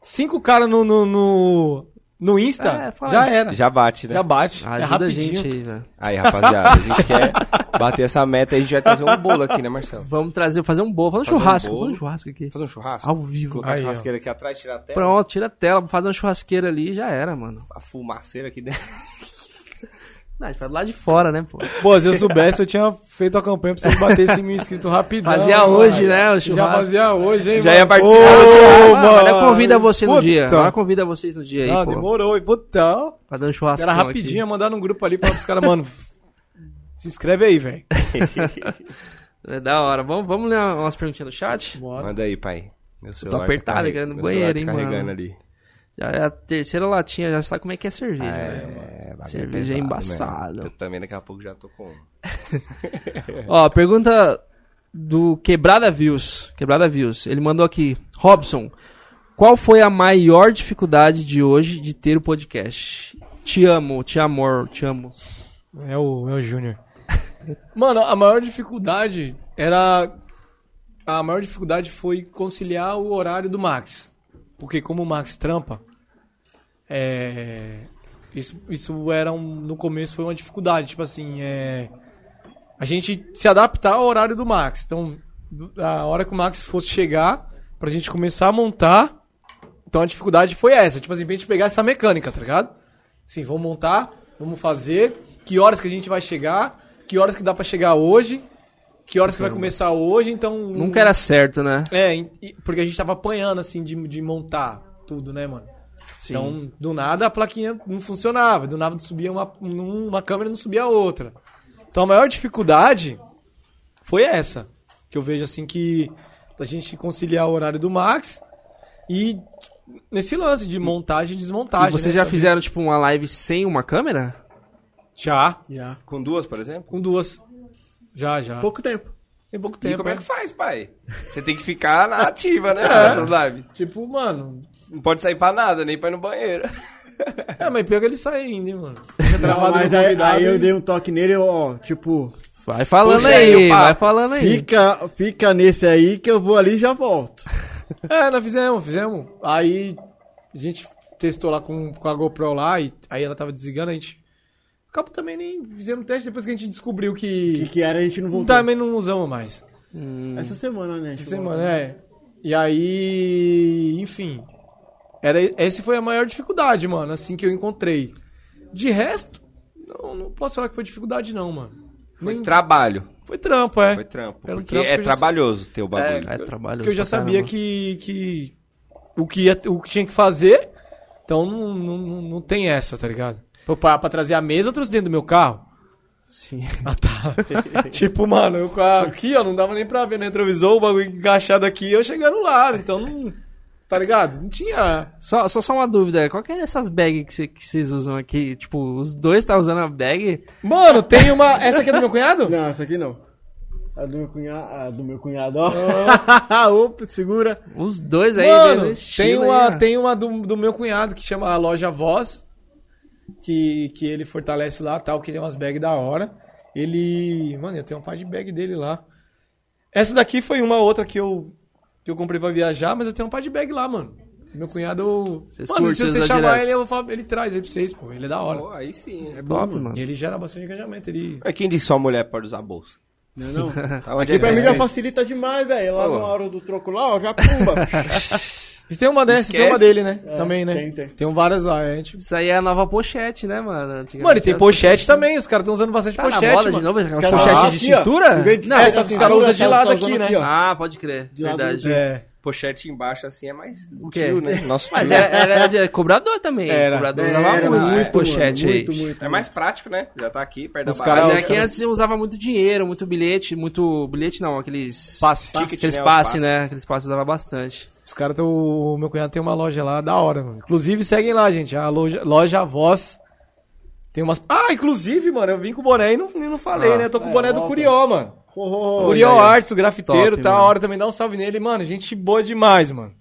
Speaker 5: cinco caras no, no, no, no Insta,
Speaker 3: É, fala.
Speaker 5: já era. Já,
Speaker 1: Já bate, né?
Speaker 5: bate.
Speaker 3: Ajuda
Speaker 5: é rapidinho.
Speaker 3: a gente aí, velho.
Speaker 1: Aí, rapaziada, a gente quer bater essa meta e a gente vai trazer um bolo aqui, né, Marcelo?
Speaker 3: Vamos trazer, fazer um bolo, fazer um
Speaker 1: Fazer um
Speaker 3: churrasco.
Speaker 1: bolo.
Speaker 3: fazer um churrasco aqui.
Speaker 1: Fazer um churrasco?
Speaker 3: Ao vivo.
Speaker 1: Colocar
Speaker 5: Aí,
Speaker 1: a churrasqueira aqui atrás, tirar até
Speaker 3: Pronto, tira a tela, vou fazer uma churrasqueira ali e já era, mano.
Speaker 1: a fumaceira aqui dentro.
Speaker 3: Não, a gente faz lá de fora, né, pô?
Speaker 5: Pô, se eu soubesse, eu tinha feito a campanha pra vocês baterem esse mil inscritos rapidão.
Speaker 3: Fazia
Speaker 5: mano.
Speaker 3: hoje, né, o
Speaker 5: Já
Speaker 3: churrasco.
Speaker 5: fazia hoje, hein,
Speaker 1: Já
Speaker 5: mano?
Speaker 1: ia participar do
Speaker 5: Ô,
Speaker 3: Ah, mano, eu convido você no
Speaker 5: Puta.
Speaker 3: dia. Agora convida vocês no dia aí,
Speaker 5: Não,
Speaker 3: pô.
Speaker 5: ah, demorou. E puta,
Speaker 3: Fazer um churrasco.
Speaker 5: era rapidinho, ia mandar num grupo ali, falar pros caras, mano, se inscreve aí, velho.
Speaker 3: É da hora. Vamos, vamos ler umas perguntinhas do chat?
Speaker 1: Manda aí, pai. Meu celular
Speaker 3: apertado,
Speaker 1: carreg-
Speaker 3: cara, no
Speaker 1: meu celular
Speaker 3: banheiro, hein,
Speaker 1: tá
Speaker 3: mano.
Speaker 1: carregando ali.
Speaker 3: Já é a terceira latinha, já sabe como é que é cerveja. né?
Speaker 1: É, bagulho
Speaker 3: Cerveja
Speaker 1: pesado,
Speaker 3: é
Speaker 1: né?
Speaker 3: embaçado.
Speaker 1: mano. Eu também daqui a pouco já tô com...
Speaker 3: Ó, pergunta do Quebrada Views. Quebrada Views. Ele mandou aqui. Robson, qual foi a maior dificuldade de hoje de ter o podcast? Te amo, te amor, te amo.
Speaker 5: É o, é o Júnior. Mano, a maior dificuldade era. A maior dificuldade foi conciliar o horário do Max. Porque como o Max trampa, é, Isso, isso era um, no começo foi uma dificuldade, tipo assim, é, a gente se adaptar ao horário do Max. Então, do- a hora que o Max fosse chegar, pra gente começar a montar, então a dificuldade foi essa, tipo assim, pra gente pegar essa mecânica, tá ligado? Sim, vamos montar, vamos fazer, que horas que a gente vai chegar, que horas que dá pra chegar hoje, que horas que vai começar hoje, então...
Speaker 3: Nunca era certo, né?
Speaker 5: É, em- e- porque a gente tava apanhando, assim, de, de montar tudo, né, mano? Então, do nada a plaquinha não funcionava, do nada subia uma, uma câmera e não subia a outra. Então a maior dificuldade foi essa. Que eu vejo assim que a gente conciliar o horário do Max e nesse lance de montagem e desmontagem.
Speaker 3: E vocês
Speaker 5: né,
Speaker 3: já
Speaker 5: sabe?
Speaker 3: fizeram, tipo, uma live sem uma câmera?
Speaker 5: Já,
Speaker 4: Já.
Speaker 1: Com duas, por exemplo?
Speaker 5: com duas. Já, já.
Speaker 4: Pouco tempo.
Speaker 5: Tem pouco
Speaker 1: E
Speaker 5: tempo.
Speaker 1: como é
Speaker 5: né?
Speaker 1: que faz, pai? Você tem que ficar na ativa, né?
Speaker 3: É.
Speaker 1: Nessas lives.
Speaker 5: Tipo, mano.
Speaker 1: Não pode sair pra nada, nem pra ir no banheiro.
Speaker 5: É, mas pior que ele sai ainda, hein, mano.
Speaker 4: Não, mas aí, aí eu dei um toque nele, eu, ó, tipo,
Speaker 3: Vai falando
Speaker 1: Puxa
Speaker 3: aí,
Speaker 1: aí o papo.
Speaker 3: vai falando aí.
Speaker 4: fica, fica nesse aí que eu vou ali e já volto.
Speaker 5: É, nós fizemos, fizemos. Aí a gente testou lá com, com a GoPro lá, e aí ela tava desligando, a gente. Acabou também nem fizemos teste depois que a gente descobriu
Speaker 4: E
Speaker 5: que.
Speaker 4: que era a gente não voltou.
Speaker 5: Também não usamos mais.
Speaker 3: Hum,
Speaker 4: Essa semana, né?
Speaker 5: Essa semana, é. E aí, enfim. Era, essa foi a maior dificuldade, mano, assim que eu encontrei. De resto, não, não posso falar que foi dificuldade, não, mano.
Speaker 1: Foi
Speaker 5: Nem-
Speaker 1: trabalho.
Speaker 5: Foi trampo, é.
Speaker 1: Foi trampo.
Speaker 5: Era um
Speaker 1: porque
Speaker 5: trampo
Speaker 1: é
Speaker 5: que eu já-
Speaker 1: trabalhoso ter o bagulho.
Speaker 3: É, trabalho.
Speaker 5: Porque eu já sabia que, que, o, que ia- o que tinha que fazer, então não, não, não- não tem essa, tá ligado? Pô, pra, pra trazer a mesa, eu trouxe dentro do meu carro.
Speaker 3: Sim.
Speaker 5: Ah, tá. tipo, mano, eu com a- aqui, ó, não dava nem pra ver no retrovisor, o bagulho encaixado aqui, eu chegando lá, então não... Tá ligado? Não tinha...
Speaker 3: Só, só, só uma dúvida, qual que é dessas bags que cê- que vocês usam aqui? Tipo, os dois tá usando a bag?
Speaker 5: Mano, tem uma... Essa aqui é do meu cunhado?
Speaker 4: Não, essa aqui não. A do meu cunhado, a do meu cunhado, ó.
Speaker 5: Ah,
Speaker 4: Opa, segura.
Speaker 3: Os dois aí,
Speaker 5: Mano,
Speaker 3: mesmo
Speaker 5: tem
Speaker 3: estilo aí,
Speaker 5: uma,
Speaker 3: ó.
Speaker 5: tem uma do, do meu cunhado que chama a loja Voz, que, que ele fortalece lá tal, que tem umas bags da hora. Ele. Mano, eu tenho um par de bag dele lá. Essa daqui foi uma outra que eu, que eu comprei pra viajar, mas eu tenho um par de bag lá, mano. Meu cunhado.
Speaker 3: Vocês
Speaker 5: mano, se
Speaker 3: curtem
Speaker 5: você
Speaker 3: usar
Speaker 5: chamar
Speaker 3: direto.
Speaker 5: ele, eu vou falar, ele traz aí pra vocês, pô. Ele é da hora.
Speaker 1: Pô, aí sim. É
Speaker 3: Top, mano.
Speaker 5: E ele gera bastante engajamento. Ele.
Speaker 1: Mas Quem disse só mulher pode usar bolsa?
Speaker 4: Não, é não.
Speaker 1: Tá onde
Speaker 4: Aqui pra
Speaker 1: é
Speaker 4: mim
Speaker 1: que
Speaker 4: já
Speaker 1: tá?
Speaker 4: facilita demais,
Speaker 5: Tá
Speaker 4: velho. Lá
Speaker 1: Pô.
Speaker 4: na hora do troco lá, ó, já pumba.
Speaker 5: E tem uma dessa, tem
Speaker 1: Esquece.
Speaker 5: uma dele, né?
Speaker 4: É,
Speaker 5: Também, né?
Speaker 4: tem, tem.
Speaker 5: várias lá, a gente.
Speaker 3: Isso aí é a nova pochete, né, mano? Antigamente
Speaker 5: Mano, e tem
Speaker 3: era-
Speaker 5: pochete também, os caras estão usando bastante
Speaker 3: Tá
Speaker 5: pochete.
Speaker 3: na moda
Speaker 5: mano.
Speaker 3: de novo, Ah, aquelas
Speaker 4: caras
Speaker 3: pochetes
Speaker 4: usam
Speaker 3: de
Speaker 4: aqui, ó.
Speaker 3: cintura?
Speaker 4: Em vez de
Speaker 5: Não,
Speaker 4: ficar
Speaker 5: essa
Speaker 4: com
Speaker 5: dos caras
Speaker 4: cintura,
Speaker 5: usa de
Speaker 4: tá-
Speaker 5: lado
Speaker 4: tá usando
Speaker 5: aqui, né?
Speaker 4: ó.
Speaker 3: Ah, pode crer,
Speaker 4: De lado
Speaker 3: verdade.
Speaker 4: do
Speaker 5: É.
Speaker 1: Pochete embaixo assim é mais o
Speaker 3: quê?
Speaker 1: né? Nosso
Speaker 3: Mas é-
Speaker 1: tio.
Speaker 3: era, era, de cobrador também,
Speaker 5: Era.
Speaker 3: cobrador
Speaker 4: É,
Speaker 3: usava
Speaker 4: era
Speaker 3: muito esse
Speaker 4: muito,
Speaker 3: pochete
Speaker 4: mano,
Speaker 3: aí.
Speaker 4: muito, muito.
Speaker 1: É mais prático, né? Já tá aqui, perto
Speaker 5: Os
Speaker 1: da
Speaker 5: caras-
Speaker 1: barra.
Speaker 3: Mas
Speaker 5: os
Speaker 3: é que antes eu usava muito dinheiro, muito bilhete, muito... Bilhete não, aqueles...
Speaker 5: Passe.
Speaker 3: Aqueles
Speaker 1: né, o
Speaker 3: passe,
Speaker 1: passe.
Speaker 3: né? Aqueles passes usava bastante.
Speaker 5: Os caras tão. O meu cunhado tem uma loja lá da hora, mano. Inclusive, seguem lá, gente. A loja, loja Voz. Tem umas. Ah, inclusive, mano, eu vim com o boné e não, e não falei,
Speaker 3: Ah.
Speaker 5: né? Eu tô com o
Speaker 4: É,
Speaker 5: boné do
Speaker 4: volta.
Speaker 5: Curió, mano.
Speaker 4: Ô, ô, ô,
Speaker 5: Curió
Speaker 4: aí, ó.
Speaker 5: Arts, o grafiteiro,
Speaker 3: Top,
Speaker 5: tá a
Speaker 3: mano.
Speaker 5: hora também. Dá um salve nele, mano. Gente boa demais, mano.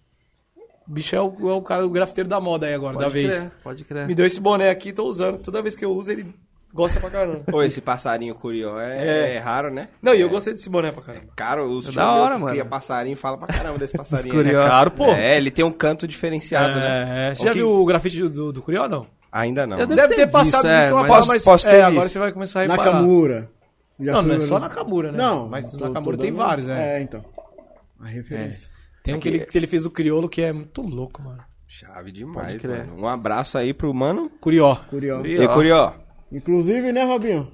Speaker 5: O bicho é o, é o cara, o grafiteiro da moda aí agora, da
Speaker 3: Pode
Speaker 5: vez.
Speaker 3: crer, pode crer.
Speaker 5: Me deu esse boné aqui, tô usando. Toda vez que eu uso, ele gosta pra caramba.
Speaker 1: Pô, esse passarinho curió é, é raro, né?
Speaker 5: Não, e eu gostei desse boné pra caramba.
Speaker 1: Caro, os tios
Speaker 3: da
Speaker 1: meu
Speaker 3: hora,
Speaker 1: que
Speaker 3: mano.
Speaker 1: cria passarinho fala pra caramba desse passarinho.
Speaker 3: curió.
Speaker 1: né?
Speaker 3: É
Speaker 5: caro, pô.
Speaker 1: É, ele tem um canto diferenciado, né?
Speaker 5: É, é. Você já
Speaker 1: Ok.
Speaker 5: viu o grafite do, do, do Curió, não?
Speaker 1: Ainda não.
Speaker 3: Eu
Speaker 5: Deve ter
Speaker 3: visto,
Speaker 5: passado
Speaker 3: é,
Speaker 5: isso uma
Speaker 3: mas-
Speaker 5: bola,
Speaker 1: Posso-
Speaker 5: mas
Speaker 1: posso ter
Speaker 5: é, agora
Speaker 1: visto.
Speaker 5: você vai começar a reparar.
Speaker 4: Nakamura. Já
Speaker 5: Não,
Speaker 4: fui
Speaker 5: não é
Speaker 4: no-
Speaker 5: só Nakamura, né?
Speaker 4: Não.
Speaker 5: Mas
Speaker 4: tô-
Speaker 5: no Nakamura
Speaker 4: tô
Speaker 5: tem
Speaker 4: dando-
Speaker 5: vários, né?
Speaker 4: É, então. A referência.
Speaker 5: Tem um que ele, que ele fez o Criolo que é muito louco, mano.
Speaker 1: Chave demais,
Speaker 3: Pode crer.
Speaker 1: mano. Um abraço aí pro mano.
Speaker 5: Curió.
Speaker 4: Curió.
Speaker 1: E curió.
Speaker 4: Inclusive, né, Robinho?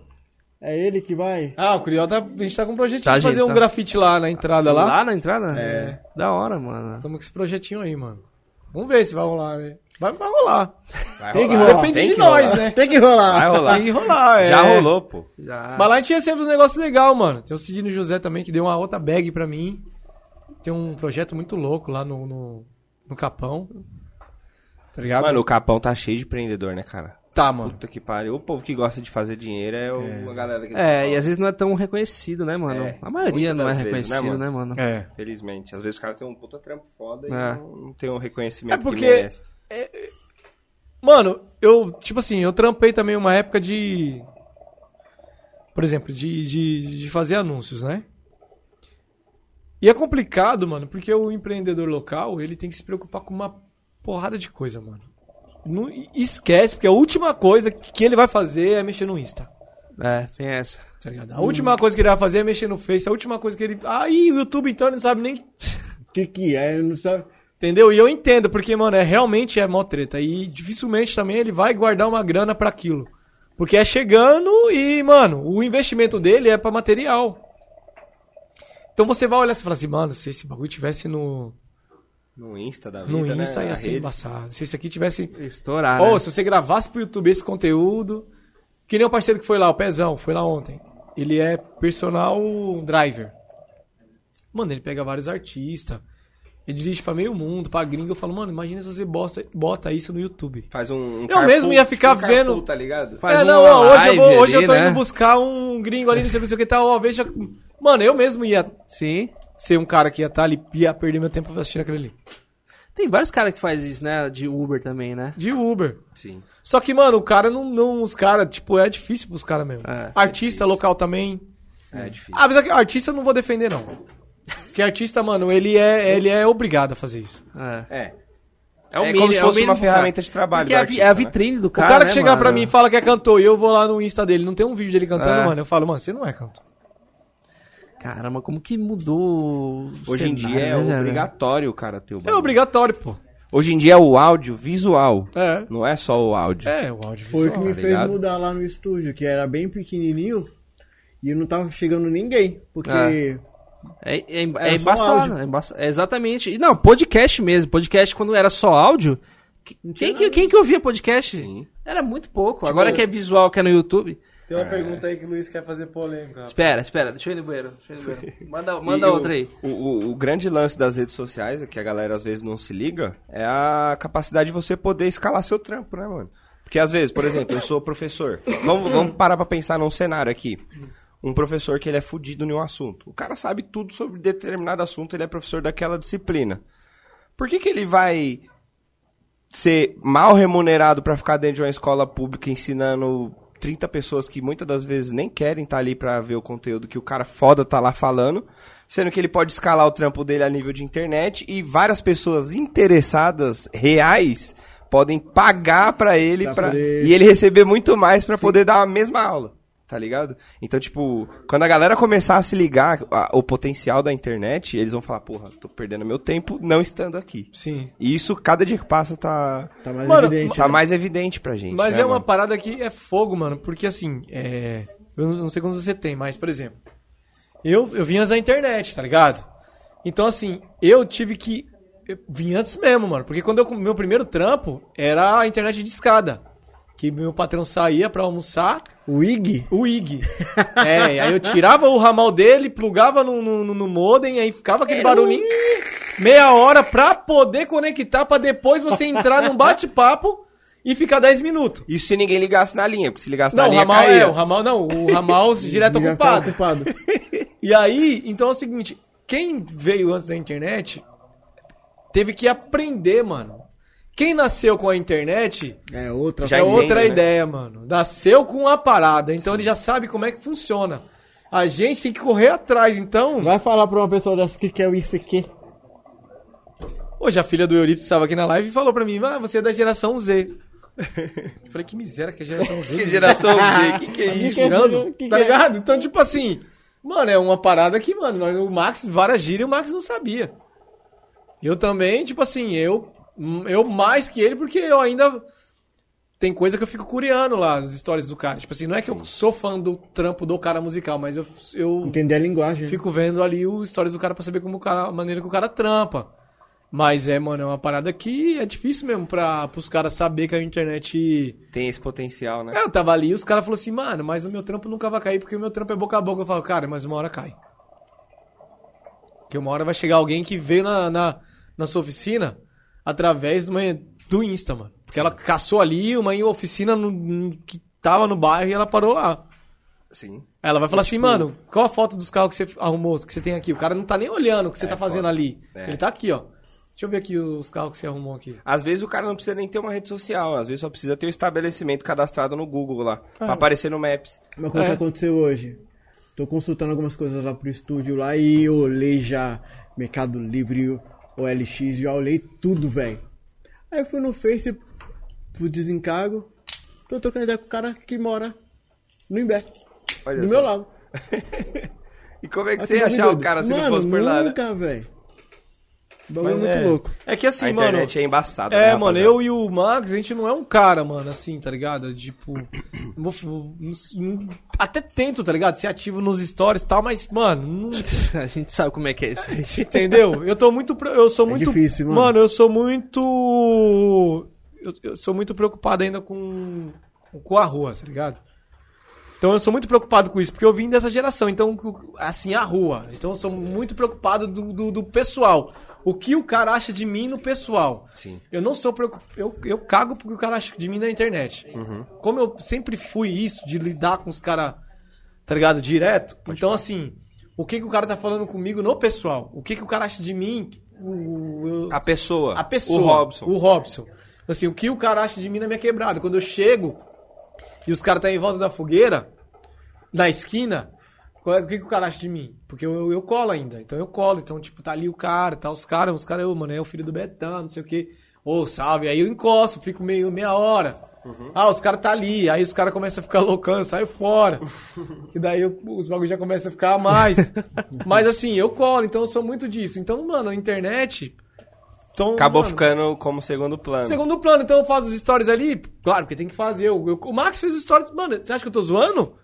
Speaker 4: É ele que vai.
Speaker 5: Ah, o Curió tá. A gente tá com um projetinho
Speaker 3: Tá,
Speaker 5: de fazer
Speaker 3: gente,
Speaker 5: um
Speaker 3: tá.
Speaker 5: grafite lá na entrada
Speaker 3: Lá?
Speaker 5: lá.
Speaker 3: na entrada? É. Da hora, mano.
Speaker 5: Estamos com esse projetinho aí, mano. Vamos ver se vai rolar, né? Vai, vai rolar.
Speaker 4: Tá.
Speaker 1: Vai
Speaker 4: Tem que
Speaker 1: rolar.
Speaker 4: rolar.
Speaker 5: Depende
Speaker 1: tem
Speaker 5: de
Speaker 1: que
Speaker 5: nós,
Speaker 1: rolar.
Speaker 5: né?
Speaker 4: Tem que rolar.
Speaker 1: Vai rolar.
Speaker 5: Tem que rolar, é.
Speaker 1: Já rolou, pô.
Speaker 3: Já.
Speaker 5: Mas lá a gente tinha sempre uns negócios legais, mano. Tem o Cidino José também, que deu uma outra bag pra mim. Tem um projeto muito louco lá no, no, no Capão. Tá ligado?
Speaker 1: Mano, o Capão tá cheio de empreendedor, né, cara?
Speaker 5: tá, mano.
Speaker 1: Puta que pariu. O povo que gosta de fazer dinheiro é, o- a galera que...
Speaker 3: É, e às vezes não é tão reconhecido, né, mano?
Speaker 1: É,
Speaker 3: a
Speaker 1: muitas
Speaker 3: maioria não é
Speaker 1: das vezes,
Speaker 3: reconhecido,
Speaker 1: né,
Speaker 3: né, mano?
Speaker 5: É.
Speaker 1: Felizmente. Às vezes o cara tem um puta trampo foda e
Speaker 3: É.
Speaker 1: não, não tem um reconhecimento
Speaker 5: É porque-
Speaker 1: que merece.
Speaker 5: Mano, eu, tipo assim, eu trampei também uma época de. Por exemplo, de, de, de fazer anúncios, né? E é complicado, mano, porque o empreendedor local, ele tem que se preocupar com uma porrada de coisa, mano. Não, e- esquece, porque a última coisa que ele vai fazer é mexer no Insta.
Speaker 3: É, tem essa.
Speaker 5: tá ligado? A última coisa que ele vai fazer é mexer no Face. A última coisa que ele. Aí o YouTube então ele não sabe nem.
Speaker 4: O que que é? Eu não sabe.
Speaker 5: Entendeu? E eu entendo, porque, mano, é, realmente é mó treta. E dificilmente também ele vai guardar uma grana pra aquilo. Porque é chegando e, mano, o investimento dele é pra material. Então você vai olhar e você fala assim, mano, se esse bagulho tivesse no,
Speaker 1: No Insta da vida,
Speaker 5: no
Speaker 1: né?
Speaker 5: Insta
Speaker 1: Na
Speaker 5: ia ser
Speaker 1: rede.
Speaker 5: embaçado. Se esse aqui tivesse
Speaker 3: Estourar,
Speaker 5: Ou
Speaker 3: né?
Speaker 5: se você gravasse pro YouTube esse conteúdo. Que nem o parceiro que foi lá, o Pezão, foi lá ontem. Ele é personal driver. Mano, ele pega vários artistas. Ele dirige pra meio mundo, pra gringo. Eu falo, mano, imagina se você bosta- bota isso no YouTube.
Speaker 1: Faz um, um Eu
Speaker 5: mesmo ia ficar vendo-
Speaker 1: tá ligado?
Speaker 3: Faz
Speaker 5: é,
Speaker 3: uma
Speaker 5: não, ó, hoje, eu, vou-
Speaker 3: live
Speaker 5: hoje
Speaker 3: ali,
Speaker 5: eu tô
Speaker 3: né?
Speaker 5: indo buscar um gringo ali, não sei o que, não sei o que tal. Ó, veja. Mano, eu mesmo ia
Speaker 3: Sim.
Speaker 5: ser um cara que ia estar ali, ia perder meu tempo assistindo aquele ali.
Speaker 3: Tem vários caras que faz isso, né? De Uber também, né?
Speaker 5: De Uber.
Speaker 1: Sim.
Speaker 5: Só que, mano, o cara não. não os caras, tipo, é difícil pros caras mesmo.
Speaker 3: É,
Speaker 5: Artista local também.
Speaker 1: É difícil.
Speaker 5: Ah, mas aqui, artista eu não vou defender, não. Porque artista, mano, ele é, ele é obrigado a fazer isso.
Speaker 3: É.
Speaker 1: É.
Speaker 3: É,
Speaker 1: como se fosse uma ferramenta de trabalho
Speaker 3: Porque
Speaker 1: do
Speaker 3: é a vi-
Speaker 1: artista,
Speaker 3: é
Speaker 1: né?
Speaker 3: a vitrine do
Speaker 5: O
Speaker 3: cara,
Speaker 5: cara, que
Speaker 3: né,
Speaker 5: chegar pra
Speaker 3: mano?
Speaker 5: mim e fala que é cantor e eu vou lá no Insta dele, não tem um vídeo dele cantando,
Speaker 3: É.
Speaker 5: mano. Eu falo, mano, você não é cantor.
Speaker 3: Caramba, como que mudou o
Speaker 1: Hoje em
Speaker 3: cenário,
Speaker 1: dia é
Speaker 3: né, velho?
Speaker 1: obrigatório, cara, ter o
Speaker 5: É
Speaker 1: bagulho.
Speaker 5: obrigatório, pô.
Speaker 1: Hoje em dia é o áudio visual.
Speaker 5: É.
Speaker 1: Não é só o áudio.
Speaker 5: É, o áudio
Speaker 4: Foi o que
Speaker 1: Tá
Speaker 4: me fez
Speaker 1: ligado?
Speaker 4: mudar lá no estúdio, que era bem pequenininho e não tava chegando ninguém, porque
Speaker 3: É, é, é
Speaker 4: Era só
Speaker 3: embaçado,
Speaker 4: áudio.
Speaker 3: é embaça- é exatamente. E não, podcast mesmo. Podcast quando era só áudio. que-
Speaker 4: Não tinha
Speaker 3: Quem que, quem que ouvia podcast?
Speaker 1: Sim. Tipo,
Speaker 3: Era muito pouco. Agora que é visual, que é no YouTube.
Speaker 5: Tem uma pergunta aí que o Luiz quer fazer polêmica.
Speaker 3: Espera, espera, deixa eu ir no banheiro. Deixa eu ir no banheiro. Manda,
Speaker 1: E
Speaker 3: manda
Speaker 1: o-
Speaker 3: outra aí.
Speaker 1: O, o- o grande lance das redes sociais, é que a galera às vezes não se liga, é a capacidade de você poder escalar seu trampo, né, mano? Porque às vezes, por exemplo, eu sou professor. Vamos, vamos parar pra pensar num cenário aqui. Um professor que ele é fudido em um assunto. O cara sabe tudo sobre determinado assunto, ele é professor daquela disciplina. Por que, que ele vai ser mal remunerado pra ficar dentro de uma escola pública ensinando 30 pessoas que muitas das vezes nem querem estar ali pra ver o conteúdo que o cara foda tá lá falando, sendo que ele pode escalar o trampo dele a nível de internet e várias pessoas interessadas reais podem pagar pra ele
Speaker 4: Pra
Speaker 1: pra
Speaker 4: poder-
Speaker 1: e ele receber muito mais pra poder dar a mesma aula. Tá ligado? Então, tipo, quando a galera começar a se ligar a- o potencial da internet, eles vão falar, porra, tô perdendo meu tempo não estando aqui.
Speaker 5: Sim.
Speaker 1: E isso, cada dia que passa, tá,
Speaker 4: tá mais
Speaker 5: Mano,
Speaker 4: evidente.
Speaker 1: tá
Speaker 4: né?
Speaker 1: mais evidente pra gente.
Speaker 5: Mas
Speaker 1: né,
Speaker 5: é uma
Speaker 1: mano?
Speaker 5: parada que é fogo, mano. Porque assim, é. Eu não não sei quantos você tem, mas, por exemplo, eu, eu vim antes da internet, tá ligado? Então, assim, eu tive que. Eu vim antes mesmo, mano. Porque quando eu. com- Meu primeiro trampo era a internet de escada. Que meu patrão saía pra almoçar,
Speaker 4: O IG?
Speaker 5: o IG. é, aí eu tirava o ramal dele, plugava no, no, no- no modem, aí ficava aquele barulhinho. Meia hora pra poder conectar, pra depois você entrar num bate-papo e ficar 10 minutos.
Speaker 1: Isso se ninguém ligasse na linha, porque se ligasse
Speaker 5: Não,
Speaker 1: na
Speaker 5: o
Speaker 1: linha,
Speaker 5: ramal
Speaker 1: caía.
Speaker 5: é, o ramal não, o ramal direto
Speaker 4: Já
Speaker 5: ocupado.
Speaker 4: tá ocupado.
Speaker 5: E aí, então é o seguinte, quem veio antes da internet teve que aprender, mano. Quem nasceu com a internet
Speaker 4: É outra
Speaker 1: Já
Speaker 5: é
Speaker 1: entende,
Speaker 5: outra
Speaker 1: né?
Speaker 5: ideia, mano. Nasceu com a parada, então ele já sabe como é que funciona. A gente tem que correr atrás, então.
Speaker 4: Vai falar pra uma pessoa dessa que quer o ICQ.
Speaker 5: Hoje a filha do Eurípides estava aqui na live e falou pra mim: "Ah, você é da geração Z". Eu falei: "Que miséria que é geração Z".
Speaker 1: Que geração Z, que que é isso?
Speaker 5: girando, tá ligado? Então, tipo assim, mano, é uma parada que, mano, nós- o Max, várias gírias, o Max não sabia. Eu também, tipo assim, eu, eu mais que ele, porque eu ainda. Tem coisa que eu fico curiando lá, as histórias do cara. Tipo assim, não é que eu sou fã do trampo do cara musical, mas eu, eu
Speaker 4: Entender a linguagem. né?
Speaker 5: fico vendo ali o histórias do cara pra saber como o cara, a maneira que o cara trampa. Mas é, mano, é uma parada que é difícil mesmo pra, pros caras saber que a internet
Speaker 1: Tem esse potencial, né?
Speaker 5: é, Eu tava ali e os caras falaram assim, mano, mas o meu trampo nunca vai cair porque o meu trampo é boca a boca. Eu falo, cara, mas uma hora cai. Porque uma hora vai chegar alguém que veio na, na, na sua oficina através de uma, do Insta, mano. Porque ela caçou ali uma oficina no- no- que tava no bairro e ela parou lá.
Speaker 1: Sim.
Speaker 5: Ela vai falar assim,
Speaker 4: tipo,
Speaker 5: mano, qual a foto dos carros que você arrumou, que você tem aqui? O cara não tá nem olhando o que você tá fazendo ali.
Speaker 1: É.
Speaker 5: Ele tá aqui, ó. Deixa eu ver aqui os carros que você arrumou aqui.
Speaker 1: Às vezes o cara não precisa nem ter uma rede social, às vezes só precisa ter o estabelecimento cadastrado no Google lá,
Speaker 5: Ah.
Speaker 1: pra aparecer no Maps.
Speaker 4: Mas como é que aconteceu hoje? Tô consultando algumas coisas lá pro estúdio lá e eu olhei já Mercado Livre, OLX, já olhei tudo, velho. Aí eu fui no Face, pro desencargo. Tô trocando ideia com o cara que mora no Imbé.
Speaker 1: Olha
Speaker 4: do
Speaker 1: só.
Speaker 4: meu lado.
Speaker 1: E como é que
Speaker 4: Olha
Speaker 5: tá
Speaker 1: você ia
Speaker 4: bagulho
Speaker 1: achar o
Speaker 4: doido.
Speaker 1: cara se não
Speaker 4: Mano,
Speaker 1: fosse por lá? né?
Speaker 4: Nunca, velho. O bagulho é
Speaker 5: Mas
Speaker 4: muito
Speaker 5: é-
Speaker 4: louco.
Speaker 5: É que assim,
Speaker 1: A
Speaker 5: mano.
Speaker 1: internet é embaçada. né,
Speaker 5: É, mano,
Speaker 1: rapaziada?
Speaker 5: eu e o Max, a gente não é um cara, mano, assim, tá ligado? Tipo, vou- vou- não- até tento, tá ligado? Ser ativo nos stories e tal, mas, mano, não,
Speaker 3: A gente sabe como é que é isso aí.
Speaker 5: Entendeu? Eu tô muito. pre- Eu sou muito.
Speaker 4: É difícil, mano.
Speaker 5: eu sou muito. Eu, eu sou muito preocupado ainda com. Com a rua, tá ligado? Então eu sou muito preocupado com isso, porque eu vim dessa geração. Então, assim, a rua. Então eu sou muito preocupado do, do, do pessoal. O que o cara acha de mim no pessoal.
Speaker 1: Sim.
Speaker 5: Eu não sou preocupado. Eu, eu cago porque o cara acha de mim na internet.
Speaker 1: Uhum.
Speaker 5: Como eu sempre fui isso, de lidar com os caras tá ligado? Direto. então, assim, o que, que o cara tá falando comigo no pessoal? O que, que o cara acha de mim? O, o-
Speaker 1: A pessoa.
Speaker 5: a pessoa.
Speaker 1: O Robson.
Speaker 5: O Robson. Assim, o que o cara acha de mim na minha quebrada? Quando eu chego e os caras tá em volta da fogueira, na esquina, qual é- o que, que o cara acha de mim? Porque eu, eu, eu colo ainda. Então eu colo. Então, tipo, tá ali o cara, tá os caras, os caras, ô, mano, é o filho do Betão, não sei o quê. Ô, salve. Aí eu encosto, fico meio meia hora. Ah, os caras tá ali. Aí os caras começam a ficar loucão, eu saio fora. E daí eu- os bagulhos já começam a ficar a mais. Mas assim, eu colo, então eu sou muito disso. Então, mano, a internet. Então,
Speaker 1: Acabou
Speaker 5: mano,
Speaker 1: ficando como segundo plano.
Speaker 5: Segundo plano, então eu faço os stories ali. Claro, porque tem que fazer. Eu- eu- o Max fez os stories. Mano, você acha que eu tô zoando?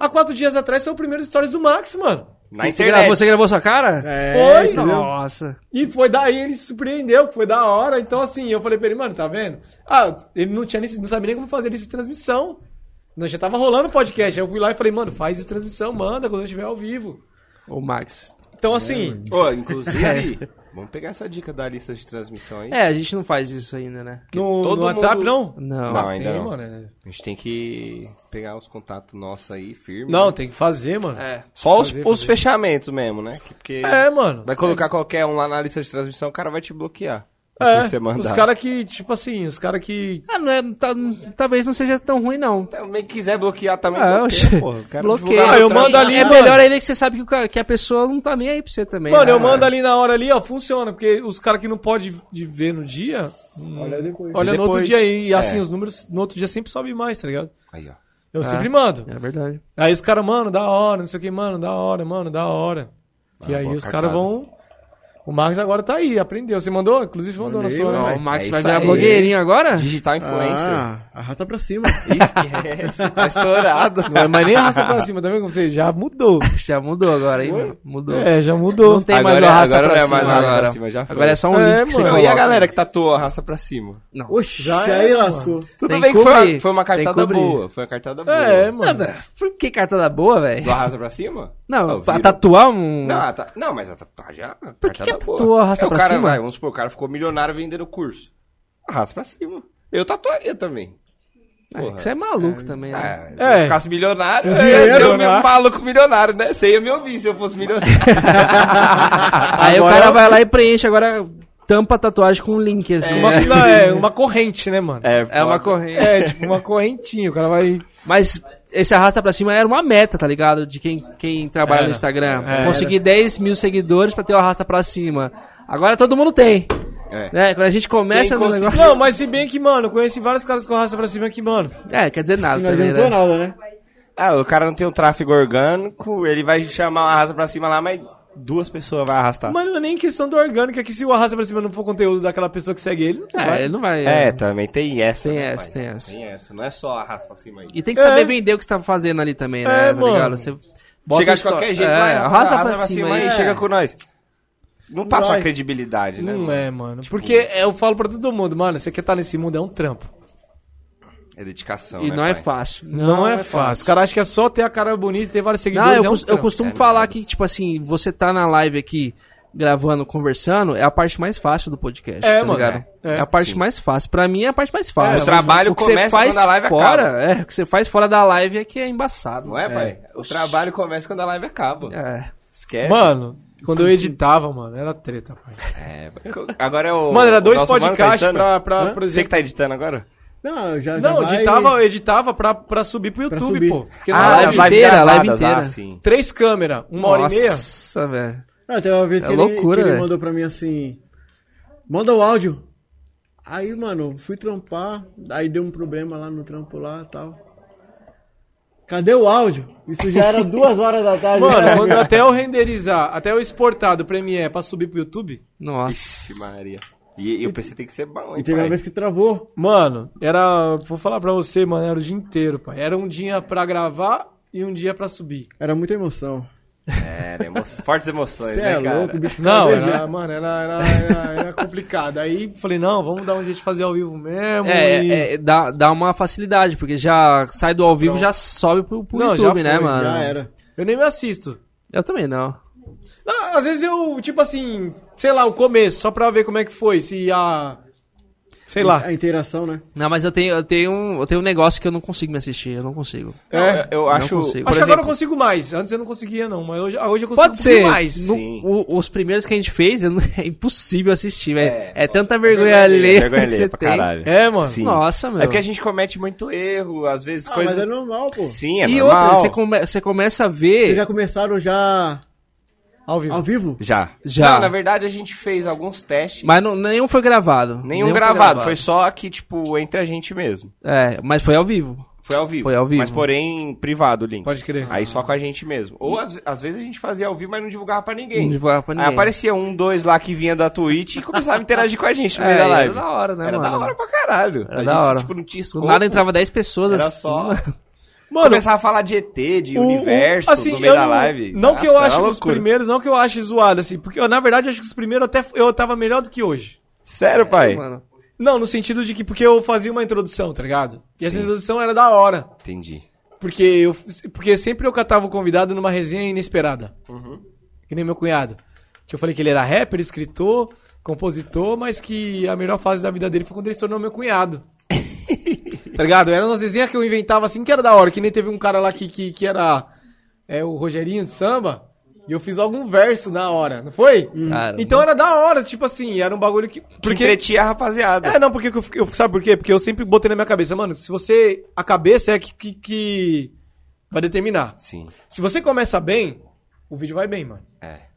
Speaker 5: Há quatro dias atrás foi o primeiro stories do Max, mano.
Speaker 1: Na
Speaker 3: Você
Speaker 1: internet.
Speaker 3: gravou, você gravou sua cara?
Speaker 4: É,
Speaker 5: Foi?
Speaker 4: entendeu?
Speaker 3: Nossa.
Speaker 5: E foi daí ele se surpreendeu, foi da hora. Então, assim, eu falei pra ele, mano, tá vendo? Ah, ele não tinha nem, não sabia nem como fazer isso de transmissão. Nós já tava rolando o podcast. Aí eu fui lá e falei, mano, faz isso de transmissão, manda quando eu estiver ao vivo.
Speaker 3: Ô, Max.
Speaker 1: É,
Speaker 5: Então, assim,
Speaker 1: Ô,
Speaker 5: É.
Speaker 1: inclusive, vamos pegar essa dica da lista de transmissão aí.
Speaker 3: É, a gente não faz isso ainda, né?
Speaker 5: no,
Speaker 1: todo
Speaker 5: no WhatsApp
Speaker 1: mundo-
Speaker 5: não?
Speaker 3: Não.
Speaker 1: Não, ainda
Speaker 5: tem,
Speaker 1: não.
Speaker 5: mano. é-
Speaker 1: A gente tem que pegar os contatos nossos aí, firme.
Speaker 5: Não,
Speaker 1: né?
Speaker 5: tem que fazer, mano. É,
Speaker 3: É.
Speaker 1: Só os,
Speaker 5: fazer,
Speaker 1: os
Speaker 5: fazer.
Speaker 1: fechamentos mesmo, né? Que- Porque
Speaker 5: É, mano.
Speaker 1: vai colocar qualquer um lá na lista de transmissão, o cara vai te bloquear.
Speaker 5: É,
Speaker 1: Depois você mandar.
Speaker 5: os caras que, tipo assim, os caras que.
Speaker 3: Ah, não é, tá- talvez não seja tão ruim, não.
Speaker 1: Também quiser bloquear também,
Speaker 3: Ah,
Speaker 1: bloqueia,
Speaker 3: oxe.
Speaker 1: porra. Eu quero
Speaker 3: Bloqueia.
Speaker 1: divulgar
Speaker 5: É, Ah, eu
Speaker 1: meu
Speaker 5: mando
Speaker 1: trabalho.
Speaker 5: ali,
Speaker 3: É
Speaker 5: mano.
Speaker 3: melhor ainda que você sabe que, o ca- que a pessoa não tá nem aí pra você também.
Speaker 5: Mano,
Speaker 3: né?
Speaker 5: eu mando ali na hora ali, ó, funciona. Porque os caras que não pode de ver no dia, hum,
Speaker 4: Olha depois.
Speaker 5: olha
Speaker 1: E
Speaker 5: no outro
Speaker 1: depois?
Speaker 5: dia aí. E assim,
Speaker 1: É.
Speaker 5: os números no outro dia sempre sobe mais, tá ligado?
Speaker 1: Aí, ó.
Speaker 5: Eu sempre mando.
Speaker 3: É verdade.
Speaker 5: Aí os caras, mano, da hora, não sei o que, mano, da hora, mano, da hora. e aí
Speaker 1: boa
Speaker 5: os
Speaker 1: cagada.
Speaker 5: caras vão. O Marcos agora tá aí, aprendeu. Você mandou? Inclusive mandou
Speaker 4: Mandei,
Speaker 5: na sua.
Speaker 4: mano.
Speaker 5: né?
Speaker 3: Ó, o Max
Speaker 1: é
Speaker 3: vai
Speaker 1: isso
Speaker 3: virar
Speaker 1: aí.
Speaker 3: blogueirinho agora?
Speaker 1: Digital influencer.
Speaker 4: Ah, arrasta pra cima.
Speaker 1: Esquece, tá estourado.
Speaker 5: Não é mais nem raça pra cima, tá vendo como você já mudou.
Speaker 3: Já mudou agora, hein? mano? Mudou.
Speaker 5: É, já mudou.
Speaker 3: Não tem
Speaker 1: Agora
Speaker 3: mais o
Speaker 1: é-
Speaker 3: arrasta
Speaker 1: agora
Speaker 3: pra
Speaker 1: não é
Speaker 3: cima
Speaker 1: mais o arrasta pra
Speaker 3: agora.
Speaker 1: cima, já foi.
Speaker 3: Agora é só um
Speaker 5: É,
Speaker 3: link que você
Speaker 5: mano.
Speaker 1: Não,
Speaker 3: coloca.
Speaker 1: e a galera que tatuou arrasta pra cima?
Speaker 4: Oxi, aí lascou.
Speaker 1: Tudo
Speaker 3: Tem
Speaker 1: bem
Speaker 3: que
Speaker 1: que foi uma,
Speaker 3: cobrir,
Speaker 1: foi uma
Speaker 3: tem que
Speaker 1: cartada
Speaker 3: cobrir.
Speaker 1: boa. Foi uma cartada boa.
Speaker 5: É,
Speaker 3: Ah,
Speaker 5: mano.
Speaker 3: mas Por que cartada boa, velho?
Speaker 1: Do arrasta pra cima?
Speaker 3: Não,
Speaker 1: Ah,
Speaker 3: pra
Speaker 1: vira-
Speaker 3: tatuar um...
Speaker 1: Não, a ta- não, mas a tatuagem é uma
Speaker 3: Por que que
Speaker 1: cartada
Speaker 3: a
Speaker 1: boa.
Speaker 3: tatuou arrasta
Speaker 1: É, o
Speaker 3: pra
Speaker 1: cara,
Speaker 3: cima?
Speaker 1: vai, vamos supor, o cara ficou milionário vendendo curso. Arrasta pra cima. Eu tatuaria também.
Speaker 3: Ah,
Speaker 1: Porra.
Speaker 3: Você é maluco também, né?
Speaker 1: Ah, se eu ficasse milionário, eu ia ser o mesmo maluco milionário, né? Você ia me ouvir se eu fosse milionário.
Speaker 3: Aí o cara vai lá e preenche agora... Tampa a tatuagem com um link, assim.
Speaker 5: Uma,
Speaker 3: né?
Speaker 5: não, é uma corrente, né, mano?
Speaker 3: É uma corrente.
Speaker 5: É, tipo uma correntinha, o cara vai.
Speaker 3: Mas esse arrasta pra cima era uma meta, tá ligado? De quem, quem trabalha no Instagram. Conseguir 10 mil seguidores pra ter o arrasta pra cima. Agora todo mundo tem.
Speaker 1: É.
Speaker 3: Né? Quando a gente começa no negócio.
Speaker 5: Não, mas se bem que, mano, eu conheci vários caras com raça pra cima aqui, mano.
Speaker 3: É, quer dizer nada.
Speaker 4: Não
Speaker 3: também,
Speaker 4: adiantou
Speaker 3: né?
Speaker 4: nada, né?
Speaker 1: Ah, o cara não tem um tráfego orgânico, ele vai chamar uma arrasta pra cima lá, mas duas pessoas vai arrastar.
Speaker 5: Mas não é nem questão do orgânico, é que se o arrasta pra cima não for conteúdo daquela pessoa que segue ele, não
Speaker 3: É,
Speaker 5: vai.
Speaker 3: ele não vai.
Speaker 1: É, também tem essa.
Speaker 3: Tem
Speaker 1: né,
Speaker 3: essa,
Speaker 1: pai?
Speaker 3: tem essa.
Speaker 1: Tem essa, não é só arrasta pra cima aí.
Speaker 3: E tem que saber
Speaker 5: É.
Speaker 3: vender o que você tá fazendo ali também, né?
Speaker 5: É,
Speaker 3: tá ligado?
Speaker 5: mano.
Speaker 3: Você
Speaker 1: Chegar de
Speaker 3: histó-
Speaker 1: qualquer jeito,
Speaker 3: é,
Speaker 1: vai,
Speaker 3: arrasta, pra, cima, é. aí.
Speaker 1: aí, chega com nós. Não passa
Speaker 4: Vai.
Speaker 1: uma credibilidade, né?
Speaker 5: Não
Speaker 1: mano?
Speaker 5: é, mano. Porque é, eu falo pra todo mundo, mano, você quer estar nesse mundo é um trampo.
Speaker 1: É dedicação,
Speaker 3: E
Speaker 1: né,
Speaker 3: não é
Speaker 1: pai?
Speaker 3: fácil.
Speaker 5: Não, é, fácil. O cara acha que é só ter a cara bonita e ter vários
Speaker 3: Não,
Speaker 5: seguidores.
Speaker 3: eu,
Speaker 5: é um
Speaker 3: cos- eu
Speaker 5: trampo.
Speaker 3: costumo falar que, tipo assim, você tá na live aqui gravando, conversando, é a parte mais fácil do podcast.
Speaker 5: É,
Speaker 3: tá
Speaker 5: mano,
Speaker 3: ligado?
Speaker 5: é.
Speaker 3: É, a parte mais fácil. Pra mim é a parte mais fácil.
Speaker 1: É, o trabalho
Speaker 3: que você
Speaker 1: começa
Speaker 3: faz
Speaker 1: quando a live
Speaker 3: fora,
Speaker 1: acaba.
Speaker 3: É, o que você faz fora da live é que é embaçado.
Speaker 1: Não é, pai? O trabalho começa quando a live acaba.
Speaker 3: É.
Speaker 1: Esquece.
Speaker 5: Mano, quando eu editava, mano, era treta, pai.
Speaker 1: É, agora é o.
Speaker 5: Mano, era dois
Speaker 1: o nosso mano tá
Speaker 5: podcasts
Speaker 1: editando?
Speaker 5: pra, pra,
Speaker 4: Hã?
Speaker 5: por
Speaker 1: Você que
Speaker 5: exemplo.
Speaker 1: tá editando agora?
Speaker 4: Não, já,
Speaker 5: Não,
Speaker 4: já vai-
Speaker 5: editava, eu editava pra, pra subir pro
Speaker 4: Pra
Speaker 5: YouTube,
Speaker 4: subir.
Speaker 5: pô. Porque
Speaker 3: Ah,
Speaker 5: na
Speaker 3: live inteira,
Speaker 1: gravadas,
Speaker 3: live inteira.
Speaker 1: Ah, sim.
Speaker 5: Três câmeras, uma hora e meia.
Speaker 3: Nossa, velho.
Speaker 4: Ah, teve uma vez
Speaker 3: É
Speaker 4: que, ele,
Speaker 3: loucura,
Speaker 4: que ele
Speaker 3: velho.
Speaker 4: mandou pra mim assim: manda o áudio. Aí, mano, fui trampar, aí deu um problema lá no trampo lá e tal. Cadê o áudio? Isso já era duas horas da tarde. né?
Speaker 5: Mano, quando até eu renderizar, até eu exportar do Premiere pra subir pro YouTube.
Speaker 3: Nossa.
Speaker 1: Vixe, Maria. E, e o PC tem que ser bom,
Speaker 4: E
Speaker 1: hein,
Speaker 4: teve uma
Speaker 1: pai?
Speaker 4: vez que travou.
Speaker 5: Mano, era. Vou falar pra você, mano, era o dia inteiro, pai. Era um dia pra gravar e um dia pra subir.
Speaker 4: Era muita emoção.
Speaker 1: Era É, né, emo- fortes emoções,
Speaker 4: Você
Speaker 1: né,
Speaker 4: é
Speaker 1: cara?
Speaker 4: louco, o bicho. ficava
Speaker 5: Não,
Speaker 4: doidinho.
Speaker 5: era, mano, era, era, era, era complicado. Aí falei, não, vamos dar um jeito de fazer ao vivo mesmo.
Speaker 3: É,
Speaker 5: e-
Speaker 3: é, é, dá, dá uma facilidade, porque já sai do ao vivo já sobe pro, pro
Speaker 5: Não, já
Speaker 3: YouTube, né,
Speaker 5: foi,
Speaker 3: mano?
Speaker 4: Já era.
Speaker 5: Eu nem me assisto.
Speaker 3: Eu também não.
Speaker 5: Não, às vezes eu, tipo assim, sei lá, o começo, só pra ver como é que foi, se a. Sei lá.
Speaker 4: A interação, né?
Speaker 3: Não, mas eu tenho, eu tenho, um- eu tenho um negócio que eu não consigo me assistir, eu não consigo.
Speaker 1: Eu, eu acho.
Speaker 3: É. consigo.
Speaker 1: Por
Speaker 5: Acho que agora eu
Speaker 1: exemplo,
Speaker 5: consigo mais. Antes eu não conseguia, não, mas hoje, ah, hoje eu consigo
Speaker 3: Pode ser.
Speaker 5: mais.
Speaker 3: no-
Speaker 1: Sim.
Speaker 3: o- os primeiros que a gente fez, eu não- é impossível assistir, velho.
Speaker 1: É,
Speaker 3: É, tanta vergonha alheia
Speaker 1: vergonha
Speaker 3: que você
Speaker 1: alheia pra
Speaker 3: tem.
Speaker 1: caralho.
Speaker 5: É, mano.
Speaker 1: Sim.
Speaker 3: Nossa, meu.
Speaker 1: É porque a gente comete muito erro, às vezes
Speaker 4: Ah,
Speaker 1: coisas.
Speaker 4: mas é normal, pô.
Speaker 1: Sim, é
Speaker 3: e
Speaker 1: normal.
Speaker 3: outra, você, come- você começa a ver.
Speaker 4: Vocês já começaram já
Speaker 5: Ao vivo.
Speaker 4: ao vivo?
Speaker 1: Já.
Speaker 3: Já.
Speaker 1: Não, na verdade a gente fez alguns testes.
Speaker 3: Mas não- nenhum foi gravado.
Speaker 1: Nenhum
Speaker 3: foi
Speaker 1: gravado, foi só aqui, tipo, entre a gente mesmo.
Speaker 3: É, mas foi ao vivo.
Speaker 1: Foi ao vivo.
Speaker 3: Foi ao vivo.
Speaker 1: Mas porém, privado o link.
Speaker 5: Pode crer.
Speaker 1: Aí só com a gente mesmo. Ou às, às vezes a gente fazia ao vivo, mas não divulgava pra ninguém.
Speaker 3: Não divulgava pra ninguém.
Speaker 1: Aí aparecia um, dois lá que vinha da Twitch e começava a interagir com a gente no
Speaker 3: É,
Speaker 1: meio da
Speaker 3: era
Speaker 1: live.
Speaker 3: da hora, né,
Speaker 1: Era da
Speaker 3: mano?
Speaker 1: hora pra caralho.
Speaker 3: Era
Speaker 1: a
Speaker 3: da
Speaker 1: gente,
Speaker 3: hora.
Speaker 1: tipo, não tinha
Speaker 3: Do
Speaker 1: escopo.
Speaker 3: nada entrava 10 pessoas
Speaker 1: Era
Speaker 3: assim.
Speaker 1: só-
Speaker 3: mano.
Speaker 5: Mano,
Speaker 1: Começava a falar de ET, de
Speaker 5: o- o-
Speaker 1: universo,
Speaker 5: assim,
Speaker 1: no meio
Speaker 5: eu
Speaker 1: da
Speaker 5: não-
Speaker 1: live.
Speaker 5: Não que eu
Speaker 1: Nossa,
Speaker 5: ache
Speaker 1: era
Speaker 5: os
Speaker 1: loucura.
Speaker 5: primeiros, não que eu ache zoado, assim. Porque, eu, na verdade, eu acho que os primeiros até f- eu tava melhor do que hoje. É,
Speaker 1: Sério, pai?
Speaker 3: Mano.
Speaker 5: Não, no sentido de que porque eu fazia uma introdução, tá ligado? E essa
Speaker 1: Sim.
Speaker 5: introdução era da hora.
Speaker 1: Entendi.
Speaker 5: Porque eu porque sempre eu catava o convidado numa resenha inesperada. Que nem meu cunhado. Que eu falei que ele era rapper, escritor, compositor, mas que a melhor fase da vida dele foi quando ele se tornou meu cunhado. tá ligado? Eram umas resenhas que eu inventava assim que era da hora. Que nem teve um cara lá que, que, que era é, o Rogerinho de samba. E eu fiz algum verso na hora, não foi?
Speaker 3: Caramba.
Speaker 5: Então era da hora, tipo assim, era um bagulho que.
Speaker 1: Porque
Speaker 5: Porque
Speaker 1: entretinha a rapaziada.
Speaker 5: é, não, porque que eu, fiquei- eu- sabe por quê? Porque eu sempre botei na minha cabeça, mano, se você. A cabeça é que, que, que vai determinar.
Speaker 1: Sim.
Speaker 5: Se você começa bem, o vídeo vai bem, mano.
Speaker 1: É.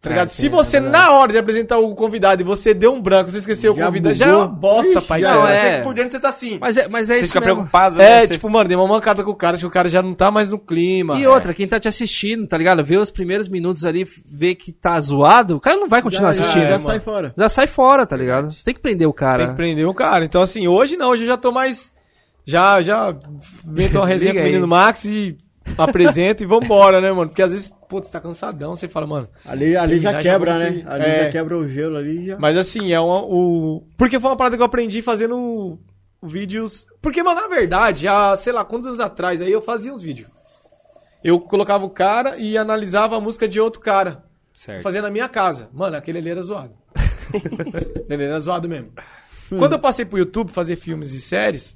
Speaker 5: Tá
Speaker 4: É,
Speaker 5: ligado? se você, na hora de apresentar o convidado, e você deu um branco, você esqueceu o
Speaker 4: Já
Speaker 5: convidado, já
Speaker 4: bugou.
Speaker 5: é uma bosta,
Speaker 4: Ixi,
Speaker 5: pai.
Speaker 4: já
Speaker 5: Não,
Speaker 3: é.
Speaker 5: Você, por dentro você tá assim.
Speaker 3: Mas é, mas é
Speaker 1: Você
Speaker 3: isso
Speaker 1: fica
Speaker 3: mesmo.
Speaker 1: preocupado, né?
Speaker 5: é,
Speaker 1: Você-
Speaker 5: tipo, mano, dei uma mancada com o cara, acho que o cara já não tá mais no clima.
Speaker 3: E outra, quem tá te assistindo, tá ligado? Vê os primeiros minutos ali, vê que tá zoado, o cara não vai continuar
Speaker 4: já,
Speaker 3: assistindo.
Speaker 4: Já,
Speaker 5: É,
Speaker 4: sai fora.
Speaker 3: Já sai fora, tá ligado? Você tem que prender o cara.
Speaker 5: Tem que prender o cara. Então, assim, hoje não, hoje eu já tô mais. Já, já invento uma resenha
Speaker 3: Liga
Speaker 5: com o menino
Speaker 3: aí.
Speaker 5: Max e apresento e vambora, né, mano? Porque às vezes, pô, você tá cansadão, você fala, mano.
Speaker 4: Ali, ali já
Speaker 5: Terminar, já
Speaker 4: quebra,
Speaker 5: vou ter
Speaker 4: né?
Speaker 5: que-
Speaker 4: Ali
Speaker 5: É.
Speaker 4: já quebra o gelo ali já.
Speaker 5: Mas assim, é uma, o. Porque foi uma parada que eu aprendi fazendo vídeos. Porque, mano, na verdade, há, sei lá, quantos anos atrás aí eu fazia uns vídeos. Eu colocava o cara e analisava a música de outro cara.
Speaker 1: Certo.
Speaker 5: Fazia na minha casa. Mano, aquele ali era zoado. ele era zoado mesmo. Quando eu passei pro YouTube fazer filmes e séries,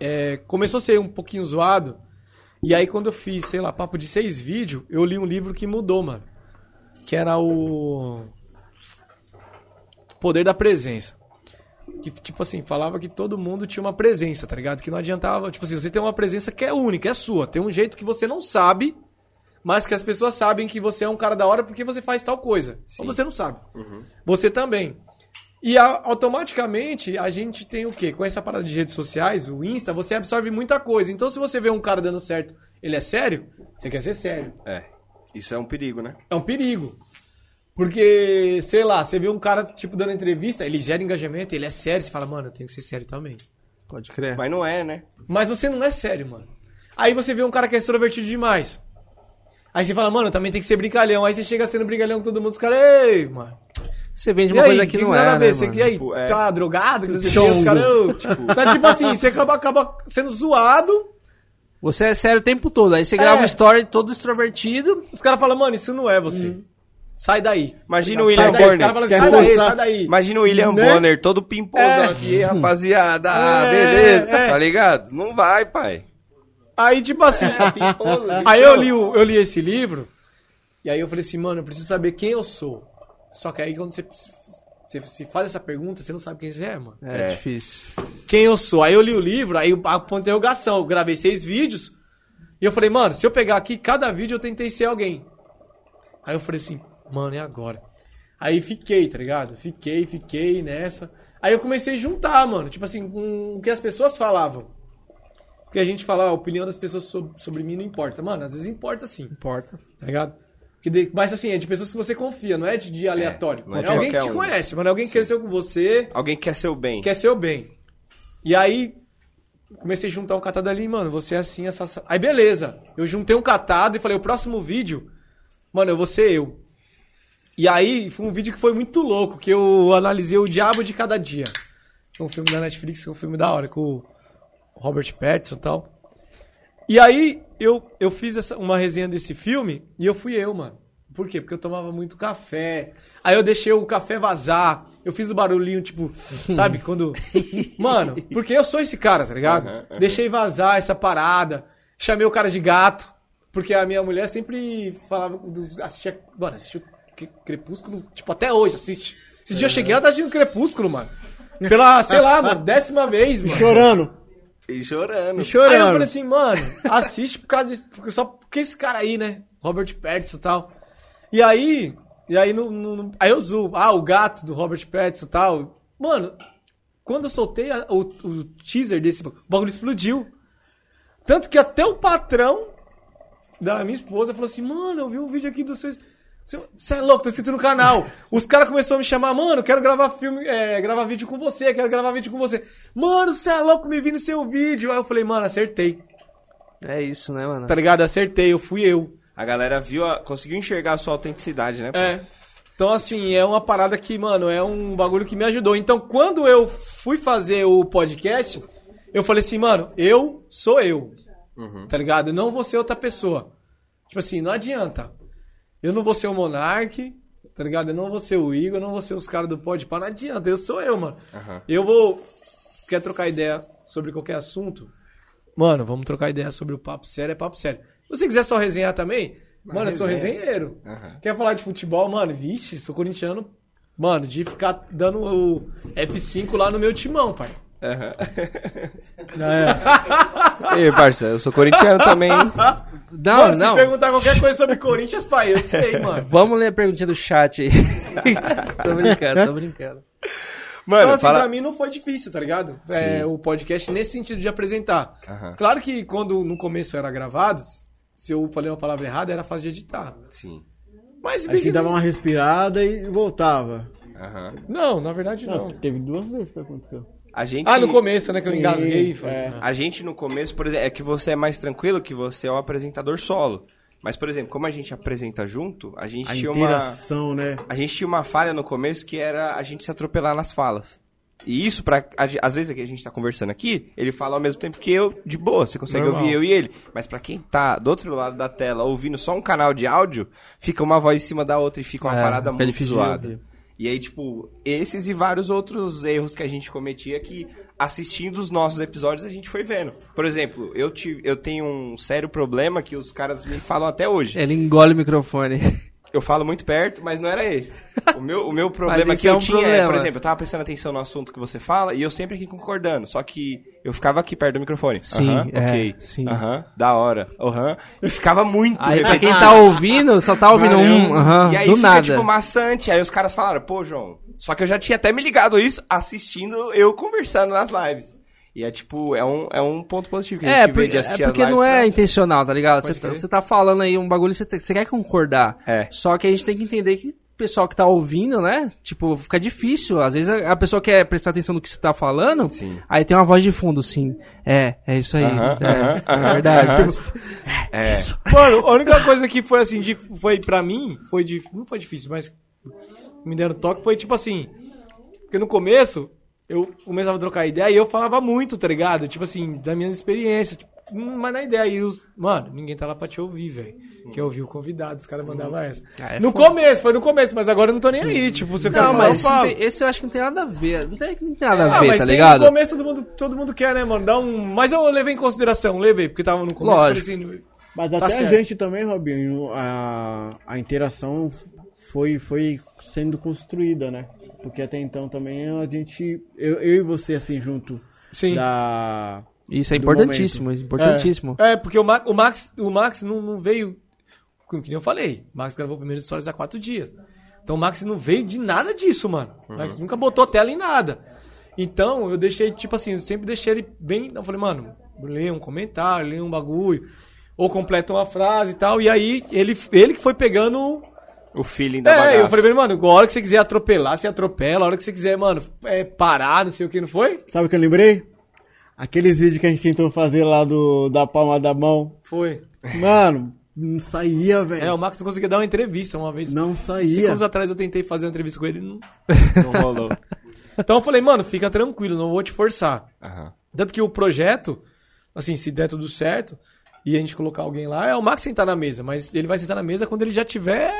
Speaker 5: é, começou a ser um pouquinho zoado. E aí quando eu fiz, sei lá, papo de seis vídeos, eu li um livro que mudou, mano. Que era o Poder da Presença. Que, tipo assim, falava que todo mundo tinha uma presença, tá ligado? Que não adiantava. Tipo assim, você tem uma presença que é única, é sua. Tem um jeito que você não sabe, mas que as pessoas sabem que você é um cara da hora porque você faz tal coisa. Ou você não sabe. Você também. E a- automaticamente a gente tem o quê? Com essa parada de redes sociais, o Insta, você absorve muita coisa. Então, se você vê um cara dando certo, ele é sério, você quer ser sério.
Speaker 1: É. Isso é um perigo, né?
Speaker 5: É um perigo. Porque, sei lá, você vê um cara, tipo, dando entrevista, ele gera engajamento, ele é sério, você fala, mano, eu tenho que ser sério também.
Speaker 3: Pode crer.
Speaker 1: Mas não é, né?
Speaker 5: Mas você não é sério, mano. Aí você vê um cara que é extrovertido demais. Aí você fala, mano, também tem que ser brincalhão. Aí você chega sendo brincalhão com todo mundo, os caras, ei, mano.
Speaker 3: Você vende
Speaker 5: E
Speaker 3: uma coisa
Speaker 5: aí,
Speaker 3: que,
Speaker 5: que
Speaker 3: não
Speaker 5: nada
Speaker 3: é,
Speaker 5: a ver?
Speaker 3: né,
Speaker 5: Você
Speaker 3: mano?
Speaker 5: e aí,
Speaker 1: Tipo, é.
Speaker 5: tá drogado? Que não sei o que, os caras, ô, tipo, tá tipo assim, você acaba, acaba sendo zoado,
Speaker 3: Você é sério o tempo todo. Aí você grava
Speaker 5: É.
Speaker 3: um story todo extrovertido.
Speaker 5: os caras falam, mano, isso não é você. Sai daí.
Speaker 1: Imagina o William
Speaker 5: sai daí, os
Speaker 1: Bonner.
Speaker 5: caras falam, assim,
Speaker 4: Quer
Speaker 5: sai daí,
Speaker 4: forçar?
Speaker 5: sai daí.
Speaker 1: Imagina o William
Speaker 4: Né?
Speaker 1: Bonner todo pimposão aqui, rapaziada.
Speaker 5: É,
Speaker 1: beleza,
Speaker 5: é.
Speaker 1: tá ligado? Não vai, pai.
Speaker 5: Aí, tipo assim. aí eu li, o- eu li esse livro, e aí eu falei assim, mano, eu preciso saber quem eu sou. Só que aí quando você, você se faz essa pergunta, você não sabe quem você é, mano.
Speaker 3: É, difícil.
Speaker 5: Quem eu sou? Aí eu li o livro, aí eu- a ponto de interrogação. Eu gravei seis vídeos, e eu falei, mano, se eu pegar aqui, cada vídeo eu tentei ser alguém. Aí eu falei assim, mano, e agora? Aí fiquei, tá ligado? Fiquei, fiquei nessa. Aí eu comecei a juntar, mano, tipo assim, com o que as pessoas falavam. Porque a gente fala, ah, a opinião das pessoas so- sobre mim não importa. Mano, às vezes importa sim,
Speaker 3: Importa.
Speaker 5: tá ligado? Porque de- Mas assim, é de pessoas que você confia, não é de, de aleatório.
Speaker 1: não é
Speaker 5: é,
Speaker 1: de
Speaker 5: alguém que
Speaker 1: qualquer
Speaker 5: te
Speaker 1: um.
Speaker 5: conhece, mano, é alguém que cresceu com você,
Speaker 1: Alguém quer seu bem.
Speaker 5: quer seu bem. E aí, comecei a juntar um catado ali, mano, você é assim, essa... essa- Aí, beleza. Eu juntei um catado e falei, o próximo vídeo, mano, eu vou ser eu. E aí, foi um vídeo que foi muito louco, que eu analisei o Diabo de Cada Dia. É um filme da Netflix, é um filme da hora, com o Robert Pattinson e tal. E aí, eu, eu fiz essa- uma resenha desse filme e eu fui eu, mano. Por quê? Porque eu tomava muito café. Aí eu deixei o café vazar. Eu fiz o barulhinho, tipo, sabe, quando. Mano, porque eu sou esse cara, tá ligado? Deixei vazar essa parada. Chamei o cara de gato. Porque a minha mulher sempre falava. Do, assistia. Mano, assistiu Cre- Crepúsculo, tipo, até hoje, assiste. Esse dia eu cheguei, ela tá assistindo Crepúsculo, mano. Pela, sei lá, mano, décima vez, mano.
Speaker 4: Chorando.
Speaker 1: E chorando.
Speaker 4: E
Speaker 5: Aí eu falei
Speaker 4: chorando.
Speaker 5: assim, mano, assiste por causa disso, porque só porque esse cara aí, né? Robert Pattinson e tal. E aí, e aí no, no- no- aí eu zoo, ah, o gato do Robert Pattinson e tal. Mano, quando eu soltei a- o, o teaser desse, bagulho, o bagulho explodiu. Tanto que até o patrão da minha esposa falou assim, mano, eu vi um vídeo aqui do seu... Você é louco, tô inscrito no canal. Os caras começaram a me chamar, mano, eu quero gravar filme, é, gravar vídeo com você, quero gravar vídeo com você. Mano, você é louco, me vi no seu vídeo. Aí eu falei, mano, acertei.
Speaker 3: É isso, né, mano?
Speaker 5: Tá ligado? Acertei, eu fui eu.
Speaker 1: A galera viu, a- conseguiu enxergar a sua autenticidade, né? pô?
Speaker 5: É. Então, assim, é uma parada que, mano, é um bagulho que me ajudou. Então, quando eu fui fazer o podcast, eu falei assim, mano, eu sou eu. Tá ligado? Eu não vou ser outra pessoa. Tipo assim, não adianta. Eu não vou ser o Monark, tá ligado? Eu não vou ser o Igor, eu não vou ser os caras do Podpah, não adianta. Eu sou eu, mano. Eu vou... Quer trocar ideia sobre qualquer assunto? Mano, vamos trocar ideia sobre o papo sério, é papo sério. Se você quiser só resenhar também, mano, eu sou resenheiro. Quer falar de futebol, mano? Vixe, sou corintiano. Mano, de ficar dando o F5 lá no meu timão, pai.
Speaker 1: Ei, parça, eu sou corintiano também. hein?
Speaker 5: Então,
Speaker 3: Não,
Speaker 5: mano,
Speaker 3: não.
Speaker 5: se perguntar qualquer coisa sobre Corinthians, pai, eu sei, mano.
Speaker 3: Vamos ler a perguntinha do chat aí. tô brincando, tô brincando.
Speaker 1: Mano,
Speaker 5: então, assim,
Speaker 1: fala...
Speaker 5: pra mim não foi difícil, tá ligado? É, o podcast nesse sentido de apresentar. Claro que quando no começo era gravado, se eu falei uma palavra errada, era fácil de editar.
Speaker 1: Sim.
Speaker 5: Mas,
Speaker 4: Aí
Speaker 5: Big,
Speaker 4: você dava uma respirada e voltava.
Speaker 1: Aham.
Speaker 5: não, na verdade não.
Speaker 4: teve duas vezes que aconteceu.
Speaker 1: A gente...
Speaker 5: Ah, no começo, né, que eu engasguei.
Speaker 4: E-
Speaker 5: falei,
Speaker 4: é.
Speaker 1: A gente no começo, por exemplo, é que você é mais tranquilo, que você é o apresentador solo. Mas, por exemplo, como a gente apresenta junto, a gente
Speaker 4: A
Speaker 1: tinha uma...
Speaker 4: interação, né?
Speaker 1: A gente tinha uma falha no começo que era a gente se atropelar nas falas. E isso, pra, a ge- às vezes que a gente tá conversando aqui, ele fala ao mesmo tempo que eu, de boa, você consegue ouvir eu e ele. Mas pra quem tá do outro lado da tela ouvindo só um canal de áudio, fica uma voz em cima da outra e fica uma
Speaker 3: É,
Speaker 1: parada
Speaker 3: fica
Speaker 1: muito
Speaker 3: difícil de
Speaker 1: zoada.
Speaker 3: ouvir.
Speaker 1: E aí, tipo, esses e vários outros erros que a gente cometia que assistindo os nossos episódios a gente foi vendo. Por exemplo, eu, tive, eu tenho um sério problema que os caras me falam até hoje.
Speaker 3: Ele engole o microfone.
Speaker 1: Eu falo muito perto, mas não era esse. O meu, o meu problema
Speaker 3: esse
Speaker 1: que
Speaker 3: é
Speaker 1: eu
Speaker 3: um
Speaker 1: tinha, é,
Speaker 3: problema.
Speaker 1: por exemplo, eu tava prestando atenção no assunto que você fala e eu sempre aqui concordando, só que eu ficava aqui perto do microfone.
Speaker 3: Sim,
Speaker 1: Aham,
Speaker 3: é,
Speaker 1: ok.
Speaker 3: sim.
Speaker 1: Aham, da hora. Aham. E ficava muito
Speaker 3: Aí pra
Speaker 1: repetitivo.
Speaker 3: quem tá ouvindo, só tá ouvindo um, aham,
Speaker 1: E aí
Speaker 3: do
Speaker 1: fica,
Speaker 3: nada.
Speaker 1: tipo, maçante. Aí os caras falaram, pô, João, só que eu já tinha até me ligado isso assistindo eu conversando nas lives. E é tipo, é um, é um ponto positivo que a
Speaker 3: É,
Speaker 1: gente
Speaker 3: por-
Speaker 1: vê de
Speaker 3: é
Speaker 5: assim
Speaker 1: assistir as
Speaker 3: porque
Speaker 1: lives. né?
Speaker 3: não é
Speaker 1: pra-
Speaker 3: intencional, tá ligado? Você tá, você tá falando aí um bagulho, você, te- você quer concordar.
Speaker 1: É.
Speaker 3: Só que a gente tem que entender que o pessoal que tá ouvindo, né? Tipo, fica difícil. Às vezes a, a pessoa quer prestar atenção no que você tá falando,
Speaker 1: Sim.
Speaker 3: aí tem uma voz de fundo, sim. É, é isso aí.
Speaker 1: Aham,
Speaker 3: é,
Speaker 1: aham, aham,
Speaker 3: verdade.
Speaker 1: aham.
Speaker 3: Tipo,
Speaker 1: É.
Speaker 5: Mano, a única coisa que foi assim, dif- foi pra mim, foi dif- não foi difícil, mas me deram toque, foi tipo assim, porque no começo eu começava a trocar ideia e eu falava muito, tá ligado? Tipo assim, da minha experiência, tipo, hum, mas na ideia, e os, mano, ninguém tá lá pra te ouvir, velho. Quer ouvir o convidado, os caras mandavam essa. no começo, foi no começo, mas agora eu não tô nem aí, tipo, você quer
Speaker 3: não,
Speaker 5: falar, eu
Speaker 3: mas isso
Speaker 5: falo.
Speaker 3: não tem- esse eu acho que não tem nada a ver. Não tem, não tem nada a
Speaker 5: Ah,
Speaker 3: ver,
Speaker 5: mas
Speaker 3: tá
Speaker 5: tem-
Speaker 3: ligado?
Speaker 5: no começo todo mundo, todo mundo quer, né, mano? Dá um... Mas eu levei em consideração, levei, porque tava no começo.
Speaker 3: Lógico.
Speaker 5: falei assim,
Speaker 4: Mas
Speaker 5: Tá
Speaker 4: até a
Speaker 5: certo.
Speaker 4: gente também, Robinho, a, a interação foi, foi sendo construída, né? Porque até então também a gente, eu, eu e você assim junto,
Speaker 5: Sim.
Speaker 4: da
Speaker 3: Isso é
Speaker 4: Do
Speaker 3: importantíssimo, isso é importantíssimo.
Speaker 5: um É, porque o, Ma- o Max, o Max não, não veio. Como que nem eu falei, o Max gravou primeiros stories há quatro dias. Então o Max não veio de nada disso, mano. O Max nunca botou tela em nada. Então, eu deixei, tipo assim, eu sempre deixei ele bem. Então, eu falei, mano, lê um comentário, lê um bagulho. Ou completa uma frase e tal. E aí, ele, ele que foi pegando
Speaker 6: O feeling da
Speaker 5: é,
Speaker 6: bagaça.
Speaker 5: eu falei pra ele, mano, a hora que você quiser atropelar, você atropela. A hora que você quiser, mano, é, parar, não sei o que, não foi?
Speaker 4: Sabe o que eu lembrei? Aqueles vídeos que a gente tentou fazer lá do, da palma da mão.
Speaker 5: Foi.
Speaker 4: Mano, não saía,
Speaker 5: É, o
Speaker 4: velho.
Speaker 5: Max não conseguia dar uma entrevista uma vez.
Speaker 4: Não
Speaker 5: Cinco
Speaker 4: saía.
Speaker 5: anos atrás eu tentei fazer uma entrevista com ele e não, não rolou. então eu falei, mano, fica tranquilo, não vou te forçar.
Speaker 6: Aham.
Speaker 5: Tanto que o projeto, assim, se der tudo certo e a gente colocar alguém lá, é o Max sentar na mesa, mas ele vai sentar na mesa quando ele já tiver.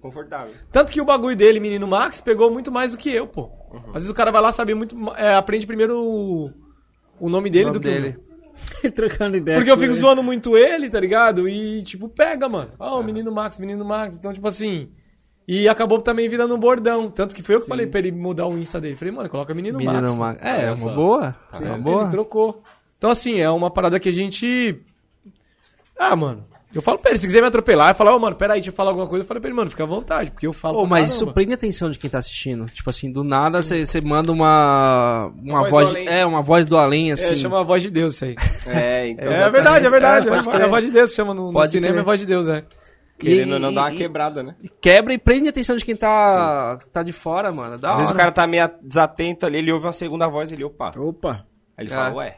Speaker 1: Confortável.
Speaker 5: Tanto que o bagulho dele, menino Max, pegou muito mais do que eu, pô.
Speaker 3: Uhum.
Speaker 5: Às vezes o cara vai lá saber muito. ma- é, aprende primeiro o, o nome dele
Speaker 3: nome
Speaker 5: do que o
Speaker 3: dele.
Speaker 5: meu.
Speaker 4: Trocando
Speaker 3: É,
Speaker 4: ideia.
Speaker 5: Porque eu fico
Speaker 4: com ele.
Speaker 5: zoando muito ele, tá ligado? E, tipo, pega, mano. Ó,
Speaker 3: É.
Speaker 5: o menino Max, menino Max. Então, tipo assim. E acabou também virando um bordão. Tanto que foi eu que falei pra ele mudar o Insta dele. Falei, mano, coloca menino, Max.
Speaker 3: Menino Max. É, é
Speaker 5: Olha
Speaker 3: uma
Speaker 5: só. Tá.
Speaker 3: boa. É uma
Speaker 5: Ele
Speaker 3: boa.
Speaker 5: trocou. Então, assim, é uma parada que a gente. Ah, mano. Eu falo pra ele, se quiser me atropelar, eu falo, ô, mano, peraí, deixa eu falar alguma coisa. Eu falei pra ele, mano, fica à vontade, porque eu falo.
Speaker 3: Pô,
Speaker 5: pra
Speaker 3: mas isso
Speaker 5: caramba.
Speaker 3: prende a atenção de quem tá assistindo. Tipo assim, do nada você manda uma. Uma
Speaker 5: voz
Speaker 3: voz.
Speaker 5: do além.
Speaker 3: é, uma voz do além, assim.
Speaker 5: É, chama a voz de Deus isso aí.
Speaker 1: É, então.
Speaker 5: É, verdade, é verdade.
Speaker 3: É,
Speaker 5: É,
Speaker 3: pode
Speaker 5: a-
Speaker 3: crer.
Speaker 5: é a voz de Deus que chama no, no
Speaker 3: Pode
Speaker 5: cinema,
Speaker 3: crer.
Speaker 5: é a voz de Deus, é.
Speaker 1: Querendo ou
Speaker 3: E-
Speaker 1: não dar uma
Speaker 3: e-
Speaker 1: quebrada, né?
Speaker 3: Quebra e prende a atenção de quem tá, tá de fora, mano. Da
Speaker 1: Às vezes o
Speaker 3: hora.
Speaker 1: cara tá meio desatento ali, ele ouve uma segunda voz ele, opa.
Speaker 4: Opa.
Speaker 1: Aí ele
Speaker 3: É.
Speaker 1: fala, ué.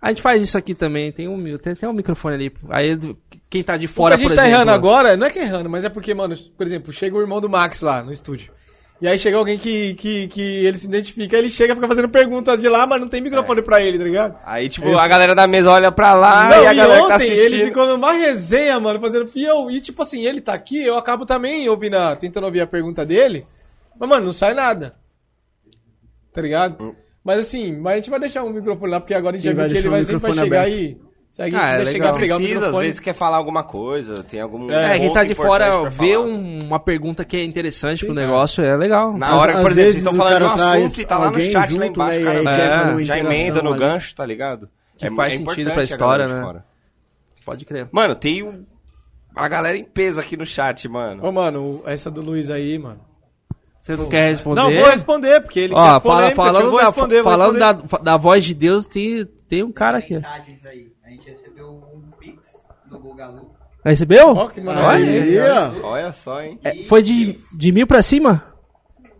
Speaker 3: A gente faz isso aqui também. Tem um, mi- tem, tem um microfone ali. Aí do- quem tá de
Speaker 5: Fora,
Speaker 3: fora,
Speaker 5: a gente
Speaker 3: por
Speaker 5: tá
Speaker 3: exemplo.
Speaker 5: errando agora, não é que é errando, mas é porque, mano, por exemplo, chega o irmão do Max lá no estúdio. E aí chega alguém que, que, que ele se identifica, aí ele chega, fica fazendo perguntas de lá, mas não tem microfone pra ele, tá ligado?
Speaker 1: Aí, tipo, a galera da mesa olha pra lá
Speaker 5: não,
Speaker 1: e a galera que tá
Speaker 5: ele
Speaker 1: assistindo.
Speaker 5: ficou numa resenha, mano, fazendo. E, eu, e tipo assim, ele tá aqui, eu acabo também ouvindo, a- tentando ouvir a pergunta dele, mas, mano, não sai nada. Tá ligado? Mas assim, mas a gente vai deixar o microfone lá, porque agora a gente já
Speaker 4: Sim, vai
Speaker 5: viu que ele
Speaker 4: deixar o
Speaker 5: vai sempre vai
Speaker 4: microfone
Speaker 5: chegar
Speaker 4: aberto.
Speaker 5: aí. Se alguém
Speaker 3: Ah, é
Speaker 5: quiser
Speaker 3: legal.
Speaker 5: chegar pegar
Speaker 1: Precisa,
Speaker 5: o
Speaker 1: às
Speaker 5: microfone.
Speaker 1: vezes quer falar alguma coisa, tem algum.
Speaker 3: É, quem
Speaker 1: ponto
Speaker 3: tá de
Speaker 1: importante
Speaker 3: fora
Speaker 1: pra
Speaker 3: vê
Speaker 1: falar.
Speaker 3: um- uma pergunta que é interessante pro negócio, é legal.
Speaker 1: Na hora,
Speaker 4: Às-
Speaker 1: que, por exemplo,
Speaker 4: às vezes
Speaker 1: vocês estão
Speaker 4: o
Speaker 1: falando de um
Speaker 4: cara traz
Speaker 1: assunto e tá lá no
Speaker 4: alguém
Speaker 1: chat lá
Speaker 4: junto,
Speaker 1: embaixo,
Speaker 4: né,
Speaker 1: cara,
Speaker 4: e aí
Speaker 3: quer fazer
Speaker 1: é,
Speaker 4: uma
Speaker 1: já
Speaker 4: interação
Speaker 1: emenda no
Speaker 4: ali.
Speaker 1: gancho, tá ligado?
Speaker 3: Que faz sentido
Speaker 1: importante
Speaker 3: pra
Speaker 1: a galera
Speaker 3: história,
Speaker 1: de
Speaker 3: né?
Speaker 1: fora.
Speaker 3: Pode crer.
Speaker 1: Mano, tem um- a galera em peso aqui no chat, mano.
Speaker 5: Ô, mano, o- essa do Luiz aí, mano.
Speaker 3: Você não quer responder?
Speaker 5: Não, vou responder, porque ele
Speaker 3: Ó,
Speaker 5: quer
Speaker 3: fala,
Speaker 5: polêmica,
Speaker 3: falando,
Speaker 5: eu vou
Speaker 3: da,
Speaker 5: responder, vou
Speaker 3: falando
Speaker 5: responder.
Speaker 3: da, da voz de Deus, tem, tem um cara aqui.
Speaker 9: mensagens aí. A gente recebeu um pix do Gugalu.
Speaker 3: Recebeu?
Speaker 5: Ó, que maravilha.
Speaker 4: Aí, ó.
Speaker 1: Olha só, hein?
Speaker 3: É, foi de, de mil pra cima?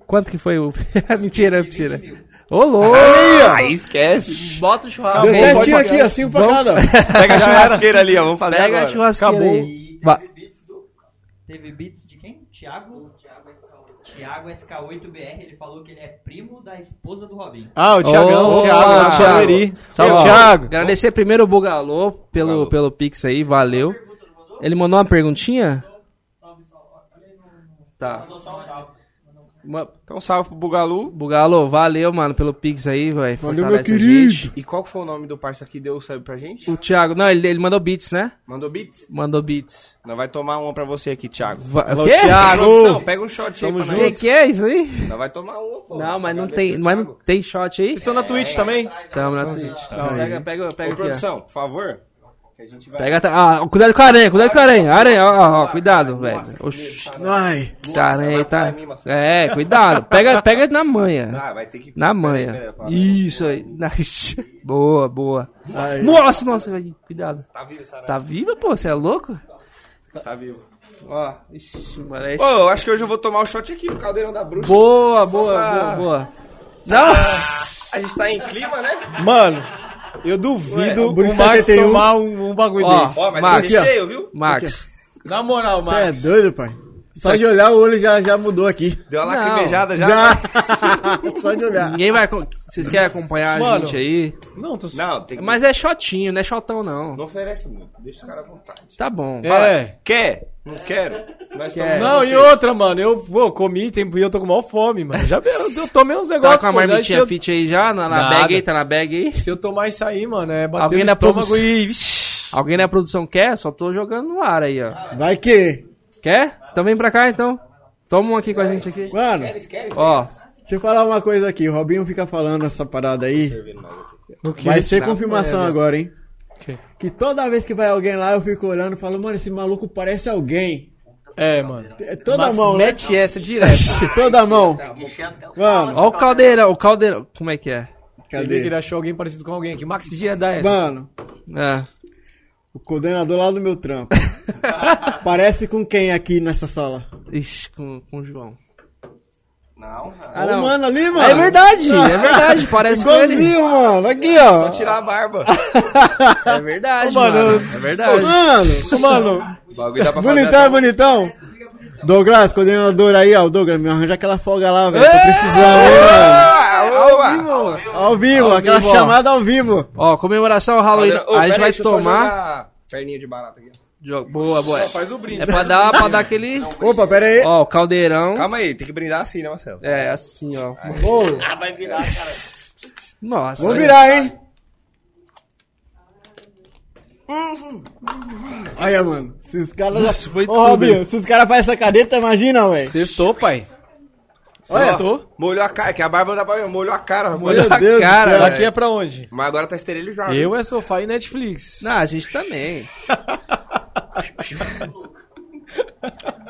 Speaker 3: Quanto que foi o. mentira, É, mentira. Ô, louco!
Speaker 1: Aí esquece.
Speaker 3: Bota o
Speaker 5: Tá
Speaker 3: churrasco.
Speaker 4: Deu
Speaker 3: aí, pode
Speaker 4: certinho
Speaker 3: pagar.
Speaker 4: aqui, ó, cinco pra
Speaker 3: Vamos-
Speaker 4: cada. ó.
Speaker 1: Pega a churrasqueira ali, ó. Vamos fazer
Speaker 3: Pega a
Speaker 1: agora.
Speaker 3: churrasqueira aí.
Speaker 9: E
Speaker 3: Ba-
Speaker 9: teve beats do. Teve beats de quem? Thiago? Thiago SK8. SK8BR, ele falou que ele é primo da esposa do Robin.
Speaker 5: Ah, o Thiagão,
Speaker 3: Ô,
Speaker 5: o Thiago, o
Speaker 3: Thiago.
Speaker 5: Thiago Eri.
Speaker 3: Ó,
Speaker 5: Salve, Thiago.
Speaker 3: Agradecer primeiro o Bugalô pelo, pelo Pix aí, valeu. Ele mandou uma perguntinha? Tá. Uma-
Speaker 1: Então, salve pro Bugalu.
Speaker 3: Bugalô, valeu, mano, pelo Pix aí, velho.
Speaker 4: Valeu, meu querido.
Speaker 1: E qual que foi o nome do parça que deu o sub pra gente?
Speaker 3: O Thiago, não, ele, ele mandou beats, né?
Speaker 1: Mandou beats?
Speaker 3: Mandou beats.
Speaker 1: Não vai tomar uma pra você aqui, Thiago.
Speaker 3: Va o quê?
Speaker 1: Produção, pega um shot aí pra
Speaker 3: Que
Speaker 1: nós.
Speaker 3: que é isso aí?
Speaker 1: Não vai tomar uma, pô.
Speaker 3: Não, mas não
Speaker 1: Agradecer
Speaker 3: tem,
Speaker 1: o
Speaker 3: mas não
Speaker 1: Thiago.
Speaker 3: tem shot aí?
Speaker 5: Vocês estão na Twitch também?
Speaker 3: Tamo na Twitch. Pega, pega, pega
Speaker 1: Ô,
Speaker 3: aqui, ó.
Speaker 1: produção, por favor. Que a gente vai...
Speaker 3: Pega, tá- ah, cuidado com a aranha, cuidado com a aranha. Aranha, ó, ó, ó, cuidado, velho. Oxi.
Speaker 4: Ai.
Speaker 3: Tá, aranha aí, tá.
Speaker 1: pra mim, Marcelo.
Speaker 3: É, cuidado. Pega, pega na manha.
Speaker 1: Ah, vai ter que... Pera
Speaker 3: Na
Speaker 1: aí,
Speaker 3: manha.
Speaker 1: pera aí,
Speaker 3: Isso aí. Boa, boa.
Speaker 4: Ai.
Speaker 3: Nossa, nossa, velho, cuidado.
Speaker 1: Tá vivo, Sara.
Speaker 3: Tá viva, pô? Você é louco?
Speaker 1: Tá vivo.
Speaker 3: Ó, ixi, mano, é
Speaker 1: Pô, eu acho que hoje eu vou tomar o shot aqui no Caldeirão da Bruxa.
Speaker 3: Boa, boa, boa, boa. Nossa!
Speaker 1: A gente tá em clima, né?
Speaker 5: Mano, eu duvido
Speaker 4: Ué, por
Speaker 5: o
Speaker 4: isso
Speaker 5: Max
Speaker 4: 71.
Speaker 5: tomar um, um bagulho
Speaker 3: Ó.
Speaker 5: desse.
Speaker 1: Ó, mas
Speaker 3: Max.
Speaker 1: tem que ser cheio, viu?
Speaker 3: Max.
Speaker 5: Na moral,
Speaker 4: Você é
Speaker 5: Max.
Speaker 4: doido, pai? Só de olhar o olho já, já mudou aqui.
Speaker 1: Deu uma
Speaker 3: Não.
Speaker 1: lacrimejada já. né?
Speaker 4: Já. Só de olhar.
Speaker 3: Ninguém vai. acom- Vocês querem acompanhar a
Speaker 5: Mano.
Speaker 3: gente aí?
Speaker 5: Não, tô...
Speaker 1: Não, tem que...
Speaker 3: Mas é shotinho, não é shotão, não.
Speaker 1: Não oferece muito. Deixa os caras à vontade.
Speaker 3: Tá bom.
Speaker 5: É.
Speaker 1: Quer? Não quero. Nós
Speaker 3: Quer.
Speaker 1: estamos...
Speaker 5: Não, e outra, mano, eu pô, comi tempo e eu tô com maior fome, mano. Já eu, eu tomei uns negócios.
Speaker 3: Tá com a
Speaker 5: pô, né? se,
Speaker 3: marmitinha
Speaker 5: eu,
Speaker 3: fit aí já? Na, na
Speaker 5: Nada.
Speaker 3: bag aí? Tá na bag aí?
Speaker 5: se eu tomar isso aí, mano, é bater
Speaker 3: Alguém
Speaker 5: no
Speaker 3: da
Speaker 5: estômago
Speaker 3: produção.
Speaker 5: e... Vixi.
Speaker 3: Alguém da produção quer? Só tô jogando no ar aí, ó.
Speaker 4: Vai que.
Speaker 3: Quer? Então vem pra cá, então. Toma um aqui com a gente aqui.
Speaker 4: Mano,
Speaker 3: Ó,
Speaker 4: deixa eu falar uma coisa aqui. O Robinho fica falando essa parada aí. Vai ser confirmação agora, hein?
Speaker 5: Que?
Speaker 4: Que toda vez que vai alguém lá, eu fico olhando e falo, mano, esse maluco parece alguém.
Speaker 5: É, mano.
Speaker 4: É toda
Speaker 5: Max
Speaker 4: mão, né?
Speaker 5: mete essa direto.
Speaker 4: Toda mão.
Speaker 3: Ó o caldeirão, o caldeirão. Como é que é?
Speaker 5: Cadê? Que
Speaker 4: Cadê?
Speaker 5: ele achou alguém parecido com alguém aqui. Max, gira da essa.
Speaker 4: Mano,
Speaker 3: Ah,
Speaker 4: o coordenador lá do meu trampo. Parece com quem aqui nessa sala?
Speaker 3: ixi, com, com o João.
Speaker 10: Não,
Speaker 4: Ah, o mano ali, mano.
Speaker 3: É verdade, é verdade, parece É com ele.
Speaker 4: Igualzinho, mano. Aqui, ó.
Speaker 1: Tirar a barba.
Speaker 3: É verdade, mano. É verdade.
Speaker 4: Mano, mano.
Speaker 1: O bagulho dá pra fazer
Speaker 4: bonitão, bonitão. Douglas, coordenador aí, ó. Douglas, me arranja aquela folga lá, velho. Tô precisando, hein,
Speaker 1: Ah,
Speaker 4: mano. Ao vivo, aquela
Speaker 3: vivo, ó.
Speaker 4: chamada ao vivo.
Speaker 3: Ó, comemoração ao Halloween. a gente vai tomar.
Speaker 1: Perninha de barata aqui.
Speaker 3: Jo- Boa, boa.
Speaker 1: Faz o brinde.
Speaker 3: É pra dar, pra dar aquele.
Speaker 4: Opa, pera aí.
Speaker 3: Ó, o caldeirão.
Speaker 1: Calma aí, tem que brindar assim, né, Marcelo?
Speaker 3: É, assim, ó.
Speaker 4: Ô,
Speaker 3: Nossa.
Speaker 4: vou virar, hein. Olha, mano. Se os caras.
Speaker 3: Nossa, foi
Speaker 4: Ô,
Speaker 3: tudo,
Speaker 4: Robinho, se os caras fazem essa cadeta, imagina, velho.
Speaker 5: Sextou, pai.
Speaker 4: Olha,
Speaker 5: Sextou.
Speaker 1: Molhou a cara, que a barba não dá pra ver, molhou a cara.
Speaker 4: meu
Speaker 1: Molhou.
Speaker 4: Deus
Speaker 3: cara,
Speaker 4: do céu.
Speaker 5: Aqui é pra onde?
Speaker 1: Mas agora tá esterilizado.
Speaker 5: Eu é sofá e Netflix.
Speaker 3: Não, a gente também.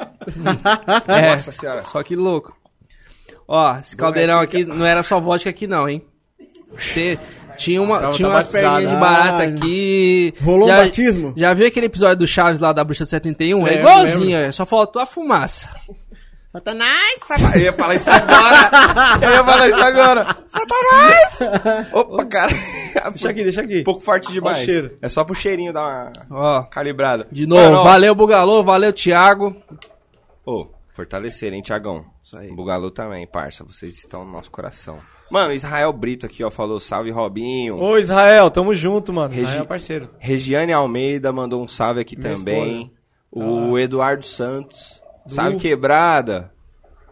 Speaker 3: é,
Speaker 1: Nossa senhora.
Speaker 3: só que louco. Ó, esse caldeirão aqui não era só vodka aqui não, hein? Cê- tinha uma, tinha umas
Speaker 5: batizado.
Speaker 3: perninhas de barata
Speaker 4: Ah,
Speaker 3: aqui.
Speaker 4: tá rolou um
Speaker 3: já,
Speaker 4: batismo?
Speaker 3: Já viu aquele episódio do Chaves lá da Bruxa do 71? É,
Speaker 5: É, eu
Speaker 3: igualzinho, é, só faltou a fumaça.
Speaker 4: Satanás!
Speaker 1: Eu ia falar isso agora. Eu ia falar isso agora. Satanás! Opa, cara.
Speaker 5: Deixa aqui, deixa aqui.
Speaker 1: Um pouco forte demais.
Speaker 5: Ó o cheiro.
Speaker 1: É só pro cheirinho dar uma
Speaker 3: Ó,
Speaker 1: calibrada.
Speaker 3: de novo,
Speaker 1: Mano, ó.
Speaker 3: valeu Bugalô, valeu Thiago.
Speaker 1: Ô, fortalecer, hein, Tiagão? Isso aí. Bugalu também, parça. Vocês estão no nosso coração. Mano, Israel Brito aqui, ó, falou salve, Robinho.
Speaker 5: Ô, Israel, tamo junto, mano.
Speaker 1: Regi-
Speaker 5: Israel é parceiro.
Speaker 1: Regiane Almeida mandou um salve aqui
Speaker 5: Minha Ah.
Speaker 1: também. O Eduardo Santos. Salve, quebrada.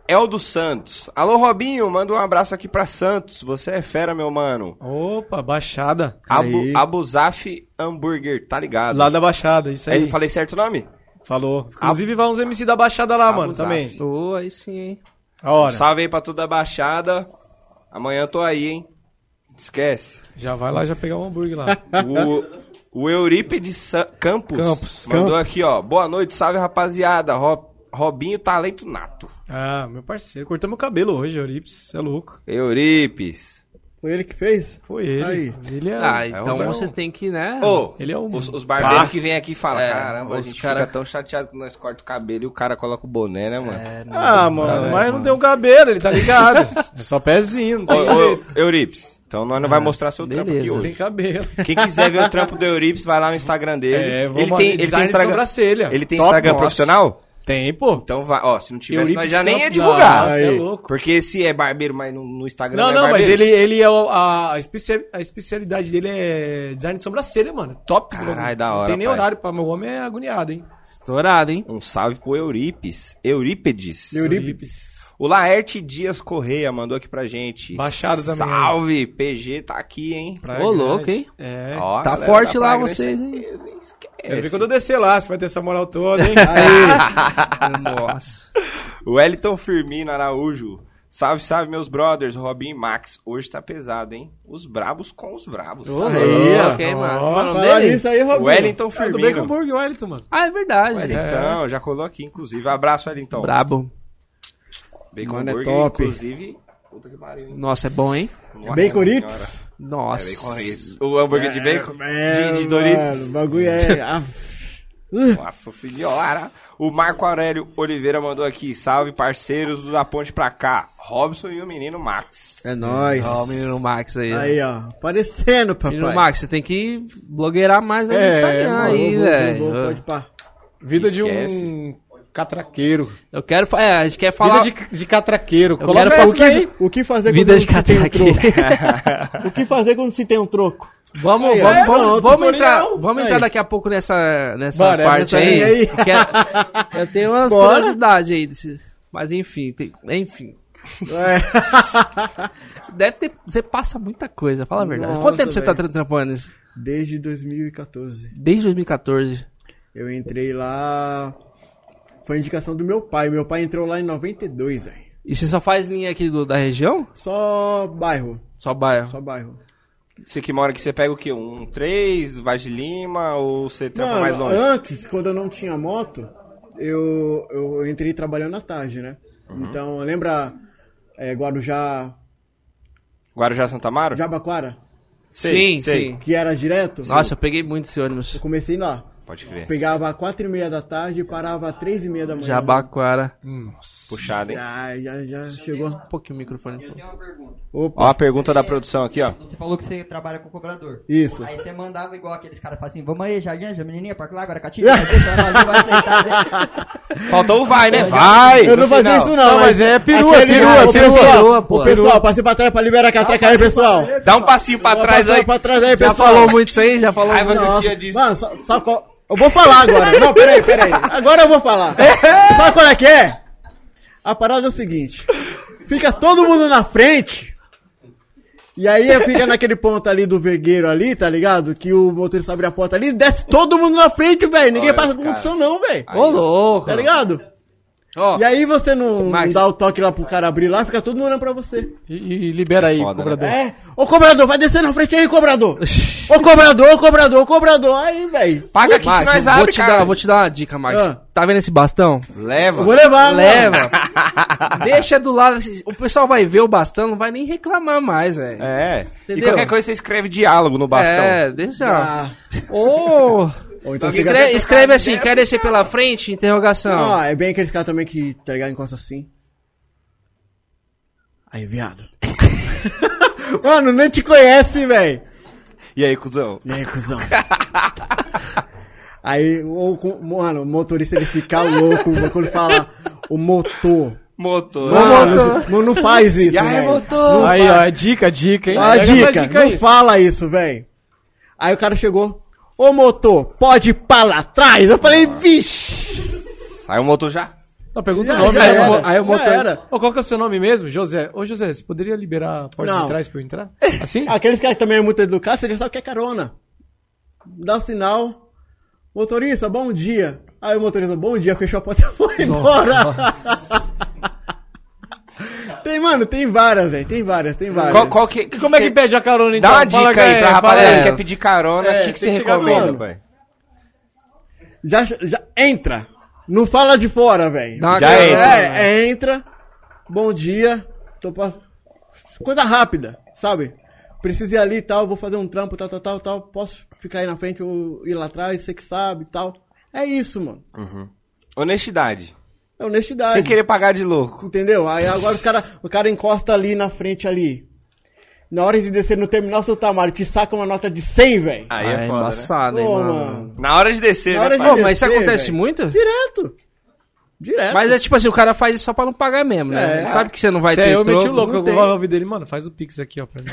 Speaker 1: Eldo Santos. Alô, Robinho, manda um abraço aqui pra Santos. Você é fera, meu mano.
Speaker 5: Opa, Baixada.
Speaker 1: Abu, Abuzaf Hamburger, tá ligado?
Speaker 5: Lá da Baixada, isso
Speaker 1: Aí,
Speaker 5: aí.
Speaker 1: falei certo o nome?
Speaker 5: Falou. Inclusive, vai uns MC da Baixada lá, mano,
Speaker 1: Abusar.
Speaker 5: também.
Speaker 3: Ô, aí sim, hein?
Speaker 5: A hora.
Speaker 1: Salve aí pra toda a Baixada. Amanhã eu tô aí, hein? Esquece.
Speaker 5: Já vai lá, já pegar um hambúrguer lá.
Speaker 1: O, o Eurípides Sa- Campos,
Speaker 5: Campos.
Speaker 1: mandou aqui, ó. Boa noite, salve rapaziada. Ro- Robinho Talento Nato.
Speaker 5: ah, meu parceiro. Cortou meu cabelo hoje, Eurips. É louco.
Speaker 1: Eurípides.
Speaker 4: Foi ele que fez?
Speaker 5: Foi ele.
Speaker 4: Aí.
Speaker 5: Ele é...
Speaker 3: Ah,
Speaker 5: é
Speaker 3: então
Speaker 5: um-
Speaker 3: você tem que, né?
Speaker 1: Ô,
Speaker 5: Ele é um-
Speaker 1: os, os barbeiros
Speaker 5: Pá.
Speaker 1: que vem aqui e fala,
Speaker 3: É,
Speaker 1: caramba, a
Speaker 3: os
Speaker 1: gente
Speaker 3: cara-
Speaker 1: fica tão chateado que nós corta o cabelo e o cara coloca o boné, né, mano?
Speaker 3: É, não.
Speaker 5: Ah, mano, mas não tem um cabelo, ele tá ligado. é só pezinho, não
Speaker 1: Ô,
Speaker 5: tem
Speaker 1: ô,
Speaker 5: jeito. Ah,
Speaker 1: Eurípides, então nós não vai mostrar seu trampo aqui
Speaker 3: beleza.
Speaker 1: hoje.
Speaker 5: Tem cabelo.
Speaker 1: Quem quiser ver o trampo do Eurípides, vai lá no Instagram dele.
Speaker 5: É, vou
Speaker 1: ele
Speaker 5: mandar
Speaker 1: tem, ele tem
Speaker 5: design de
Speaker 1: Instagram,
Speaker 5: sobrancelha.
Speaker 1: ele tem
Speaker 5: Top,
Speaker 1: Instagram
Speaker 5: nossa.
Speaker 1: profissional?
Speaker 5: Tem, pô.
Speaker 1: Então vai, ó, se não tivesse, nós
Speaker 5: Eurípides
Speaker 1: já nem ia
Speaker 5: Campos-
Speaker 3: Ah,
Speaker 1: divulgar. Tá
Speaker 5: Nossa,
Speaker 4: Aí.
Speaker 5: é louco.
Speaker 1: Porque se é barbeiro, mas no, no Instagram
Speaker 5: Não,
Speaker 1: é
Speaker 5: não, mas
Speaker 1: barbeiro.
Speaker 5: ele, ele é. o- A, a especia- a especialidade dele é design de sobrancelha, mano. Top,
Speaker 1: Caralho,
Speaker 5: mano.
Speaker 1: da
Speaker 5: Não
Speaker 1: hora,
Speaker 5: tem nem
Speaker 1: pai.
Speaker 5: horário pra meu homem, é agoniado, hein?
Speaker 3: Estourado, hein?
Speaker 1: Um salve pro Eurípides. Eurípides.
Speaker 4: Eurípides.
Speaker 1: O Laerte Dias Correia mandou aqui pra gente.
Speaker 5: Baixado também,
Speaker 1: Salve, PG tá aqui, hein?
Speaker 5: Praia
Speaker 3: Ô,
Speaker 5: Grande.
Speaker 3: louco, hein?
Speaker 5: É.
Speaker 1: Ó, a
Speaker 3: Tá
Speaker 1: galera
Speaker 3: forte
Speaker 1: da
Speaker 3: lá
Speaker 1: Praia Grande
Speaker 3: vocês,
Speaker 1: tá
Speaker 3: hein?
Speaker 1: presa,
Speaker 5: Quero ver
Speaker 1: Esquece.
Speaker 5: quando eu descer lá, você vai ter essa moral toda, hein?
Speaker 3: Nossa.
Speaker 1: O Wellington Firmino Araújo. Salve, salve, meus brothers, Robin e Max. Hoje tá pesado, hein? Os brabos com os brabos.
Speaker 4: Aí, ó.
Speaker 3: ok, mano.
Speaker 5: Ó,
Speaker 3: Como é o nome
Speaker 4: Falar
Speaker 3: dele?
Speaker 4: isso aí,
Speaker 1: o
Speaker 4: Robinho.
Speaker 1: Wellington
Speaker 5: Eu do Ah, bem com o É.
Speaker 1: Firmino.
Speaker 5: hambúrguer, Wellington, mano.
Speaker 3: Ah, é verdade.
Speaker 1: Wellington, já colou aqui, inclusive. Abraço, Wellington.
Speaker 3: Brabo.
Speaker 1: Bacon
Speaker 4: Mano, é
Speaker 1: Burger,
Speaker 4: top.
Speaker 1: inclusive. Puta que pariu, hein?
Speaker 3: Nossa, é bom, hein?
Speaker 1: Nossa
Speaker 4: Bacon
Speaker 1: senhora.
Speaker 4: Ritz?
Speaker 3: Nossa.
Speaker 1: É bacon Ritz. O hambúrguer de bacon?
Speaker 4: É,
Speaker 1: de, de Doritos?
Speaker 4: mano, o bagulho é... ah,
Speaker 1: Nossa senhora! O Marco Aurélio Oliveira mandou aqui. Salve, parceiros do Da Ponte pra cá. Robson e o menino Max.
Speaker 4: é nóis.
Speaker 3: Ó, o menino Max aí. né?
Speaker 4: Aí, ó. Aparecendo, papai.
Speaker 3: menino Max, você tem que blogueirar mais aí no
Speaker 5: É,
Speaker 3: Instagram
Speaker 5: mano,
Speaker 3: aí,
Speaker 4: Vou, vou, vou, vou,
Speaker 3: velho.
Speaker 4: pode pá.
Speaker 5: Vida de um
Speaker 1: Esquece.
Speaker 5: catraqueiro.
Speaker 3: Eu quero. fa- É, a gente quer falar.
Speaker 5: Vida de, de catraqueiro.
Speaker 3: Eu
Speaker 5: Coloca
Speaker 3: quero falar
Speaker 5: essa
Speaker 3: o que-
Speaker 5: daí.
Speaker 4: O que fazer
Speaker 3: Vida
Speaker 4: quando
Speaker 3: de
Speaker 4: se tem um
Speaker 3: catraque.
Speaker 4: troco? o que fazer quando se tem um troco?
Speaker 3: Vamos,
Speaker 4: Aí, ó.
Speaker 3: vamos,
Speaker 4: É,
Speaker 3: vamos,
Speaker 4: não,
Speaker 3: vamos
Speaker 4: tutorial.
Speaker 3: entrar, vamos
Speaker 4: Aí.
Speaker 3: entrar daqui a pouco nessa, nessa
Speaker 5: Bora,
Speaker 3: parte
Speaker 4: nessa
Speaker 3: aí.
Speaker 4: linha aí.
Speaker 3: que é- eu tenho umas
Speaker 4: Bora.
Speaker 3: curiosidades aí. desse- mas enfim, tem- enfim.
Speaker 4: É.
Speaker 3: Deve ter. Você passa muita coisa, fala a verdade.
Speaker 4: Nossa,
Speaker 3: Quanto tempo você tá tra-
Speaker 4: velho.
Speaker 3: trampando isso?
Speaker 4: Desde 2014.
Speaker 3: Desde 2014.
Speaker 4: Eu entrei lá... Foi indicação do meu pai. Meu pai entrou lá em 92, velho.
Speaker 3: E você só faz linha aqui do- da região?
Speaker 4: Só bairro.
Speaker 3: Só bairro?
Speaker 4: Só bairro.
Speaker 1: Você que mora aqui, você pega o quê? Um 3, vai de Lima ou você trampa
Speaker 4: Mano,
Speaker 1: mais longe?
Speaker 4: antes, quando eu não tinha moto, eu, eu entrei trabalhando à tarde, né?
Speaker 3: Uhum.
Speaker 4: Então, lembra é, Guarujá,
Speaker 1: Guarujá Santa Mara?
Speaker 4: Jabaquara,
Speaker 1: Sei,
Speaker 3: sim,
Speaker 1: sei.
Speaker 3: sim.
Speaker 4: que era direto?
Speaker 3: Nossa, eu peguei muito esse ônibus.
Speaker 4: Eu comecei lá.
Speaker 1: Pode crer.
Speaker 4: Pegava às quatro e meia da tarde e parava às três e meia da manhã.
Speaker 3: Jabaquara.
Speaker 4: Hum.
Speaker 1: Puxado, hein?
Speaker 4: Ah, já, já chegou.
Speaker 3: Um pouquinho o microfone.
Speaker 9: Eu tenho uma pergunta.
Speaker 1: Ó a pergunta da produção aqui, ó.
Speaker 9: Então, Você falou que você trabalha com cobrador.
Speaker 4: Isso.
Speaker 9: Aí você mandava igual aqueles caras falam assim, vamos aí, Jardim, já menininha, pra lá, agora é catinha, vai sentar, vai né?" sentar.
Speaker 1: Faltou o vai, né? Vai!
Speaker 4: Eu
Speaker 1: no
Speaker 4: não fazia
Speaker 1: final.
Speaker 4: isso não, mas é
Speaker 3: perua, perua,
Speaker 4: o
Speaker 3: sempre
Speaker 4: pessoal,
Speaker 3: perua, pô.
Speaker 4: o pessoal, passei pra trás pra liberar a catraca aí, pessoal.
Speaker 1: Dá um passinho pra trás
Speaker 4: Passar
Speaker 1: aí.
Speaker 4: Pra trás aí,
Speaker 3: Já
Speaker 4: pessoal.
Speaker 3: falou muito isso aí? Já falou
Speaker 1: Raiva
Speaker 3: muito.
Speaker 1: do
Speaker 4: Nossa,
Speaker 1: dia disso.
Speaker 4: Mano, só, só qual- Eu vou falar agora. Não, peraí, peraí. Agora eu vou falar. Sabe qual é que é? A parada é o seguinte. Fica todo mundo na frente. E aí fica naquele ponto ali do vegueiro ali, tá ligado? Que o motorista abre a porta ali e desce todo mundo na frente, velho. Ninguém
Speaker 1: Olha
Speaker 4: passa
Speaker 1: os
Speaker 4: com
Speaker 1: cara. Ah,
Speaker 4: condição não, velho.
Speaker 3: Ô, louco.
Speaker 4: Tá ligado?
Speaker 3: Ó,
Speaker 4: E aí você não, não
Speaker 3: Max.
Speaker 4: dá o toque lá pro cara abrir lá, fica todo mundo olhando pra você.
Speaker 5: E, e libera aí,
Speaker 1: Foda,
Speaker 5: cobrador.
Speaker 4: É. Ô cobrador, vai descer na frente aí, cobrador. Ô cobrador, ô cobrador, ô cobrador. Aí, velho.
Speaker 1: Paga aqui que
Speaker 3: Max,
Speaker 1: nós
Speaker 3: vou,
Speaker 1: abre,
Speaker 3: te
Speaker 1: cara.
Speaker 3: dar, vou te dar uma dica, Max.
Speaker 4: Ah.
Speaker 3: Tá vendo esse bastão?
Speaker 4: Eu
Speaker 1: Leva.
Speaker 4: vou levar, mano.
Speaker 3: Leva. Deixa do lado. assim, O pessoal vai ver o bastão, não vai nem reclamar mais, velho.
Speaker 1: É. E
Speaker 3: Entendeu?
Speaker 1: qualquer coisa você escreve diálogo no bastão.
Speaker 3: É, deixa.
Speaker 4: Ah.
Speaker 3: Ô!
Speaker 4: Ou então fica...
Speaker 3: escreve, escreve assim, quer descer pela frente? Interrogação.
Speaker 4: Não, é bem aqueles caras também que, tá ligado, encosta assim. Aí, viado. Mano, nem te conhece, velho.
Speaker 1: E aí, cuzão?
Speaker 4: E aí, cuzão? Aí, ou, com- mano, o motorista ele fica louco mano, quando fala o motor.
Speaker 1: Motor.
Speaker 4: Mano, isso- não, não faz isso,
Speaker 1: E aí,
Speaker 4: velho.
Speaker 1: motor?
Speaker 4: Não
Speaker 5: Aí,
Speaker 4: faz.
Speaker 5: ó, é dica, dica, hein?
Speaker 4: Ó, a
Speaker 5: Pega essa
Speaker 4: dica, não
Speaker 5: aí.
Speaker 4: fala isso, velho. Aí o cara chegou, ô motor, pode ir pra lá atrás? Eu falei, vixe!
Speaker 1: Aí o motor já.
Speaker 5: Não, pergunta
Speaker 4: Já-
Speaker 5: o nome.
Speaker 4: já
Speaker 5: né?
Speaker 4: era,
Speaker 5: Mo- aí o
Speaker 4: já
Speaker 5: motor...
Speaker 4: era.
Speaker 5: Ô, qual que é o seu nome mesmo? José. Ô, José, você poderia liberar a porta
Speaker 4: Não.
Speaker 5: de trás pra eu entrar? Assim?
Speaker 4: Aqueles caras que também é muito educado, você já sabe que é carona. Dá o sinal. Motorista, bom dia. Aí o motorista, bom dia, fechou a porta e foi embora. tem, mano, tem várias, velho. Tem várias, tem várias.
Speaker 1: Qual, qual que,
Speaker 5: Como é que pede a carona, então?
Speaker 1: Dá uma dica
Speaker 5: Fala,
Speaker 1: aí pra
Speaker 5: galera, fala
Speaker 1: rapaziada que
Speaker 5: aí.
Speaker 1: quer pedir carona. O
Speaker 5: É,
Speaker 1: que, que você
Speaker 5: tem que chegar
Speaker 1: recomenda,
Speaker 4: falando.
Speaker 1: pai?
Speaker 4: Já, já entra. Não fala de fora, velho.
Speaker 3: Dá uma
Speaker 1: Já
Speaker 3: cara-
Speaker 1: é.
Speaker 4: É, é, entra. Bom dia. Tô pass... Coisa rápida, sabe? Preciso ir ali e tal, vou fazer um trampo, tal, tal, tal, tal. Posso ficar aí na frente ou ir lá atrás, você que sabe e tal. É isso, mano.
Speaker 1: Honestidade.
Speaker 4: É honestidade.
Speaker 1: Sem querer pagar de louco.
Speaker 4: Entendeu? Aí agora os cara, o cara encosta ali na frente ali. Na hora de descer no terminal, seu Tamar, te saca uma nota de 100, velho.
Speaker 1: Aí
Speaker 3: Ah,
Speaker 1: é, foda,
Speaker 3: é
Speaker 1: né?
Speaker 3: embaçado, hein,
Speaker 4: Pô,
Speaker 3: mano.
Speaker 4: mano.
Speaker 1: Na hora de descer,
Speaker 4: Na hora
Speaker 1: né,
Speaker 4: de
Speaker 1: pai?
Speaker 3: Pô, mas isso
Speaker 4: descer,
Speaker 3: acontece
Speaker 4: velho.
Speaker 3: muito?
Speaker 4: Direto. Direto.
Speaker 3: Mas é tipo assim, o cara faz isso só pra não pagar mesmo, né? Ele Sabe que você não vai
Speaker 5: Isso
Speaker 1: é
Speaker 3: ter
Speaker 5: aí, eu meti o
Speaker 3: troco.
Speaker 5: é um louco,
Speaker 4: não
Speaker 5: eu
Speaker 4: tem.
Speaker 5: vou o nome dele, mano, faz o pix aqui, ó, pra mim.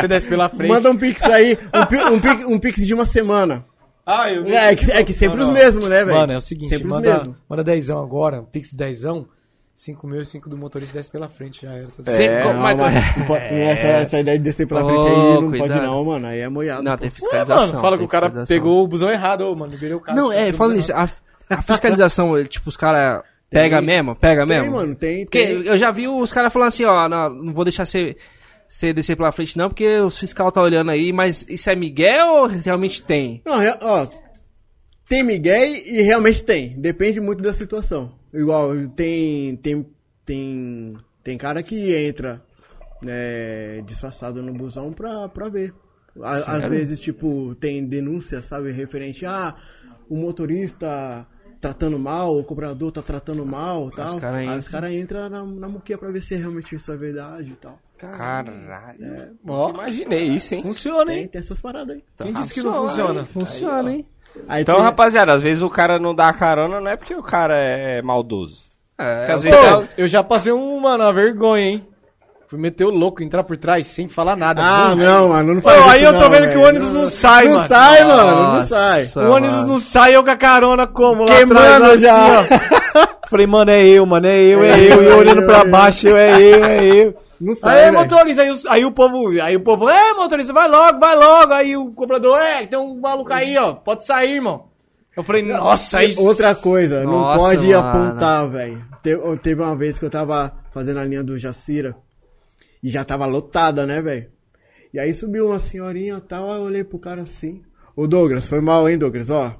Speaker 5: Você desce pela frente.
Speaker 4: Manda um pix aí, um, pi- um, pix, um pix de uma semana.
Speaker 5: Ah, eu
Speaker 4: É, que, é que sempre os mesmos, né, velho?
Speaker 5: Mano, é o seguinte,
Speaker 4: Sempre os mesmos.
Speaker 5: manda, manda dezão agora, um pix dezão, 5 mil e 5 do motorista desce pela frente, já era. tá Tudo
Speaker 3: Você-
Speaker 1: É,
Speaker 5: certo.
Speaker 3: como- mas-
Speaker 4: Não, mas não pode- Essa, essa ideia de descer pela
Speaker 3: É. Ô,
Speaker 4: frente aí não
Speaker 3: cuidado.
Speaker 4: pode não, mano. Aí é moiado.
Speaker 3: Não, tem
Speaker 5: É,
Speaker 3: fiscalização.
Speaker 5: mano, fala que
Speaker 3: tem
Speaker 5: o cara
Speaker 3: fiscalização.
Speaker 5: pegou o busão errado, ô, mano, liberei o cara.
Speaker 3: Não, é,
Speaker 5: pegou o
Speaker 3: falando
Speaker 5: busão
Speaker 3: nisso, a, a fiscalização, ele, tipo, os caras pega mesmo? Pega
Speaker 4: tem,
Speaker 3: mesmo?
Speaker 4: mano, tem.
Speaker 3: Porque
Speaker 4: tem.
Speaker 3: eu já vi os caras falando assim, ó, não, não vou deixar você, você descer pela frente não, porque os fiscal tá olhando aí, mas isso é Miguel ou realmente tem?
Speaker 4: Não, rea- ó, tem Miguel e e realmente tem. Depende muito da situação. Igual, tem. Tem. Tem, tem cara que entra né, disfarçado no busão pra, pra ver. A- às vezes, tipo, tem denúncia, sabe, referente a o motorista tratando mal, o cobrador tá tratando mal tal.
Speaker 3: cara
Speaker 4: Aí
Speaker 3: entra.
Speaker 4: os caras entram na, na muquia pra ver se realmente isso é verdade e tal.
Speaker 1: Caralho.
Speaker 5: Ó.
Speaker 1: Imaginei isso, hein?
Speaker 5: Funciona, hein?
Speaker 4: Tem, tem essas paradas aí.
Speaker 5: Quem disse que não funciona?
Speaker 3: Funciona, hein?
Speaker 4: Aí
Speaker 1: Então,
Speaker 4: tem-
Speaker 1: rapaziada, às vezes o cara não dá carona não é porque o cara é maldoso.
Speaker 3: É,
Speaker 1: Porque às vezes
Speaker 5: Pô, eu já passei um, mano, uma vergonha, hein? Fui meter o louco, entrar por trás, sem falar nada.
Speaker 4: Ah,
Speaker 5: Bum.
Speaker 4: não, mano, não
Speaker 5: Pô,
Speaker 4: faz isso
Speaker 5: aí eu tô
Speaker 4: não,
Speaker 5: vendo que
Speaker 4: velho.
Speaker 5: o ônibus não, sai,
Speaker 4: não
Speaker 5: mano.
Speaker 4: sai, mano, não
Speaker 3: Nossa,
Speaker 4: sai.
Speaker 5: O ônibus
Speaker 3: mano.
Speaker 5: não sai, eu com a carona como lá
Speaker 4: Queimando
Speaker 5: atrás,
Speaker 4: já.
Speaker 5: assim, ó. Falei, mano, é eu, mano, é eu, é eu. E eu olhando pra baixo, eu, é eu, é eu.
Speaker 4: Não sai,
Speaker 5: Aí,
Speaker 4: velho.
Speaker 5: motorista, aí, os- aí o povo, aí o povo, é, motorista, vai logo, vai logo. Aí o cobrador, é, tem um maluco aí, ó, pode sair, irmão. Eu falei, nossa, aí...
Speaker 4: Outra coisa, não
Speaker 3: Nossa,
Speaker 4: pode
Speaker 3: mano.
Speaker 4: apontar, velho. Te- eu- Teve uma vez que eu tava fazendo a linha do Jacira e já tava lotada, né, velho? E aí subiu uma senhorinha e tal, aí eu olhei pro cara assim. Ô Douglas, foi mal, hein, Douglas, ó.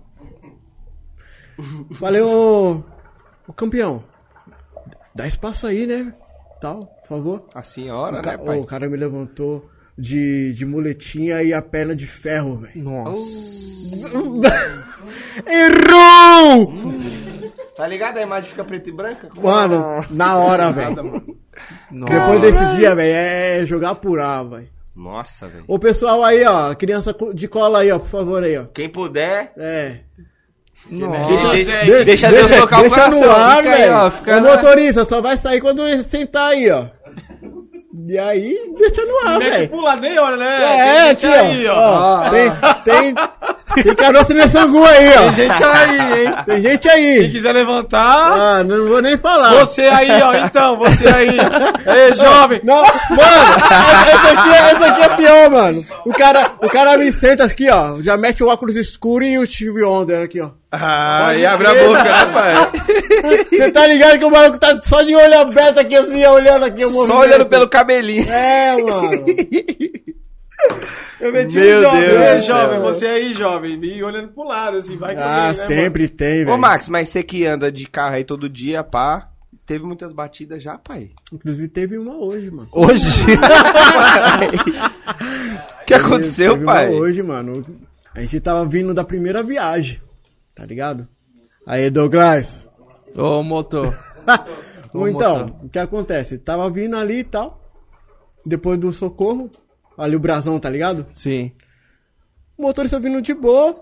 Speaker 4: Falei, ô. Ô campeão, dá espaço aí, né? Tal, por favor.
Speaker 1: A senhora,
Speaker 4: O, ca-
Speaker 1: né, pai?
Speaker 4: o cara me levantou de, de muletinha e a perna de ferro, velho. Errou!
Speaker 6: Tá ligado a imagem fica preta e branca?
Speaker 4: Mano, na hora, velho. Depois desse dia, velho, é jogar purar, velho.
Speaker 1: Nossa, velho.
Speaker 4: Ô, pessoal aí, ó, criança co- de cola aí, ó, por favor aí, ó.
Speaker 6: Quem puder,
Speaker 4: É.
Speaker 1: De- de-
Speaker 4: De-
Speaker 1: deixa Deus tocar o
Speaker 4: deixa
Speaker 1: coração.
Speaker 4: no ar,
Speaker 3: fica aí, ó,
Speaker 4: velho.
Speaker 3: fica
Speaker 4: O
Speaker 3: na-
Speaker 4: motorista só vai sair quando ele sentar aí, ó. E aí, deixa no ar,
Speaker 5: Mete
Speaker 4: velho.
Speaker 5: pro lado, nem olha, né?
Speaker 4: É,
Speaker 5: Tem gente
Speaker 4: aqui,
Speaker 5: aí,
Speaker 4: ó.
Speaker 5: ó.
Speaker 4: Ó, Tem, tem, tem caroço nesse angu aí, ó.
Speaker 5: Tem gente aí, hein?
Speaker 4: Tem gente
Speaker 5: Quem
Speaker 4: aí.
Speaker 5: quiser levantar,
Speaker 4: Ah, não vou nem falar.
Speaker 5: você aí, ó. Então, você aí. Ei, jovem.
Speaker 4: Não, mano, essa aqui, é- essa aqui é pior, mano. O cara, o cara me senta aqui, ó. Já mete o óculos escuro e o Steve Wonder aqui, ó.
Speaker 1: Ah, aí abre a boca, né, pai?
Speaker 4: Você tá ligado que o maluco tá só de olho aberto aqui, assim, olhando aqui o
Speaker 1: Só
Speaker 4: movimento.
Speaker 1: olhando pelo cabelinho.
Speaker 4: É, mano.
Speaker 5: Eu meti
Speaker 1: Meu
Speaker 5: um jovem.
Speaker 1: Deus
Speaker 5: Ei,
Speaker 1: do céu,
Speaker 5: jovem,
Speaker 1: velho.
Speaker 5: você aí, jovem. E olhando pro lado, assim, vai que
Speaker 4: Ah,
Speaker 5: alguém, né,
Speaker 4: sempre tem,
Speaker 1: Ô,
Speaker 4: velho.
Speaker 1: Max, mas você que anda de carro aí todo dia, pá, teve muitas batidas já, pai?
Speaker 4: Inclusive teve uma hoje, mano.
Speaker 3: Hoje?
Speaker 1: O que aconteceu,
Speaker 4: Teve uma
Speaker 1: pai?
Speaker 4: hoje, mano. A gente tava vindo da primeira viagem, tá ligado? Aí, Douglas.
Speaker 3: Ô, motor.
Speaker 4: Ou então, o que acontece? Tava vindo ali e tal. Depois do socorro. Ali o brasão, tá ligado?
Speaker 3: Sim.
Speaker 4: O motorista vindo de boa.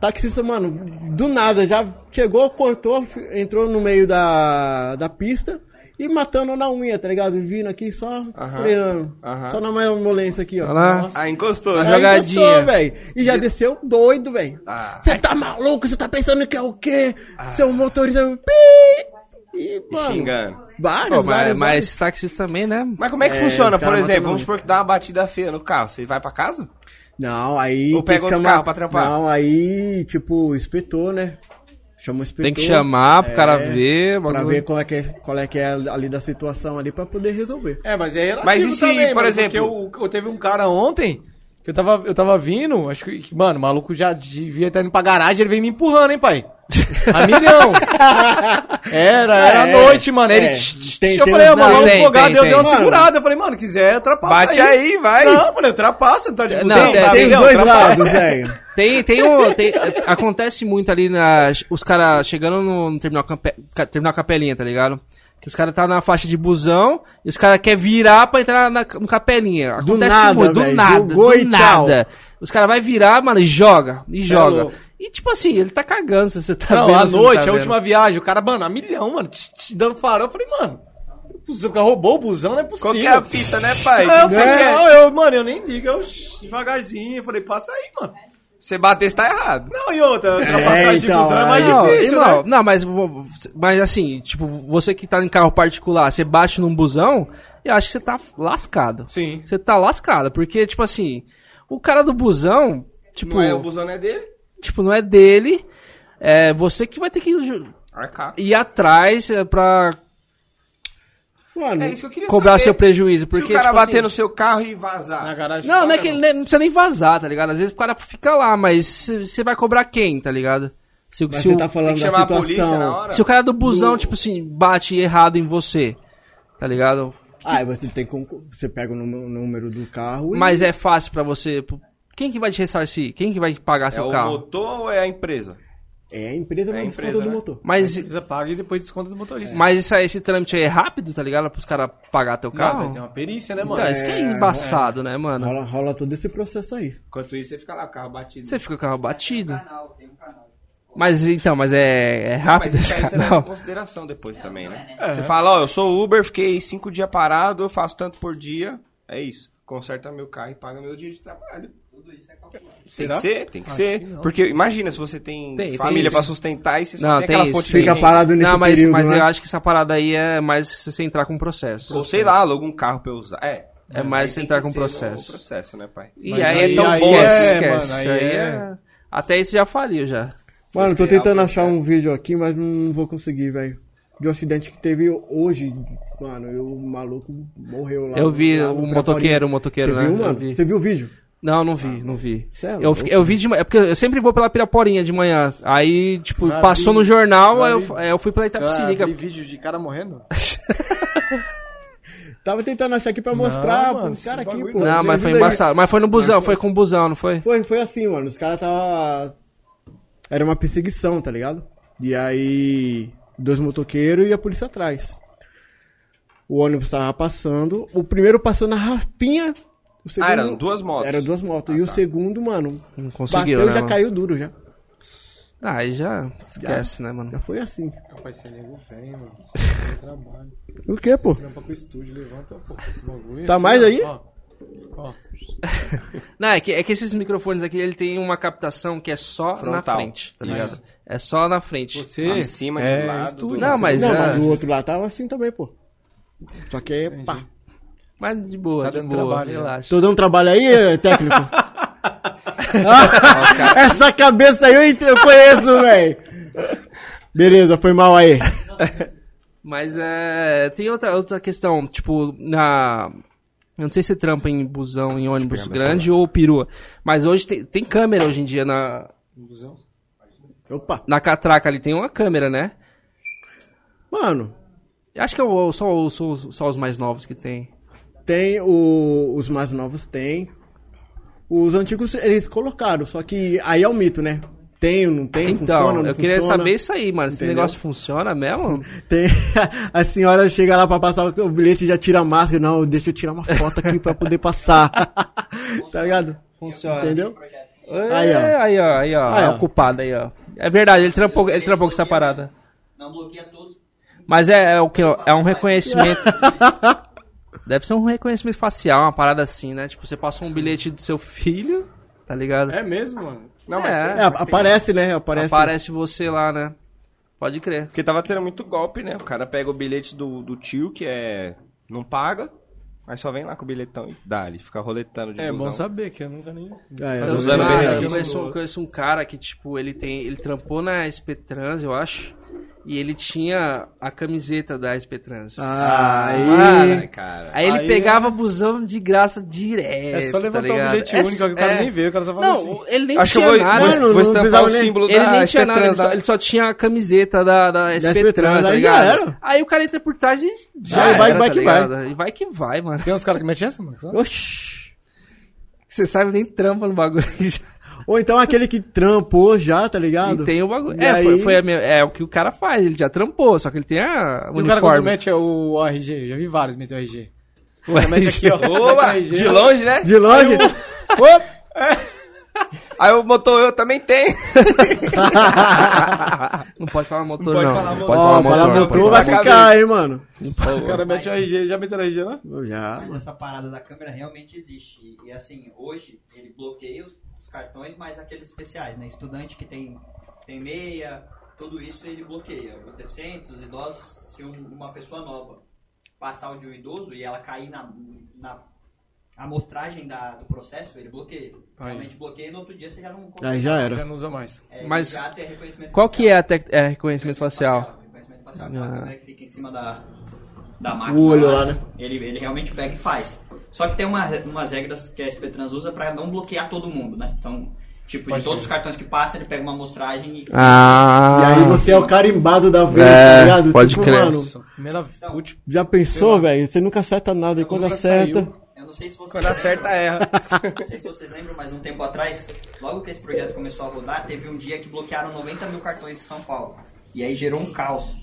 Speaker 4: Taxista, mano, do nada, já chegou, cortou, f- entrou no meio da, da pista e matando na unha, tá ligado? Vindo aqui só freando.
Speaker 1: aham.
Speaker 4: Só na malemolência aqui, ó.
Speaker 3: Olha lá.
Speaker 1: Ah, encostou.
Speaker 3: Mas
Speaker 1: né?
Speaker 4: Aí
Speaker 3: jogadinha.
Speaker 4: encostou, velho. E já desceu doido, velho.
Speaker 1: Ah.
Speaker 4: Você tá maluco? Você tá pensando que é o quê? Seu motorista. Pi! E, mano,
Speaker 1: Xingando.
Speaker 4: Vários,
Speaker 3: Pô, mas,
Speaker 4: vários,
Speaker 3: mas
Speaker 4: vários.
Speaker 3: esses taxistas também, né?
Speaker 1: Mas como é que
Speaker 4: É,
Speaker 1: funciona,
Speaker 4: os caras
Speaker 1: por exemplo?
Speaker 4: matam
Speaker 1: Vamos
Speaker 4: muito.
Speaker 1: supor que dá uma batida feia no carro. Você vai pra casa?
Speaker 4: Não, aí.
Speaker 1: Ou
Speaker 4: tem
Speaker 1: pega
Speaker 4: que
Speaker 1: outro
Speaker 4: chamar-
Speaker 1: carro pra trampar.
Speaker 4: Não, aí, tipo, espetou, né? Chama o inspetor.
Speaker 3: Tem que chamar pro cara ver,
Speaker 4: Pra
Speaker 3: bagulho.
Speaker 4: ver qual é, que é, qual é que é ali da situação ali pra poder resolver.
Speaker 5: É, mas é relativo
Speaker 1: Mas e se,
Speaker 5: também,
Speaker 1: por
Speaker 5: mano,
Speaker 1: exemplo-
Speaker 5: Porque eu, eu teve um cara ontem que eu tava, eu tava vindo, acho que, mano, o maluco já devia estar indo pra garagem, ele veio me empurrando, hein, pai? A milhão. Era, era à
Speaker 4: É,
Speaker 5: noite, mano. Ele.
Speaker 4: é.
Speaker 5: tch, tch,
Speaker 4: Tem-
Speaker 5: eu
Speaker 4: tem
Speaker 5: falei,
Speaker 4: uns-
Speaker 5: ó, mano,
Speaker 3: não,
Speaker 5: vamos
Speaker 3: tem,
Speaker 5: fogar,
Speaker 3: tem,
Speaker 5: deu, deu uma
Speaker 4: tem.
Speaker 5: segurada. Eu falei, mano, quiser, ultrapassa.
Speaker 1: Bate aí, vai.
Speaker 5: Não, eu falei, ultrapassa, não tá de
Speaker 3: Não,
Speaker 5: busão,
Speaker 3: tem-
Speaker 5: tá,
Speaker 4: Tem
Speaker 5: entendeu?
Speaker 4: dois
Speaker 5: Ultrapassa.
Speaker 4: lados, velho.
Speaker 3: Tem, tem um. tem- acontece muito ali na. Os caras chegando no, no terminal, campe, ca- terminal Capelinha, tá ligado? Que os caras tá na faixa de busão e os caras querem virar pra entrar na, no Capelinha. Acontece
Speaker 4: nada,
Speaker 3: muito, do
Speaker 4: velho.
Speaker 3: nada,
Speaker 4: Jogou
Speaker 3: do
Speaker 4: e tchau.
Speaker 3: nada. Os caras vai virar, mano, e joga, e joga.
Speaker 5: É louco.
Speaker 3: E tipo assim, ele tá cagando se você tá
Speaker 5: Não,
Speaker 3: vendo.
Speaker 5: à
Speaker 3: se não
Speaker 5: noite,
Speaker 3: tá
Speaker 5: a
Speaker 3: vendo.
Speaker 5: última viagem, o cara, mano, a milhão, mano, tch, tch, dando farol. Eu falei, mano, o cara roubou o busão, não é possível.
Speaker 1: Qual que é a fita, né, pai?
Speaker 5: Não,
Speaker 1: Você
Speaker 5: você
Speaker 3: É.
Speaker 1: quer-
Speaker 5: não, eu, mano, eu nem ligo, eu shh, devagarzinho, eu falei, passa aí, mano.
Speaker 1: Você bater, você tá errado.
Speaker 5: Não, e outra, ultrapassagem de
Speaker 4: então,
Speaker 5: busão é mais
Speaker 3: É, Não,
Speaker 5: difícil,
Speaker 3: irmão,
Speaker 5: né?
Speaker 3: não, mas, vo- mas assim, tipo, você que tá em carro particular, você bate num busão, eu acho que você tá lascado.
Speaker 5: Sim.
Speaker 3: Você tá lascado, porque, tipo assim, o cara do busão, tipo,
Speaker 1: Não é, o busão não é dele?
Speaker 3: tipo, não é dele, é você que vai ter que ju-
Speaker 1: Arcar.
Speaker 3: ir atrás é, pra
Speaker 4: Mano,
Speaker 1: É isso que eu queria
Speaker 3: cobrar
Speaker 1: saber.
Speaker 3: seu prejuízo,
Speaker 1: Porque,
Speaker 3: porque,
Speaker 1: Se o cara tá
Speaker 3: tipo
Speaker 1: bater
Speaker 3: assim,
Speaker 1: no seu carro e vazar.
Speaker 5: Na garagem.
Speaker 3: Não, não é que ele nem- não precisa nem vazar, tá ligado? Às vezes o cara fica lá, mas você vai cobrar quem, tá ligado? Se,
Speaker 4: mas
Speaker 3: se
Speaker 4: você
Speaker 3: o-
Speaker 4: tá
Speaker 1: Tem
Speaker 4: falando
Speaker 1: que
Speaker 4: da
Speaker 1: chamar a polícia na
Speaker 4: situação.
Speaker 1: hora.
Speaker 3: Se o cara do busão, tipo assim, bate errado em você, tá ligado?
Speaker 4: Ah, aí você tem como. Você pega o número, o número do carro e.
Speaker 3: Mas é fácil pra você. pô, Quem que vai te ressarcir? Quem que vai pagar
Speaker 1: É
Speaker 3: seu
Speaker 1: o
Speaker 3: carro?
Speaker 1: motor ou é a empresa?
Speaker 4: É a
Speaker 1: É
Speaker 4: empresa,
Speaker 1: a
Speaker 4: mas desconta
Speaker 1: empresa,
Speaker 4: do
Speaker 1: né?
Speaker 4: motor.
Speaker 3: Mas,
Speaker 5: Você paga e depois desconta do motorista.
Speaker 3: mas isso aí, esse trâmite aí é rápido, tá ligado? Pros caras pagar teu
Speaker 5: Cara,
Speaker 3: carro?
Speaker 5: tem uma perícia, né, mano?
Speaker 3: Então, isso que é embaçado, né, mano?
Speaker 4: Rola, rola todo esse processo aí.
Speaker 1: Enquanto isso, você fica lá, carro batido.
Speaker 3: Você fica com o carro batido.
Speaker 9: canal, tem um canal.
Speaker 3: Mas então, mas é, é rápido
Speaker 1: Mas isso né?
Speaker 3: esse
Speaker 1: aí você leva em
Speaker 3: canal.
Speaker 1: consideração depois também, né?
Speaker 9: é,
Speaker 3: É.
Speaker 1: Você fala, ó, eu sou Uber, fiquei cinco dias parado, eu faço tanto por dia. É isso. Conserta meu carro e paga meu dia de trabalho.
Speaker 9: Tudo isso é calculado.
Speaker 1: Tem que ser, tem que ser. Porque imagina se você tem,
Speaker 3: Tem, tem
Speaker 1: família
Speaker 3: isso.
Speaker 1: pra sustentar e você só
Speaker 3: Não,
Speaker 1: tem,
Speaker 3: tem
Speaker 1: aquela
Speaker 3: isso.
Speaker 1: fonte de
Speaker 4: Fica
Speaker 1: renda.
Speaker 4: parado nesse
Speaker 3: Não, mas,
Speaker 4: período,
Speaker 3: mas
Speaker 4: né?
Speaker 3: eu acho que essa parada aí é mais se você entrar com um processo.
Speaker 1: Ou sei lá, aluga um carro pra eu usar. É.
Speaker 3: É mais
Speaker 1: Aí
Speaker 3: você
Speaker 1: tem
Speaker 3: entrar
Speaker 1: que
Speaker 3: com
Speaker 1: ser
Speaker 3: processo.
Speaker 1: O processo, né, pai?
Speaker 3: E
Speaker 5: Mas
Speaker 3: aí,
Speaker 5: aí-
Speaker 3: é tão
Speaker 5: aí
Speaker 3: bom,
Speaker 5: é,
Speaker 3: esquece.
Speaker 5: mano, aí
Speaker 3: isso aí
Speaker 5: é-
Speaker 3: é- Até isso já faliu já.
Speaker 4: Mano, tô
Speaker 1: esperar
Speaker 4: tentando
Speaker 1: o
Speaker 4: achar um vídeo aqui, mas não vou conseguir, velho. De um acidente que teve hoje, mano, e o maluco morreu lá.
Speaker 3: Eu vi
Speaker 4: Lá,
Speaker 3: o
Speaker 4: preparinho.
Speaker 3: motoqueiro, o motoqueiro,
Speaker 4: Você
Speaker 3: né?
Speaker 4: viu,
Speaker 3: Eu
Speaker 4: mano?
Speaker 3: vi.
Speaker 4: Você viu o vídeo?
Speaker 3: Não, não vi, não vi.
Speaker 4: Cê é
Speaker 3: Eu,
Speaker 4: louco.
Speaker 3: fiquei- eu vi de manhã, é porque eu sempre vou pela Piraporinha de manhã. Aí, tipo, passou no jornal, aí eu, f- aí eu fui pela Itapecirica.
Speaker 7: Vi vídeo de cara morrendo?
Speaker 4: Tava tentando achar aqui pra mostrar
Speaker 7: mano,
Speaker 4: pros caras aqui, pô.
Speaker 3: Não, mas foi
Speaker 4: Ajuda aí.
Speaker 3: embaçado. Mas foi no busão, foi com o busão, não foi?
Speaker 4: Foi, foi assim, mano. Os caras tava. Era uma perseguição, tá ligado? E aí. Dois motoqueiros e a polícia atrás. O ônibus tava passando. O primeiro passou na raspinha. O segundo...
Speaker 1: Ah, eram duas motos. Ah, tá.
Speaker 4: Eram duas motos. e o segundo, mano.
Speaker 3: Não conseguiu,
Speaker 4: bateu
Speaker 3: né,
Speaker 4: e já
Speaker 3: mano?
Speaker 4: caiu duro já.
Speaker 3: Ah, aí já esquece, né, mano?
Speaker 4: Já foi assim.
Speaker 7: Rapaz, você é nego velho, mano. Você tem trabalho.
Speaker 4: O que, pô?
Speaker 7: Trampa com o estúdio, levanta, um pô.
Speaker 4: Tá mais aí?
Speaker 7: Ó, ó.
Speaker 3: Não, é que, é que esses microfones aqui, ele tem uma captação que é só na
Speaker 1: Frontal.
Speaker 3: frente, tá ligado? É só na frente.
Speaker 7: Você...
Speaker 1: De cima, de
Speaker 7: é,
Speaker 1: lado,
Speaker 7: estúdio.
Speaker 3: Não, mas,
Speaker 4: Não,
Speaker 3: é,
Speaker 4: mas o outro lá tava assim também, pô. Só que, pá.
Speaker 3: mas de boa,
Speaker 7: Tá
Speaker 3: de
Speaker 7: dando
Speaker 3: boa,
Speaker 7: trabalho, né?
Speaker 3: relaxa.
Speaker 4: Tô dando trabalho aí, eh, técnico?
Speaker 3: é.
Speaker 4: Essa cabeça aí eu, ent- eu conheço, velho. Beleza, foi mal aí.
Speaker 3: Mas é. Tem outra, outra questão, tipo, na. Eu não sei se trampa em busão, em
Speaker 7: Tipo,
Speaker 3: ônibus
Speaker 7: é, tá
Speaker 3: grande ou perua. Mas hoje tem, tem câmera hoje em dia na,
Speaker 4: Opa.
Speaker 3: na catraca ali, tem uma câmera, né?
Speaker 4: Mano,
Speaker 3: Eu Acho que é o- só, o- só os- só os mais novos que tem.
Speaker 4: tem o, os mais novos, tem. Os antigos eles colocaram, só que aí é o mito, né? Tem, não tem,
Speaker 3: Então,
Speaker 4: funciona, não
Speaker 3: eu queria
Speaker 4: funciona.
Speaker 3: saber isso aí, mano. Esse
Speaker 4: Entendeu?
Speaker 3: negócio funciona mesmo?
Speaker 4: Tem, a senhora chega lá pra passar o bilhete e já tira a máscara. Não, deixa eu tirar uma foto aqui pra poder passar. tá ligado?
Speaker 3: Funciona.
Speaker 4: Entendeu?
Speaker 3: É,
Speaker 4: Aí, ó.
Speaker 3: Aí, ó. Aí, ó.
Speaker 4: Aí,
Speaker 3: é
Speaker 4: ó.
Speaker 3: o culpado aí, ó. É verdade, ele trampou, ele trampou com essa parada.
Speaker 9: Não bloqueia todos.
Speaker 3: Mas é, é o que? ó, É um reconhecimento. Deve ser um reconhecimento facial, uma parada assim, né? Tipo, você passou um bilhete do seu filho, tá ligado?
Speaker 5: É mesmo, mano?
Speaker 1: Não,
Speaker 4: É,
Speaker 3: É,
Speaker 4: aparece, né? Aparece.
Speaker 3: aparece você lá, né? Pode crer.
Speaker 1: Porque tava tendo muito golpe, né? O cara pega o bilhete do, do tio, que é. não paga, mas só vem lá com o bilhetão e dá ali, fica roletando de
Speaker 5: É bom
Speaker 1: busão.
Speaker 5: saber que eu nunca nem...
Speaker 4: Ah, é,
Speaker 3: Eu,
Speaker 1: usando
Speaker 3: ah,
Speaker 1: bem
Speaker 3: eu
Speaker 1: aqui.
Speaker 3: conheço, um- conheço um cara que, tipo, ele tem. Ele trampou na SP Trans, eu acho. E ele tinha a camiseta da SP Trans.
Speaker 4: Ah.
Speaker 3: Ah,
Speaker 4: Aí.
Speaker 1: Ai, cara.
Speaker 3: Aí ele
Speaker 5: Aí
Speaker 3: pegava busão de graça direto.
Speaker 5: É só levantar
Speaker 3: tá
Speaker 5: um
Speaker 3: ligado?
Speaker 5: bilhete
Speaker 3: É-
Speaker 5: único que o cara
Speaker 3: é.
Speaker 5: nem vê, o cara só fala
Speaker 3: Não,
Speaker 5: assim.
Speaker 3: ele nem
Speaker 1: Acho que eu
Speaker 3: tinha
Speaker 1: vou,
Speaker 3: nada.
Speaker 1: vou,
Speaker 4: Mano, não
Speaker 1: vou estampar
Speaker 4: precisava
Speaker 1: o
Speaker 4: nem-
Speaker 1: símbolo
Speaker 3: Ele
Speaker 1: da
Speaker 3: nem tinha nada, ele
Speaker 1: Espetrans,
Speaker 3: só, ele só tinha a camiseta da, da SP Trans,
Speaker 4: Trans,
Speaker 3: tá
Speaker 4: aí
Speaker 3: ligado?
Speaker 4: já era.
Speaker 3: Aí o cara entra por trás e já
Speaker 4: Aí vai-
Speaker 3: era,
Speaker 4: vai
Speaker 3: tá
Speaker 4: que
Speaker 3: ligado? E vai que vai, mano.
Speaker 7: Tem uns caras que metem essa, mano?
Speaker 4: Oxi.
Speaker 3: Você sabe nem trampa no bagulho.
Speaker 4: Ou então aquele que trampou já, tá
Speaker 3: E
Speaker 4: ligado?
Speaker 3: tem o bagulho.
Speaker 4: E
Speaker 3: É, foi,
Speaker 4: aí-
Speaker 3: foi a minha- é o que o cara faz, ele já trampou, só que ele tem
Speaker 7: E
Speaker 3: a
Speaker 7: o cara quando
Speaker 3: uniforme.
Speaker 5: é
Speaker 7: mete o RG, já vi vários meter o RG.
Speaker 3: Ué,
Speaker 5: Aqui, ó.
Speaker 1: Opa, de longe, né?
Speaker 4: De longe.
Speaker 1: Aí o motor eu também tenho.
Speaker 3: Não pode falar motor, não.
Speaker 1: pode falar
Speaker 3: Não
Speaker 1: motor.
Speaker 3: pode
Speaker 4: Ó,
Speaker 3: falar
Speaker 4: falar
Speaker 3: motor, não
Speaker 4: motor
Speaker 1: pode
Speaker 4: vai
Speaker 1: falar
Speaker 4: ficar, hein, mano.
Speaker 5: O cara mete o RG, já meteu o RG lá?
Speaker 4: Já,
Speaker 9: Mas
Speaker 4: Ah, mano.
Speaker 9: essa parada da câmera realmente existe. E assim, hoje ele bloqueia os, os cartões, mas aqueles especiais, né? Estudante que tem, tem meia, tudo isso ele bloqueia. Os deficientes, os idosos, se um- uma pessoa nova passar o de um idoso e ela cair na, na amostragem da, do processo, ele bloqueia.
Speaker 7: Aí.
Speaker 9: Realmente bloqueia e no outro dia você já não consegue.
Speaker 4: Aí já
Speaker 7: Já
Speaker 4: era.
Speaker 7: não usa mais.
Speaker 9: É,
Speaker 3: Mas
Speaker 9: já tem reconhecimento
Speaker 3: Qual que
Speaker 9: facial.
Speaker 3: é a tec- é, reconhecimento facial?
Speaker 9: Reconhecimento facial, aquela
Speaker 3: Ah.
Speaker 9: câmera que fica em cima da, da máquina.
Speaker 4: O olho lá, né?
Speaker 9: Ele, ele realmente pega e faz. Só que tem uma, umas regras que a SP Trans usa pra não bloquear todo mundo, né? Então, tipo, de todos os cartões que passa, ele pega uma amostragem e...
Speaker 3: Ah.
Speaker 4: E aí você é o carimbado da vez, tá ligado?
Speaker 3: pode crer.
Speaker 7: Primeira última.
Speaker 4: já pensou, velho? Você nunca acerta nada. E quando
Speaker 7: nunca
Speaker 4: acerta...
Speaker 7: saiu.
Speaker 9: Eu não sei se vocês
Speaker 1: Quando acerta, erra.
Speaker 9: Não sei se vocês lembram, mas um tempo atrás, logo que esse projeto começou a rodar, teve um dia que bloquearam 90 mil cartões de São Paulo. E aí gerou um caos.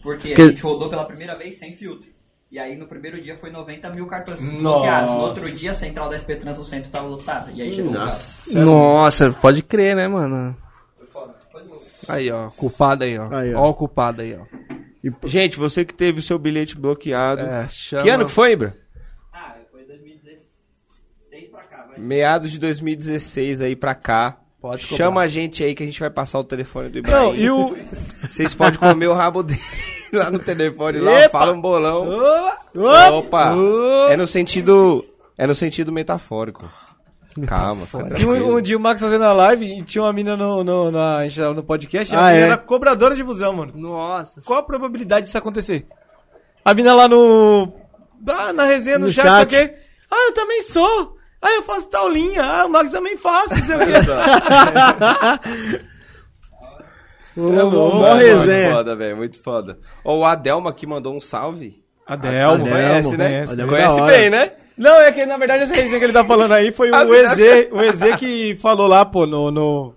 Speaker 9: Porque
Speaker 3: Que-
Speaker 9: a gente rodou pela primeira vez sem filtro. E aí no primeiro dia foi 90 mil cartões bloqueados. No outro dia a central da SP Trans no centro tava lotada. E aí gerou um caos.
Speaker 3: Nossa, pode crer, né, mano?
Speaker 9: Foi foda. Foi louco.
Speaker 3: Aí, ó, culpado aí, ó.
Speaker 4: Aí, ó.
Speaker 3: ó. o culpado aí, ó.
Speaker 1: Gente, você que teve o seu bilhete bloqueado.
Speaker 3: É, chama-
Speaker 1: Que ano que foi, Ibra?
Speaker 9: Ah, foi 2016 pra cá, vai.
Speaker 1: Meados de 2016 aí pra cá.
Speaker 3: Pode cobrar.
Speaker 1: Chama a gente aí que a gente vai passar o telefone do Ibrahim.
Speaker 5: Não, e o...
Speaker 1: Vocês podem comer o rabo dele lá no telefone, lá fala um bolão. Opa! É no sentido. É no sentido metafórico. Calma, fica
Speaker 5: E um,
Speaker 1: tranquilo.
Speaker 5: um dia o Max fazendo a live e tinha uma mina no, no, na, a gente tava no podcast e a
Speaker 4: Ah,
Speaker 5: mina
Speaker 4: é?
Speaker 5: era cobradora de busão, mano.
Speaker 3: Nossa.
Speaker 5: Qual a probabilidade disso acontecer? A mina lá no. Ah, na resenha, no,
Speaker 4: No
Speaker 5: chat,
Speaker 4: chat.
Speaker 5: ok? Ah, eu também sou! Ah, eu faço tal linha. Ah, o Max também faz. não sei o quê.
Speaker 4: Ô,
Speaker 5: é
Speaker 4: ô, Mó resenha.
Speaker 1: Muito foda, velho, muito foda. Ó, o Adelma que mandou um salve.
Speaker 5: Adelmo.
Speaker 4: Adelmo.
Speaker 5: Conhece, né?
Speaker 4: Adelmo é da
Speaker 1: Conhece
Speaker 4: hora.
Speaker 1: bem, né?
Speaker 5: Não, é que na verdade essa resenha que ele tá falando aí foi o EZ, o EZ que falou lá, pô, no. no...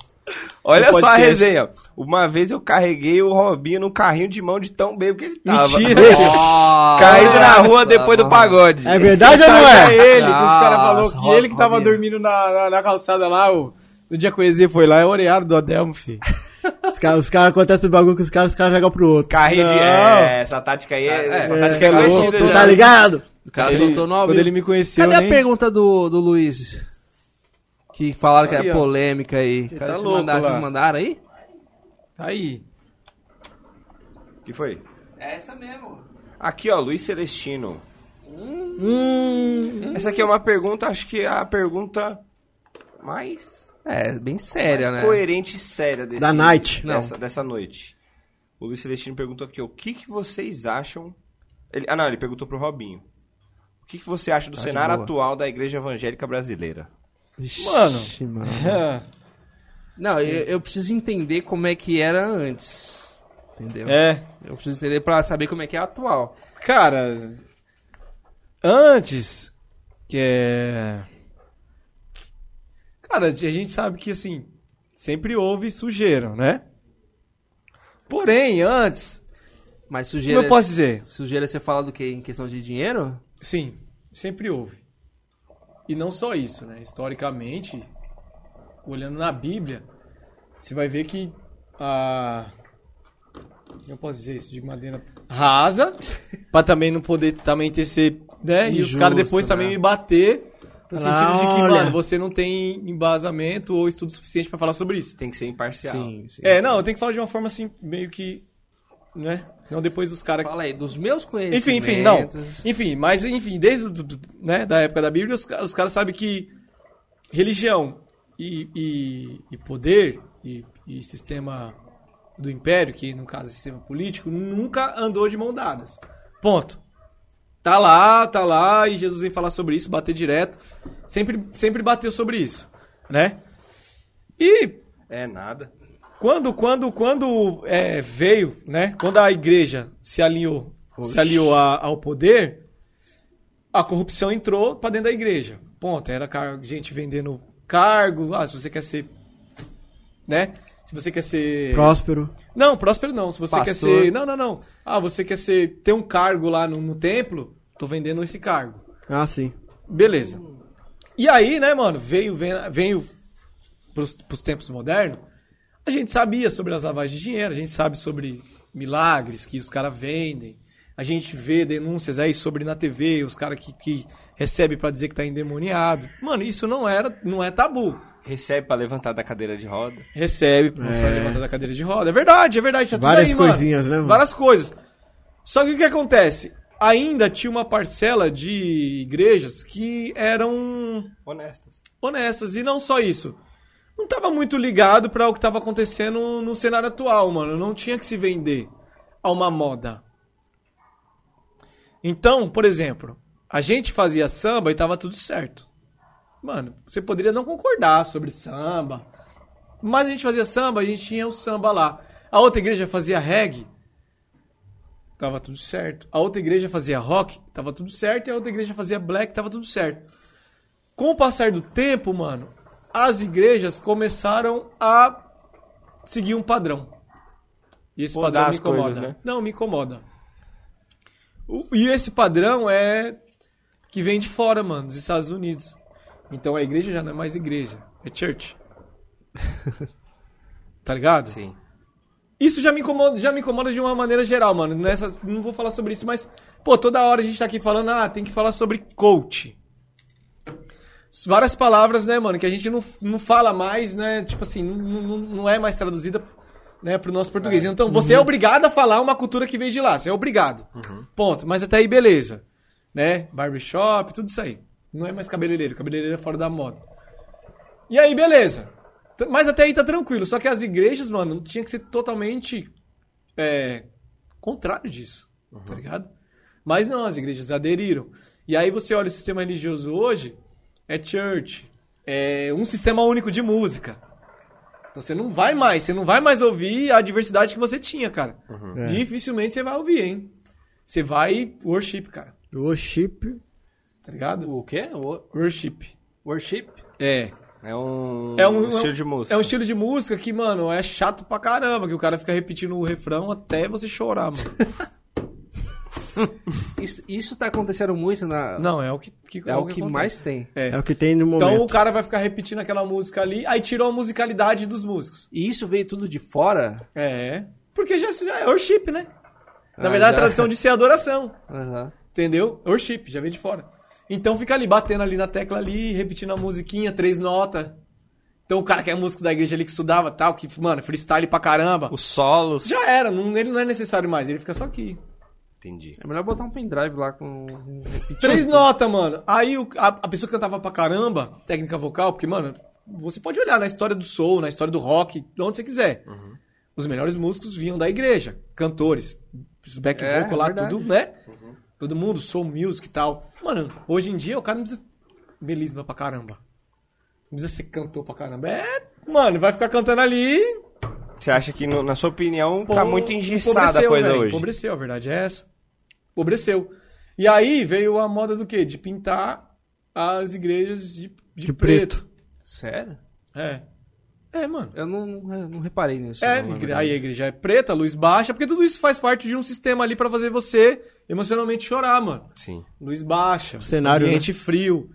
Speaker 1: Olha
Speaker 5: No
Speaker 1: só a
Speaker 5: podcast.
Speaker 1: resenha. Uma vez eu carreguei o Robinho num carrinho de mão de tão bebo que ele tava.
Speaker 5: Mentira!
Speaker 1: Caído na rua depois do pagode.
Speaker 4: É verdade ou não
Speaker 5: Era
Speaker 4: é?
Speaker 5: ele, que os
Speaker 3: Nossa,
Speaker 5: caras falaram que
Speaker 3: Rob-
Speaker 5: ele que tava
Speaker 3: Robinho.
Speaker 5: dormindo na, na, na calçada lá, o, no dia que o EZ foi lá, é oreado do Adelmo, filho.
Speaker 4: Os caras, os caras acontece o bagulho que os caras, os caras jogam pro outro.
Speaker 1: Carrinho de.
Speaker 5: Não.
Speaker 1: É, essa tática aí é. essa tática é,
Speaker 5: é louco,
Speaker 1: conhecida
Speaker 4: Tu
Speaker 1: já.
Speaker 4: tá ligado?
Speaker 3: O cara
Speaker 5: Ele-
Speaker 3: soltou no ao
Speaker 5: quando
Speaker 3: vivo.
Speaker 5: ele me conheceu,
Speaker 3: Cadê a
Speaker 5: nem-
Speaker 3: pergunta do, do Luiz? Que falaram que era
Speaker 5: Aí, ó.
Speaker 3: polêmica aí. Cadê
Speaker 5: tá
Speaker 3: vocês
Speaker 5: louco
Speaker 3: mandaram?
Speaker 5: lá.
Speaker 3: Vocês mandaram aí?
Speaker 5: Tá aí.
Speaker 1: que foi?
Speaker 9: É essa mesmo.
Speaker 1: Aqui, ó, Luiz Celestino. Essa aqui é uma pergunta, acho que é a pergunta mais,
Speaker 3: É, bem
Speaker 1: mais
Speaker 3: séria, né?
Speaker 1: coerente e séria desse,
Speaker 4: Da night.
Speaker 1: Dessa, dessa noite. O Luiz Celestino perguntou aqui, o que, que vocês acham... Ele, ah, não, ele perguntou pro Robinho. O que, que você acha do cenário
Speaker 3: boa.
Speaker 1: atual da igreja evangélica brasileira?
Speaker 3: Ixi, mano. Não, eu, eu preciso entender como é que era antes. Entendeu?
Speaker 5: É.
Speaker 3: Eu preciso entender pra saber como é que é atual.
Speaker 5: Cara, antes que é... Cara, a gente sabe que assim, sempre houve sujeira, né? Porém, antes,
Speaker 3: Mas
Speaker 5: como
Speaker 3: sujeira.
Speaker 5: eu posso dizer?
Speaker 3: Sujeira você fala do que? Em questão de dinheiro?
Speaker 5: Sim, sempre houve. E não só isso, né? Historicamente, olhando na Bíblia, você vai ver que a. Eu posso dizer isso de maneira rasa, pra também não poder também ter ser. Né? e os
Speaker 3: Injusto,
Speaker 5: caras depois
Speaker 3: né?
Speaker 5: também me bater. No sentido
Speaker 4: Falar,
Speaker 5: de que,
Speaker 4: "Olha."
Speaker 5: mano, você não tem embasamento ou estudo suficiente pra falar sobre isso.
Speaker 1: Tem que ser imparcial.
Speaker 3: sim.
Speaker 5: É, não, eu tenho que falar de uma forma assim, meio que. Né? Não depois os caras
Speaker 3: Fala aí, dos meus conhecimentos.
Speaker 5: enfim, enfim, não. Enfim, mas enfim, desde do- do- né, da época da Bíblia, os, ca- os caras sabem que religião e, e, e poder e, e sistema do império, que no caso é sistema político, nunca andou de mão dadas. Ponto. Tá lá, tá lá, e Jesus vem falar sobre isso, bater direto. Sempre, sempre bateu sobre isso, né? E
Speaker 1: É nada.
Speaker 5: quando, quando, quando é, veio, né? Quando a igreja se alinhou, se aliou a- ao poder, a corrupção entrou pra dentro da igreja. Ponto. Era car- gente vendendo cargo. Ah, se você quer ser, né? Se você quer
Speaker 3: É.
Speaker 5: ser
Speaker 4: Próspero.
Speaker 5: não, próspero não. Se você
Speaker 3: Pastor.
Speaker 5: quer ser. Não, não, não. Ah, você quer ser ter um cargo lá no, no templo? Tô vendendo esse cargo.
Speaker 4: Ah, sim.
Speaker 5: Beleza. E aí, né, mano, veio, veio, veio pros, pros tempos modernos, a gente sabia sobre as lavagens de dinheiro, a gente sabe sobre milagres que os caras vendem, a gente vê denúncias aí sobre na TV, os caras que, que recebem pra dizer que tá endemoniado. Mano, isso não era, não é tabu.
Speaker 1: Recebe pra levantar da cadeira de roda.
Speaker 5: Recebe pra levantar da cadeira de roda. É verdade, é verdade. Tá tudo
Speaker 4: Várias
Speaker 5: aí, mano.
Speaker 4: coisinhas, né, mano?
Speaker 5: Várias coisas. Só que o que acontece? Ainda tinha uma parcela de igrejas que eram
Speaker 1: Honestas.
Speaker 5: honestas. E não só isso. Não tava muito ligado pra o que tava acontecendo no cenário atual, mano. Não tinha que se vender a uma moda. Então, por exemplo, a gente fazia samba e tava tudo certo. Mano, você poderia não concordar sobre samba. Mas a gente fazia samba, a gente tinha o samba lá. A outra igreja fazia reggae. Tava tudo certo. A outra igreja fazia rock, tava tudo certo. E a outra igreja fazia black, tava tudo certo com o passar do tempo, mano, as igrejas começaram a seguir um padrão. E esse
Speaker 1: Podar
Speaker 5: padrão me
Speaker 1: as
Speaker 5: incomoda.
Speaker 1: coisas, né?
Speaker 5: Não, me incomoda. O- e esse padrão é que vem de fora, mano, dos Estados Unidos. Então a igreja já não é mais igreja, é church. tá ligado?
Speaker 1: Sim.
Speaker 5: Isso já me incomoda, já me incomoda de uma maneira geral, mano. Nessa, não vou falar sobre isso, mas pô, toda hora a gente tá aqui falando, ah, tem que falar sobre coach. Várias palavras, né, mano, que a gente não, não fala mais, né? Tipo assim, não, não, não é mais traduzida, né, pro nosso português. Então, você é obrigado a falar uma cultura que veio de lá, você é obrigado. Ponto. Mas até aí beleza, né? Barbershop, tudo isso aí. Não é mais cabeleireiro, cabeleireiro é fora da moda. E aí, beleza. T- Mas até aí tá tranquilo. Só que as igrejas, mano, tinha que ser totalmente é, contrário disso, tá ligado? Mas não, as igrejas aderiram. E aí você olha o sistema religioso hoje, é church, é um sistema único de música. Então você não vai mais, você não vai mais ouvir a diversidade que você tinha, cara.
Speaker 3: Hum.
Speaker 4: É.
Speaker 5: Dificilmente você vai ouvir, hein? Você vai worship, cara,
Speaker 4: O chip.
Speaker 5: tá ligado?
Speaker 3: O quê? O-
Speaker 5: Worship.
Speaker 3: Worship?
Speaker 5: É.
Speaker 1: É um,
Speaker 5: É um-
Speaker 1: estilo de música.
Speaker 5: É um estilo de música que, mano, é chato pra caramba, que o cara fica repetindo o refrão até você chorar, mano.
Speaker 3: Isso, isso tá acontecendo muito na.
Speaker 5: Não, é o que, que-
Speaker 3: é o que
Speaker 5: acontece.
Speaker 3: mais tem.
Speaker 4: É o que tem no
Speaker 5: Então
Speaker 4: momento.
Speaker 5: o cara vai ficar repetindo aquela música ali, aí tirou a musicalidade dos músicos.
Speaker 3: E isso veio tudo de fora?
Speaker 5: É. Porque já, já é worship, né? Na
Speaker 3: Ah,
Speaker 5: verdade,
Speaker 3: já.
Speaker 5: a tradução disso é adoração.
Speaker 3: Aham.
Speaker 5: Entendeu? Worship, já vem de fora. Então fica ali, batendo ali na tecla ali, repetindo a musiquinha, três notas. Então o cara que é músico da igreja ali que estudava tal, que, mano, freestyle pra caramba.
Speaker 1: Os solos.
Speaker 5: Já era, não- ele não é necessário mais, ele fica só aqui.
Speaker 1: Entendi.
Speaker 3: É melhor botar um pendrive lá com. um repetir
Speaker 5: Três
Speaker 3: tudo.
Speaker 5: notas, mano. Aí o- a, a pessoa que cantava pra caramba, técnica vocal, porque, mano, você pode olhar na história do soul, na história do rock, de onde você quiser.
Speaker 3: Uhum.
Speaker 5: Os melhores músicos vinham da igreja, cantores, os back
Speaker 3: É,
Speaker 5: vocal lá,
Speaker 3: verdade. Uhum.
Speaker 5: tudo, né? Todo mundo, soul music e tal. Mano, hoje em dia o cara não precisa melisma pra caramba. Não precisa ser cantor pra caramba. É, mano, vai ficar cantando ali.
Speaker 1: Você acha que, no- na sua opinião, tá
Speaker 5: pô,
Speaker 1: muito engessada a
Speaker 5: empobreceu,
Speaker 1: coisa
Speaker 5: velho,
Speaker 1: hoje?
Speaker 5: Empobreceu, a verdade é essa. Empobreceu. E aí veio a moda do quê? De pintar as igrejas de, de,
Speaker 4: De
Speaker 5: preto.
Speaker 4: preto.
Speaker 3: Sério?
Speaker 5: É. É, mano.
Speaker 3: Eu não, não reparei nisso.
Speaker 5: É,
Speaker 3: não, na
Speaker 5: igre-
Speaker 3: verdade.
Speaker 5: aí a igreja é preta, a luz baixa, porque tudo isso faz parte de um sistema ali pra fazer você emocionalmente chorar, mano.
Speaker 1: Sim.
Speaker 5: Luz baixa,
Speaker 4: cenário,
Speaker 5: ambiente frio,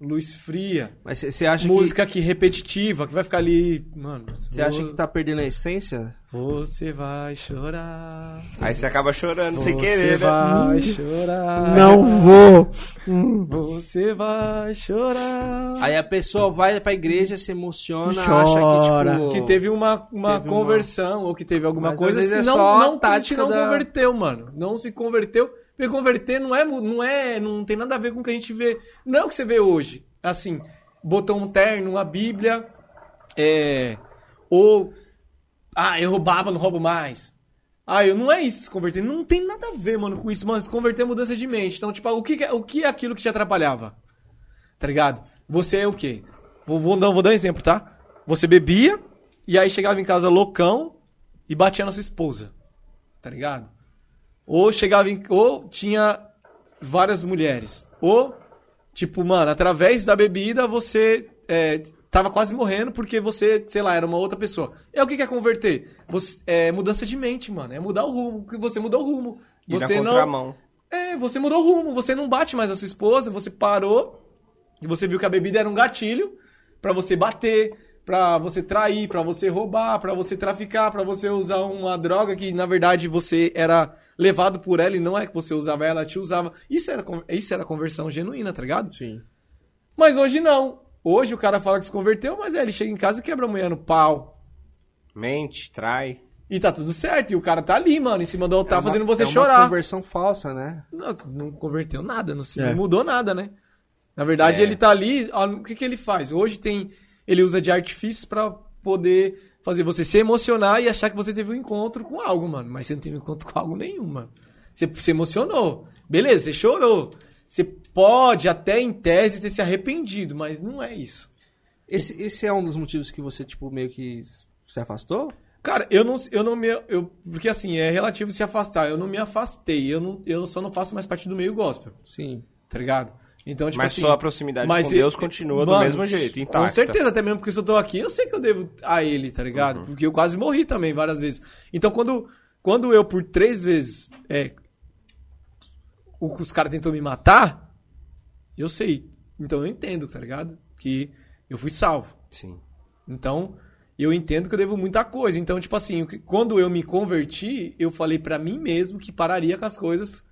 Speaker 5: luz fria,
Speaker 3: Mas você acha
Speaker 5: música é que... repetitiva, que vai ficar ali, mano.
Speaker 3: que. Você acha que tá perdendo a essência?
Speaker 5: Você vai chorar.
Speaker 1: Aí você acaba chorando sem
Speaker 5: você
Speaker 1: querer, né?
Speaker 5: vai chorar.
Speaker 4: Não vou.
Speaker 5: Você vai chorar.
Speaker 3: Aí a pessoa vai pra igreja, se emociona, acha
Speaker 4: Chora.
Speaker 3: que, tipo...
Speaker 5: Que teve uma, uma
Speaker 3: Teve uma-
Speaker 5: conversão, ou que teve alguma
Speaker 3: Mas,
Speaker 5: coisa assim,
Speaker 3: às vezes, é
Speaker 5: não,
Speaker 3: só
Speaker 5: não,
Speaker 3: tática
Speaker 5: não
Speaker 3: da-
Speaker 5: converteu, mano. Não se converteu. Porque converter não é, mu- não é. Não tem nada a ver com o que a gente vê. Não é o que você vê hoje. Assim, botou um terno, uma bíblia. É. Ou. Ah, eu roubava, não roubo mais. Ah, eu não é isso se converter. Não tem nada a ver, mano, com isso, mano. Se converter é mudança de mente. Então, tipo, o que, que é- o que é aquilo que te atrapalhava? Tá ligado? Você é o quê? Vou, vou, dar- vou dar um exemplo, tá? Você bebia e aí chegava em casa loucão e batia na sua esposa. Tá ligado? Ou chegava em. Ou tinha várias mulheres. Ou, tipo, mano, através da bebida você é, tava quase morrendo porque você, sei lá, era uma outra pessoa. É o que que é converter? Você, é mudança de mente, mano. É mudar o rumo. Porque você mudou o rumo.
Speaker 1: E na
Speaker 5: Você não.
Speaker 1: contramão.
Speaker 5: É, você mudou o rumo, você não bate mais a sua esposa, você parou e você viu que a bebida era um gatilho pra você bater, pra você trair, pra você roubar, pra você traficar, pra você usar uma droga que na verdade você era levado por ela e não é que você usava ela, te usava. Isso era con- isso era conversão genuína, tá ligado? Sim. Mas hoje não. Hoje o cara fala que se converteu, mas é, ele chega em casa e quebra a mulher no pau.
Speaker 1: Mente, trai.
Speaker 5: E tá tudo certo, e o cara tá ali, mano, em cima do altar
Speaker 3: é uma-
Speaker 5: fazendo você
Speaker 3: é
Speaker 5: chorar.
Speaker 3: uma conversão falsa, né?
Speaker 5: Nossa, não converteu nada, não, se,
Speaker 4: É.
Speaker 5: não mudou nada, né? Na
Speaker 1: É.
Speaker 5: verdade, ele tá ali, ó, o que, que ele faz? Hoje tem. Ele usa de artifícios pra poder fazer você se emocionar e achar que você teve um encontro com algo, mano. Mas você não teve um encontro com algo nenhum, mano. Você se emocionou. Beleza, você chorou. Você pode até em tese ter se arrependido, mas não é isso.
Speaker 3: Esse, esse é um dos motivos que você, tipo, meio que s- se afastou?
Speaker 5: Cara, eu não, eu não me. Eu, porque assim, é relativo se afastar. Eu não me afastei. Eu, não, eu só não faço mais parte do meio gospel,
Speaker 3: Sim.
Speaker 5: tá ligado? Então, tipo
Speaker 1: mas
Speaker 5: assim.
Speaker 1: sua proximidade
Speaker 5: mas
Speaker 1: com
Speaker 5: eu-
Speaker 1: Deus continua do
Speaker 5: Mano,
Speaker 1: mesmo jeito, intacta.
Speaker 5: Com certeza, até mesmo porque se eu tô aqui, eu sei que eu devo a ele, tá
Speaker 1: Uhum.
Speaker 5: ligado? Porque eu quase morri também várias vezes. Então, quando, quando eu, por três vezes, é, o- os caras tentou me matar, eu sei. Então, eu entendo, tá ligado? Que eu fui salvo.
Speaker 1: Sim.
Speaker 5: Então, eu entendo que eu devo muita coisa. Então, tipo assim, o que- quando eu me converti, eu falei pra mim mesmo que pararia com as coisas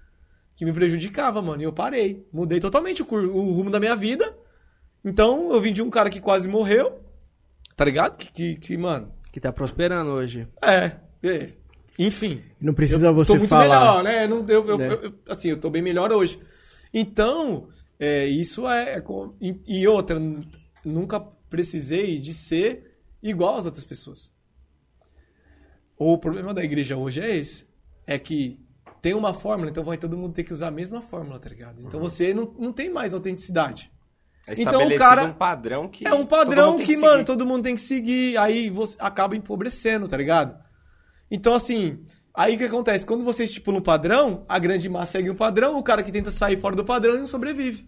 Speaker 5: que me prejudicavam, mano. E eu parei. Mudei totalmente o, cur- o rumo da minha vida. Então, eu vim de um cara que quase morreu, tá ligado? Que, que, que, mano,
Speaker 3: Que tá prosperando hoje.
Speaker 5: é, é. Enfim,
Speaker 4: Não precisa
Speaker 5: tô
Speaker 4: você
Speaker 5: muito melhor,
Speaker 4: falar.
Speaker 5: né? Não, eu, eu-
Speaker 4: Né?
Speaker 5: eu- eu- assim, eu tô bem melhor hoje. Então, é, isso é. é com- e, e outra, n- nunca precisei de ser igual às outras pessoas. O problema da igreja hoje é esse. É que tem uma
Speaker 4: Uhum.
Speaker 5: fórmula, então vai todo mundo ter que usar a mesma fórmula, tá ligado? Então você não, não tem mais autenticidade.
Speaker 1: É
Speaker 5: Então, o
Speaker 1: estabelecido
Speaker 5: cara-
Speaker 1: um padrão que.
Speaker 5: É um
Speaker 1: todo
Speaker 5: padrão
Speaker 1: mundo
Speaker 5: que,
Speaker 1: tem seguir.
Speaker 5: mano, todo mundo tem que seguir. Aí você acaba empobrecendo, tá ligado? Então, assim, aí o que acontece? Quando você estipula um padrão, a grande massa segue um padrão, o cara que tenta sair fora do padrão ele não sobrevive.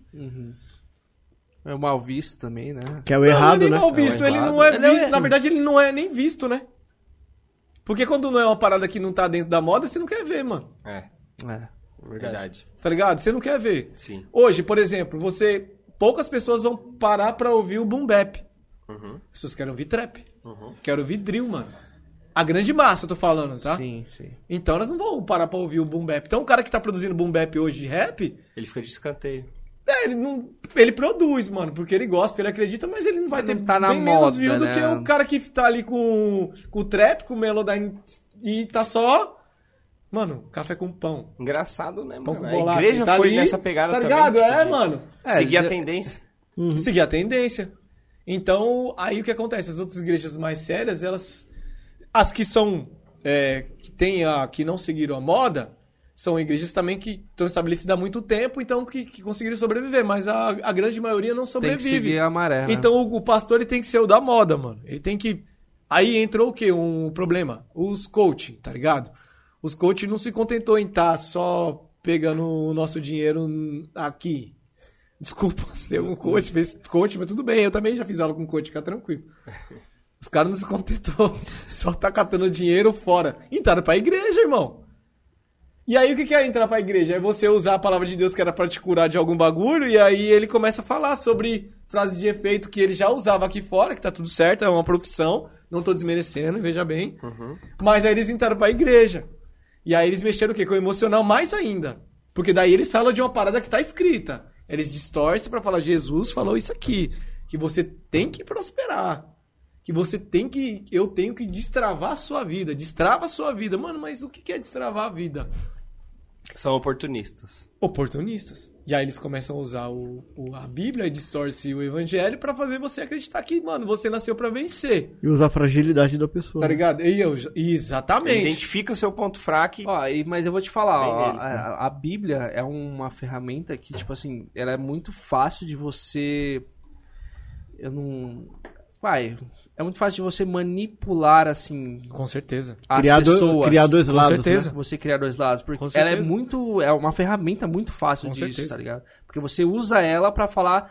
Speaker 3: É o mal visto também, né?
Speaker 4: Que é o
Speaker 5: não, ele
Speaker 4: errado,
Speaker 5: é
Speaker 4: né?
Speaker 5: mal visto,
Speaker 3: É o
Speaker 5: ele
Speaker 3: errado.
Speaker 5: não é
Speaker 3: Ele é o
Speaker 5: visto.
Speaker 3: erro.
Speaker 5: Na verdade, ele não é nem visto, né? Porque quando não é uma parada que não tá dentro da moda, você não quer ver, mano.
Speaker 1: É,
Speaker 3: É.
Speaker 1: verdade.
Speaker 5: Tá ligado? Você não quer ver.
Speaker 1: Sim.
Speaker 5: Hoje, por exemplo, você. Poucas pessoas vão parar pra ouvir o boom bap.
Speaker 3: Uhum.
Speaker 5: As pessoas querem ouvir trap. Querem ouvir drill, mano. A grande massa, eu tô falando, tá?
Speaker 3: Sim, sim.
Speaker 5: Então elas não vão parar pra ouvir o boom bap. Então o cara que tá produzindo boom bap hoje de rap,
Speaker 1: Ele fica de escanteio.
Speaker 5: é, ele não. Ele produz, mano, porque ele gosta, porque ele acredita, mas ele não vai
Speaker 3: Não
Speaker 5: ter
Speaker 3: tá na
Speaker 5: bem menos
Speaker 3: moda,
Speaker 5: view do
Speaker 3: né?
Speaker 5: que o cara que tá ali com, com o trap, com o Melodyne e tá só. Mano, café com pão.
Speaker 1: Engraçado, né,
Speaker 5: Pão
Speaker 1: mano?
Speaker 5: com
Speaker 1: A
Speaker 5: bolacha.
Speaker 1: igreja
Speaker 5: tá
Speaker 1: foi
Speaker 5: ali,
Speaker 1: nessa pegada
Speaker 5: Tá
Speaker 1: também.
Speaker 5: ligado?
Speaker 1: tipo,
Speaker 5: é,
Speaker 1: de
Speaker 5: mano.
Speaker 1: Seguir
Speaker 3: É,
Speaker 1: a tendência.
Speaker 4: Uhum.
Speaker 3: Uhum.
Speaker 5: seguir a tendência. Então, aí o que acontece? As outras igrejas mais sérias, elas. As que são. é, que, tem a, que não seguiram a moda, são igrejas também que estão estabelecidas há muito tempo, então que, que conseguiram sobreviver, mas a, a grande maioria não
Speaker 3: Tem que
Speaker 5: sobrevive.
Speaker 3: seguir a maré, né?
Speaker 5: Então o, o pastor ele tem que ser o da moda, mano. Ele tem que. Aí entrou o quê? Um problema. Os coaching, tá ligado? Os coaching não se contentou em estar só pegando o nosso dinheiro n- aqui. Desculpa se tem algum coach, fez coach, mas tudo bem, eu também já fiz aula com coach, fica tranquilo. Os caras não se contentou, só tá catando dinheiro fora. Entraram pra igreja, irmão. E aí o que que é entrar pra igreja? É você usar a palavra de Deus que era pra te curar de algum bagulho, e aí ele começa a falar sobre frases de efeito que ele já usava aqui fora, que tá tudo certo, é uma profissão, não tô desmerecendo, veja bem. Mas aí eles entraram pra igreja. E aí eles mexeram o quê? Com o emocional mais ainda. Porque daí eles falam de uma parada que tá escrita. Eles distorcem pra falar, Jesus falou isso aqui, que você tem que prosperar. Que você tem que. Eu tenho que destravar a sua vida. Destrava a sua vida. Mano, mas o que que é destravar a vida?
Speaker 1: São oportunistas.
Speaker 5: oportunistas. E aí eles começam a usar o, o- a Bíblia e distorce o evangelho pra fazer você acreditar que, mano, você nasceu pra vencer.
Speaker 4: E usar a fragilidade da pessoa.
Speaker 5: Tá
Speaker 4: né?
Speaker 5: ligado? E eu,
Speaker 1: Ele
Speaker 5: exatamente.
Speaker 1: identifica o seu ponto fraco e
Speaker 3: Ó, e- mas eu vou te falar,
Speaker 1: Bem
Speaker 3: ó,
Speaker 1: nele.
Speaker 5: né?
Speaker 3: a, a Bíblia é uma ferramenta que, tipo assim, ela é muito fácil de você. Eu não. Vai. É muito fácil de você manipular, assim,
Speaker 5: Com certeza.
Speaker 3: as
Speaker 4: Criar, do-
Speaker 3: pessoas.
Speaker 4: criar dois
Speaker 5: com
Speaker 4: lados,
Speaker 5: certeza.
Speaker 4: né?
Speaker 3: Você criar dois lados. Porque
Speaker 5: Com
Speaker 3: ela é
Speaker 5: certeza.
Speaker 3: muito. É uma ferramenta muito fácil
Speaker 5: Com
Speaker 3: disso,
Speaker 5: certeza.
Speaker 3: tá ligado? Porque você usa ela pra falar.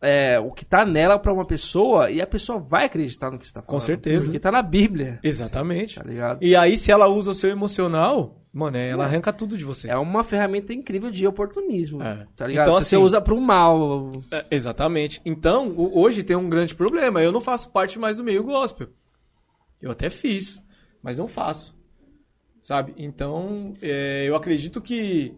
Speaker 3: é, o que tá nela pra uma pessoa e a pessoa vai acreditar no que você tá falando.
Speaker 5: certeza.
Speaker 3: Porque tá na Bíblia,
Speaker 5: Exatamente.
Speaker 3: tá ligado?
Speaker 5: E aí, se ela usa o seu emocional, mano, é, ela arranca tudo de você.
Speaker 3: É uma ferramenta incrível de oportunismo,
Speaker 5: É.
Speaker 3: tá ligado?
Speaker 5: Então,
Speaker 3: Se você
Speaker 5: assim-
Speaker 3: usa pro mal.
Speaker 5: É, exatamente. Então, o- hoje tem um grande problema. Eu não faço parte mais do meio gospel. Eu até fiz, mas não faço. Sabe? Então, é, eu acredito que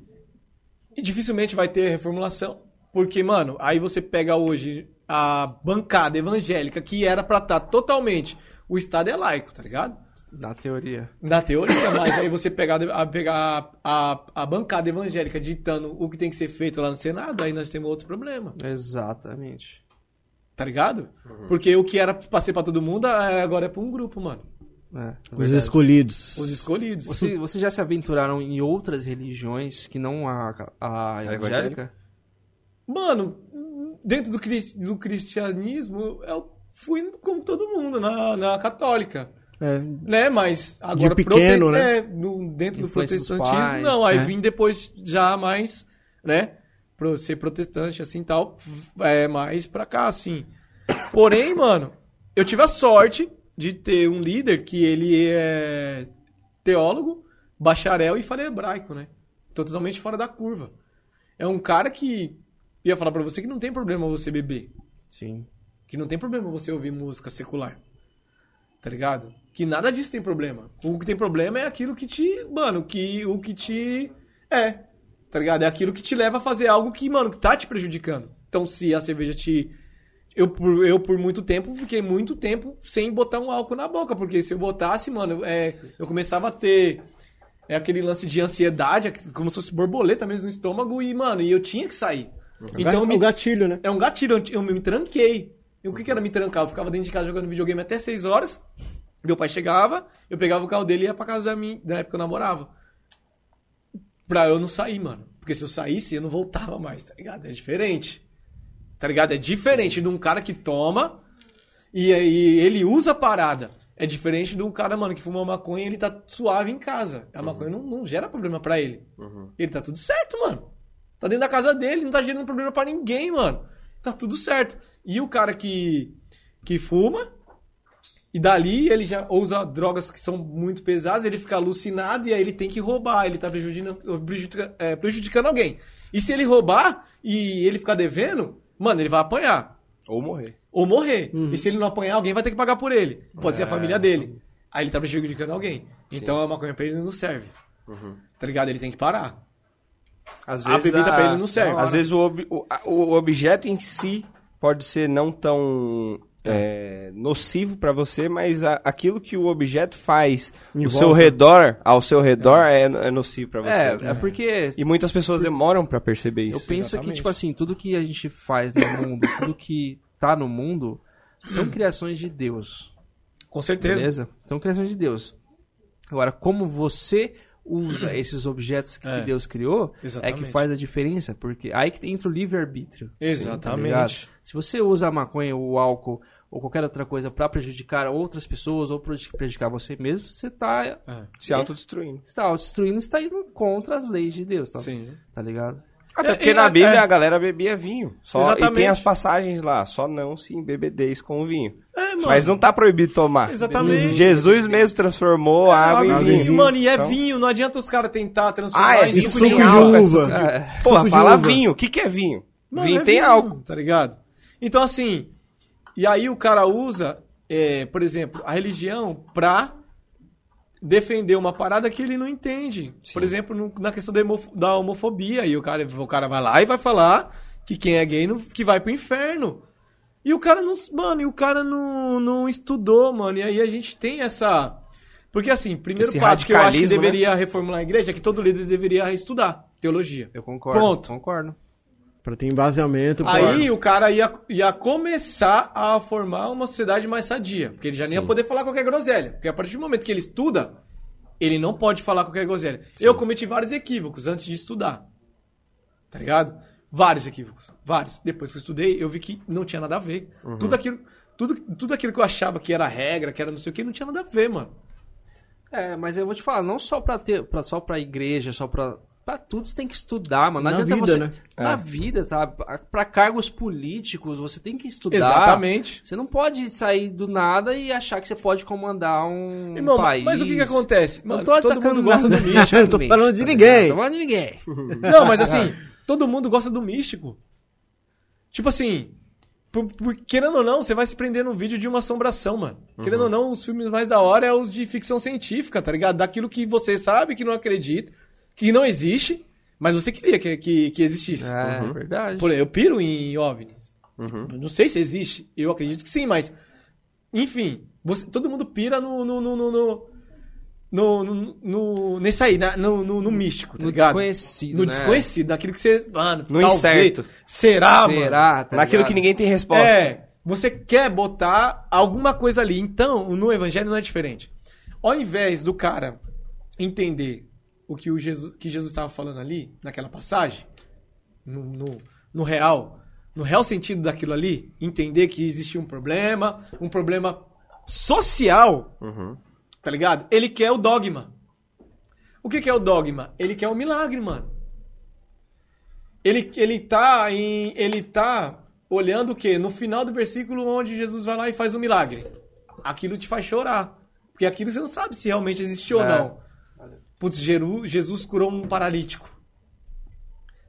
Speaker 5: e dificilmente vai ter reformulação. Porque, mano, aí você pega hoje a bancada evangélica que era pra estar totalmente. O Estado é laico, tá ligado?
Speaker 3: Na teoria.
Speaker 5: Na teoria, mas aí você pegar a, pegar a, a, a bancada evangélica ditando o que tem que ser feito lá no Senado, aí nós temos outro problema.
Speaker 3: Exatamente.
Speaker 5: Tá ligado?
Speaker 4: Uhum.
Speaker 5: Porque o que era pra ser pra todo mundo, é- agora é pra um grupo, mano.
Speaker 3: É.
Speaker 4: Os escolhidos.
Speaker 5: Os escolhidos.
Speaker 3: Você- Vocês já se aventuraram em outras religiões que não a, a, evangélica?
Speaker 5: Mano, dentro do, cri- do cristianismo, eu fui como todo mundo, na, na católica.
Speaker 4: É,
Speaker 5: Né? Mas agora...
Speaker 4: pequeno,
Speaker 5: prote-
Speaker 4: né?
Speaker 5: é, no- dentro do
Speaker 3: Influência dos
Speaker 5: protestantismo,
Speaker 3: pais,
Speaker 5: não. Aí
Speaker 4: né?
Speaker 5: vim depois já mais, né? Pra ser protestante, assim, tal. É, mais pra cá, assim. Porém, mano, eu tive a sorte de ter um líder que ele é teólogo, bacharel e fala hebraico, né? Tô totalmente fora da curva. É um cara que ia falar pra você que não tem problema você beber,
Speaker 3: Sim.
Speaker 5: que não tem problema você ouvir música secular. Tá ligado? Que nada disso tem problema. O que tem problema é aquilo que te, mano, que o que te é, tá ligado? É aquilo que te leva a fazer algo que, mano, que tá te prejudicando. Então, se a cerveja te eu por, eu, por muito tempo, fiquei muito tempo sem botar um álcool na boca, porque se eu botasse, mano, é, eu começava a ter é, aquele lance de ansiedade, é como se fosse borboleta mesmo no estômago, e, mano, e eu tinha que sair. Então, eu
Speaker 4: o
Speaker 5: me-
Speaker 4: gatilho, né?
Speaker 5: é um gatilho, eu, eu me tranquei. E o que, que era me trancar? Eu ficava dentro de casa jogando videogame até 6 horas, meu pai chegava, eu pegava o carro dele e ia pra casa da minha, da época que eu namorava. Pra eu não sair, mano. Porque se eu saísse, eu não voltava mais, tá ligado? É diferente. Tá ligado? É diferente de um cara que toma e, e ele usa a parada. É diferente de um cara, mano, que fuma maconha e ele tá suave em casa. A maconha não, não gera problema pra ele. Ele tá tudo certo, mano. Tá dentro da casa dele, não tá gerando problema pra ninguém, mano. Tá tudo certo. E o cara que, que fuma, e dali ele já ou usa drogas que são muito pesadas, ele fica alucinado e aí ele tem que roubar, ele tá prejudicando, prejudica- é, prejudicando alguém. E se ele roubar e ele ficar devendo, mano, ele vai apanhar
Speaker 1: Ou morrer.
Speaker 5: ou morrer. E se ele não apanhar, alguém vai ter que pagar por ele. Pode ser a família dele. Aí ele tá prejudicando alguém. Então a maconha pra ele não serve. Tá ligado? Ele tem que parar.
Speaker 1: Às
Speaker 5: A bebida pra ele não serve.
Speaker 1: Às vezes o, ob- o, a- o objeto em si pode ser não tão é, nocivo pra você, mas a- aquilo que o objeto faz
Speaker 4: Em
Speaker 1: ao
Speaker 4: volta.
Speaker 1: seu redor, ao seu redor é, é nocivo pra você.
Speaker 3: É, é porque
Speaker 1: E muitas pessoas demoram pra perceber
Speaker 3: eu
Speaker 1: isso.
Speaker 3: penso que, tipo assim, tudo que a gente faz no mundo, tudo que tá no mundo, são criações de Deus.
Speaker 5: Com certeza.
Speaker 3: Beleza? São criações de Deus. Agora, como você usa esses objetos que
Speaker 5: É.
Speaker 3: Deus criou, é
Speaker 5: Exatamente.
Speaker 3: que faz a diferença, porque aí que entra o livre-arbítrio. tá
Speaker 5: Exatamente.
Speaker 3: ligado? Se você usa a maconha ou o álcool ou qualquer outra coisa pra prejudicar outras pessoas ou prejudic- prejudicar você mesmo, você tá,
Speaker 1: Se autodestruindo.
Speaker 3: você tá autodestruindo, você tá indo contra as leis de Deus, tá,
Speaker 5: Sim.
Speaker 3: tá ligado?
Speaker 1: Até
Speaker 5: É,
Speaker 1: porque
Speaker 5: e
Speaker 1: na
Speaker 5: é-
Speaker 1: Bíblia
Speaker 5: é.
Speaker 1: a galera bebia vinho. Só, E tem
Speaker 5: Exatamente.
Speaker 1: as passagens lá, só não se embebedeis com o vinho.
Speaker 5: É, mano.
Speaker 1: Mas não tá proibido tomar.
Speaker 5: Exatamente.
Speaker 1: Jesus mesmo transformou É, a água
Speaker 5: água
Speaker 1: em
Speaker 5: e
Speaker 1: vinho.
Speaker 5: vinho, mano, e é
Speaker 1: Então-
Speaker 5: vinho. Não adianta os caras tentar
Speaker 1: Ah,
Speaker 5: transformar
Speaker 1: é
Speaker 5: em
Speaker 4: E
Speaker 1: Suco
Speaker 4: suco
Speaker 1: de
Speaker 4: de
Speaker 1: álcool, é
Speaker 4: uva.
Speaker 3: É,
Speaker 1: Porra,
Speaker 4: de
Speaker 1: fala
Speaker 4: uva.
Speaker 1: vinho. O que, que é vinho?
Speaker 5: Mano,
Speaker 1: vinho
Speaker 5: é
Speaker 1: tem álcool.
Speaker 5: Tá ligado? Então, assim, e aí o cara usa, é, por exemplo, a religião pra defender uma parada que ele não entende. Por exemplo, no- na questão da, homo- da homofobia. E o cara, o cara vai lá e vai falar que quem é gay não, que vai pro inferno. E o cara não. Mano, e o cara não, não estudou, mano. E aí a gente tem essa. Porque assim, primeiro
Speaker 1: Esse
Speaker 5: passo que eu acho que
Speaker 1: radicalismo, né?
Speaker 5: deveria reformular a igreja é que todo líder deveria estudar teologia.
Speaker 3: eu concordo.
Speaker 5: Pronto.
Speaker 3: Concordo.
Speaker 4: Pra ter embasamento, pô.
Speaker 5: Aí o cara ia, ia começar a formar uma sociedade mais sadia. Porque ele já nem ia poder falar qualquer groselha. Porque a partir do momento que ele estuda, ele não pode falar qualquer groselha. Eu cometi vários equívocos antes de estudar. Tá ligado? Vários equívocos. Vários. Depois que eu estudei, eu vi que não tinha nada a ver.
Speaker 3: Uhum.
Speaker 5: Tudo, aquilo, tudo, tudo aquilo que eu achava que era regra, que era não sei o que, não tinha nada a ver, mano.
Speaker 3: É, mas eu vou te falar, não só pra ter, pra, só pra igreja, só pra. Pra tudo você tem que estudar, mano. Não
Speaker 4: Na
Speaker 3: adianta
Speaker 4: vida,
Speaker 3: você.
Speaker 4: né?
Speaker 5: É.
Speaker 3: Na vida, tá? Pra- Pra cargos políticos, você tem que estudar.
Speaker 5: Exatamente.
Speaker 3: Você não pode sair do nada e achar que você pode comandar um
Speaker 5: Irmão,
Speaker 3: país.
Speaker 5: mas o que que acontece?
Speaker 3: Não
Speaker 5: Mano,
Speaker 3: tô
Speaker 5: todo
Speaker 3: atacando
Speaker 5: mundo gosta do
Speaker 3: nada.
Speaker 5: místico.
Speaker 4: Eu não tô
Speaker 3: também,
Speaker 4: falando de
Speaker 3: tá ligado?
Speaker 4: ninguém.
Speaker 3: Não tô falando de ninguém.
Speaker 5: Não, mas assim, todo mundo gosta do místico. Tipo assim, por- por- querendo ou não, você vai se prender num vídeo de uma assombração, mano.
Speaker 3: Uhum.
Speaker 5: Querendo ou não, os filmes mais da hora é os de ficção científica, tá ligado? Daquilo que você sabe que não acredita, que não existe, mas você queria que, que, que existisse.
Speaker 3: É, verdade.
Speaker 5: Por exemplo, eu piro em OVNIs.
Speaker 1: Uhum.
Speaker 5: Eu Não sei se existe, eu acredito que sim, mas. Enfim, você- todo mundo pira no. no, no, no, no- no- no- no- nesse aí, na- no, no, no místico, tá
Speaker 3: no
Speaker 5: ligado?
Speaker 3: desconhecido.
Speaker 5: No
Speaker 3: né?
Speaker 5: desconhecido, naquilo que você. Mano,
Speaker 1: No
Speaker 5: talvez-
Speaker 1: incerto.
Speaker 5: Será, mano?
Speaker 3: Será? Tá
Speaker 1: Naquilo
Speaker 3: ligado?
Speaker 1: que ninguém tem resposta.
Speaker 5: É. Você quer botar alguma coisa ali. Então, no evangelho não é diferente. Ao invés do cara entender o que, o Jesus, que Jesus estava falando ali, naquela passagem, no, no, no real, no real sentido daquilo ali, entender que existia um problema, um problema social, tá ligado? Ele quer o dogma. O que, que é o dogma? Ele quer o milagre, mano. Ele, ele tá em. Ele tá olhando o quê? No final do versículo onde Jesus vai lá e faz um milagre. Aquilo te faz chorar. Porque aquilo você não sabe se realmente existiu ou não. Putz, Jeru- Jesus curou um paralítico.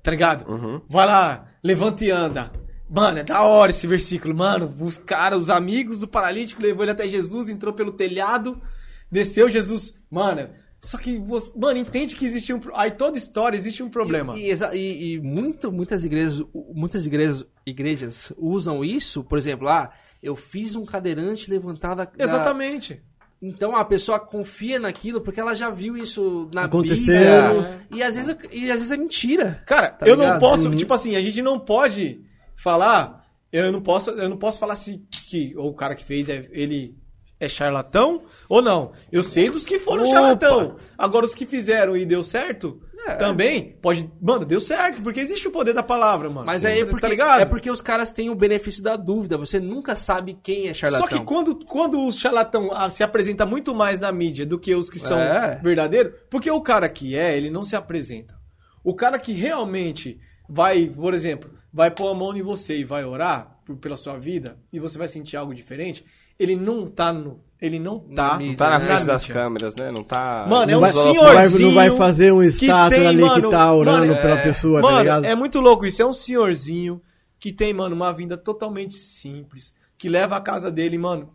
Speaker 5: Tá ligado? Vai lá, levanta e anda. Mano, é da hora esse versículo. Mano, os caras, os amigos do paralítico levou ele até Jesus, entrou pelo telhado, desceu Jesus. Mano, só que você, mano, entende que existe um, pro- aí toda história existe um problema.
Speaker 3: E, e exa- e- e muito- muitas igrejas, muitas igrejas, igrejas usam isso, por exemplo, ah, eu fiz um cadeirante levantar da, da-
Speaker 5: Exatamente.
Speaker 3: Então a pessoa confia naquilo porque ela já viu isso na
Speaker 4: Acontecendo.
Speaker 3: Bíblia. E às vezes, e às vezes é mentira.
Speaker 5: Cara,
Speaker 3: Tá
Speaker 5: eu não
Speaker 3: ligado?
Speaker 5: posso, tipo assim, a gente não pode falar, eu não posso, eu não posso falar se que ou o cara que fez é, ele é charlatão ou não. Eu sei dos que foram charlatão. Agora os que fizeram e deu certo,
Speaker 3: É.
Speaker 5: também pode. Mano, deu certo, porque existe o poder da palavra, mano.
Speaker 3: Mas
Speaker 5: Sim.
Speaker 3: aí é porque,
Speaker 5: tá ligado?
Speaker 3: é porque os caras têm o benefício da dúvida. Você nunca sabe quem é charlatão.
Speaker 5: Só que quando, quando o charlatão ah, se apresenta muito mais na mídia do que os que são
Speaker 3: É.
Speaker 5: verdadeiros, porque o cara que é, ele não se apresenta. O cara que realmente vai, por exemplo, vai pôr a mão em você e vai orar por- pela sua vida e você vai sentir algo diferente, ele não tá no. Ele não tá.
Speaker 3: mídia,
Speaker 1: Não tá na
Speaker 5: né?
Speaker 1: frente das
Speaker 5: mídia.
Speaker 1: câmeras, né? Não tá.
Speaker 5: Mano, é
Speaker 4: Não
Speaker 5: um
Speaker 4: vai-
Speaker 5: senhorzinho.
Speaker 4: Não vai, não vai fazer um
Speaker 5: que
Speaker 4: status
Speaker 5: tem,
Speaker 4: ali
Speaker 5: mano,
Speaker 4: que tá orando
Speaker 5: mano,
Speaker 4: pela
Speaker 3: é.
Speaker 4: pessoa,
Speaker 5: mano,
Speaker 4: tá ligado?
Speaker 5: é muito louco isso. É um senhorzinho que tem, mano, uma vinda totalmente simples. Que leva a casa dele, mano,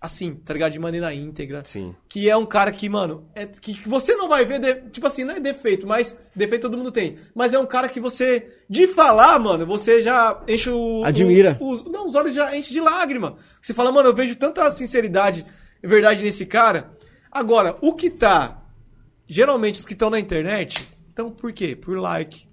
Speaker 5: assim, tá ligado? De maneira íntegra.
Speaker 1: Sim.
Speaker 5: Que é um cara que, mano, é, que que você não vai ver, de- tipo assim, não é defeito, mas defeito todo mundo tem. Mas é um cara que você, de falar, mano, você já enche o...
Speaker 4: Admira.
Speaker 5: o- os, não, os olhos já enchem de lágrima. Você fala, mano, eu vejo tanta sinceridade e verdade nesse cara. Agora, o que tá... Geralmente, os que estão na internet, então por quê? Por like,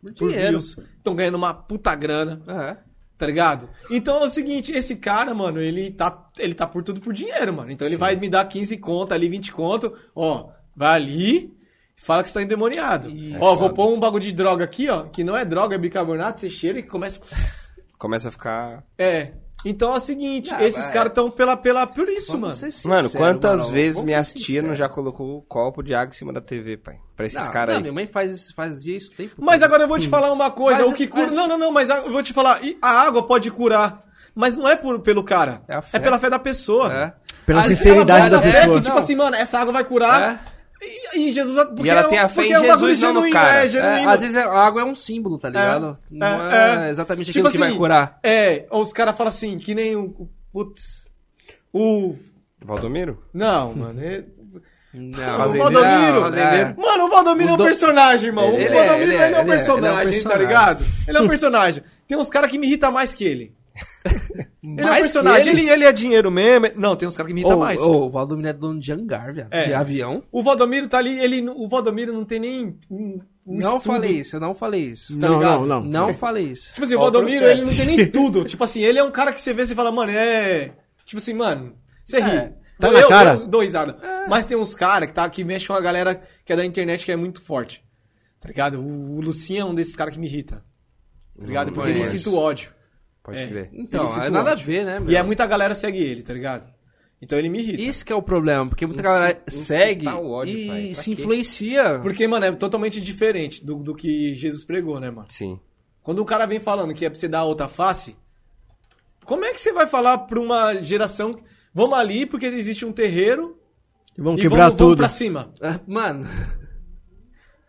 Speaker 5: por
Speaker 3: Dinheiro.
Speaker 5: views. Estão ganhando uma puta grana,
Speaker 3: É.
Speaker 5: tá ligado? Então é o seguinte, esse cara, mano, ele tá, ele tá por tudo por dinheiro, mano. Então ele vai me dar 15 conto ali, 20 conto, ó, vai ali, fala que você tá endemoniado. ó, vou pôr um bagulho de droga aqui, ó, que não é droga, é bicarbonato, você cheira e começa...
Speaker 1: Começa a ficar.
Speaker 5: É, então é o seguinte,
Speaker 3: Ah,
Speaker 5: esses
Speaker 3: vai.
Speaker 5: caras tão pela, pela, por isso,
Speaker 3: Vamos
Speaker 5: mano.
Speaker 3: ser sincero,
Speaker 1: Mano, quantas
Speaker 3: mano.
Speaker 1: vezes
Speaker 3: Vamos
Speaker 1: minha
Speaker 3: ser
Speaker 1: tia não já
Speaker 3: sincero.
Speaker 1: colocou um copo de água em cima da TV, pai? Pra esses
Speaker 3: Não,
Speaker 1: caras
Speaker 3: não,
Speaker 1: aí.
Speaker 3: minha mãe faz, fazia isso o tempo
Speaker 5: Mas
Speaker 3: todo.
Speaker 5: agora eu vou te falar uma coisa,
Speaker 3: Mas-
Speaker 5: o que cura...
Speaker 3: mas-
Speaker 5: Não, não, não, mas a- eu vou te falar, e a água pode curar, mas não é por, pelo cara,
Speaker 3: É a fé.
Speaker 5: é pela fé da pessoa.
Speaker 3: É.
Speaker 4: Pela
Speaker 5: Ali
Speaker 4: sinceridade
Speaker 5: ela
Speaker 4: da
Speaker 5: bota fé
Speaker 4: pessoa.
Speaker 5: que, tipo assim, mano, essa água vai
Speaker 3: É.
Speaker 5: curar. E, e Jesus. porque
Speaker 1: ela
Speaker 5: é um-
Speaker 1: tem a fé
Speaker 5: porque
Speaker 1: em
Speaker 5: é um bagulho
Speaker 1: Jesus, não no
Speaker 5: genuíno,
Speaker 1: cara.
Speaker 5: É, genuíno.
Speaker 3: É, às vezes é- a água é um símbolo, tá ligado? não é,
Speaker 5: é, é.
Speaker 3: exatamente
Speaker 5: Tipo
Speaker 3: aquilo que vai
Speaker 5: assim,
Speaker 3: curar.
Speaker 5: É, ou os caras falam assim, que nem o. o- Putz. O.
Speaker 1: Valdomiro?
Speaker 5: Não, mano. é-
Speaker 3: Não, Ah,
Speaker 5: Fazendeiro. um
Speaker 3: não,
Speaker 1: Fazendeiro.
Speaker 3: é.
Speaker 5: Mano, o Valdomiro é um
Speaker 3: O do-
Speaker 5: personagem, irmão.
Speaker 3: Ele é,
Speaker 5: o Valdomiro
Speaker 3: ele é,
Speaker 5: ele é um
Speaker 3: ele é, ele é
Speaker 5: personagem,
Speaker 3: um
Speaker 5: tá ligado? Ele é um personagem. Tem uns caras que me irritam mais que ele. Ele é um
Speaker 3: Mais que
Speaker 5: personagem.
Speaker 3: ele?
Speaker 5: Ele, ele é dinheiro mesmo. é- Não, tem uns caras que me irritam
Speaker 3: Ou-
Speaker 5: mais.
Speaker 3: ou o Valdomiro é dono de hangar, viado.
Speaker 5: É.
Speaker 3: De avião.
Speaker 5: O Valdomiro tá ali, ele, o Valdomiro não tem nem um, um
Speaker 3: não
Speaker 5: estudo
Speaker 3: falei isso, eu não falei isso.
Speaker 4: Não,
Speaker 5: tá ligado?
Speaker 4: não, não.
Speaker 3: Não falei isso.
Speaker 5: Tipo assim, o Valdomiro, ele não tem nem estudo. tipo assim, ele é um cara que você vê e fala, mano, é. Tipo assim, mano, você ri.
Speaker 4: Tá na cara.
Speaker 5: Eu dou risada. Mas tem uns caras que, tá, que mexem com a galera que é da internet que é muito forte. Tá ligado? O, o Lucinho é um desses caras que me irrita. Tá ligado? Porque ele
Speaker 3: conheço.
Speaker 5: incita o ódio.
Speaker 1: Pode
Speaker 5: É.
Speaker 1: crer.
Speaker 3: Então,
Speaker 5: Ele
Speaker 3: é
Speaker 5: citou
Speaker 3: nada a
Speaker 5: ódio.
Speaker 3: ver, né, meu?
Speaker 5: E é muita galera segue ele, tá ligado? Então ele me irrita.
Speaker 3: Isso que é o problema, porque muita galera segue
Speaker 1: o ódio,
Speaker 3: e
Speaker 1: pai, pra
Speaker 3: se
Speaker 1: quê?
Speaker 3: influencia.
Speaker 5: Porque, mano, é totalmente diferente do, do que Jesus pregou, né, mano?
Speaker 1: Sim.
Speaker 5: Quando o cara vem falando que é pra você dar a outra face, como é que você vai falar pra uma geração. Vamos ali porque existe um terreiro
Speaker 4: Vamos
Speaker 5: e
Speaker 4: quebrar
Speaker 5: vamos, vamos
Speaker 4: tudo.
Speaker 5: pra cima.
Speaker 3: Ah, Mano,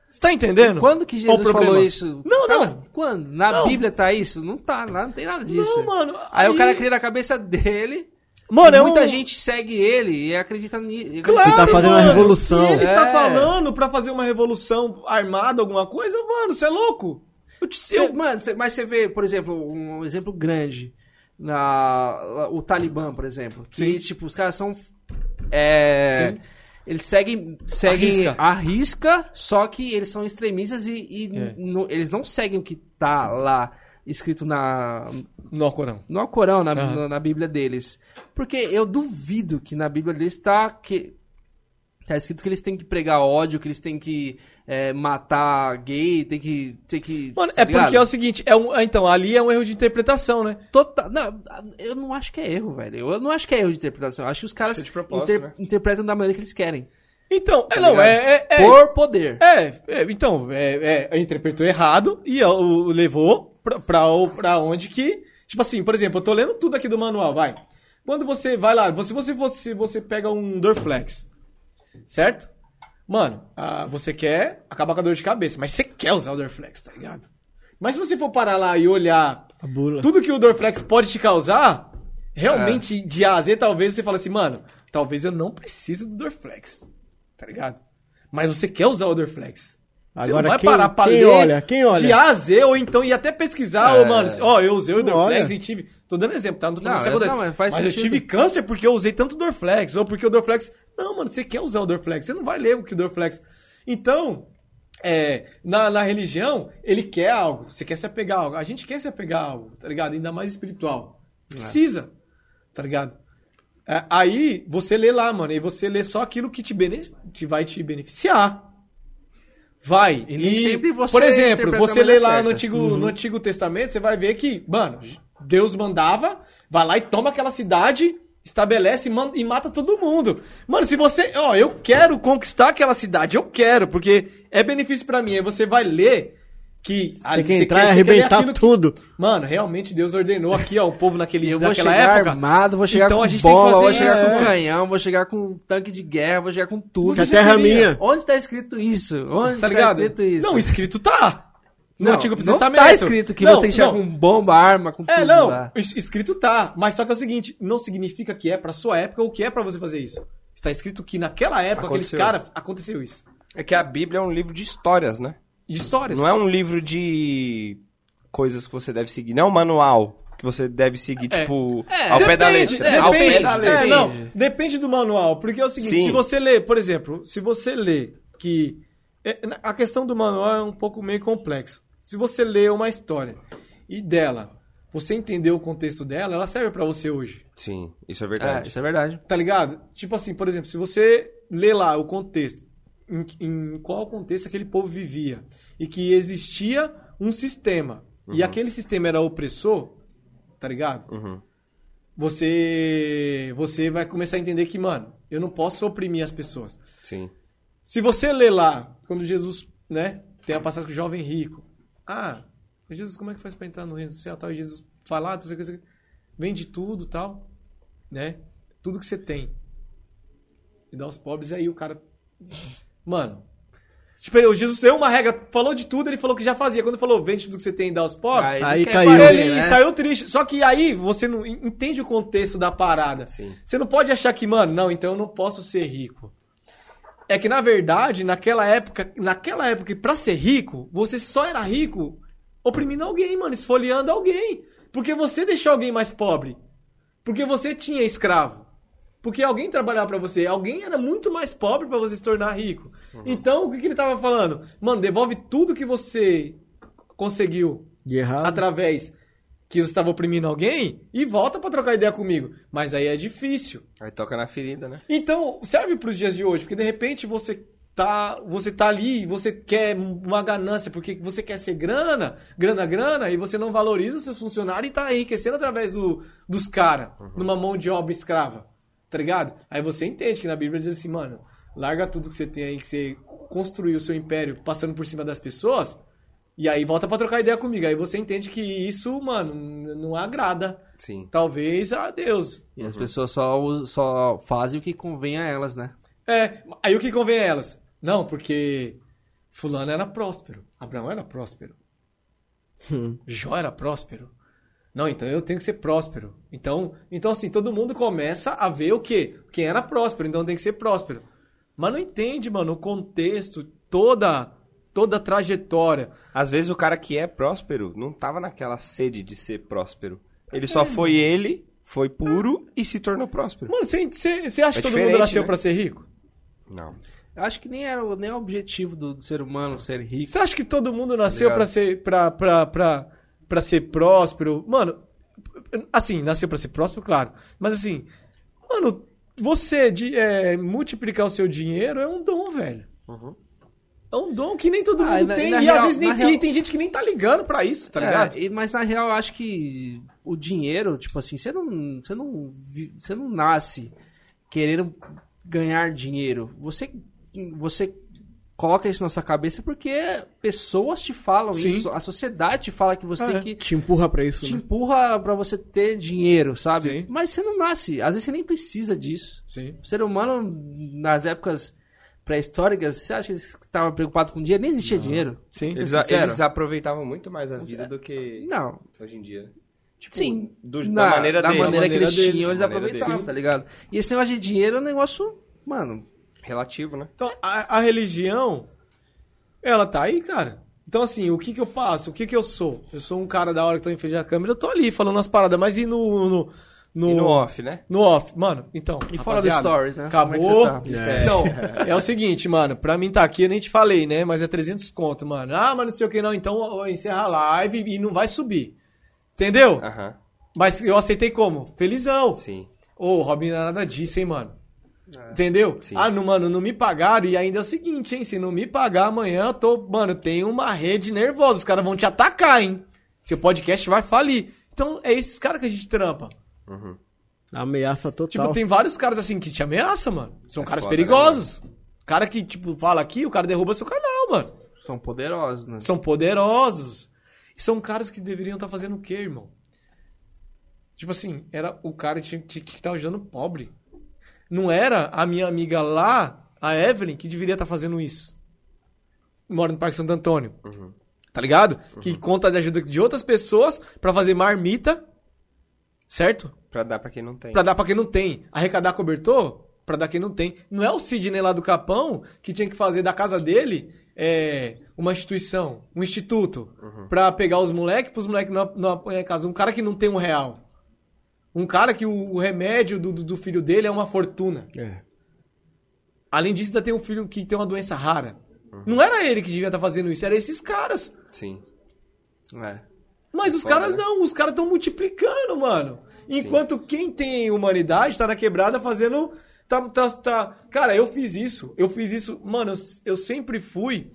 Speaker 5: Você tá entendendo?
Speaker 3: quando que
Speaker 5: Qual
Speaker 3: Jesus
Speaker 5: o problema?
Speaker 3: falou isso?
Speaker 5: Não,
Speaker 3: Cara,
Speaker 5: não.
Speaker 3: Quando? Na
Speaker 5: Não.
Speaker 3: Bíblia tá isso? Não tá, lá não tem nada disso.
Speaker 5: Não, mano.
Speaker 3: Aí, o cara cria na cabeça dele.
Speaker 5: Mano,
Speaker 3: e
Speaker 5: é
Speaker 3: muita
Speaker 5: um-
Speaker 3: gente segue ele e acredita nisso.
Speaker 5: Claro,
Speaker 4: Você tá fazendo uma
Speaker 5: mano.
Speaker 4: revolução.
Speaker 5: Se ele tá
Speaker 3: É.
Speaker 5: falando pra fazer uma revolução armada, alguma coisa, mano, você é louco? Eu te- eu-
Speaker 3: Cê- mano, cê- mas você vê, por exemplo, um, um exemplo grande. Na, lá, o Talibã, por exemplo. Que,
Speaker 5: Sim.
Speaker 3: tipo, os caras são. É,
Speaker 5: Sim.
Speaker 3: Eles seguem, seguem
Speaker 5: Arrisca.
Speaker 3: a risca, só que eles são extremistas e, e
Speaker 5: É.
Speaker 3: n- eles não seguem o que tá lá escrito na,
Speaker 5: No Alcorão.
Speaker 3: no Alcorão, na,
Speaker 5: Aham.
Speaker 3: na, na Bíblia deles. Porque eu duvido que na Bíblia deles tá que. Tá escrito que eles têm que pregar ódio, que eles têm que é, matar gay, tem que. Tem que
Speaker 5: Mano,
Speaker 3: tá
Speaker 5: é
Speaker 3: ligado?
Speaker 5: porque é o seguinte, é um, então, ali é um erro de interpretação, né?
Speaker 3: Total. Tota, Não, eu não acho que é erro, velho. Eu não acho que é erro de interpretação. Eu acho que os caras
Speaker 1: Isso é de propósito,
Speaker 3: inter-
Speaker 1: né?
Speaker 3: interpretam da maneira que eles querem.
Speaker 5: Então,
Speaker 3: Tá
Speaker 5: é, não, é, é, é-
Speaker 3: Por poder.
Speaker 5: É, é, então, é, é, interpretou errado e ó, o, o levou pra, pra, o- pra onde que. Tipo assim, por exemplo, eu tô lendo tudo aqui do manual, vai. Quando você vai lá, você, você, você, você pega um Dorflex, certo? Mano, ah, você quer acabar com a dor de cabeça, mas você quer usar o Dorflex, tá ligado? Mas se você for parar lá e olhar
Speaker 4: A bula.
Speaker 5: tudo que o Dorflex pode te causar, realmente, de A a Z, talvez você fale assim, mano, talvez eu não precise do Dorflex, tá ligado? Mas você quer usar o Dorflex. Você
Speaker 4: Agora,
Speaker 5: não vai
Speaker 4: quem-
Speaker 5: parar pra
Speaker 4: quem
Speaker 5: ler
Speaker 4: olha? Quem olha? É.
Speaker 5: de A a Z, ou então ir até pesquisar, ô, mano, ó, eu usei o
Speaker 4: Não
Speaker 5: Dorflex
Speaker 4: olha.
Speaker 5: e tive... Tô dando exemplo, tá? Não tô falando
Speaker 3: Não,
Speaker 5: que isso
Speaker 3: eu-
Speaker 5: acontece.
Speaker 3: não, mas
Speaker 5: mas
Speaker 3: faz
Speaker 5: eu
Speaker 3: sentido.
Speaker 5: tive câncer porque eu usei tanto Dorflex, ou porque o Dorflex... Não, mano, você quer usar o Dorflex, você não vai ler o que o Dorflex... Então, é, na, na religião, ele quer algo, você quer se apegar a algo, a gente quer se apegar a algo, tá ligado? Ainda mais espiritual.
Speaker 3: É.
Speaker 5: Precisa, tá ligado? É, aí você lê lá, mano, e você lê só aquilo que te, bene- te vai te beneficiar. Vai.
Speaker 3: E nem sempre você
Speaker 5: por exemplo,
Speaker 3: interpreta
Speaker 5: você
Speaker 3: a
Speaker 5: lê
Speaker 3: maneira
Speaker 5: lá
Speaker 3: certa. Uhum.
Speaker 5: no Antigo, no Antigo Testamento, você vai ver que, mano, Deus mandava, vai lá e toma aquela cidade, estabelece e man- e mata todo mundo. Mano, se você, ó, eu quero conquistar aquela cidade, eu quero, porque é benefício pra mim. Aí você vai ler que ali
Speaker 4: Tem que
Speaker 5: você quer- você
Speaker 4: entrar e
Speaker 5: quer ler
Speaker 4: arrebentar
Speaker 5: aquilo que-
Speaker 4: tudo.
Speaker 5: Mano, realmente Deus ordenou aqui, ó, o povo naquele,
Speaker 3: Eu vou
Speaker 5: naquela
Speaker 3: chegar
Speaker 5: época.
Speaker 3: armado, vou chegar
Speaker 5: Então
Speaker 3: com
Speaker 5: a gente tem que
Speaker 3: bola,
Speaker 5: fazer
Speaker 3: vou chegar
Speaker 5: isso,
Speaker 3: com
Speaker 5: é.
Speaker 3: canhão, vou chegar com tanque de guerra, vou chegar com tudo.
Speaker 4: Que a terra é minha.
Speaker 3: Onde tá escrito isso? Onde
Speaker 5: Tá
Speaker 3: tá,
Speaker 5: ligado?
Speaker 3: escrito isso?
Speaker 5: Não, escrito tá. No
Speaker 3: Não,
Speaker 5: Antigo
Speaker 3: não
Speaker 5: Testamento.
Speaker 3: tá escrito que
Speaker 5: Não,
Speaker 3: você tem que chegar
Speaker 5: não.
Speaker 3: com bomba, arma, com
Speaker 5: É,
Speaker 3: tudo né?
Speaker 5: não,
Speaker 3: lá.
Speaker 5: es- escrito tá, mas só que é o seguinte, não significa que é pra sua época ou que é pra você fazer isso. Está escrito que naquela época
Speaker 1: Aconteceu.
Speaker 5: aqueles caras aconteceu isso.
Speaker 1: É que a Bíblia é um livro de histórias, né?
Speaker 5: De histórias.
Speaker 1: Não é um livro de coisas que você deve seguir, não é um manual que você deve seguir,
Speaker 5: É.
Speaker 1: tipo,
Speaker 3: É,
Speaker 1: ao pé da
Speaker 5: Depende,
Speaker 1: letra.
Speaker 5: depende,
Speaker 1: ao pé da
Speaker 5: é,
Speaker 1: letra.
Speaker 5: não, depende do manual, porque é o seguinte,
Speaker 1: Sim.
Speaker 5: se você lê, por exemplo, se você lê que é, na- a questão do manual é um pouco meio complexo. Se você lê uma história e dela, você entender o contexto dela, ela serve pra você hoje.
Speaker 1: Sim, isso é
Speaker 3: É,
Speaker 1: verdade.
Speaker 3: isso é verdade.
Speaker 5: Tá ligado? Tipo assim, por exemplo, se você lê lá o contexto, em, em qual contexto aquele povo vivia, e que existia um sistema, e aquele sistema era opressor, tá ligado?
Speaker 1: Uhum.
Speaker 5: Você, você vai começar a entender que, mano, eu não posso oprimir as pessoas.
Speaker 1: Sim.
Speaker 5: Se você ler lá, quando Jesus, né, tem a passagem com o jovem rico. Ah, Jesus, como é que faz pra entrar no reino do céu? Tal, e Jesus fala, ah, tal, tal, tal, tal, vende tudo tal, né? Tudo que você tem. E dá aos pobres, e aí o cara... Mano, tipo, o Jesus deu uma regra, falou de tudo, ele falou que já fazia. Quando falou, vende tudo que você tem e dá aos pobres...
Speaker 3: Aí,
Speaker 4: Aí
Speaker 3: quer
Speaker 4: caiu.
Speaker 3: fazer,
Speaker 5: Ele
Speaker 3: né?
Speaker 5: saiu triste. Só que aí você não en- entende o contexto da parada.
Speaker 1: Sim.
Speaker 5: Você não pode achar que, mano, não, então eu não posso ser rico. É que na verdade, naquela época, naquela época, pra ser rico, você só era rico oprimindo alguém, mano, esfoliando alguém. Porque você deixou alguém mais pobre. Porque você tinha escravo. Porque alguém trabalhava pra você, alguém era muito mais pobre pra você se tornar rico. Então, o que, que ele tava falando? Mano, devolve tudo que você conseguiu
Speaker 4: De errado.
Speaker 5: através que você estava oprimindo alguém e volta pra trocar ideia comigo. Mas aí é difícil.
Speaker 1: Aí toca na ferida, né?
Speaker 5: Então, serve pros dias de hoje, porque de repente você tá, você tá ali, e você quer uma ganância, porque você quer ser grana, grana, grana, e você não valoriza os seus funcionários e tá enriquecendo através do, dos caras, numa mão de obra escrava. Tá ligado? Aí você entende que na Bíblia diz assim, mano, larga tudo que você tem aí, que você construiu o seu império passando por cima das pessoas, e aí volta pra trocar ideia comigo. Aí você entende que isso, mano, não agrada.
Speaker 1: Sim.
Speaker 5: Talvez a Deus.
Speaker 3: E as pessoas só, us- só fazem o que convém a elas, né?
Speaker 5: É, aí o que convém a elas? Não, porque fulano era próspero, Abraão era próspero, Jó era próspero. Não, então eu tenho que ser próspero. Então, então assim, todo mundo começa a ver o quê? Quem era próspero, então tem que ser próspero. Mas não entende, mano, o contexto, toda toda a trajetória.
Speaker 1: Às vezes o cara que é próspero não tava naquela sede de ser próspero. Ele só foi ele, foi puro e se tornou próspero.
Speaker 5: Mano, você- você você acha
Speaker 1: É
Speaker 5: que todo mundo
Speaker 1: diferente,
Speaker 5: nasceu
Speaker 1: né?
Speaker 5: pra ser rico?
Speaker 1: Não.
Speaker 3: Eu acho que nem era o- nem é o objetivo do, do ser humano ser rico.
Speaker 5: Você acha que todo mundo nasceu
Speaker 3: Obrigado.
Speaker 5: pra ser para para para ser próspero? Mano, assim, nasceu pra ser próspero, claro. Mas assim, mano, você de, é, multiplicar o seu dinheiro é um dom, velho.
Speaker 1: Uhum.
Speaker 5: É um dom que nem todo mundo
Speaker 3: Ah, e na-
Speaker 5: tem.
Speaker 3: e
Speaker 5: E,
Speaker 3: na
Speaker 5: às
Speaker 3: real-
Speaker 5: vezes nem
Speaker 3: na
Speaker 5: tem,
Speaker 3: real-
Speaker 5: tem gente que nem tá ligando pra isso, tá
Speaker 3: É,
Speaker 5: ligado?
Speaker 3: e- mas na real, eu acho que o dinheiro, tipo assim, você não, você não, vi- você não nasce querendo ganhar dinheiro. Você, você coloca isso na sua cabeça porque pessoas te falam
Speaker 5: Sim.
Speaker 3: isso, a sociedade te fala que você tem que
Speaker 4: Te empurra pra isso,
Speaker 3: te
Speaker 5: Tipo,
Speaker 4: né?
Speaker 3: empurra pra você ter dinheiro, sabe?
Speaker 5: Sim.
Speaker 3: Mas você não nasce, às vezes você nem precisa disso.
Speaker 5: Sim.
Speaker 3: O ser humano, nas épocas pré-históricas, você acha que eles estavam preocupados com dinheiro? Nem existia dinheiro.
Speaker 5: Sim.
Speaker 1: Eles,
Speaker 3: ser
Speaker 1: a-
Speaker 3: sincero.
Speaker 1: eles aproveitavam muito mais a vida do que
Speaker 3: Não.
Speaker 1: hoje em dia. Tipo,
Speaker 3: Sim.
Speaker 1: do- da maneira
Speaker 3: da
Speaker 1: deles.
Speaker 3: maneira que eles
Speaker 1: deles.
Speaker 3: tinham, eles
Speaker 1: Da maneira deles.
Speaker 3: aproveitavam, tá ligado? E esse negócio de dinheiro é um negócio, mano...
Speaker 1: Relativo, né?
Speaker 5: Então, a, a religião, ela tá aí, cara. Então, assim, o que que eu passo? O que que eu sou? Eu sou um cara da hora que tô em frente da câmera, eu tô ali falando as paradas, mas e no... no, no-
Speaker 1: E no off, né?
Speaker 5: No off, mano, então.
Speaker 3: E fora do
Speaker 5: rapaziada,
Speaker 3: stories, né?
Speaker 5: Acabou.
Speaker 3: Como é que você
Speaker 4: É.
Speaker 5: Então, é o seguinte, mano, pra mim tá aqui, eu nem te falei, né? Mas é 300 conto, mano. Ah, mas não sei o que não, então ó, encerra a live e não vai subir. Entendeu?
Speaker 3: É.
Speaker 1: Aham.
Speaker 5: Mas eu aceitei como? Felizão.
Speaker 1: Sim.
Speaker 5: Ô, Robin não é nada disso, hein, mano. Entendeu?
Speaker 1: Sim.
Speaker 5: Ah, não, mano, não me pagaram. E ainda é o seguinte, hein? Se não me pagar amanhã, eu tô. Mano, tem uma rede nervosa. Os caras vão te atacar, hein? Seu podcast vai falir. Então, é esses caras que a gente trampa.
Speaker 4: Ameaça total.
Speaker 5: Tipo, tem vários caras assim que te ameaçam, mano. São caras
Speaker 1: foda, né,
Speaker 5: perigosos. cara que, tipo, fala aqui, o cara derruba seu canal, mano.
Speaker 3: São poderosos, né?
Speaker 5: São poderosos. E são caras que deveriam estar fazendo o quê, irmão? Tipo assim, era o cara que tinha tinha que estar ajudando o pobre. Não era a minha amiga lá, a Evelyn, que deveria estar fazendo isso. Mora no Parque Santo Antônio.
Speaker 1: Uhum.
Speaker 5: Tá ligado? Que conta de ajuda de outras pessoas pra fazer marmita, certo?
Speaker 1: Pra dar pra quem não tem.
Speaker 5: Pra dar pra quem não tem. Arrecadar cobertor? Pra dar quem não tem. Não é o Sidney lá do Capão que tinha que fazer da casa dele é, uma instituição, um instituto. Pra pegar os moleques, pros moleques não, não apanhar em casa. Um cara que não tem um real. Um cara que o, o remédio do, do- do filho dele é uma fortuna. Além disso, ainda tem um filho que tem uma doença rara. Não era ele que devia estar fazendo isso, era esses caras.
Speaker 1: Sim.
Speaker 3: É.
Speaker 5: Mas os
Speaker 1: Foda,
Speaker 5: caras
Speaker 1: né?
Speaker 5: não, os caras estão multiplicando, mano. Enquanto quem tem humanidade tá na quebrada fazendo. Tá, tá, tá- Cara, eu fiz isso. Eu fiz isso. Mano, eu, eu sempre fui.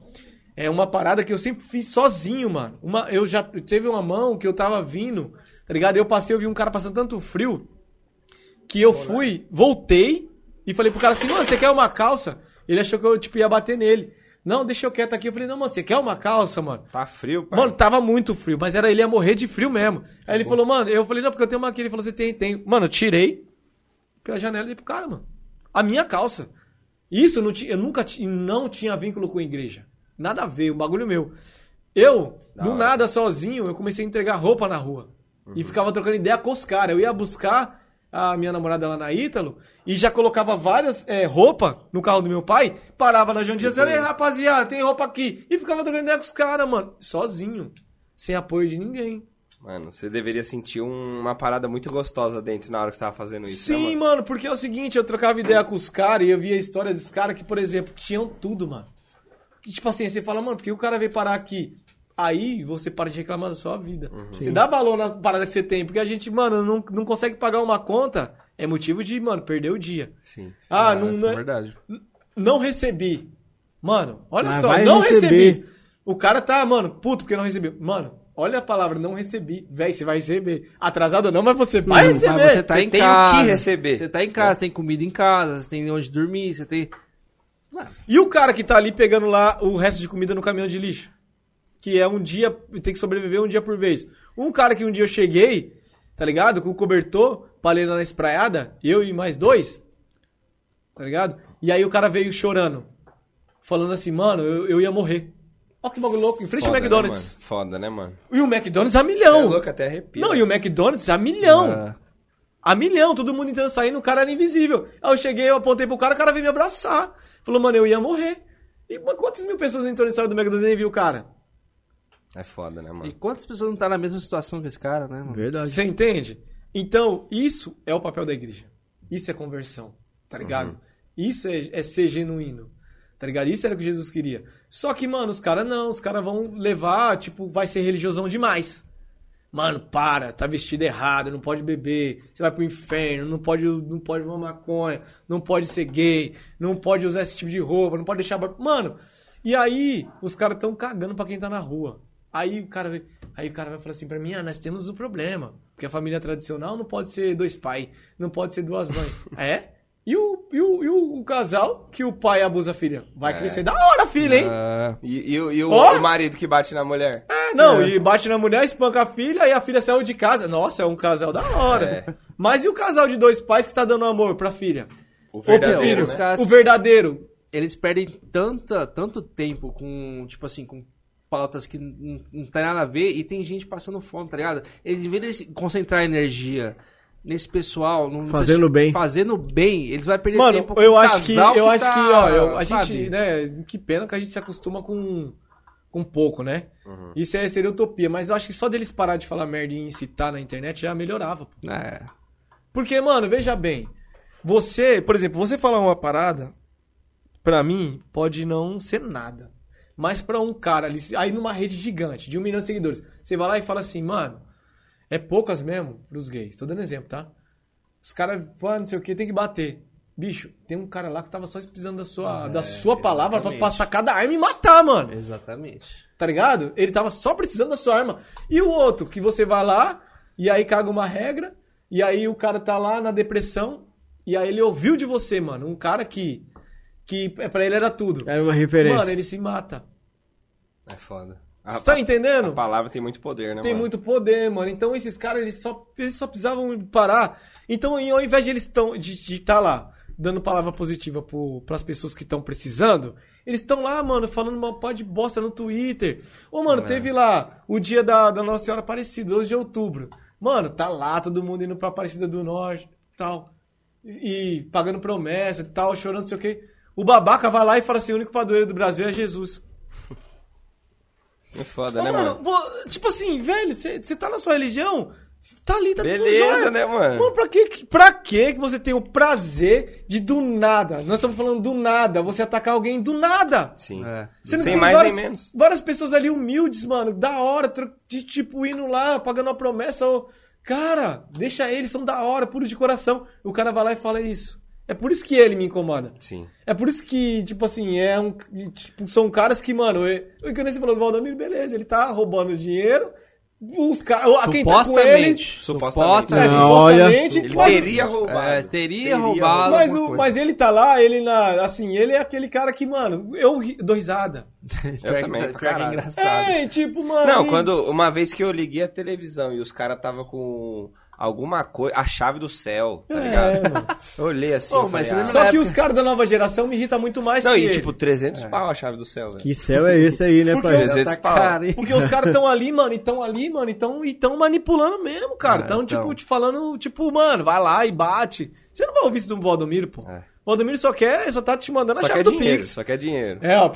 Speaker 5: É uma parada que eu sempre fiz sozinho, mano. Uma, eu já teve uma mão que eu tava vindo, tá ligado? Eu passei, eu vi um cara passando tanto frio que eu
Speaker 1: né?
Speaker 5: fui, voltei e falei pro cara assim, mano, você quer uma calça? Ele achou que eu tipo ia bater nele. Não, deixa eu quieto aqui. Eu falei, não, mano, você quer uma calça, mano?
Speaker 1: Tá frio, Tá pai.
Speaker 5: Mano, tava muito frio, mas era ele ia morrer de frio mesmo. Aí ele falou, mano, eu falei, não, porque eu tenho uma aqui. Ele falou, você tem, tem. Mano, eu tirei pela janela e dei pro cara, mano. A minha calça. Isso eu, não ti- eu nunca ti- não tinha vínculo com igreja. Nada a ver, o bagulho meu. Eu, do
Speaker 1: hora. Uhum.
Speaker 5: nada, sozinho, eu comecei a entregar roupa na rua. E ficava trocando ideia com os caras. Eu ia buscar a minha namorada lá na Ítalo e já colocava várias é, roupas no carro do meu pai, parava na João Dias e falei, rapaziada, tem roupa aqui. E ficava trocando ideia com os caras, mano. Sozinho. Sem apoio de ninguém.
Speaker 1: Mano, você deveria sentir um- uma parada muito gostosa dentro na hora que você tava fazendo isso. né,
Speaker 5: Sim,
Speaker 1: mano.
Speaker 5: mano, porque é o seguinte, eu trocava ideia com os caras e eu via a história dos caras que, por exemplo, tinham tudo, mano. Que, tipo assim, você fala, mano, porque o cara veio parar aqui? Aí você para de reclamar da sua vida. Você dá valor na parada que você tem, porque a gente, mano, não, não consegue pagar uma conta, é motivo de, mano, perder o dia.
Speaker 1: Sim.
Speaker 5: Ah, não,
Speaker 3: isso
Speaker 5: não,
Speaker 3: é verdade.
Speaker 5: não recebi. Mano, olha
Speaker 4: Mas
Speaker 5: só,
Speaker 4: vai
Speaker 5: não
Speaker 4: receber.
Speaker 5: recebi. O cara tá, mano, puto porque não recebeu. Mano, olha a palavra, não recebi. Véi, você vai receber. Atrasado ou não, mas você vai
Speaker 3: Mas
Speaker 5: receber.
Speaker 3: você tá
Speaker 1: Você
Speaker 3: em
Speaker 1: tem o
Speaker 3: casa.
Speaker 1: que receber. É.
Speaker 3: Você tá em casa, tem comida em casa, você tem onde dormir, você tem.
Speaker 5: E o cara que tá ali pegando lá o resto de comida no caminhão de lixo? Que é um dia, tem que sobreviver um dia por vez. Um cara que um dia eu cheguei, tá ligado? Com o cobertor, palhei lá na espraiada, eu e mais dois, tá ligado? E aí o cara veio chorando, falando assim, mano, eu, eu ia morrer. Ó que bagulho louco, em frente ao
Speaker 1: Foda,
Speaker 5: McDonald's.
Speaker 1: Né, mano? Foda, né, mano?
Speaker 5: e o McDonald's a
Speaker 1: Você
Speaker 5: milhão.
Speaker 1: É louco, até arrepia.
Speaker 5: Não, e o McDonald's a milhão.
Speaker 3: Ah.
Speaker 5: A milhão, todo mundo entrando saindo, o cara era invisível. Aí eu cheguei, eu apontei pro cara, o cara veio me abraçar. Falou, mano, eu ia morrer. E mano, quantas mil pessoas entrou e saiu do McDonald's e nem viu o cara?
Speaker 1: É foda, né,
Speaker 3: E
Speaker 1: mano?
Speaker 3: quantas pessoas não tá na mesma situação que esse cara, né, mano?
Speaker 4: Verdade.
Speaker 5: Você entende? Então, isso é o papel da igreja. Isso é conversão, tá ligado? Isso é, é ser genuíno, tá ligado? Isso era o que Jesus queria. Só que, mano, os caras não, os caras vão levar, tipo, vai ser religiosão demais. Mano, para, tá vestido errado, não pode beber, você vai pro inferno, não pode, não pode fumar maconha, não pode ser gay, não pode usar esse tipo de roupa, não pode deixar. bar- Mano, e aí os caras tão cagando pra quem tá na rua. Aí o cara, vai- aí o cara vai falar assim pra mim: "Ah, nós temos um problema, porque a família tradicional não pode ser dois pais, não pode ser duas mães". é? E o, e, o, e o- o casal que o pai abusa a filha? Vai
Speaker 1: É.
Speaker 5: crescer da hora, filha, hein?
Speaker 3: Ah,
Speaker 1: E, e o- e o,
Speaker 5: Ó!
Speaker 1: o marido que bate na mulher?
Speaker 5: É, não, e bate na mulher, espanca a filha e a filha saiu de casa. Nossa, é um casal da hora.
Speaker 1: É.
Speaker 5: Mas e o casal de dois pais que tá dando amor pra filha?
Speaker 1: O
Speaker 5: Ou pro
Speaker 1: verdadeiro,
Speaker 5: filho?
Speaker 1: né?
Speaker 3: Os caras-
Speaker 5: O verdadeiro.
Speaker 3: eles perdem tanta, tanto tempo com, tipo assim, com pautas que não, não tem nada a ver e tem gente passando fome, tá ligado? Eles, em vez de se concentrar energia nesse pessoal... no-
Speaker 4: Fazendo bem.
Speaker 3: Fazendo bem, eles vão perder
Speaker 5: Mano,
Speaker 3: tempo
Speaker 5: eu
Speaker 3: com
Speaker 5: acho que,
Speaker 3: um casal
Speaker 5: eu acho
Speaker 3: tá,
Speaker 5: que, ó, eu- a
Speaker 3: sabe?
Speaker 5: gente, né, que pena que a gente se acostuma com, com pouco, né?
Speaker 1: Uhum.
Speaker 5: Isso é, seria utopia, mas eu acho que só deles parar de falar merda e incitar na internet já melhorava, pô.
Speaker 3: É,
Speaker 5: Porque, mano, veja bem. Você, por exemplo, você falar uma parada, pra mim, pode não ser nada. Mas pra um cara ali, aí numa rede gigante, de um milhão de seguidores, você vai lá e fala assim, mano, é poucas mesmo pros gays. Tô dando exemplo, tá? Os caras, pô, não sei o que, tem que bater. Bicho, tem um cara lá que tava só precisando da sua, da sua palavra pra passar cada arma e matar, mano.
Speaker 3: Exatamente.
Speaker 5: Tá ligado? Ele tava só precisando da sua arma. E o outro, que você vai lá e aí caga uma regra, e aí o cara tá lá na depressão, e aí ele ouviu de você, mano. Um cara que. que é, pra ele era tudo.
Speaker 4: Era uma referência.
Speaker 5: Mano, ele se mata.
Speaker 1: É foda. A,
Speaker 5: Você tá
Speaker 1: a
Speaker 5: entendendo?
Speaker 1: palavra tem muito poder, né,
Speaker 5: Tem
Speaker 1: mano?
Speaker 5: muito poder, mano. Então esses caras, eles só, eles só precisavam parar. Então, aí, ao invés de eles estão de estar lá dando palavra positiva para as pessoas que estão precisando, eles estão lá, mano, falando uma pá de bosta no Twitter. Ô,
Speaker 1: É.
Speaker 5: mano, teve lá o dia da, da Nossa Senhora Aparecida, 12 de outubro. Mano, tá lá todo mundo indo pra Aparecida do Norte tal. E, e pagando promessa e tal, chorando, não sei o quê. O babaca vai lá e fala assim: o único padroeiro do Brasil é Jesus.
Speaker 1: É foda,
Speaker 5: Ô,
Speaker 1: né,
Speaker 5: mano,
Speaker 1: mano?
Speaker 5: vou- tipo assim, velho, você tá na sua religião, tá ali, tá tudo
Speaker 1: Beleza,
Speaker 5: jóia.
Speaker 1: né, mano?
Speaker 5: Mano, pra que, que- pra que que você tem o prazer de do nada, nós estamos falando do nada, você atacar alguém do nada?
Speaker 1: Sim.
Speaker 3: É.
Speaker 5: Você não
Speaker 1: Sem
Speaker 5: tem
Speaker 1: mais
Speaker 5: várias,
Speaker 1: nem menos.
Speaker 5: Várias pessoas ali humildes, mano, da hora, tro- de tipo, indo lá, pagando uma promessa, ou, cara, deixa eles, são da hora, puro de coração. O cara vai lá e fala isso. É por isso que ele me incomoda.
Speaker 1: Sim.
Speaker 5: É por isso que, tipo assim, é um. Tipo, são caras que, mano, eu, eu que nem você falou do Valdamiro, beleza, ele tá roubando dinheiro. Os caras. Quem tá com ele.
Speaker 3: Supostamente.
Speaker 1: Supostamente.
Speaker 5: É,
Speaker 4: Não,
Speaker 5: supostamente.
Speaker 1: Ele
Speaker 5: mas,
Speaker 1: teria roubado.
Speaker 3: É, teria, roubado.
Speaker 5: mas,
Speaker 3: alguma
Speaker 5: o,
Speaker 3: coisa.
Speaker 5: mas ele tá lá, ele na. Assim, ele é aquele cara que, mano, eu ri- dou risada.
Speaker 1: Eu também, pra
Speaker 3: Pior que é
Speaker 1: caralho.
Speaker 3: engraçado.
Speaker 5: É, tipo, mano.
Speaker 1: Não,
Speaker 5: e-
Speaker 1: quando uma vez que eu liguei a televisão e os caras tava com alguma coisa, a chave do céu,
Speaker 5: É,
Speaker 1: tá ligado? eu olhei assim,
Speaker 3: Pô,
Speaker 1: eu
Speaker 3: mas
Speaker 1: falei,
Speaker 3: você lembra
Speaker 1: "Ah,
Speaker 5: Só que os caras da nova geração me irritam muito mais
Speaker 1: Não,
Speaker 5: que
Speaker 1: e
Speaker 5: ele.
Speaker 1: tipo
Speaker 5: É.
Speaker 1: 300 pau a chave do céu, velho.
Speaker 4: Que céu é esse aí, né, pai?
Speaker 1: 300 pau.
Speaker 3: Cara, hein?
Speaker 5: Porque os caras estão ali, mano, e tão ali, mano, e tão, e tão manipulando mesmo, cara.
Speaker 3: É,
Speaker 5: Tão,
Speaker 3: então.
Speaker 5: tipo, te falando, tipo, mano, vai lá e bate. Você não vai ouvir isso do Valdomiro, pô.
Speaker 1: É.
Speaker 5: O Valdomiro só quer, só tá te mandando a
Speaker 1: Só
Speaker 5: chave
Speaker 1: quer
Speaker 5: do
Speaker 1: dinheiro,
Speaker 5: Pix.
Speaker 1: só quer dinheiro.
Speaker 5: É, ó,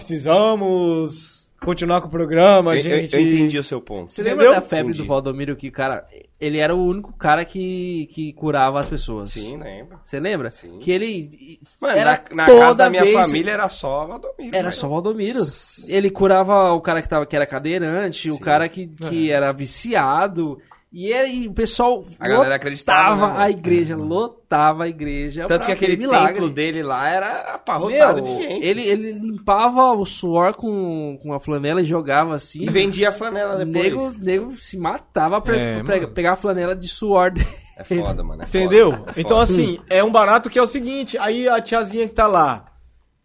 Speaker 5: precisamos continuar com o programa,
Speaker 1: Eu, eu-
Speaker 5: gente.
Speaker 1: eu entendi o seu ponto.
Speaker 3: Você lembra da
Speaker 5: Entendeu?
Speaker 3: febre
Speaker 1: Entendi.
Speaker 3: do Valdomiro que, cara, ele era o único cara que, que curava as pessoas.
Speaker 1: Sim, lembro.
Speaker 3: Você lembra?
Speaker 1: Sim.
Speaker 3: Que ele.
Speaker 1: Mano,
Speaker 3: era
Speaker 1: na, na
Speaker 3: toda
Speaker 1: casa da minha
Speaker 3: vez-
Speaker 1: família era só Valdomiro.
Speaker 3: Era
Speaker 1: velho.
Speaker 3: só Valdomiro. Ele curava o cara que, tava, que era cadeirante, o cara que, que era viciado. E, era- e o pessoal
Speaker 1: A galera acreditava, né,
Speaker 3: lotava
Speaker 1: mano?
Speaker 3: a igreja, lotava a igreja.
Speaker 1: Tanto
Speaker 3: pra
Speaker 1: que aquele
Speaker 3: ver milagre.
Speaker 1: templo dele lá era aparrotado
Speaker 3: Meu,
Speaker 1: de gente.
Speaker 3: ele, ele limpava o suor com, com a flanela e jogava assim.
Speaker 1: E vendia a flanela
Speaker 3: O
Speaker 1: depois.
Speaker 3: nego, nego se matava pra,
Speaker 11: É,
Speaker 3: pra
Speaker 11: mano.
Speaker 3: pegar a flanela de suor dele.
Speaker 1: É foda, mano. é foda.
Speaker 5: Entendeu?
Speaker 1: É foda.
Speaker 5: então, assim, é um barato que é o seguinte, aí a tiazinha que tá lá,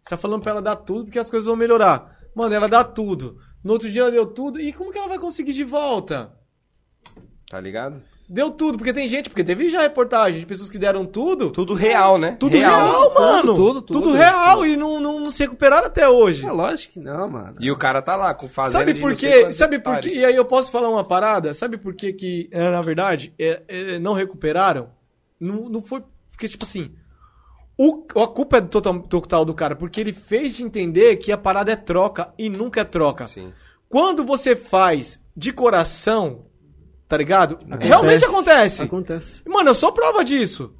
Speaker 5: você tá falando pra ela dar tudo porque as coisas vão melhorar. Mano, ela dá tudo. No outro dia ela deu tudo, e como que ela vai conseguir de volta?
Speaker 1: Tá ligado?
Speaker 5: Deu tudo, porque tem gente, porque teve já reportagem de pessoas que deram tudo.
Speaker 1: Tudo real, né?
Speaker 5: Tudo real,
Speaker 3: Tudo,
Speaker 5: mano.
Speaker 3: tudo, tudo, tudo.
Speaker 5: real e não, não, não se recuperaram até hoje.
Speaker 3: É lógico que não, mano.
Speaker 1: E o cara tá lá com fazenda
Speaker 5: Sabe
Speaker 1: de
Speaker 5: por
Speaker 1: não sei
Speaker 5: quê?
Speaker 1: quantos
Speaker 5: Sabe por
Speaker 1: hectares.
Speaker 5: quê? E aí eu posso falar uma parada? Sabe por quê que, é, na verdade, é, é, não recuperaram? Não, não foi. Porque, tipo assim. O, a culpa é do total, total do cara, porque ele fez de entender que a parada é troca e nunca é troca.
Speaker 1: Sim.
Speaker 5: Quando você faz de coração, tá ligado? Realmente acontece.
Speaker 4: Acontece.
Speaker 5: Mano, eu sou prova disso.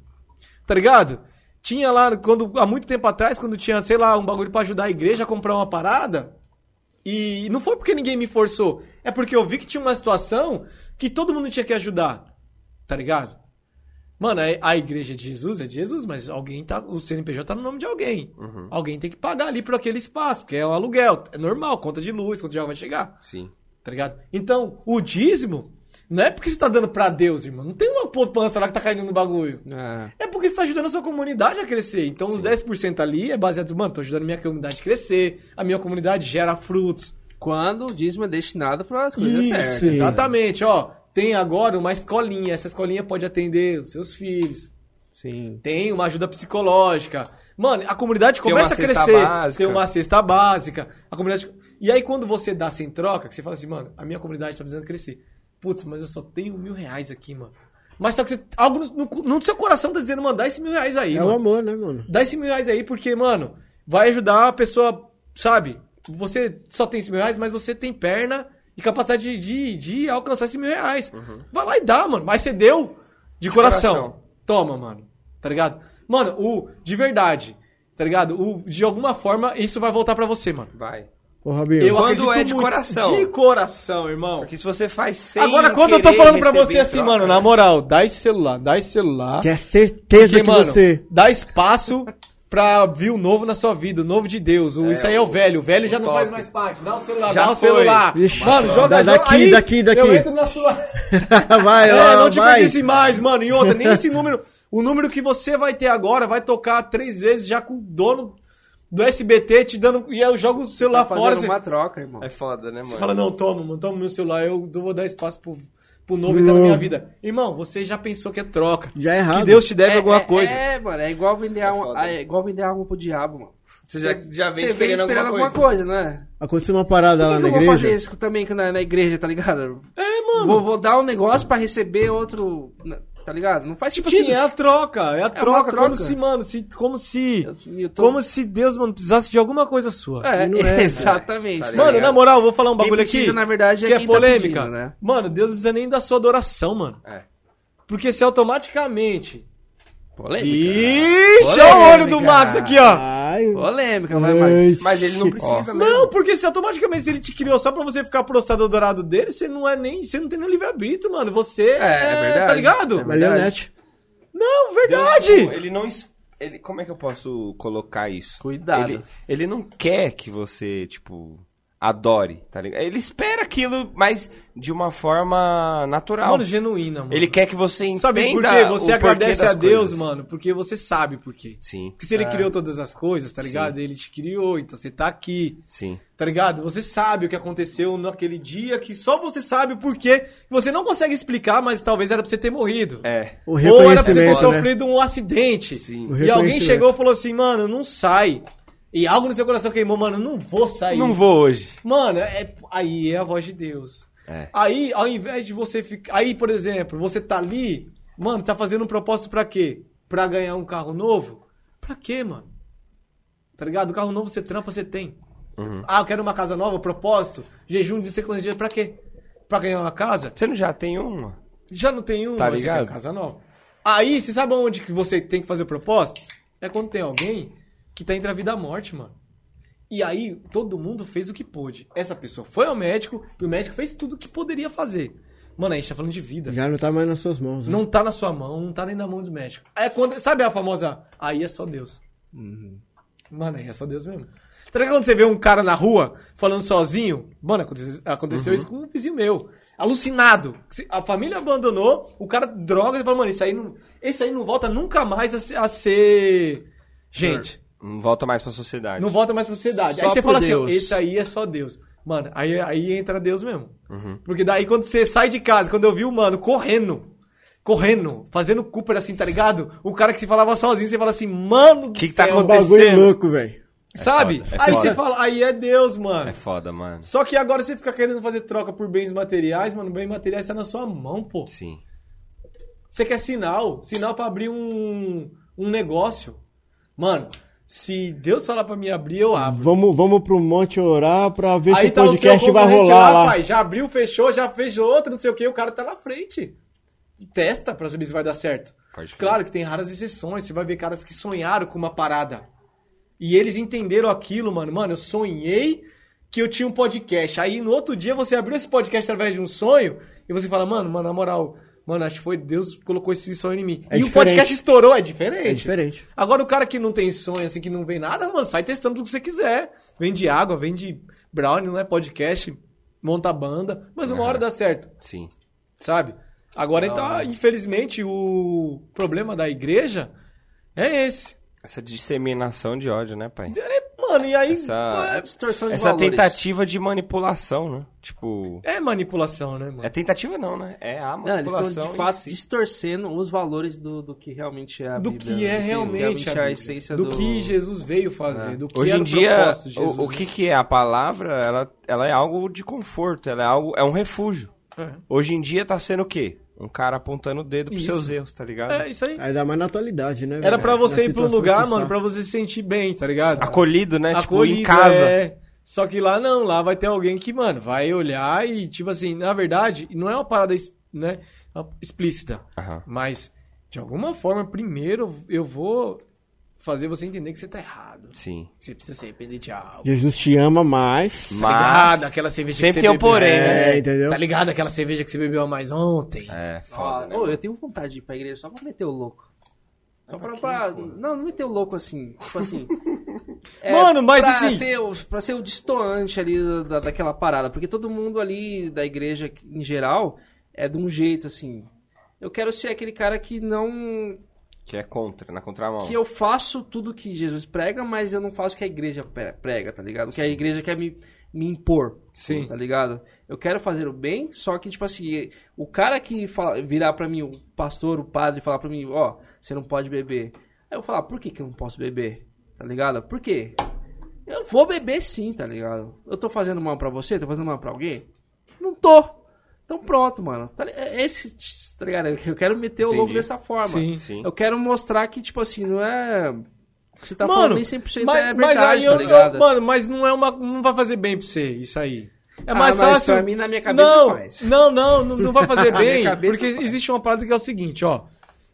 Speaker 5: Tá ligado? Tinha lá, quando, há muito tempo atrás, quando tinha, sei lá, um bagulho pra ajudar a igreja a comprar uma parada. E não foi porque ninguém me forçou. É porque eu vi que tinha uma situação que todo mundo tinha que ajudar. Tá ligado? Mano, a- a igreja de Jesus é de Jesus, mas alguém tá. O CNPJ tá no nome de alguém. Alguém tem que pagar ali por aquele espaço, porque é um aluguel. É normal, conta de luz, conta de água vai chegar
Speaker 1: Sim.
Speaker 5: tá ligado? Então, o dízimo não é porque você tá dando pra Deus, irmão. Não tem uma poupança lá que tá caindo no bagulho. É porque você tá ajudando a sua comunidade a crescer. Então, os 10% ali é baseado, mano, tô ajudando a minha comunidade a crescer, a minha comunidade gera frutos.
Speaker 3: Quando o dízimo é destinado para as coisas
Speaker 5: Isso,
Speaker 3: certas.
Speaker 5: exatamente, ó. Tem agora uma escolinha, essa escolinha pode atender os seus filhos.
Speaker 3: Sim.
Speaker 5: Tem uma ajuda psicológica. Mano, a comunidade
Speaker 1: Tem
Speaker 5: começa a
Speaker 1: uma cesta
Speaker 5: crescer.
Speaker 1: básica.
Speaker 5: Tem uma cesta básica. A comunidade. E aí, quando você dá sem troca, que você fala assim, mano, a minha comunidade tá precisando crescer. Putz, mas eu só tenho mil reais aqui, mano. Mas só que você. Algo no, no- no seu coração tá dizendo, mano, dá esse mil reais aí,
Speaker 4: É o
Speaker 5: mano.
Speaker 4: amor, né, mano?
Speaker 5: Dá esse mil reais aí, porque, mano, vai ajudar a pessoa, sabe? Você só tem esse mil reais, mas você tem perna e capacidade de, de, de alcançar esse mil reais. Vai lá e dá, mano. Mas você deu de coração.
Speaker 1: Uhum. coração.
Speaker 5: Toma, mano. Tá ligado? Mano, o de verdade, tá ligado? O, de alguma forma, isso vai voltar pra você, mano.
Speaker 1: Vai.
Speaker 4: Ô, Rabinho.
Speaker 5: Eu
Speaker 1: Quando
Speaker 5: acredito
Speaker 1: é de
Speaker 5: muito.
Speaker 1: coração.
Speaker 5: De coração, irmão.
Speaker 1: Porque se você faz sem
Speaker 5: Agora, quando eu tô
Speaker 1: querer
Speaker 5: falando pra
Speaker 1: receber
Speaker 5: você
Speaker 1: em
Speaker 5: assim,
Speaker 1: troca,
Speaker 5: mano,
Speaker 1: né?
Speaker 5: na moral, dá esse celular, dá esse celular.
Speaker 4: Que é certeza
Speaker 5: Porque,
Speaker 4: que você.
Speaker 5: dá espaço pra vir o novo na sua vida, o novo de Deus. O, isso aí é o velho. O velho já não faz mais parte. Dá o celular,
Speaker 1: Já
Speaker 5: dá o
Speaker 1: foi.
Speaker 5: celular.
Speaker 4: Ixi,
Speaker 5: mano,
Speaker 4: dá-
Speaker 5: joga
Speaker 4: daqui,
Speaker 5: aí
Speaker 4: daqui, daqui.
Speaker 5: Eu entro na sua.
Speaker 4: vai,
Speaker 5: é,
Speaker 4: ó,
Speaker 5: não te
Speaker 4: vai.
Speaker 5: pertence mais, mano. E outra, nem esse número. O número que você vai ter agora vai tocar três vezes já com o dono do SBT te dando. E aí eu jogo o
Speaker 4: Tá
Speaker 5: celular fora. Você,
Speaker 3: Tá uma troca, irmão.
Speaker 1: É foda, né, mano?
Speaker 5: você fala, não, toma, mano, toma meu celular, eu não vou dar espaço pro, pro novo entrar na minha vida. Irmão, você já pensou que é troca.
Speaker 4: Já é
Speaker 5: Que
Speaker 4: errado.
Speaker 5: Deus te deve
Speaker 3: É,
Speaker 5: alguma
Speaker 3: é,
Speaker 5: coisa.
Speaker 3: É, mano, é igual vender
Speaker 1: foda,
Speaker 3: alma,
Speaker 1: né?
Speaker 3: é igual vender alma pro diabo, mano.
Speaker 1: Você já, já vem
Speaker 3: Você vem
Speaker 1: esperando,
Speaker 3: esperando
Speaker 1: alguma,
Speaker 3: alguma coisa, né?
Speaker 4: Aconteceu uma parada Tá lá
Speaker 3: Por que que
Speaker 4: na
Speaker 3: eu vou
Speaker 4: igreja.
Speaker 3: fazer isso também que na, na igreja, tá ligado? É, mano. Vou, vou dar um negócio pra receber outro, na- tá ligado? Não faz
Speaker 5: Tipo
Speaker 3: sentido.
Speaker 5: assim, é a troca, é a troca,
Speaker 3: troca.
Speaker 5: como se, mano, se, como se,
Speaker 3: Eu- eu tô-
Speaker 5: como se Deus, mano, precisasse de alguma coisa sua.
Speaker 3: É,
Speaker 4: Não é,
Speaker 3: exatamente.
Speaker 1: tá
Speaker 5: Mano,
Speaker 1: ligado?
Speaker 5: na moral, eu vou falar um
Speaker 3: Quem
Speaker 5: bagulho
Speaker 3: precisa,
Speaker 5: aqui,
Speaker 3: na verdade, é
Speaker 5: que é
Speaker 3: quem tá
Speaker 5: polêmica.
Speaker 3: pedindo, né?
Speaker 5: Mano, Deus não precisa nem da sua adoração, mano.
Speaker 1: É.
Speaker 5: Porque se automaticamente...
Speaker 3: Polêmica.
Speaker 5: Ixi, olha o olho do Max aqui, ó.
Speaker 4: Ai,
Speaker 3: Polêmica, vai, Max.
Speaker 1: Mas ele não precisa mesmo.
Speaker 5: Não, porque se automaticamente ele te criou só pra você ficar prostrado adorado dele, você não é nem, você não tem nem livre-arbítrio, mano. Você é,
Speaker 3: verdade. é
Speaker 5: tá ligado?
Speaker 4: Mas Leonete.
Speaker 5: Não,
Speaker 1: Deus,
Speaker 5: verdade.
Speaker 1: Ele não. es- Ele, como é que eu posso colocar isso?
Speaker 3: Cuidado.
Speaker 1: Ele, ele não quer que você, tipo, adore, tá ligado? Ele espera aquilo, mas de uma forma
Speaker 3: um-
Speaker 1: natural.
Speaker 5: Mano, genuína, mano.
Speaker 1: ele quer que você entenda.
Speaker 5: Sabe por quê?
Speaker 1: o porquê
Speaker 5: Você agradece
Speaker 1: das
Speaker 5: a Deus,
Speaker 1: coisas. É.
Speaker 5: mano, porque você sabe por quê.
Speaker 1: Sim,
Speaker 5: Porque se ele criou todas as coisas, tá ligado? Ele te criou, então você tá aqui,
Speaker 1: sim.
Speaker 5: tá ligado? Você sabe o que aconteceu naquele dia que só você sabe por quê. Você não consegue explicar, mas talvez era pra você ter morrido.
Speaker 1: É.
Speaker 4: O
Speaker 5: Ou era pra você ter
Speaker 4: reconhecimento, né?
Speaker 5: sofrido um acidente.
Speaker 1: Sim.
Speaker 4: O
Speaker 5: E alguém
Speaker 4: reconhecimento.
Speaker 5: chegou e falou assim, mano, não sai. E algo no seu coração queimou, mano, não vou sair.
Speaker 1: Não vou hoje.
Speaker 5: Mano, é, aí é a voz de Deus.
Speaker 1: É.
Speaker 5: Aí, ao invés de você ficar. Aí, por exemplo, você tá ali, mano, tá fazendo um propósito pra quê? Pra ganhar um carro novo? Pra quê, mano? Tá ligado? O carro novo você trampa, você tem. Ah, eu quero uma casa nova, propósito? Jejum de sequência de dias, pra quê? Pra ganhar uma casa?
Speaker 1: Você não já tem uma?
Speaker 5: Já não tem uma,
Speaker 1: Tá
Speaker 5: você
Speaker 1: ligado?
Speaker 5: quer casa nova. Aí, você sabe onde que você tem que fazer o propósito? É quando tem alguém que tá entre a vida e a morte, mano. E aí, todo mundo fez o que pôde. Essa pessoa foi ao médico e o médico fez tudo o que poderia fazer. Mano, a gente tá falando de vida.
Speaker 4: Já não tá mais nas suas mãos. Né?
Speaker 5: Não tá na sua mão, não tá nem na mão do médico. É quando, sabe a famosa, aí é só Deus. Mano, aí é só Deus mesmo. Tá ligado quando você vê um cara na rua falando sozinho? Mano, aconteceu, aconteceu isso com um vizinho meu. Alucinado. Se- A família abandonou, o cara droga e fala, mano, isso aí não, esse aí não volta nunca mais a, se- a ser gente.
Speaker 1: Não volta mais pra sociedade.
Speaker 5: Não volta mais pra sociedade. aí
Speaker 3: Só
Speaker 5: você
Speaker 3: por
Speaker 5: fala
Speaker 3: Deus.
Speaker 5: assim, ó, esse aí é só Deus. Mano, aí, aí entra Deus mesmo.
Speaker 1: Uhum.
Speaker 5: Porque daí quando você sai de casa, quando eu vi o mano correndo, correndo, fazendo Cooper assim, tá ligado? O cara que se falava sozinho, você fala assim, mano, do
Speaker 1: Que que tá
Speaker 5: céu,
Speaker 4: É um bagulho
Speaker 1: acontecendo.
Speaker 4: louco, velho.
Speaker 5: sabe?
Speaker 1: foda, é
Speaker 5: aí
Speaker 1: foda.
Speaker 5: você fala, aí é Deus, mano.
Speaker 1: É foda, mano.
Speaker 5: Só que agora você fica querendo fazer troca por bens materiais, mano, bens materiais tá na sua mão, pô.
Speaker 1: Sim.
Speaker 5: Você quer sinal, sinal pra abrir um, um negócio. Mano, se Deus falar pra mim abrir, eu abro.
Speaker 4: Vamos, vamos pro monte orar pra ver se
Speaker 5: Ah, Aí
Speaker 4: o
Speaker 5: tá o seu
Speaker 4: podcast vai
Speaker 5: concorrente
Speaker 4: rolar
Speaker 5: lá,
Speaker 4: lá.
Speaker 5: pai. Já abriu, fechou, já fez outro, não sei o que, o cara tá na frente. Testa pra saber se vai dar certo.
Speaker 1: Pode crer.
Speaker 5: Claro que tem raras exceções, você vai ver caras que sonharam com uma parada. E eles entenderam aquilo, mano. Mano, eu sonhei que eu tinha um podcast. Aí no outro dia você abriu esse podcast através de um sonho e você fala, mano, mano, na moral, mano, acho que foi Deus que colocou esse sonho em mim.
Speaker 4: É
Speaker 5: e
Speaker 4: diferente.
Speaker 5: o podcast estourou, é diferente.
Speaker 4: É diferente.
Speaker 5: Agora, o cara que não tem sonho, assim, que não vem nada, mano, sai testando tudo que você quiser. Vende água, vende brownie, não é podcast, monta banda, mas uma
Speaker 1: Aham.
Speaker 5: hora dá certo,
Speaker 1: Sim.
Speaker 5: sabe? Agora, então, infelizmente, o problema da igreja é esse.
Speaker 1: Essa disseminação de ódio, né, pai?
Speaker 5: Mano, e aí é?
Speaker 1: Essa-
Speaker 3: Distorção de
Speaker 1: Essa
Speaker 3: valores.
Speaker 1: tentativa de manipulação, né? Tipo.
Speaker 5: é, é manipulação, né, mano?
Speaker 1: É tentativa não, né? É a
Speaker 3: Não, eles
Speaker 1: manipulação
Speaker 3: estão de
Speaker 1: em
Speaker 3: fato
Speaker 1: si.
Speaker 3: distorcendo os valores do, do que realmente é a
Speaker 5: do
Speaker 3: Bíblia,
Speaker 5: que é
Speaker 3: né?
Speaker 5: realmente a,
Speaker 3: a,
Speaker 5: Bíblia,
Speaker 3: essência
Speaker 5: do,
Speaker 3: do...
Speaker 5: que Jesus veio fazer, do que
Speaker 1: Hoje
Speaker 5: era
Speaker 1: em
Speaker 5: o
Speaker 1: dia,
Speaker 5: propósito de Jesus. né?
Speaker 1: o, o que que é a palavra? Ela, ela é algo de conforto, ela é algo, é um refúgio.
Speaker 5: É.
Speaker 1: Hoje em dia tá sendo o quê? Um cara apontando o dedo pros
Speaker 5: Isso.
Speaker 1: seus erros, tá ligado?
Speaker 5: É, isso aí.
Speaker 4: Ainda mais na atualidade, né?
Speaker 5: Era
Speaker 4: velho?
Speaker 5: pra você
Speaker 4: Na
Speaker 5: ir pra um
Speaker 4: situação
Speaker 5: lugar,
Speaker 4: que
Speaker 5: mano,
Speaker 4: está.
Speaker 5: pra você se sentir bem, tá ligado?
Speaker 1: Acolhido, né? tipo, em
Speaker 5: Acolhido,
Speaker 1: casa.
Speaker 5: é. Só que lá não, lá vai ter alguém que, mano, vai olhar e, tipo assim, na verdade, não é uma parada es- né, explícita.
Speaker 1: Aham.
Speaker 5: Mas, de alguma forma, primeiro eu vou fazer você entender que você tá errado.
Speaker 1: Sim.
Speaker 5: Você precisa ser penitencial.
Speaker 4: Jesus te ama mais.
Speaker 5: Tá ligado? Aquela cerveja
Speaker 1: sempre
Speaker 5: que você
Speaker 1: tem um
Speaker 5: bebeu.
Speaker 1: porém,
Speaker 4: né? É, entendeu?
Speaker 5: Tá ligado? Aquela cerveja que você bebeu a mais ontem.
Speaker 1: É,
Speaker 3: Ó,
Speaker 1: foda.
Speaker 5: né, Ah,
Speaker 3: ô, Ah, eu tenho vontade de ir pra igreja só pra meter o louco.
Speaker 5: Tá
Speaker 3: Só pra. pra- não, não meter o louco assim. Tipo assim. é,
Speaker 5: Mano, mas
Speaker 3: pra
Speaker 5: assim-
Speaker 3: Ser, o- pra ser o destoante ali da, daquela parada. Porque todo mundo ali da igreja em geral é de um jeito assim. Eu quero ser aquele cara que não.
Speaker 1: Que é contra, na contramão.
Speaker 3: Que eu faço tudo que Jesus prega, mas eu não faço o que a igreja pre- prega, tá ligado? O que a igreja quer me, me impor.
Speaker 5: Sim.
Speaker 3: Tá ligado? Eu quero fazer o bem, só que, tipo assim, o cara que fala- virar pra mim, o pastor, o padre, falar pra mim, ó, você não pode beber. Aí eu vou falar, por que, que eu não posso beber? Tá ligado? Por quê? Eu vou beber sim, tá ligado? Eu tô fazendo mal pra você? Tô fazendo mal pra alguém? Não tô. Então pronto, mano. Tá li- é Esse, tá ligado? Eu quero meter o louco dessa forma.
Speaker 5: Sim.
Speaker 1: Sim.
Speaker 3: Eu quero mostrar que, tipo assim, não é. O que você tá
Speaker 5: Mano,
Speaker 3: falando nem 100%
Speaker 5: mas,
Speaker 3: é
Speaker 5: mas
Speaker 3: verdade,
Speaker 5: aí eu,
Speaker 3: tá ligado?
Speaker 5: eu- mano, mas não é uma. Não vai fazer bem pra você, isso aí. É
Speaker 3: Ah,
Speaker 5: mais
Speaker 3: mas
Speaker 5: fácil.
Speaker 3: pra mim, na minha cabeça, é
Speaker 5: não,
Speaker 3: faz.
Speaker 5: não, não, não, não vai fazer bem.
Speaker 3: cabeça,
Speaker 5: porque
Speaker 3: faz.
Speaker 5: existe uma parada que é o seguinte, ó.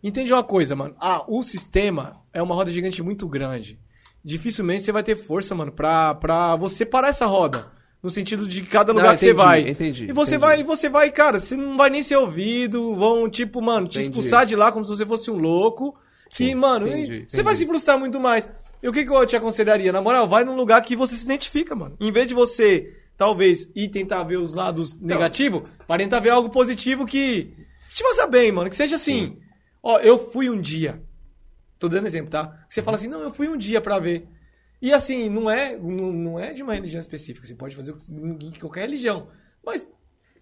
Speaker 5: Entende uma coisa, mano. Ah, o sistema é uma roda gigante muito grande. Dificilmente você vai ter força, mano, pra, pra você parar essa roda. No sentido de cada
Speaker 3: Não,
Speaker 5: lugar que você
Speaker 3: entendi,
Speaker 5: vai.
Speaker 3: entendi,
Speaker 5: E você
Speaker 3: entendi.
Speaker 5: vai, e você vai, cara, você não vai nem ser ouvido, vão, tipo, mano, te
Speaker 3: Entendi.
Speaker 5: expulsar de lá como se você fosse um louco. e, mano, e
Speaker 3: entendi,
Speaker 5: você vai se frustrar muito mais. E o que, que eu te aconselharia? Na moral, vai num lugar que você se identifica, mano. Em vez de você, talvez, ir tentar ver os lados
Speaker 3: Então.
Speaker 5: negativos, vai tentar ver algo positivo que que te faça bem, mano. Que seja assim. Ó, eu fui um dia. Tô dando exemplo, tá? Que você fala assim, não, eu fui um dia pra ver. E assim, não é, não, não é de uma religião específica. Você pode fazer o que- em qualquer religião. Mas,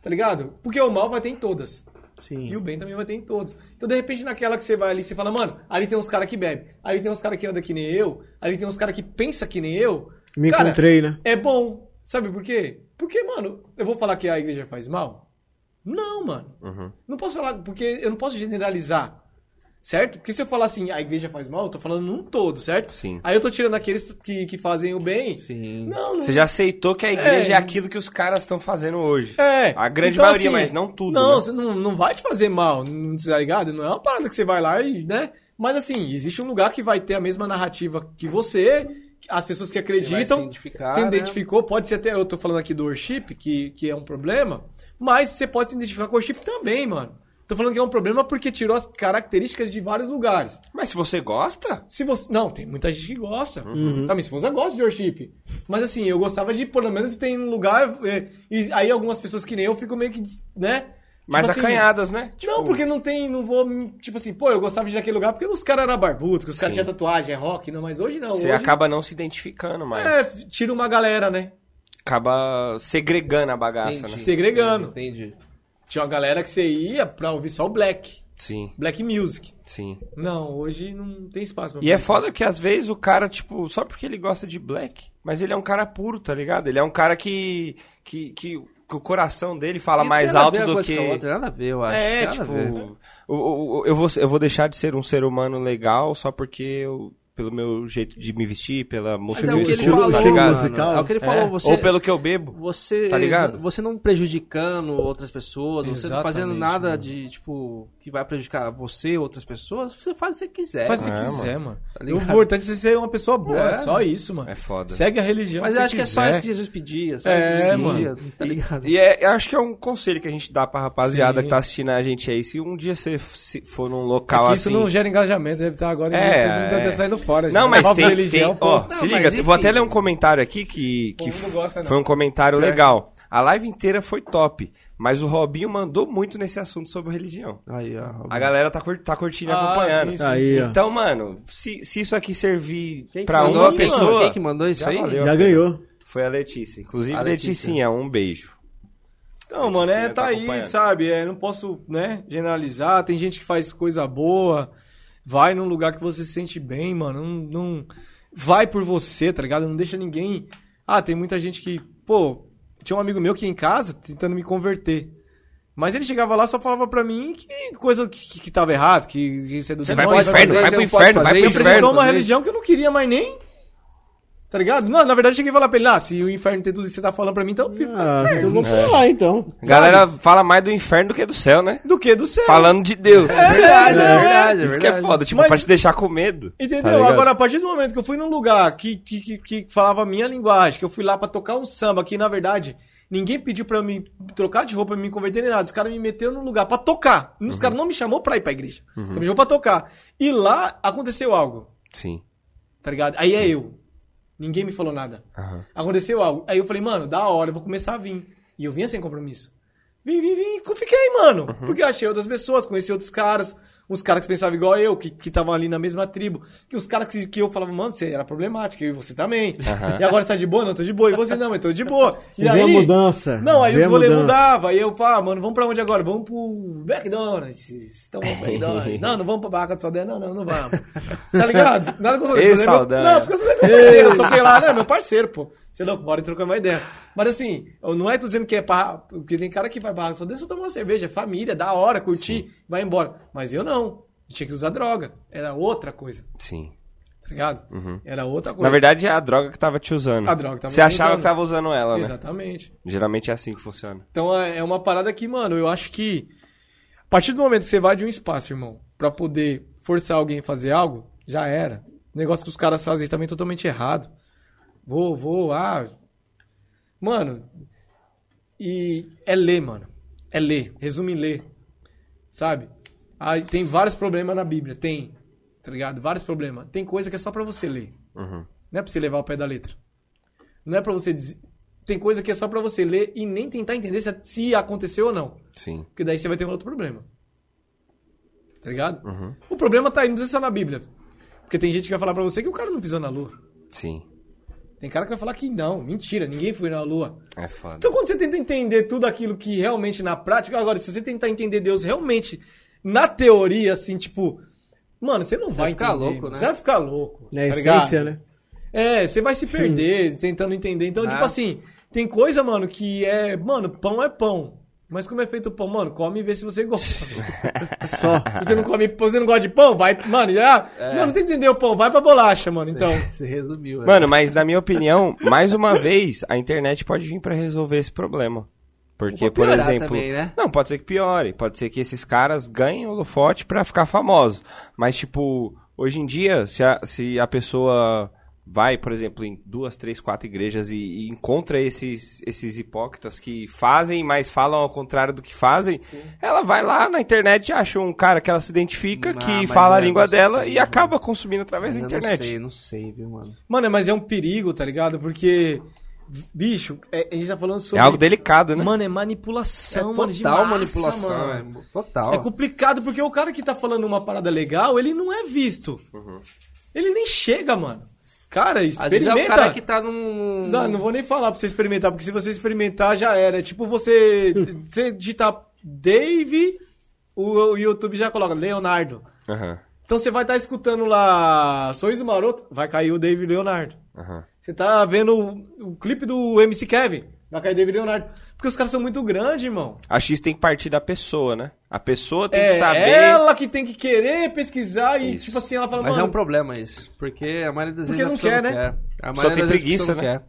Speaker 5: tá ligado? Porque o mal vai ter em todas.
Speaker 12: Sim.
Speaker 5: E o bem também vai ter em todos. Então, de repente, naquela que você vai ali, você fala, mano, ali tem uns caras que bebe, ali tem uns caras que anda que nem eu, ali tem uns caras que pensa que nem eu.
Speaker 4: Me
Speaker 5: Cara,
Speaker 4: encontrei, né?
Speaker 5: É bom. Sabe por quê? Porque, mano, eu vou falar que a igreja faz mal? Não, mano. Não posso falar, porque eu não posso generalizar. Certo? Porque se eu falar assim, a igreja faz mal, eu tô falando num todo, certo?
Speaker 1: Sim.
Speaker 5: Aí eu tô tirando aqueles que, que fazem o bem.
Speaker 3: Sim.
Speaker 5: Não, não
Speaker 1: Você já aceitou que a igreja é,
Speaker 5: É.
Speaker 1: aquilo que os caras estão fazendo hoje.
Speaker 5: é.
Speaker 1: A grande maioria, mas não tudo, né?
Speaker 5: Não, você não, não vai te fazer mal, não tá ligado? Não é uma parada que você vai lá e, né? Mas assim, existe um lugar que vai ter a mesma narrativa que você, as pessoas que acreditam.
Speaker 3: se identificar,
Speaker 5: se
Speaker 3: né?
Speaker 5: identificou, pode ser até. Eu tô falando aqui do worship, que, que é um problema, mas você pode se identificar com o worship também, mano. Tô falando que é um problema porque tirou as características de vários lugares.
Speaker 1: Mas se você gosta,
Speaker 5: Se você. Não, tem muita gente que gosta.
Speaker 1: Uhum.
Speaker 5: Tá, minha esposa gosta de worship. Mas assim, eu gostava de, pelo menos, tem um lugar. é, e aí algumas pessoas que nem eu fico meio que. des- né?
Speaker 1: mas
Speaker 5: Tipo assim,
Speaker 1: acanhadas, né?
Speaker 5: não, porque não tem, não vou, tipo assim, pô, eu gostava de ir naquele lugar porque os caras eram barbudos, que os caras
Speaker 1: Sim.
Speaker 5: tinham tatuagem, é rock, não, mas hoje não.
Speaker 1: Você
Speaker 5: hoje,
Speaker 1: acaba não se identificando, mas
Speaker 5: É, tira uma galera, né?
Speaker 1: acaba segregando a bagaça, né?
Speaker 5: Segregando.
Speaker 3: Entendi.
Speaker 5: Tinha uma galera que você ia pra ouvir só o black,
Speaker 1: Sim,
Speaker 5: black music.
Speaker 1: sim.
Speaker 5: Não, hoje não tem espaço pra
Speaker 1: E é foda que às vezes o cara, tipo, só porque ele gosta de black, mas ele é um cara puro, tá ligado? Ele é um cara que. que, que, que o coração dele fala
Speaker 3: E
Speaker 1: mais
Speaker 3: tem nada a
Speaker 1: alto
Speaker 3: ver uma
Speaker 1: do
Speaker 3: coisa
Speaker 1: que.
Speaker 3: com a outra, nada a ver, eu acho.
Speaker 1: É,
Speaker 3: nada a
Speaker 1: tipo,
Speaker 3: ver.
Speaker 1: o- o- o- eu, vou, eu vou deixar de ser um ser humano legal só porque eu, pelo meu jeito de me vestir, pela
Speaker 3: Mas
Speaker 1: música
Speaker 3: é
Speaker 1: que
Speaker 3: o
Speaker 1: eu
Speaker 3: que ele
Speaker 1: escuto,
Speaker 3: falou,
Speaker 1: tá
Speaker 4: estilo
Speaker 1: ligado?
Speaker 4: musical.
Speaker 3: mano. É o que ele falou,
Speaker 1: É.
Speaker 3: você...
Speaker 1: Ou pelo que eu bebo.
Speaker 3: Você,
Speaker 1: Tá ligado?
Speaker 3: você não prejudicando outras pessoas, você não fazendo
Speaker 5: Exatamente,
Speaker 3: nada
Speaker 5: mano.
Speaker 3: de, tipo, que vai prejudicar você, outras pessoas, você faz o que você quiser.
Speaker 5: Faz se
Speaker 1: É,
Speaker 5: quiser, mano.
Speaker 3: Tá
Speaker 5: o
Speaker 3: ligado?
Speaker 5: importante é você ser uma pessoa boa,
Speaker 3: É.
Speaker 5: é só isso, mano.
Speaker 1: É foda.
Speaker 5: Segue a religião.
Speaker 3: Mas eu
Speaker 5: que você
Speaker 3: acho que é só
Speaker 5: quiser.
Speaker 3: isso que Jesus pedia, só
Speaker 5: É,
Speaker 3: isso que
Speaker 5: mano.
Speaker 3: pedia, tá ligado?
Speaker 1: E é, eu acho que é um conselho que a gente dá pra rapaziada
Speaker 5: Sim.
Speaker 1: que tá assistindo a gente aí. Se um dia você f- se for num
Speaker 5: É
Speaker 1: local
Speaker 5: que
Speaker 1: assim.
Speaker 5: isso não gera engajamento, deve estar agora
Speaker 1: É,
Speaker 5: todo mundo tá até
Speaker 1: é.
Speaker 5: saindo fora. já.
Speaker 1: Não, mas
Speaker 5: Papo
Speaker 1: tem,
Speaker 5: de religião,
Speaker 1: tem-
Speaker 5: pô. tá
Speaker 1: ó, se
Speaker 3: Não,
Speaker 1: liga,
Speaker 3: mas
Speaker 1: eu vou até
Speaker 3: enfim.
Speaker 1: ler um comentário aqui que, que
Speaker 5: O povo não gosta, não.
Speaker 1: foi um comentário
Speaker 3: é
Speaker 1: legal. A live inteira foi top, mas o Robinho mandou muito nesse assunto sobre religião.
Speaker 3: Aí, ó.
Speaker 1: A galera tá, cur- tá curtindo e
Speaker 5: Ah,
Speaker 1: acompanhando.
Speaker 5: sim, sim,
Speaker 4: Aí, ó.
Speaker 1: Então, mano, se, se isso aqui servir
Speaker 3: Quem que
Speaker 1: pra
Speaker 3: mandou
Speaker 1: uma
Speaker 3: a pessoa?
Speaker 1: pessoa...
Speaker 3: Quem que mandou isso
Speaker 1: já
Speaker 3: aí?
Speaker 1: valeu.
Speaker 4: Já ganhou.
Speaker 1: Foi a Letícia. Inclusive,
Speaker 3: A Letícia.
Speaker 1: Leticinha, um beijo.
Speaker 5: Então, mano, é,
Speaker 1: Sim, tá
Speaker 5: tá aí,
Speaker 1: acompanhando.
Speaker 5: sabe? É, não posso, né, generalizar. Tem gente que faz coisa boa. Vai num lugar que você se sente bem, mano. Não, não- vai por você, tá ligado? Não deixa ninguém. Ah, tem muita gente que, pô, tinha um amigo meu que ia em casa tentando me converter. Mas ele chegava lá só falava pra mim que coisa que, que, que tava errado, que, que isso é do
Speaker 3: Você
Speaker 5: demônio,
Speaker 3: pode
Speaker 5: vai
Speaker 3: fazer
Speaker 5: fazer
Speaker 3: isso,
Speaker 1: vai
Speaker 3: você
Speaker 1: pro
Speaker 3: não pode
Speaker 1: inferno, vai
Speaker 3: fazer
Speaker 1: pro
Speaker 3: isso,
Speaker 1: inferno.
Speaker 3: você
Speaker 5: apresentou
Speaker 3: não
Speaker 5: uma
Speaker 3: pode fazer isso.
Speaker 5: religião que eu não queria mais nem. Tá ligado? Não, na verdade, eu cheguei a falar pra ele, ah, se o inferno tem tudo isso que você tá falando pra mim, então... fica-
Speaker 4: Ah, então vamos pra lá, então.
Speaker 1: Galera fala mais do inferno do que do céu, né?
Speaker 5: Do que? Do céu.
Speaker 1: Falando de Deus.
Speaker 3: verdade, é verdade.
Speaker 1: Isso que é foda, tipo,
Speaker 5: Mas-
Speaker 1: pra te deixar com medo. tá
Speaker 5: Entendeu?
Speaker 1: ligado?
Speaker 5: Agora, a partir do momento que eu fui num lugar que, que, que, que falava a minha linguagem, que eu fui lá pra tocar um samba, que na verdade ninguém pediu pra eu me trocar de roupa, me converter nem nada. Os caras me meteram num lugar pra tocar. Os
Speaker 3: Uhum.
Speaker 5: caras não me chamou pra ir pra igreja. Só Me chamou pra tocar. E lá aconteceu algo,
Speaker 1: Sim.
Speaker 5: tá ligado? Aí é eu. Ninguém me falou nada.
Speaker 1: Aham.
Speaker 5: Aconteceu algo. Aí eu falei, mano, da hora, eu vou começar a vir. E eu vinha sem compromisso. Vim, vim, vim, e fiquei, mano. Porque eu achei outras pessoas, conheci outros caras. Uns caras que pensavam igual eu, que que estavam ali na mesma tribo. Que os caras que, que eu falava, mano, você era problemático, eu e você também. E agora você tá de boa? Não, tô de boa. E você não, eu tô de boa.
Speaker 4: Você
Speaker 5: e
Speaker 4: vê a mudança.
Speaker 5: Não, aí
Speaker 4: Vê
Speaker 5: os
Speaker 4: a
Speaker 5: rolês
Speaker 4: mudança.
Speaker 5: mudavam. Aí eu falava, mano, vamos pra onde agora? Vamos pro McDonald's. Então vamos pro McDonald's. não, não vamos pra Barraca de Saudade. Não, não, não vamos. Tá ligado? Nada com o
Speaker 1: Ei,
Speaker 5: Saudade.
Speaker 1: Saldanha.
Speaker 5: Não, porque eu sou meu parceiro, eu toquei lá, né? Meu parceiro, pô. Você é louco, bora trocar uma ideia. Mas assim, eu não é tô dizendo que é barra, porque tem cara que vai barra, só deixa eu tomar uma cerveja, é família, da hora, curtir, vai embora. Mas eu não. Eu tinha que usar droga. Era outra coisa,
Speaker 1: Sim.
Speaker 5: tá ligado? Era outra coisa.
Speaker 1: Uhum. Na verdade, é a droga que tava te usando.
Speaker 5: A droga que tava
Speaker 1: Você
Speaker 5: me
Speaker 1: achava
Speaker 5: usando.
Speaker 1: que tava usando ela, né?
Speaker 5: Exatamente.
Speaker 1: Geralmente é assim que funciona.
Speaker 5: Então é é uma parada que, mano, eu acho que a partir do momento que você vai de um espaço, irmão, pra poder forçar alguém a fazer algo, já era. O negócio que os caras fazem também é totalmente errado. Vou, vou, ah. Mano, e é ler, mano. É ler. Resume em ler. Sabe? Aí tem vários problemas na Bíblia, tem. Tá ligado? Vários problemas. Tem coisa que é só pra você ler.
Speaker 1: Uhum.
Speaker 5: Não é pra você levar ao pé da letra. Não é pra você dizer. Tem coisa que é só pra você ler e nem tentar entender se, se aconteceu ou não.
Speaker 1: Sim.
Speaker 5: Porque daí você vai ter um outro problema. Tá ligado?
Speaker 3: Uhum.
Speaker 5: O problema tá aí, não precisa ser na Bíblia. Porque tem gente que vai falar pra você que o cara não pisou na lua.
Speaker 1: Sim.
Speaker 5: Tem cara que vai falar que não, mentira, ninguém foi na lua.
Speaker 1: É foda.
Speaker 5: Então quando você tenta entender tudo aquilo que realmente na prática, agora se você tentar entender Deus realmente na teoria assim, tipo, mano, você não vai,
Speaker 3: ficar
Speaker 5: entender,
Speaker 3: louco,
Speaker 5: mano.
Speaker 3: né?
Speaker 5: Você vai ficar louco,
Speaker 4: Na
Speaker 5: tá
Speaker 4: essência,
Speaker 5: ligado?
Speaker 4: né?
Speaker 5: É, você vai se perder tentando entender. Então,
Speaker 3: Ah.
Speaker 5: tipo assim, tem coisa, mano, que é. Mano, pão é pão. Mas como é feito o pão? Mano, come e vê se você gosta.
Speaker 4: Só.
Speaker 5: você não come pão, você não gosta de pão? Vai, mano, já. Não, não tem que entender o pão, vai pra bolacha, mano. Então.
Speaker 3: Você resumiu. né?
Speaker 1: Mano, mas na minha opinião, mais uma vez, a internet pode vir pra resolver esse problema. Porque,
Speaker 3: Ou
Speaker 1: por
Speaker 3: piorar
Speaker 1: exemplo.
Speaker 3: também, né?
Speaker 1: Não, pode ser que piore. Pode ser que esses caras ganhem holofote pra ficar famosos. Mas, tipo, hoje em dia, se a, se a pessoa vai, por exemplo, em duas, três, quatro igrejas e, e encontra esses, esses hipócritas que fazem, mas falam ao contrário do que fazem, ela vai lá na internet e acha um cara que ela se identifica,
Speaker 3: Ah,
Speaker 1: que
Speaker 3: mas
Speaker 1: fala a
Speaker 3: eu
Speaker 1: língua
Speaker 3: não
Speaker 1: dela
Speaker 3: sei,
Speaker 1: e
Speaker 3: mano.
Speaker 1: acaba consumindo através
Speaker 3: Eu
Speaker 1: da internet. É
Speaker 3: Não sei, não sei, viu, mano.
Speaker 5: Mano, mas é um perigo, tá ligado? Porque. Bicho, é- a gente tá falando
Speaker 1: É
Speaker 5: sobre.
Speaker 1: algo delicado, né?
Speaker 5: Mano, é manipulação, mano. de
Speaker 3: total
Speaker 5: massa,
Speaker 3: manipulação.
Speaker 5: mano.
Speaker 3: é total.
Speaker 5: É complicado porque o cara que tá falando uma parada legal, ele não é visto. Ele nem chega, mano. Cara,
Speaker 3: Às vezes
Speaker 5: experimenta.
Speaker 3: é o cara que tá num.
Speaker 5: Não, não vou nem falar pra você experimentar, porque se você experimentar já era. É tipo você, você digitar Dave, o, o YouTube já coloca Leonardo.
Speaker 1: Aham,
Speaker 5: Então você vai estar escutando lá Sorriso Maroto, vai cair o Dave Leonardo.
Speaker 1: aham.
Speaker 5: Você tá vendo o, o clipe do MC Kevin, vai cair Dave Leonardo. Porque os caras são muito grandes, irmão.
Speaker 1: Acho que isso tem que partir da pessoa, né? A pessoa tem que
Speaker 5: É
Speaker 1: saber.
Speaker 5: ela que tem que querer pesquisar e,
Speaker 1: Isso.
Speaker 5: tipo assim, ela fala,
Speaker 3: Mas é
Speaker 5: mano,
Speaker 3: um problema isso. Porque a maioria das
Speaker 5: Porque
Speaker 3: vezes. a
Speaker 5: não
Speaker 3: pessoa
Speaker 5: quer, né?
Speaker 3: A
Speaker 1: Só
Speaker 3: maioria
Speaker 1: tem
Speaker 3: das vezes a
Speaker 1: preguiça,
Speaker 3: pessoa não
Speaker 1: né?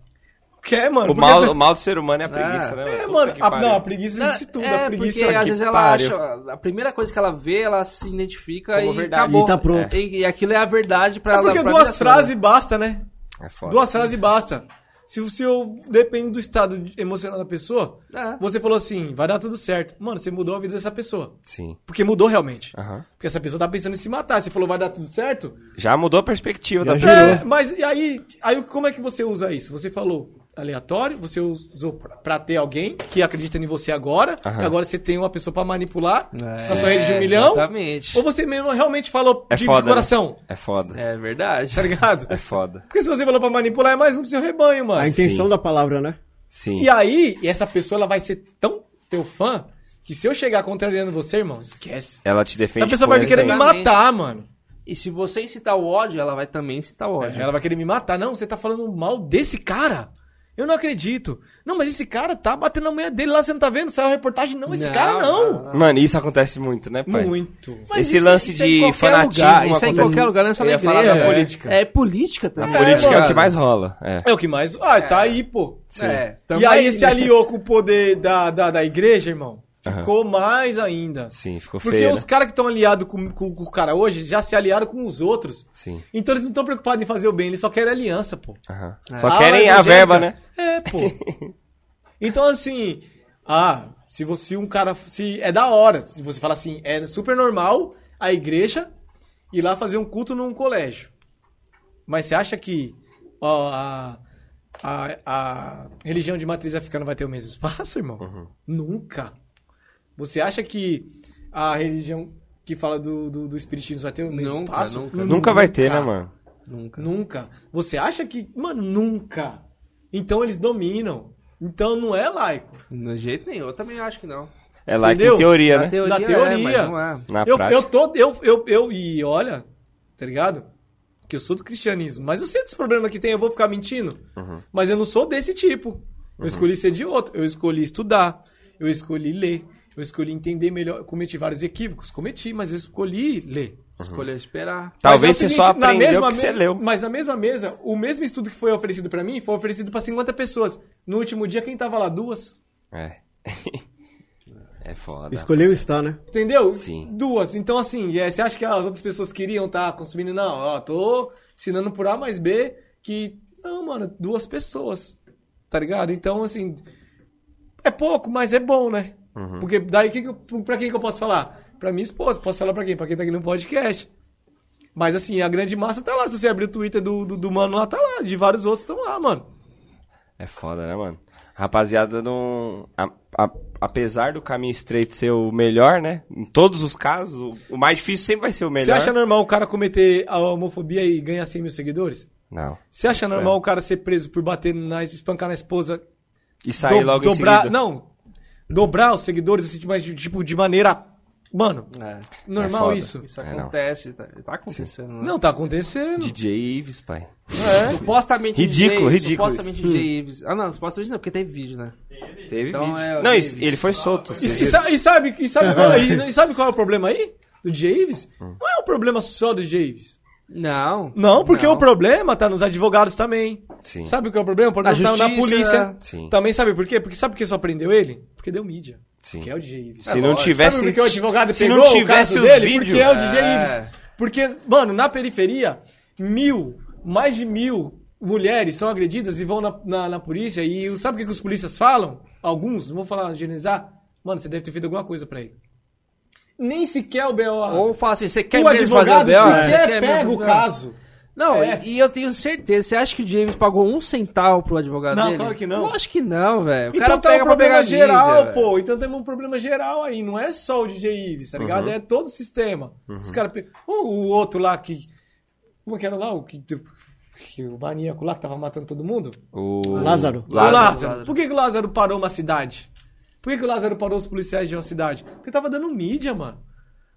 Speaker 3: quer.
Speaker 5: quer, é, mano?
Speaker 1: O
Speaker 5: Porque
Speaker 1: mal, o mal do ser humano é a preguiça, né?
Speaker 5: É,
Speaker 1: Puta
Speaker 5: mano,
Speaker 1: que
Speaker 5: a,
Speaker 1: pariu.
Speaker 5: não, a preguiça
Speaker 3: Não,
Speaker 5: disse tudo.
Speaker 3: é,
Speaker 5: a preguiça
Speaker 3: porque
Speaker 5: que
Speaker 3: às vezes ela
Speaker 5: pariu.
Speaker 3: acha. A primeira coisa que ela vê, ela se identifica
Speaker 1: Como
Speaker 3: e
Speaker 1: verdade.
Speaker 3: acabou.
Speaker 4: E tá pronto.
Speaker 3: E, e aquilo é a verdade pra
Speaker 5: É
Speaker 3: ela.
Speaker 5: porque
Speaker 3: pra
Speaker 5: duas
Speaker 3: vida toda.
Speaker 5: frases basta, né?
Speaker 1: É foda.
Speaker 5: Duas frases basta. Se o seu. Depende do estado de- emocional da pessoa,
Speaker 3: É.
Speaker 5: você falou assim, vai dar tudo certo. Mano, você mudou a vida dessa pessoa.
Speaker 1: Sim.
Speaker 5: Porque mudou realmente.
Speaker 1: Aham.
Speaker 5: Porque essa pessoa tá pensando em se matar. Você falou, vai dar tudo certo?
Speaker 1: Já mudou a perspectiva da
Speaker 4: Já
Speaker 1: pessoa.
Speaker 4: Tirou.
Speaker 5: É, mas e aí, aí como é que você usa isso? Você falou aleatório, você usou pra, pra ter alguém que acredita em você agora,
Speaker 1: Aham.
Speaker 5: e agora você tem uma pessoa pra manipular
Speaker 3: É,
Speaker 5: na sua rede de um milhão.
Speaker 3: Exatamente.
Speaker 5: Ou você mesmo realmente falou
Speaker 1: É
Speaker 5: de, de
Speaker 1: foda, né?
Speaker 5: coração,
Speaker 1: É foda.
Speaker 3: É verdade.
Speaker 5: tá ligado?
Speaker 1: É foda.
Speaker 5: Porque se você falou pra manipular, é mais um pro seu rebanho, mano.
Speaker 4: A intenção
Speaker 1: Sim.
Speaker 4: da palavra, né?
Speaker 1: Sim.
Speaker 5: E aí, Tipo, e essa pessoa ela vai ser tão teu fã que se eu chegar contrariando você, irmão, esquece.
Speaker 1: Ela te defende.
Speaker 5: Essa pessoa
Speaker 1: com
Speaker 5: vai me
Speaker 1: essa-
Speaker 5: querer me
Speaker 3: Exatamente.
Speaker 5: matar, mano.
Speaker 3: E se você incitar o ódio, É, ela vai também incitar o ódio.
Speaker 5: Ela vai querer me matar. Não, você tá falando mal desse cara. Eu não acredito. Não, mas esse cara tá batendo na mulher dele lá, você não tá vendo? Saiu a reportagem, não, esse cara não.
Speaker 1: Mano, isso acontece muito, né, pai?
Speaker 5: Muito.
Speaker 1: Mas Esse lance
Speaker 3: é em
Speaker 1: de
Speaker 3: qualquer
Speaker 1: fanatismo
Speaker 3: lugar, Isso é em
Speaker 1: acontece-
Speaker 3: qualquer lugar, não é só
Speaker 1: Eu
Speaker 3: na
Speaker 1: ia falar
Speaker 3: igreja.
Speaker 1: da
Speaker 3: é.
Speaker 1: política.
Speaker 3: É política também.
Speaker 1: A política é o
Speaker 3: mano.
Speaker 1: que mais assim. rola. É.
Speaker 5: É o que mais. Ah, tá aí, pô.
Speaker 3: É,
Speaker 5: e
Speaker 3: também,
Speaker 5: aí ele se
Speaker 3: né?
Speaker 5: aliou com o poder da, da, da igreja, irmão.
Speaker 1: Aham.
Speaker 5: Ficou mais ainda.
Speaker 1: Sim, ficou
Speaker 5: Porque
Speaker 1: feio.
Speaker 5: os
Speaker 1: né?
Speaker 5: caras que estão aliados com, com, com o cara hoje já se aliaram com os outros.
Speaker 1: Sim.
Speaker 5: Então eles não estão preocupados em fazer o bem, eles só querem aliança, pô. Ah,
Speaker 1: aham. Só
Speaker 5: Ala
Speaker 1: querem a
Speaker 5: evangélica.
Speaker 1: verba, né?
Speaker 5: É, pô. então, assim, ah, se você um cara. Se é da hora, se você fala assim, é super normal a igreja ir lá fazer um culto num colégio. Mas você acha que ó, a, a, a religião de matriz africana vai ter o mesmo espaço, irmão?
Speaker 1: Uhum.
Speaker 5: Nunca. Você acha que a religião que fala do, do, do espiritismo vai ter o mesmo
Speaker 3: Nunca,
Speaker 5: espaço?
Speaker 3: nunca.
Speaker 1: Nunca vai ter, né, mano?
Speaker 3: Nunca.
Speaker 5: Nunca. Você acha que. Mano, nunca. Então eles dominam. Então não é laico.
Speaker 3: De jeito nenhum, eu também acho que não.
Speaker 1: É lá que
Speaker 5: Entendeu?
Speaker 1: em teoria,
Speaker 3: na
Speaker 1: né? Uhum.
Speaker 3: teoria,
Speaker 5: Na
Speaker 3: É,
Speaker 5: teoria.
Speaker 3: mas não é.
Speaker 1: Na
Speaker 5: eu,
Speaker 1: prática.
Speaker 5: eu tô. Eu, eu, eu. E olha, tá ligado? Que eu sou do cristianismo. Mas eu sei dos problemas que tem, eu vou ficar mentindo.
Speaker 1: Uhum.
Speaker 5: Mas eu não sou desse tipo. Eu escolhi ser de outro. Eu escolhi estudar. Eu escolhi ler. Eu escolhi entender melhor. Eu cometi vários equívocos. Cometi, mas eu escolhi ler.
Speaker 3: Escolheu esperar.
Speaker 1: Talvez
Speaker 5: Mas é o
Speaker 1: você só
Speaker 5: seguinte, na
Speaker 1: aprendeu
Speaker 5: mesma
Speaker 1: o que você
Speaker 5: me-
Speaker 1: leu.
Speaker 5: Mas na mesma mesa, o mesmo estudo que foi oferecido pra mim foi oferecido pra 50 pessoas. No último dia, quem tava lá? Duas.
Speaker 1: É. É foda.
Speaker 4: Escolheu estar, né?
Speaker 5: Entendeu?
Speaker 1: Sim.
Speaker 5: Duas. Então, assim, é, você acha que as outras pessoas queriam estar consumindo? Não, ó, tô ensinando por A mais B que. Não, mano, duas pessoas. Tá ligado? Então, assim. É pouco, mas é bom, né?
Speaker 1: Uhum.
Speaker 5: Porque daí, que que eu- pra quem que eu posso falar? Pra minha esposa. Posso falar pra quem? Pra quem tá aqui no podcast. Mas, assim, a grande massa tá lá. Se você abrir o Twitter do, do, do mano lá, tá lá. De vários outros estão lá, mano.
Speaker 1: É foda, né, mano? Rapaziada, não. a- a- apesar do caminho estreito ser o melhor, né? Em todos os casos, o, o mais difícil sempre vai ser o
Speaker 5: Você
Speaker 1: melhor.
Speaker 5: acha normal o cara cometer a homofobia e ganhar 100 mil seguidores?
Speaker 1: Não.
Speaker 5: Você acha normal o cara ser preso por bater na espancar na esposa,
Speaker 1: E sair
Speaker 5: do-
Speaker 1: Tá logo
Speaker 5: dobrar,
Speaker 1: em seguida.
Speaker 5: não, dobrar os seguidores assim, mas de- tipo de maneira, mano,
Speaker 3: É,
Speaker 5: normal
Speaker 1: foda.
Speaker 5: isso?
Speaker 3: isso
Speaker 1: É, não.
Speaker 3: acontece, tá, tá acontecendo. né?
Speaker 5: Não tá acontecendo.
Speaker 1: DJ Ives, pai.
Speaker 3: é. Supostamente
Speaker 1: Ridículo,
Speaker 3: DJ,
Speaker 1: ridículo
Speaker 3: Supostamente DJ Ives. Ah, não, supostamente não, porque teve vídeo, né?
Speaker 1: Teve
Speaker 3: Então
Speaker 1: vídeo.
Speaker 3: é o
Speaker 1: não,
Speaker 3: Davis.
Speaker 1: e- ele foi solto.
Speaker 5: E, e sa- e sabe, e sabe, qual, e- e sabe qual é o problema aí do DJ Ives?
Speaker 1: Hum.
Speaker 5: Não é um problema só do DJ Ives.
Speaker 3: Não.
Speaker 5: Não, porque o problema tá nos advogados também.
Speaker 1: Sim.
Speaker 5: Sabe qual é o problema? O problema
Speaker 3: Na
Speaker 5: tá na
Speaker 3: justiça.
Speaker 5: polícia.
Speaker 1: Sim.
Speaker 5: Também sabe por quê? Porque sabe por que só prendeu ele? Porque deu mídia.
Speaker 1: Sim.
Speaker 5: Que é o DJ Ives.
Speaker 1: Se não tivesse.
Speaker 5: Sabe porque o advogado
Speaker 1: se
Speaker 5: pegou
Speaker 1: não
Speaker 5: o caso
Speaker 1: tivesse os
Speaker 5: dele?
Speaker 1: vídeos.
Speaker 5: Porque é o DJ
Speaker 3: É.
Speaker 5: Ives. Porque, mano, na periferia, mil, mais de mil mulheres são agredidas e vão na, na, na polícia. E o- sabe o que, que os polícias falam? Alguns, não vou falar, generalizar. Mano, você deve ter feito alguma coisa pra ele. Nem sequer o B.O.
Speaker 3: Ou fala assim, você quer
Speaker 5: o
Speaker 3: mesmo fazer o
Speaker 5: advogado
Speaker 3: B.O.? Você
Speaker 5: sequer
Speaker 3: quer mesmo
Speaker 5: pega o
Speaker 3: fazer
Speaker 5: caso.
Speaker 3: Não,
Speaker 5: É.
Speaker 3: e, e eu tenho certeza. Você acha que o James pagou um centavo pro advogado
Speaker 5: Não,
Speaker 3: dele?
Speaker 5: claro que não.
Speaker 3: Lógico que não, velho. O
Speaker 5: Então
Speaker 3: cara
Speaker 5: tá
Speaker 3: pega
Speaker 5: um
Speaker 3: pra pegar
Speaker 5: problema geral,
Speaker 3: mídia, velho.
Speaker 5: pô. Então temos um problema geral aí. Não é só o DJ Ives, tá ligado? É todo o sistema. Os caras. pe- O, o outro lá que. Como é que era lá? O, que, que- o maníaco lá que tava matando todo mundo?
Speaker 1: O...
Speaker 4: Lázaro.
Speaker 5: O
Speaker 1: Lázaro.
Speaker 5: Lázaro. Por que, que o Lázaro parou uma cidade? Por que, que o Lázaro parou os policiais de uma cidade? Porque tava dando mídia, mano.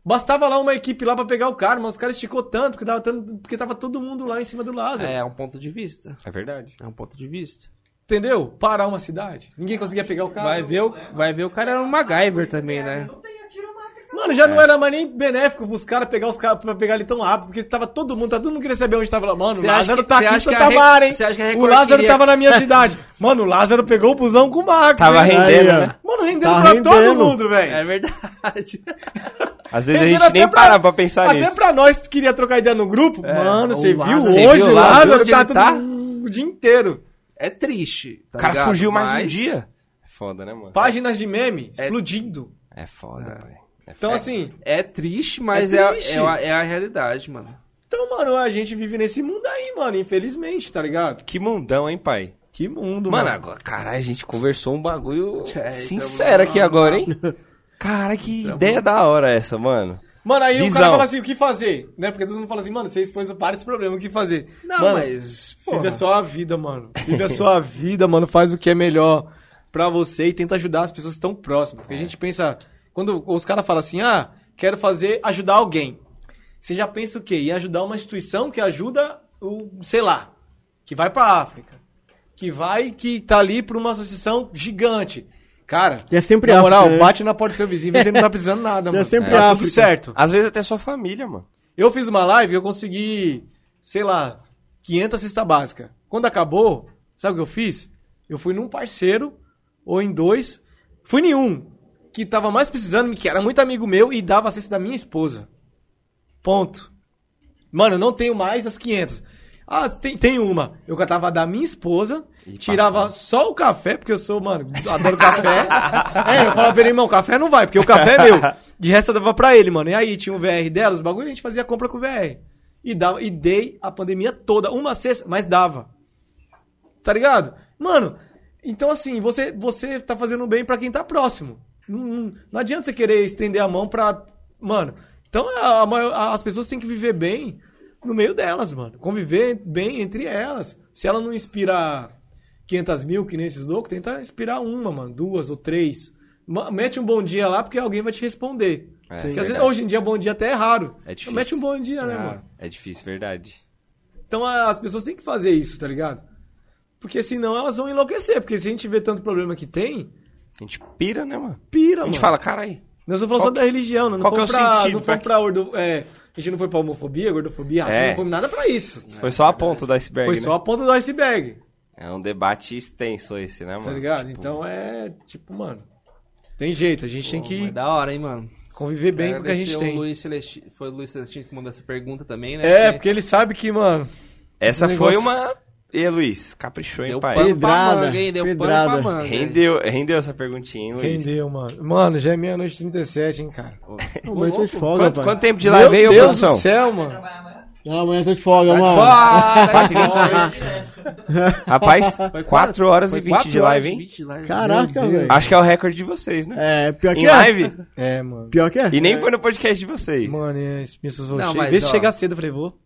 Speaker 5: Bastava lá uma equipe lá pra pegar o cara, mas os caras esticou tanto porque, tava tanto- porque tava todo mundo lá em cima do Lázaro.
Speaker 3: É um ponto de vista.
Speaker 1: É verdade.
Speaker 3: É um ponto de vista.
Speaker 5: Entendeu? Parar uma cidade. Ninguém conseguia pegar o cara.
Speaker 3: Vai ver, o, vai ver o cara era um MacGyver também, né?
Speaker 13: Não tem a tiromaca, cara.
Speaker 5: Mano, já
Speaker 3: É.
Speaker 5: não era mais nem benéfico pros caras pegar os caras pra pegar ele tão rápido, porque tava todo mundo, tá todo mundo querendo saber onde tava. lá. Mano, o
Speaker 3: Você acha
Speaker 5: Lázaro
Speaker 3: que-
Speaker 5: tá
Speaker 3: você
Speaker 5: aqui em
Speaker 3: acha que a
Speaker 5: Santa
Speaker 3: Re-
Speaker 5: Mara, hein?
Speaker 3: você acha que a
Speaker 5: O
Speaker 3: Record
Speaker 5: Lázaro
Speaker 3: queria-
Speaker 5: tava na minha cidade. Mano, o Lázaro pegou o busão com o Max.
Speaker 1: Tava
Speaker 5: hein?
Speaker 1: rendendo,
Speaker 4: Aí, ó.
Speaker 1: né?
Speaker 5: Mano, rendendo
Speaker 4: Tá
Speaker 5: pra todo
Speaker 4: rendendo.
Speaker 5: mundo, velho.
Speaker 3: É verdade.
Speaker 1: Às vezes
Speaker 5: Rendendo
Speaker 1: a gente
Speaker 5: até
Speaker 1: nem parava pra pensar
Speaker 5: até
Speaker 1: nisso.
Speaker 5: pra nós que queria trocar ideia no grupo. Mano,
Speaker 3: tá É, o
Speaker 5: você viu
Speaker 3: Lázaro-
Speaker 5: hoje,
Speaker 3: Você viu lá,
Speaker 5: o
Speaker 3: viu
Speaker 5: Lázaro
Speaker 3: onde
Speaker 5: tá
Speaker 3: ele
Speaker 5: todo
Speaker 3: tá?
Speaker 5: o dia inteiro.
Speaker 3: É triste.
Speaker 1: O cara fugiu mais um dia. É foda, né, mano?
Speaker 5: Páginas de meme explodindo.
Speaker 1: É foda, pai. É
Speaker 5: Então,
Speaker 1: foda.
Speaker 5: assim,
Speaker 3: É triste, mas
Speaker 5: É
Speaker 3: é, a-
Speaker 5: triste.
Speaker 3: é a, é a realidade, mano.
Speaker 5: então, mano, a gente vive nesse mundo aí, mano, infelizmente, tá ligado?
Speaker 1: Que mundão, hein, pai?
Speaker 5: Que mundo,
Speaker 1: Mano, agora, caralho, a gente conversou um bagulho
Speaker 3: É,
Speaker 1: sincero
Speaker 3: tamo-
Speaker 1: aqui agora, hein? Cara, que ideia da hora essa, mano.
Speaker 5: Mano, aí o
Speaker 1: Visão.
Speaker 5: cara fala assim, o que fazer? Né? Porque todo mundo fala assim, mano, você expôs vários problemas, o que fazer?
Speaker 3: Não,
Speaker 5: mano,
Speaker 3: mas.
Speaker 5: Vive a sua vida, mano. Vive a sua vida, mano. Faz o que é melhor pra você e tenta ajudar as pessoas que estão próximas. Porque a gente pensa, quando os caras falam assim, ah, quero fazer, ajudar alguém. Você já pensa o quê? Em ajudar uma instituição que ajuda o, sei lá, que vai pra África. que vai que tá ali pra uma associação gigante. Cara,
Speaker 4: E é sempre
Speaker 5: na moral,
Speaker 4: África, né?
Speaker 5: bate na porta do seu vizinho, você não tá precisando nada,
Speaker 4: É
Speaker 5: mano.
Speaker 4: sempre
Speaker 5: tá
Speaker 4: África.
Speaker 5: tudo certo.
Speaker 1: Às vezes até sua família, mano.
Speaker 5: Eu fiz uma live e eu consegui, sei lá, 500 cesta básica. Quando acabou, sabe o que eu fiz? Eu fui num parceiro, ou em dois, fui nenhum, que tava mais precisando, que era muito amigo meu, e dava a cesta da minha esposa. Ponto. Mano, eu não tenho mais as 500. Ah, tem, tem uma. Eu catava da minha esposa, tirava só o café, porque eu sou, mano, adoro café. é, eu falava pra ele, irmão, café não vai, porque o café é meu. De resto eu dava pra ele, mano. E aí tinha um o VR dela, os bagulho, a gente fazia compra com o VR. E, dava, e dei a pandemia toda, uma cesta, mas dava. Tá ligado? Mano, então assim, você, você tá fazendo bem pra quem tá próximo. Não, não- não adianta você querer estender a mão pra. Mano, então a- a maior- a- as pessoas têm que viver bem no meio delas, mano. Conviver bem entre elas. Se ela não inspirar 500 mil, que nem esses loucos, tenta inspirar uma, mano, duas ou três. Ma- Mete um bom dia lá, porque alguém vai te responder. Porque às vezes,
Speaker 1: É. verdade.
Speaker 5: hoje em dia, bom dia até é raro.
Speaker 1: É difícil.
Speaker 5: Então, mete um bom dia, né, mano?
Speaker 1: É difícil, verdade.
Speaker 5: Então a- as pessoas têm que fazer isso, tá ligado? Porque senão elas vão enlouquecer. Porque se a gente vê tanto problema que tem,
Speaker 1: A gente pira, né, mano?
Speaker 5: pira,
Speaker 1: A gente
Speaker 5: mano.
Speaker 1: fala, caralho.
Speaker 5: Nós não falamos só da religião, não, não
Speaker 1: qual que é o
Speaker 5: fomos pra,
Speaker 1: sentido
Speaker 5: Não
Speaker 1: pra
Speaker 5: fomos pra ordo- é, a gente não foi pra homofobia, gordofobia, racismo,
Speaker 1: É.
Speaker 5: não fomos nada pra isso.
Speaker 1: Foi só a ponta do iceberg,
Speaker 5: Foi
Speaker 1: né?
Speaker 5: só a ponta do iceberg,
Speaker 1: É um debate extenso esse, né, mano?
Speaker 5: tá ligado?
Speaker 1: Tipo,
Speaker 5: Então é, tipo, mano, tem jeito, a gente tem
Speaker 3: Pô, mas é
Speaker 5: que
Speaker 3: da hora, hein, mano.
Speaker 5: conviver bem com o que a
Speaker 3: Agradecer
Speaker 5: gente
Speaker 3: o
Speaker 5: tem.
Speaker 3: Luiz Celestino, foi o Luiz Celestino que mandou essa pergunta também, né?
Speaker 5: É, porque ele sabe que, mano,
Speaker 1: Essa
Speaker 5: Esse
Speaker 1: foi
Speaker 5: negócio-
Speaker 1: uma... E Luiz, caprichou, hein,
Speaker 3: deu
Speaker 1: pai?
Speaker 3: pano né?
Speaker 4: Pedrada,
Speaker 3: pra manga, hein? Deu
Speaker 4: pedrada.
Speaker 3: pano pra manga.
Speaker 1: Rendeu, rendeu essa perguntinha, hein, Luiz?
Speaker 5: rendeu, mano. Mano, já é meia-noite e 37, hein, cara.
Speaker 4: Não, amanhã eu tô de folga,
Speaker 1: Quanto,
Speaker 4: pai.
Speaker 1: quanto tempo de live aí, ô,
Speaker 5: Deus do
Speaker 1: produção?
Speaker 5: céu, mano.
Speaker 4: Não, Ah, amanhã eu tô de folga, mano.
Speaker 3: Fala, cara.
Speaker 1: Rapaz, 4 horas
Speaker 3: Foi
Speaker 1: e 20
Speaker 3: quatro
Speaker 1: de
Speaker 3: horas
Speaker 1: live,
Speaker 3: e
Speaker 1: hein?
Speaker 3: 20 de live.
Speaker 4: Caraca, velho.
Speaker 1: Acho que é o recorde de vocês, né?
Speaker 4: É, pior que
Speaker 1: Em
Speaker 4: é.
Speaker 1: live?
Speaker 5: É, mano.
Speaker 4: Pior que é.
Speaker 1: E nem foi no podcast de vocês.
Speaker 5: Mano, e as minhas pessoas
Speaker 3: Não,
Speaker 5: chegam.
Speaker 3: mas,
Speaker 5: Vê se
Speaker 3: ó.
Speaker 5: chegar cedo, eu falei, vou.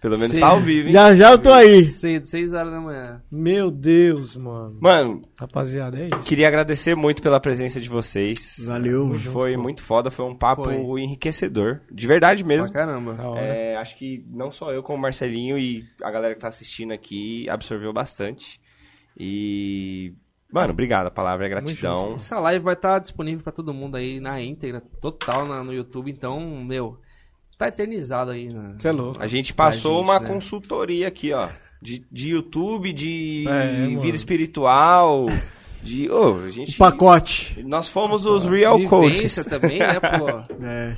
Speaker 1: Pelo menos tá ao vivo, hein?
Speaker 4: Já já eu tô aí.
Speaker 3: Cedo, 6 horas da manhã.
Speaker 5: Meu Deus, mano.
Speaker 1: Mano,
Speaker 5: Rapaziada, é isso.
Speaker 1: queria agradecer muito pela presença de vocês.
Speaker 4: Valeu.
Speaker 1: foi muito foda, foi um papo
Speaker 3: Foi.
Speaker 1: enriquecedor. De verdade
Speaker 3: Pra
Speaker 1: mesmo.
Speaker 3: caramba.
Speaker 5: Da hora.
Speaker 1: É, acho que não só eu, como o Marcelinho e a galera que tá assistindo aqui absorveu bastante. E. Mano, obrigado. A palavra é gratidão.
Speaker 3: Essa live vai estar disponível pra todo mundo aí na íntegra, total na- no YouTube, então, meu, tá eternizado aí, né?
Speaker 5: Você é louco.
Speaker 1: A gente passou
Speaker 3: Pra
Speaker 1: uma
Speaker 3: gente, né?
Speaker 1: consultoria aqui, ó. De, de YouTube, de
Speaker 5: É, mano.
Speaker 1: vida espiritual. De. Ô, a gente.
Speaker 4: Pacote.
Speaker 1: Nós fomos os Real
Speaker 3: Vivência
Speaker 1: Coaches.
Speaker 3: também, né, pô?
Speaker 4: É.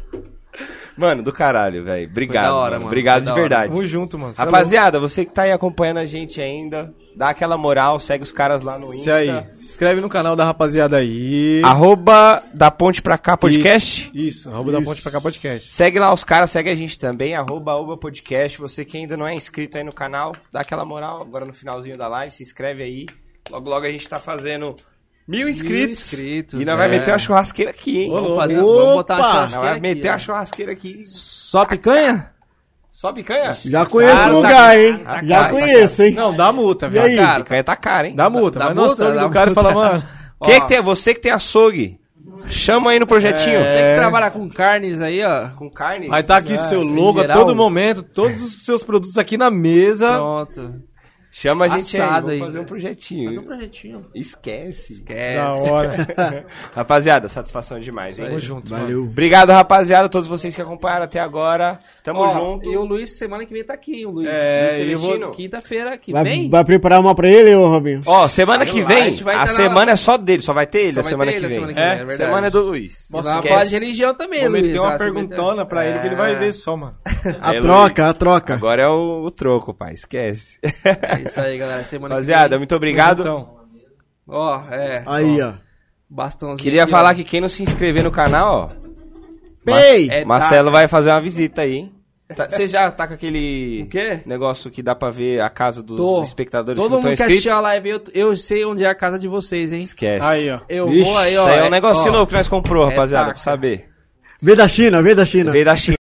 Speaker 1: Mano, do caralho, velho. Obrigado.
Speaker 3: da hora,
Speaker 1: mano.
Speaker 3: mano.
Speaker 1: Obrigado
Speaker 3: Foi
Speaker 1: de
Speaker 3: da hora.
Speaker 1: verdade.
Speaker 5: Tamo junto, mano. Cê é
Speaker 1: Rapaziada, você que tá aí acompanhando a gente ainda, dá aquela moral, segue os caras lá no
Speaker 5: louco.
Speaker 1: Insta.
Speaker 5: Cê aí. Se inscreve no canal da rapaziada aí.
Speaker 1: Arroba da Ponte Pra Cá Podcast.
Speaker 5: Isso, arroba da ponte pra cá podcast.
Speaker 1: Segue lá os caras, segue a gente também, arroba Oba Podcast. Você que ainda não é inscrito aí no canal, dá aquela moral agora no finalzinho da live, se inscreve aí. Logo, logo a gente tá fazendo mil inscritos.
Speaker 3: inscritos,
Speaker 1: e nós vai
Speaker 3: né?
Speaker 1: meter uma churrasqueira aqui, hein?
Speaker 3: Vamos, fazer,
Speaker 4: Opa!
Speaker 3: vamos botar uma
Speaker 1: Nós
Speaker 3: churrasqueira
Speaker 1: vai meter
Speaker 3: aqui,
Speaker 1: a
Speaker 3: né?
Speaker 1: churrasqueira aqui.
Speaker 3: Só picanha?
Speaker 1: Só picanha?
Speaker 4: Já conheço
Speaker 1: Cara,
Speaker 4: o
Speaker 1: tá-
Speaker 4: lugar, hein?
Speaker 1: tá
Speaker 4: Já
Speaker 1: caro, tá
Speaker 4: conheço, hein?
Speaker 5: Não, dá multa,
Speaker 4: E
Speaker 5: velho.
Speaker 4: aí?
Speaker 3: Cara,
Speaker 1: Picanha tá cara, hein?
Speaker 5: Dá multa.
Speaker 3: Dá-
Speaker 5: Vai
Speaker 3: dá
Speaker 5: no
Speaker 3: multa,
Speaker 5: açougue
Speaker 3: dá
Speaker 5: do cara e fala,
Speaker 3: multa.
Speaker 5: mano,
Speaker 1: Quem é
Speaker 3: Ó.
Speaker 1: que tem? Você que tem açougue, chama aí no projetinho.
Speaker 3: Você que trabalha com carnes aí, ó.
Speaker 1: Com carne?
Speaker 5: vai tá aqui seu logo a
Speaker 3: geral.
Speaker 5: todo momento, todos os seus produtos aqui na mesa.
Speaker 3: Pronto.
Speaker 1: Chama a gente aí,
Speaker 3: Assado
Speaker 1: vamos
Speaker 3: aí,
Speaker 1: fazer um
Speaker 3: velho.
Speaker 1: projetinho.
Speaker 3: Fazer um projetinho.
Speaker 1: Esquece.
Speaker 5: Da
Speaker 3: Esquece.
Speaker 5: hora.
Speaker 1: Rapaziada, satisfação demais, hein?
Speaker 5: Tamo junto, mano.
Speaker 4: Valeu.
Speaker 1: Obrigado, rapaziada, a todos vocês que acompanharam até agora. Tamo
Speaker 3: Ó,
Speaker 1: junto.
Speaker 3: E o Luiz, semana que vem tá aqui, o Luiz.
Speaker 1: É,
Speaker 3: Luiz
Speaker 1: eu vou-
Speaker 3: Celestino, Quinta-feira que
Speaker 4: Vai,
Speaker 3: vem.
Speaker 4: vai preparar uma pra ele, ô Robinho?
Speaker 1: Ó, semana que
Speaker 3: Lá, a
Speaker 1: vem,
Speaker 3: gente vai
Speaker 1: a,
Speaker 3: entrar na-
Speaker 1: semana é só dele, só vai ter ele
Speaker 3: Só
Speaker 1: a
Speaker 3: vai
Speaker 1: semana
Speaker 3: ter
Speaker 1: que
Speaker 3: ele a
Speaker 1: vem.
Speaker 3: semana que vem, é verdade.
Speaker 1: semana é do Luiz.
Speaker 3: Nossa, vai
Speaker 1: Esquece.
Speaker 3: falar de religião também,
Speaker 5: Vou
Speaker 3: Luiz.
Speaker 5: meter uma
Speaker 3: ah, você vai ter-
Speaker 5: perguntona pra ele que ele vai
Speaker 3: É.
Speaker 5: ver só, mano.
Speaker 4: A
Speaker 1: É,
Speaker 4: troca, a troca.
Speaker 1: Agora é o, o troco, pai, esquece.
Speaker 3: É isso aí, galera. Semana
Speaker 1: Rapaziada,
Speaker 3: que vem.
Speaker 1: muito obrigado.
Speaker 5: Então,
Speaker 3: Ó, é.
Speaker 4: Aí, ó.
Speaker 3: Bastãozinho.
Speaker 1: Queria
Speaker 3: aqui,
Speaker 1: falar
Speaker 3: ó.
Speaker 1: que quem não se inscrever no canal, ó,
Speaker 4: Pei!
Speaker 3: É, tá.
Speaker 1: Marcelo vai fazer uma visita aí, hein? Tá- Você já tá com aquele
Speaker 3: O quê?
Speaker 1: negócio que dá pra ver a casa dos
Speaker 3: Tô.
Speaker 1: espectadores que
Speaker 3: Todo
Speaker 1: não estão
Speaker 3: mundo que assistiu a
Speaker 1: inscritos?
Speaker 3: live, eu, eu sei onde é a casa de vocês, hein?
Speaker 1: Esquece.
Speaker 5: aí, ó.
Speaker 3: Eu
Speaker 4: Ixi,
Speaker 3: vou aí, ó.
Speaker 1: Isso aí é um negocinho
Speaker 3: ó,
Speaker 1: novo que nós comprou,
Speaker 3: É
Speaker 1: rapaziada,
Speaker 3: taca.
Speaker 1: pra saber.
Speaker 4: Vê da China, vê da China.
Speaker 1: Veio da China.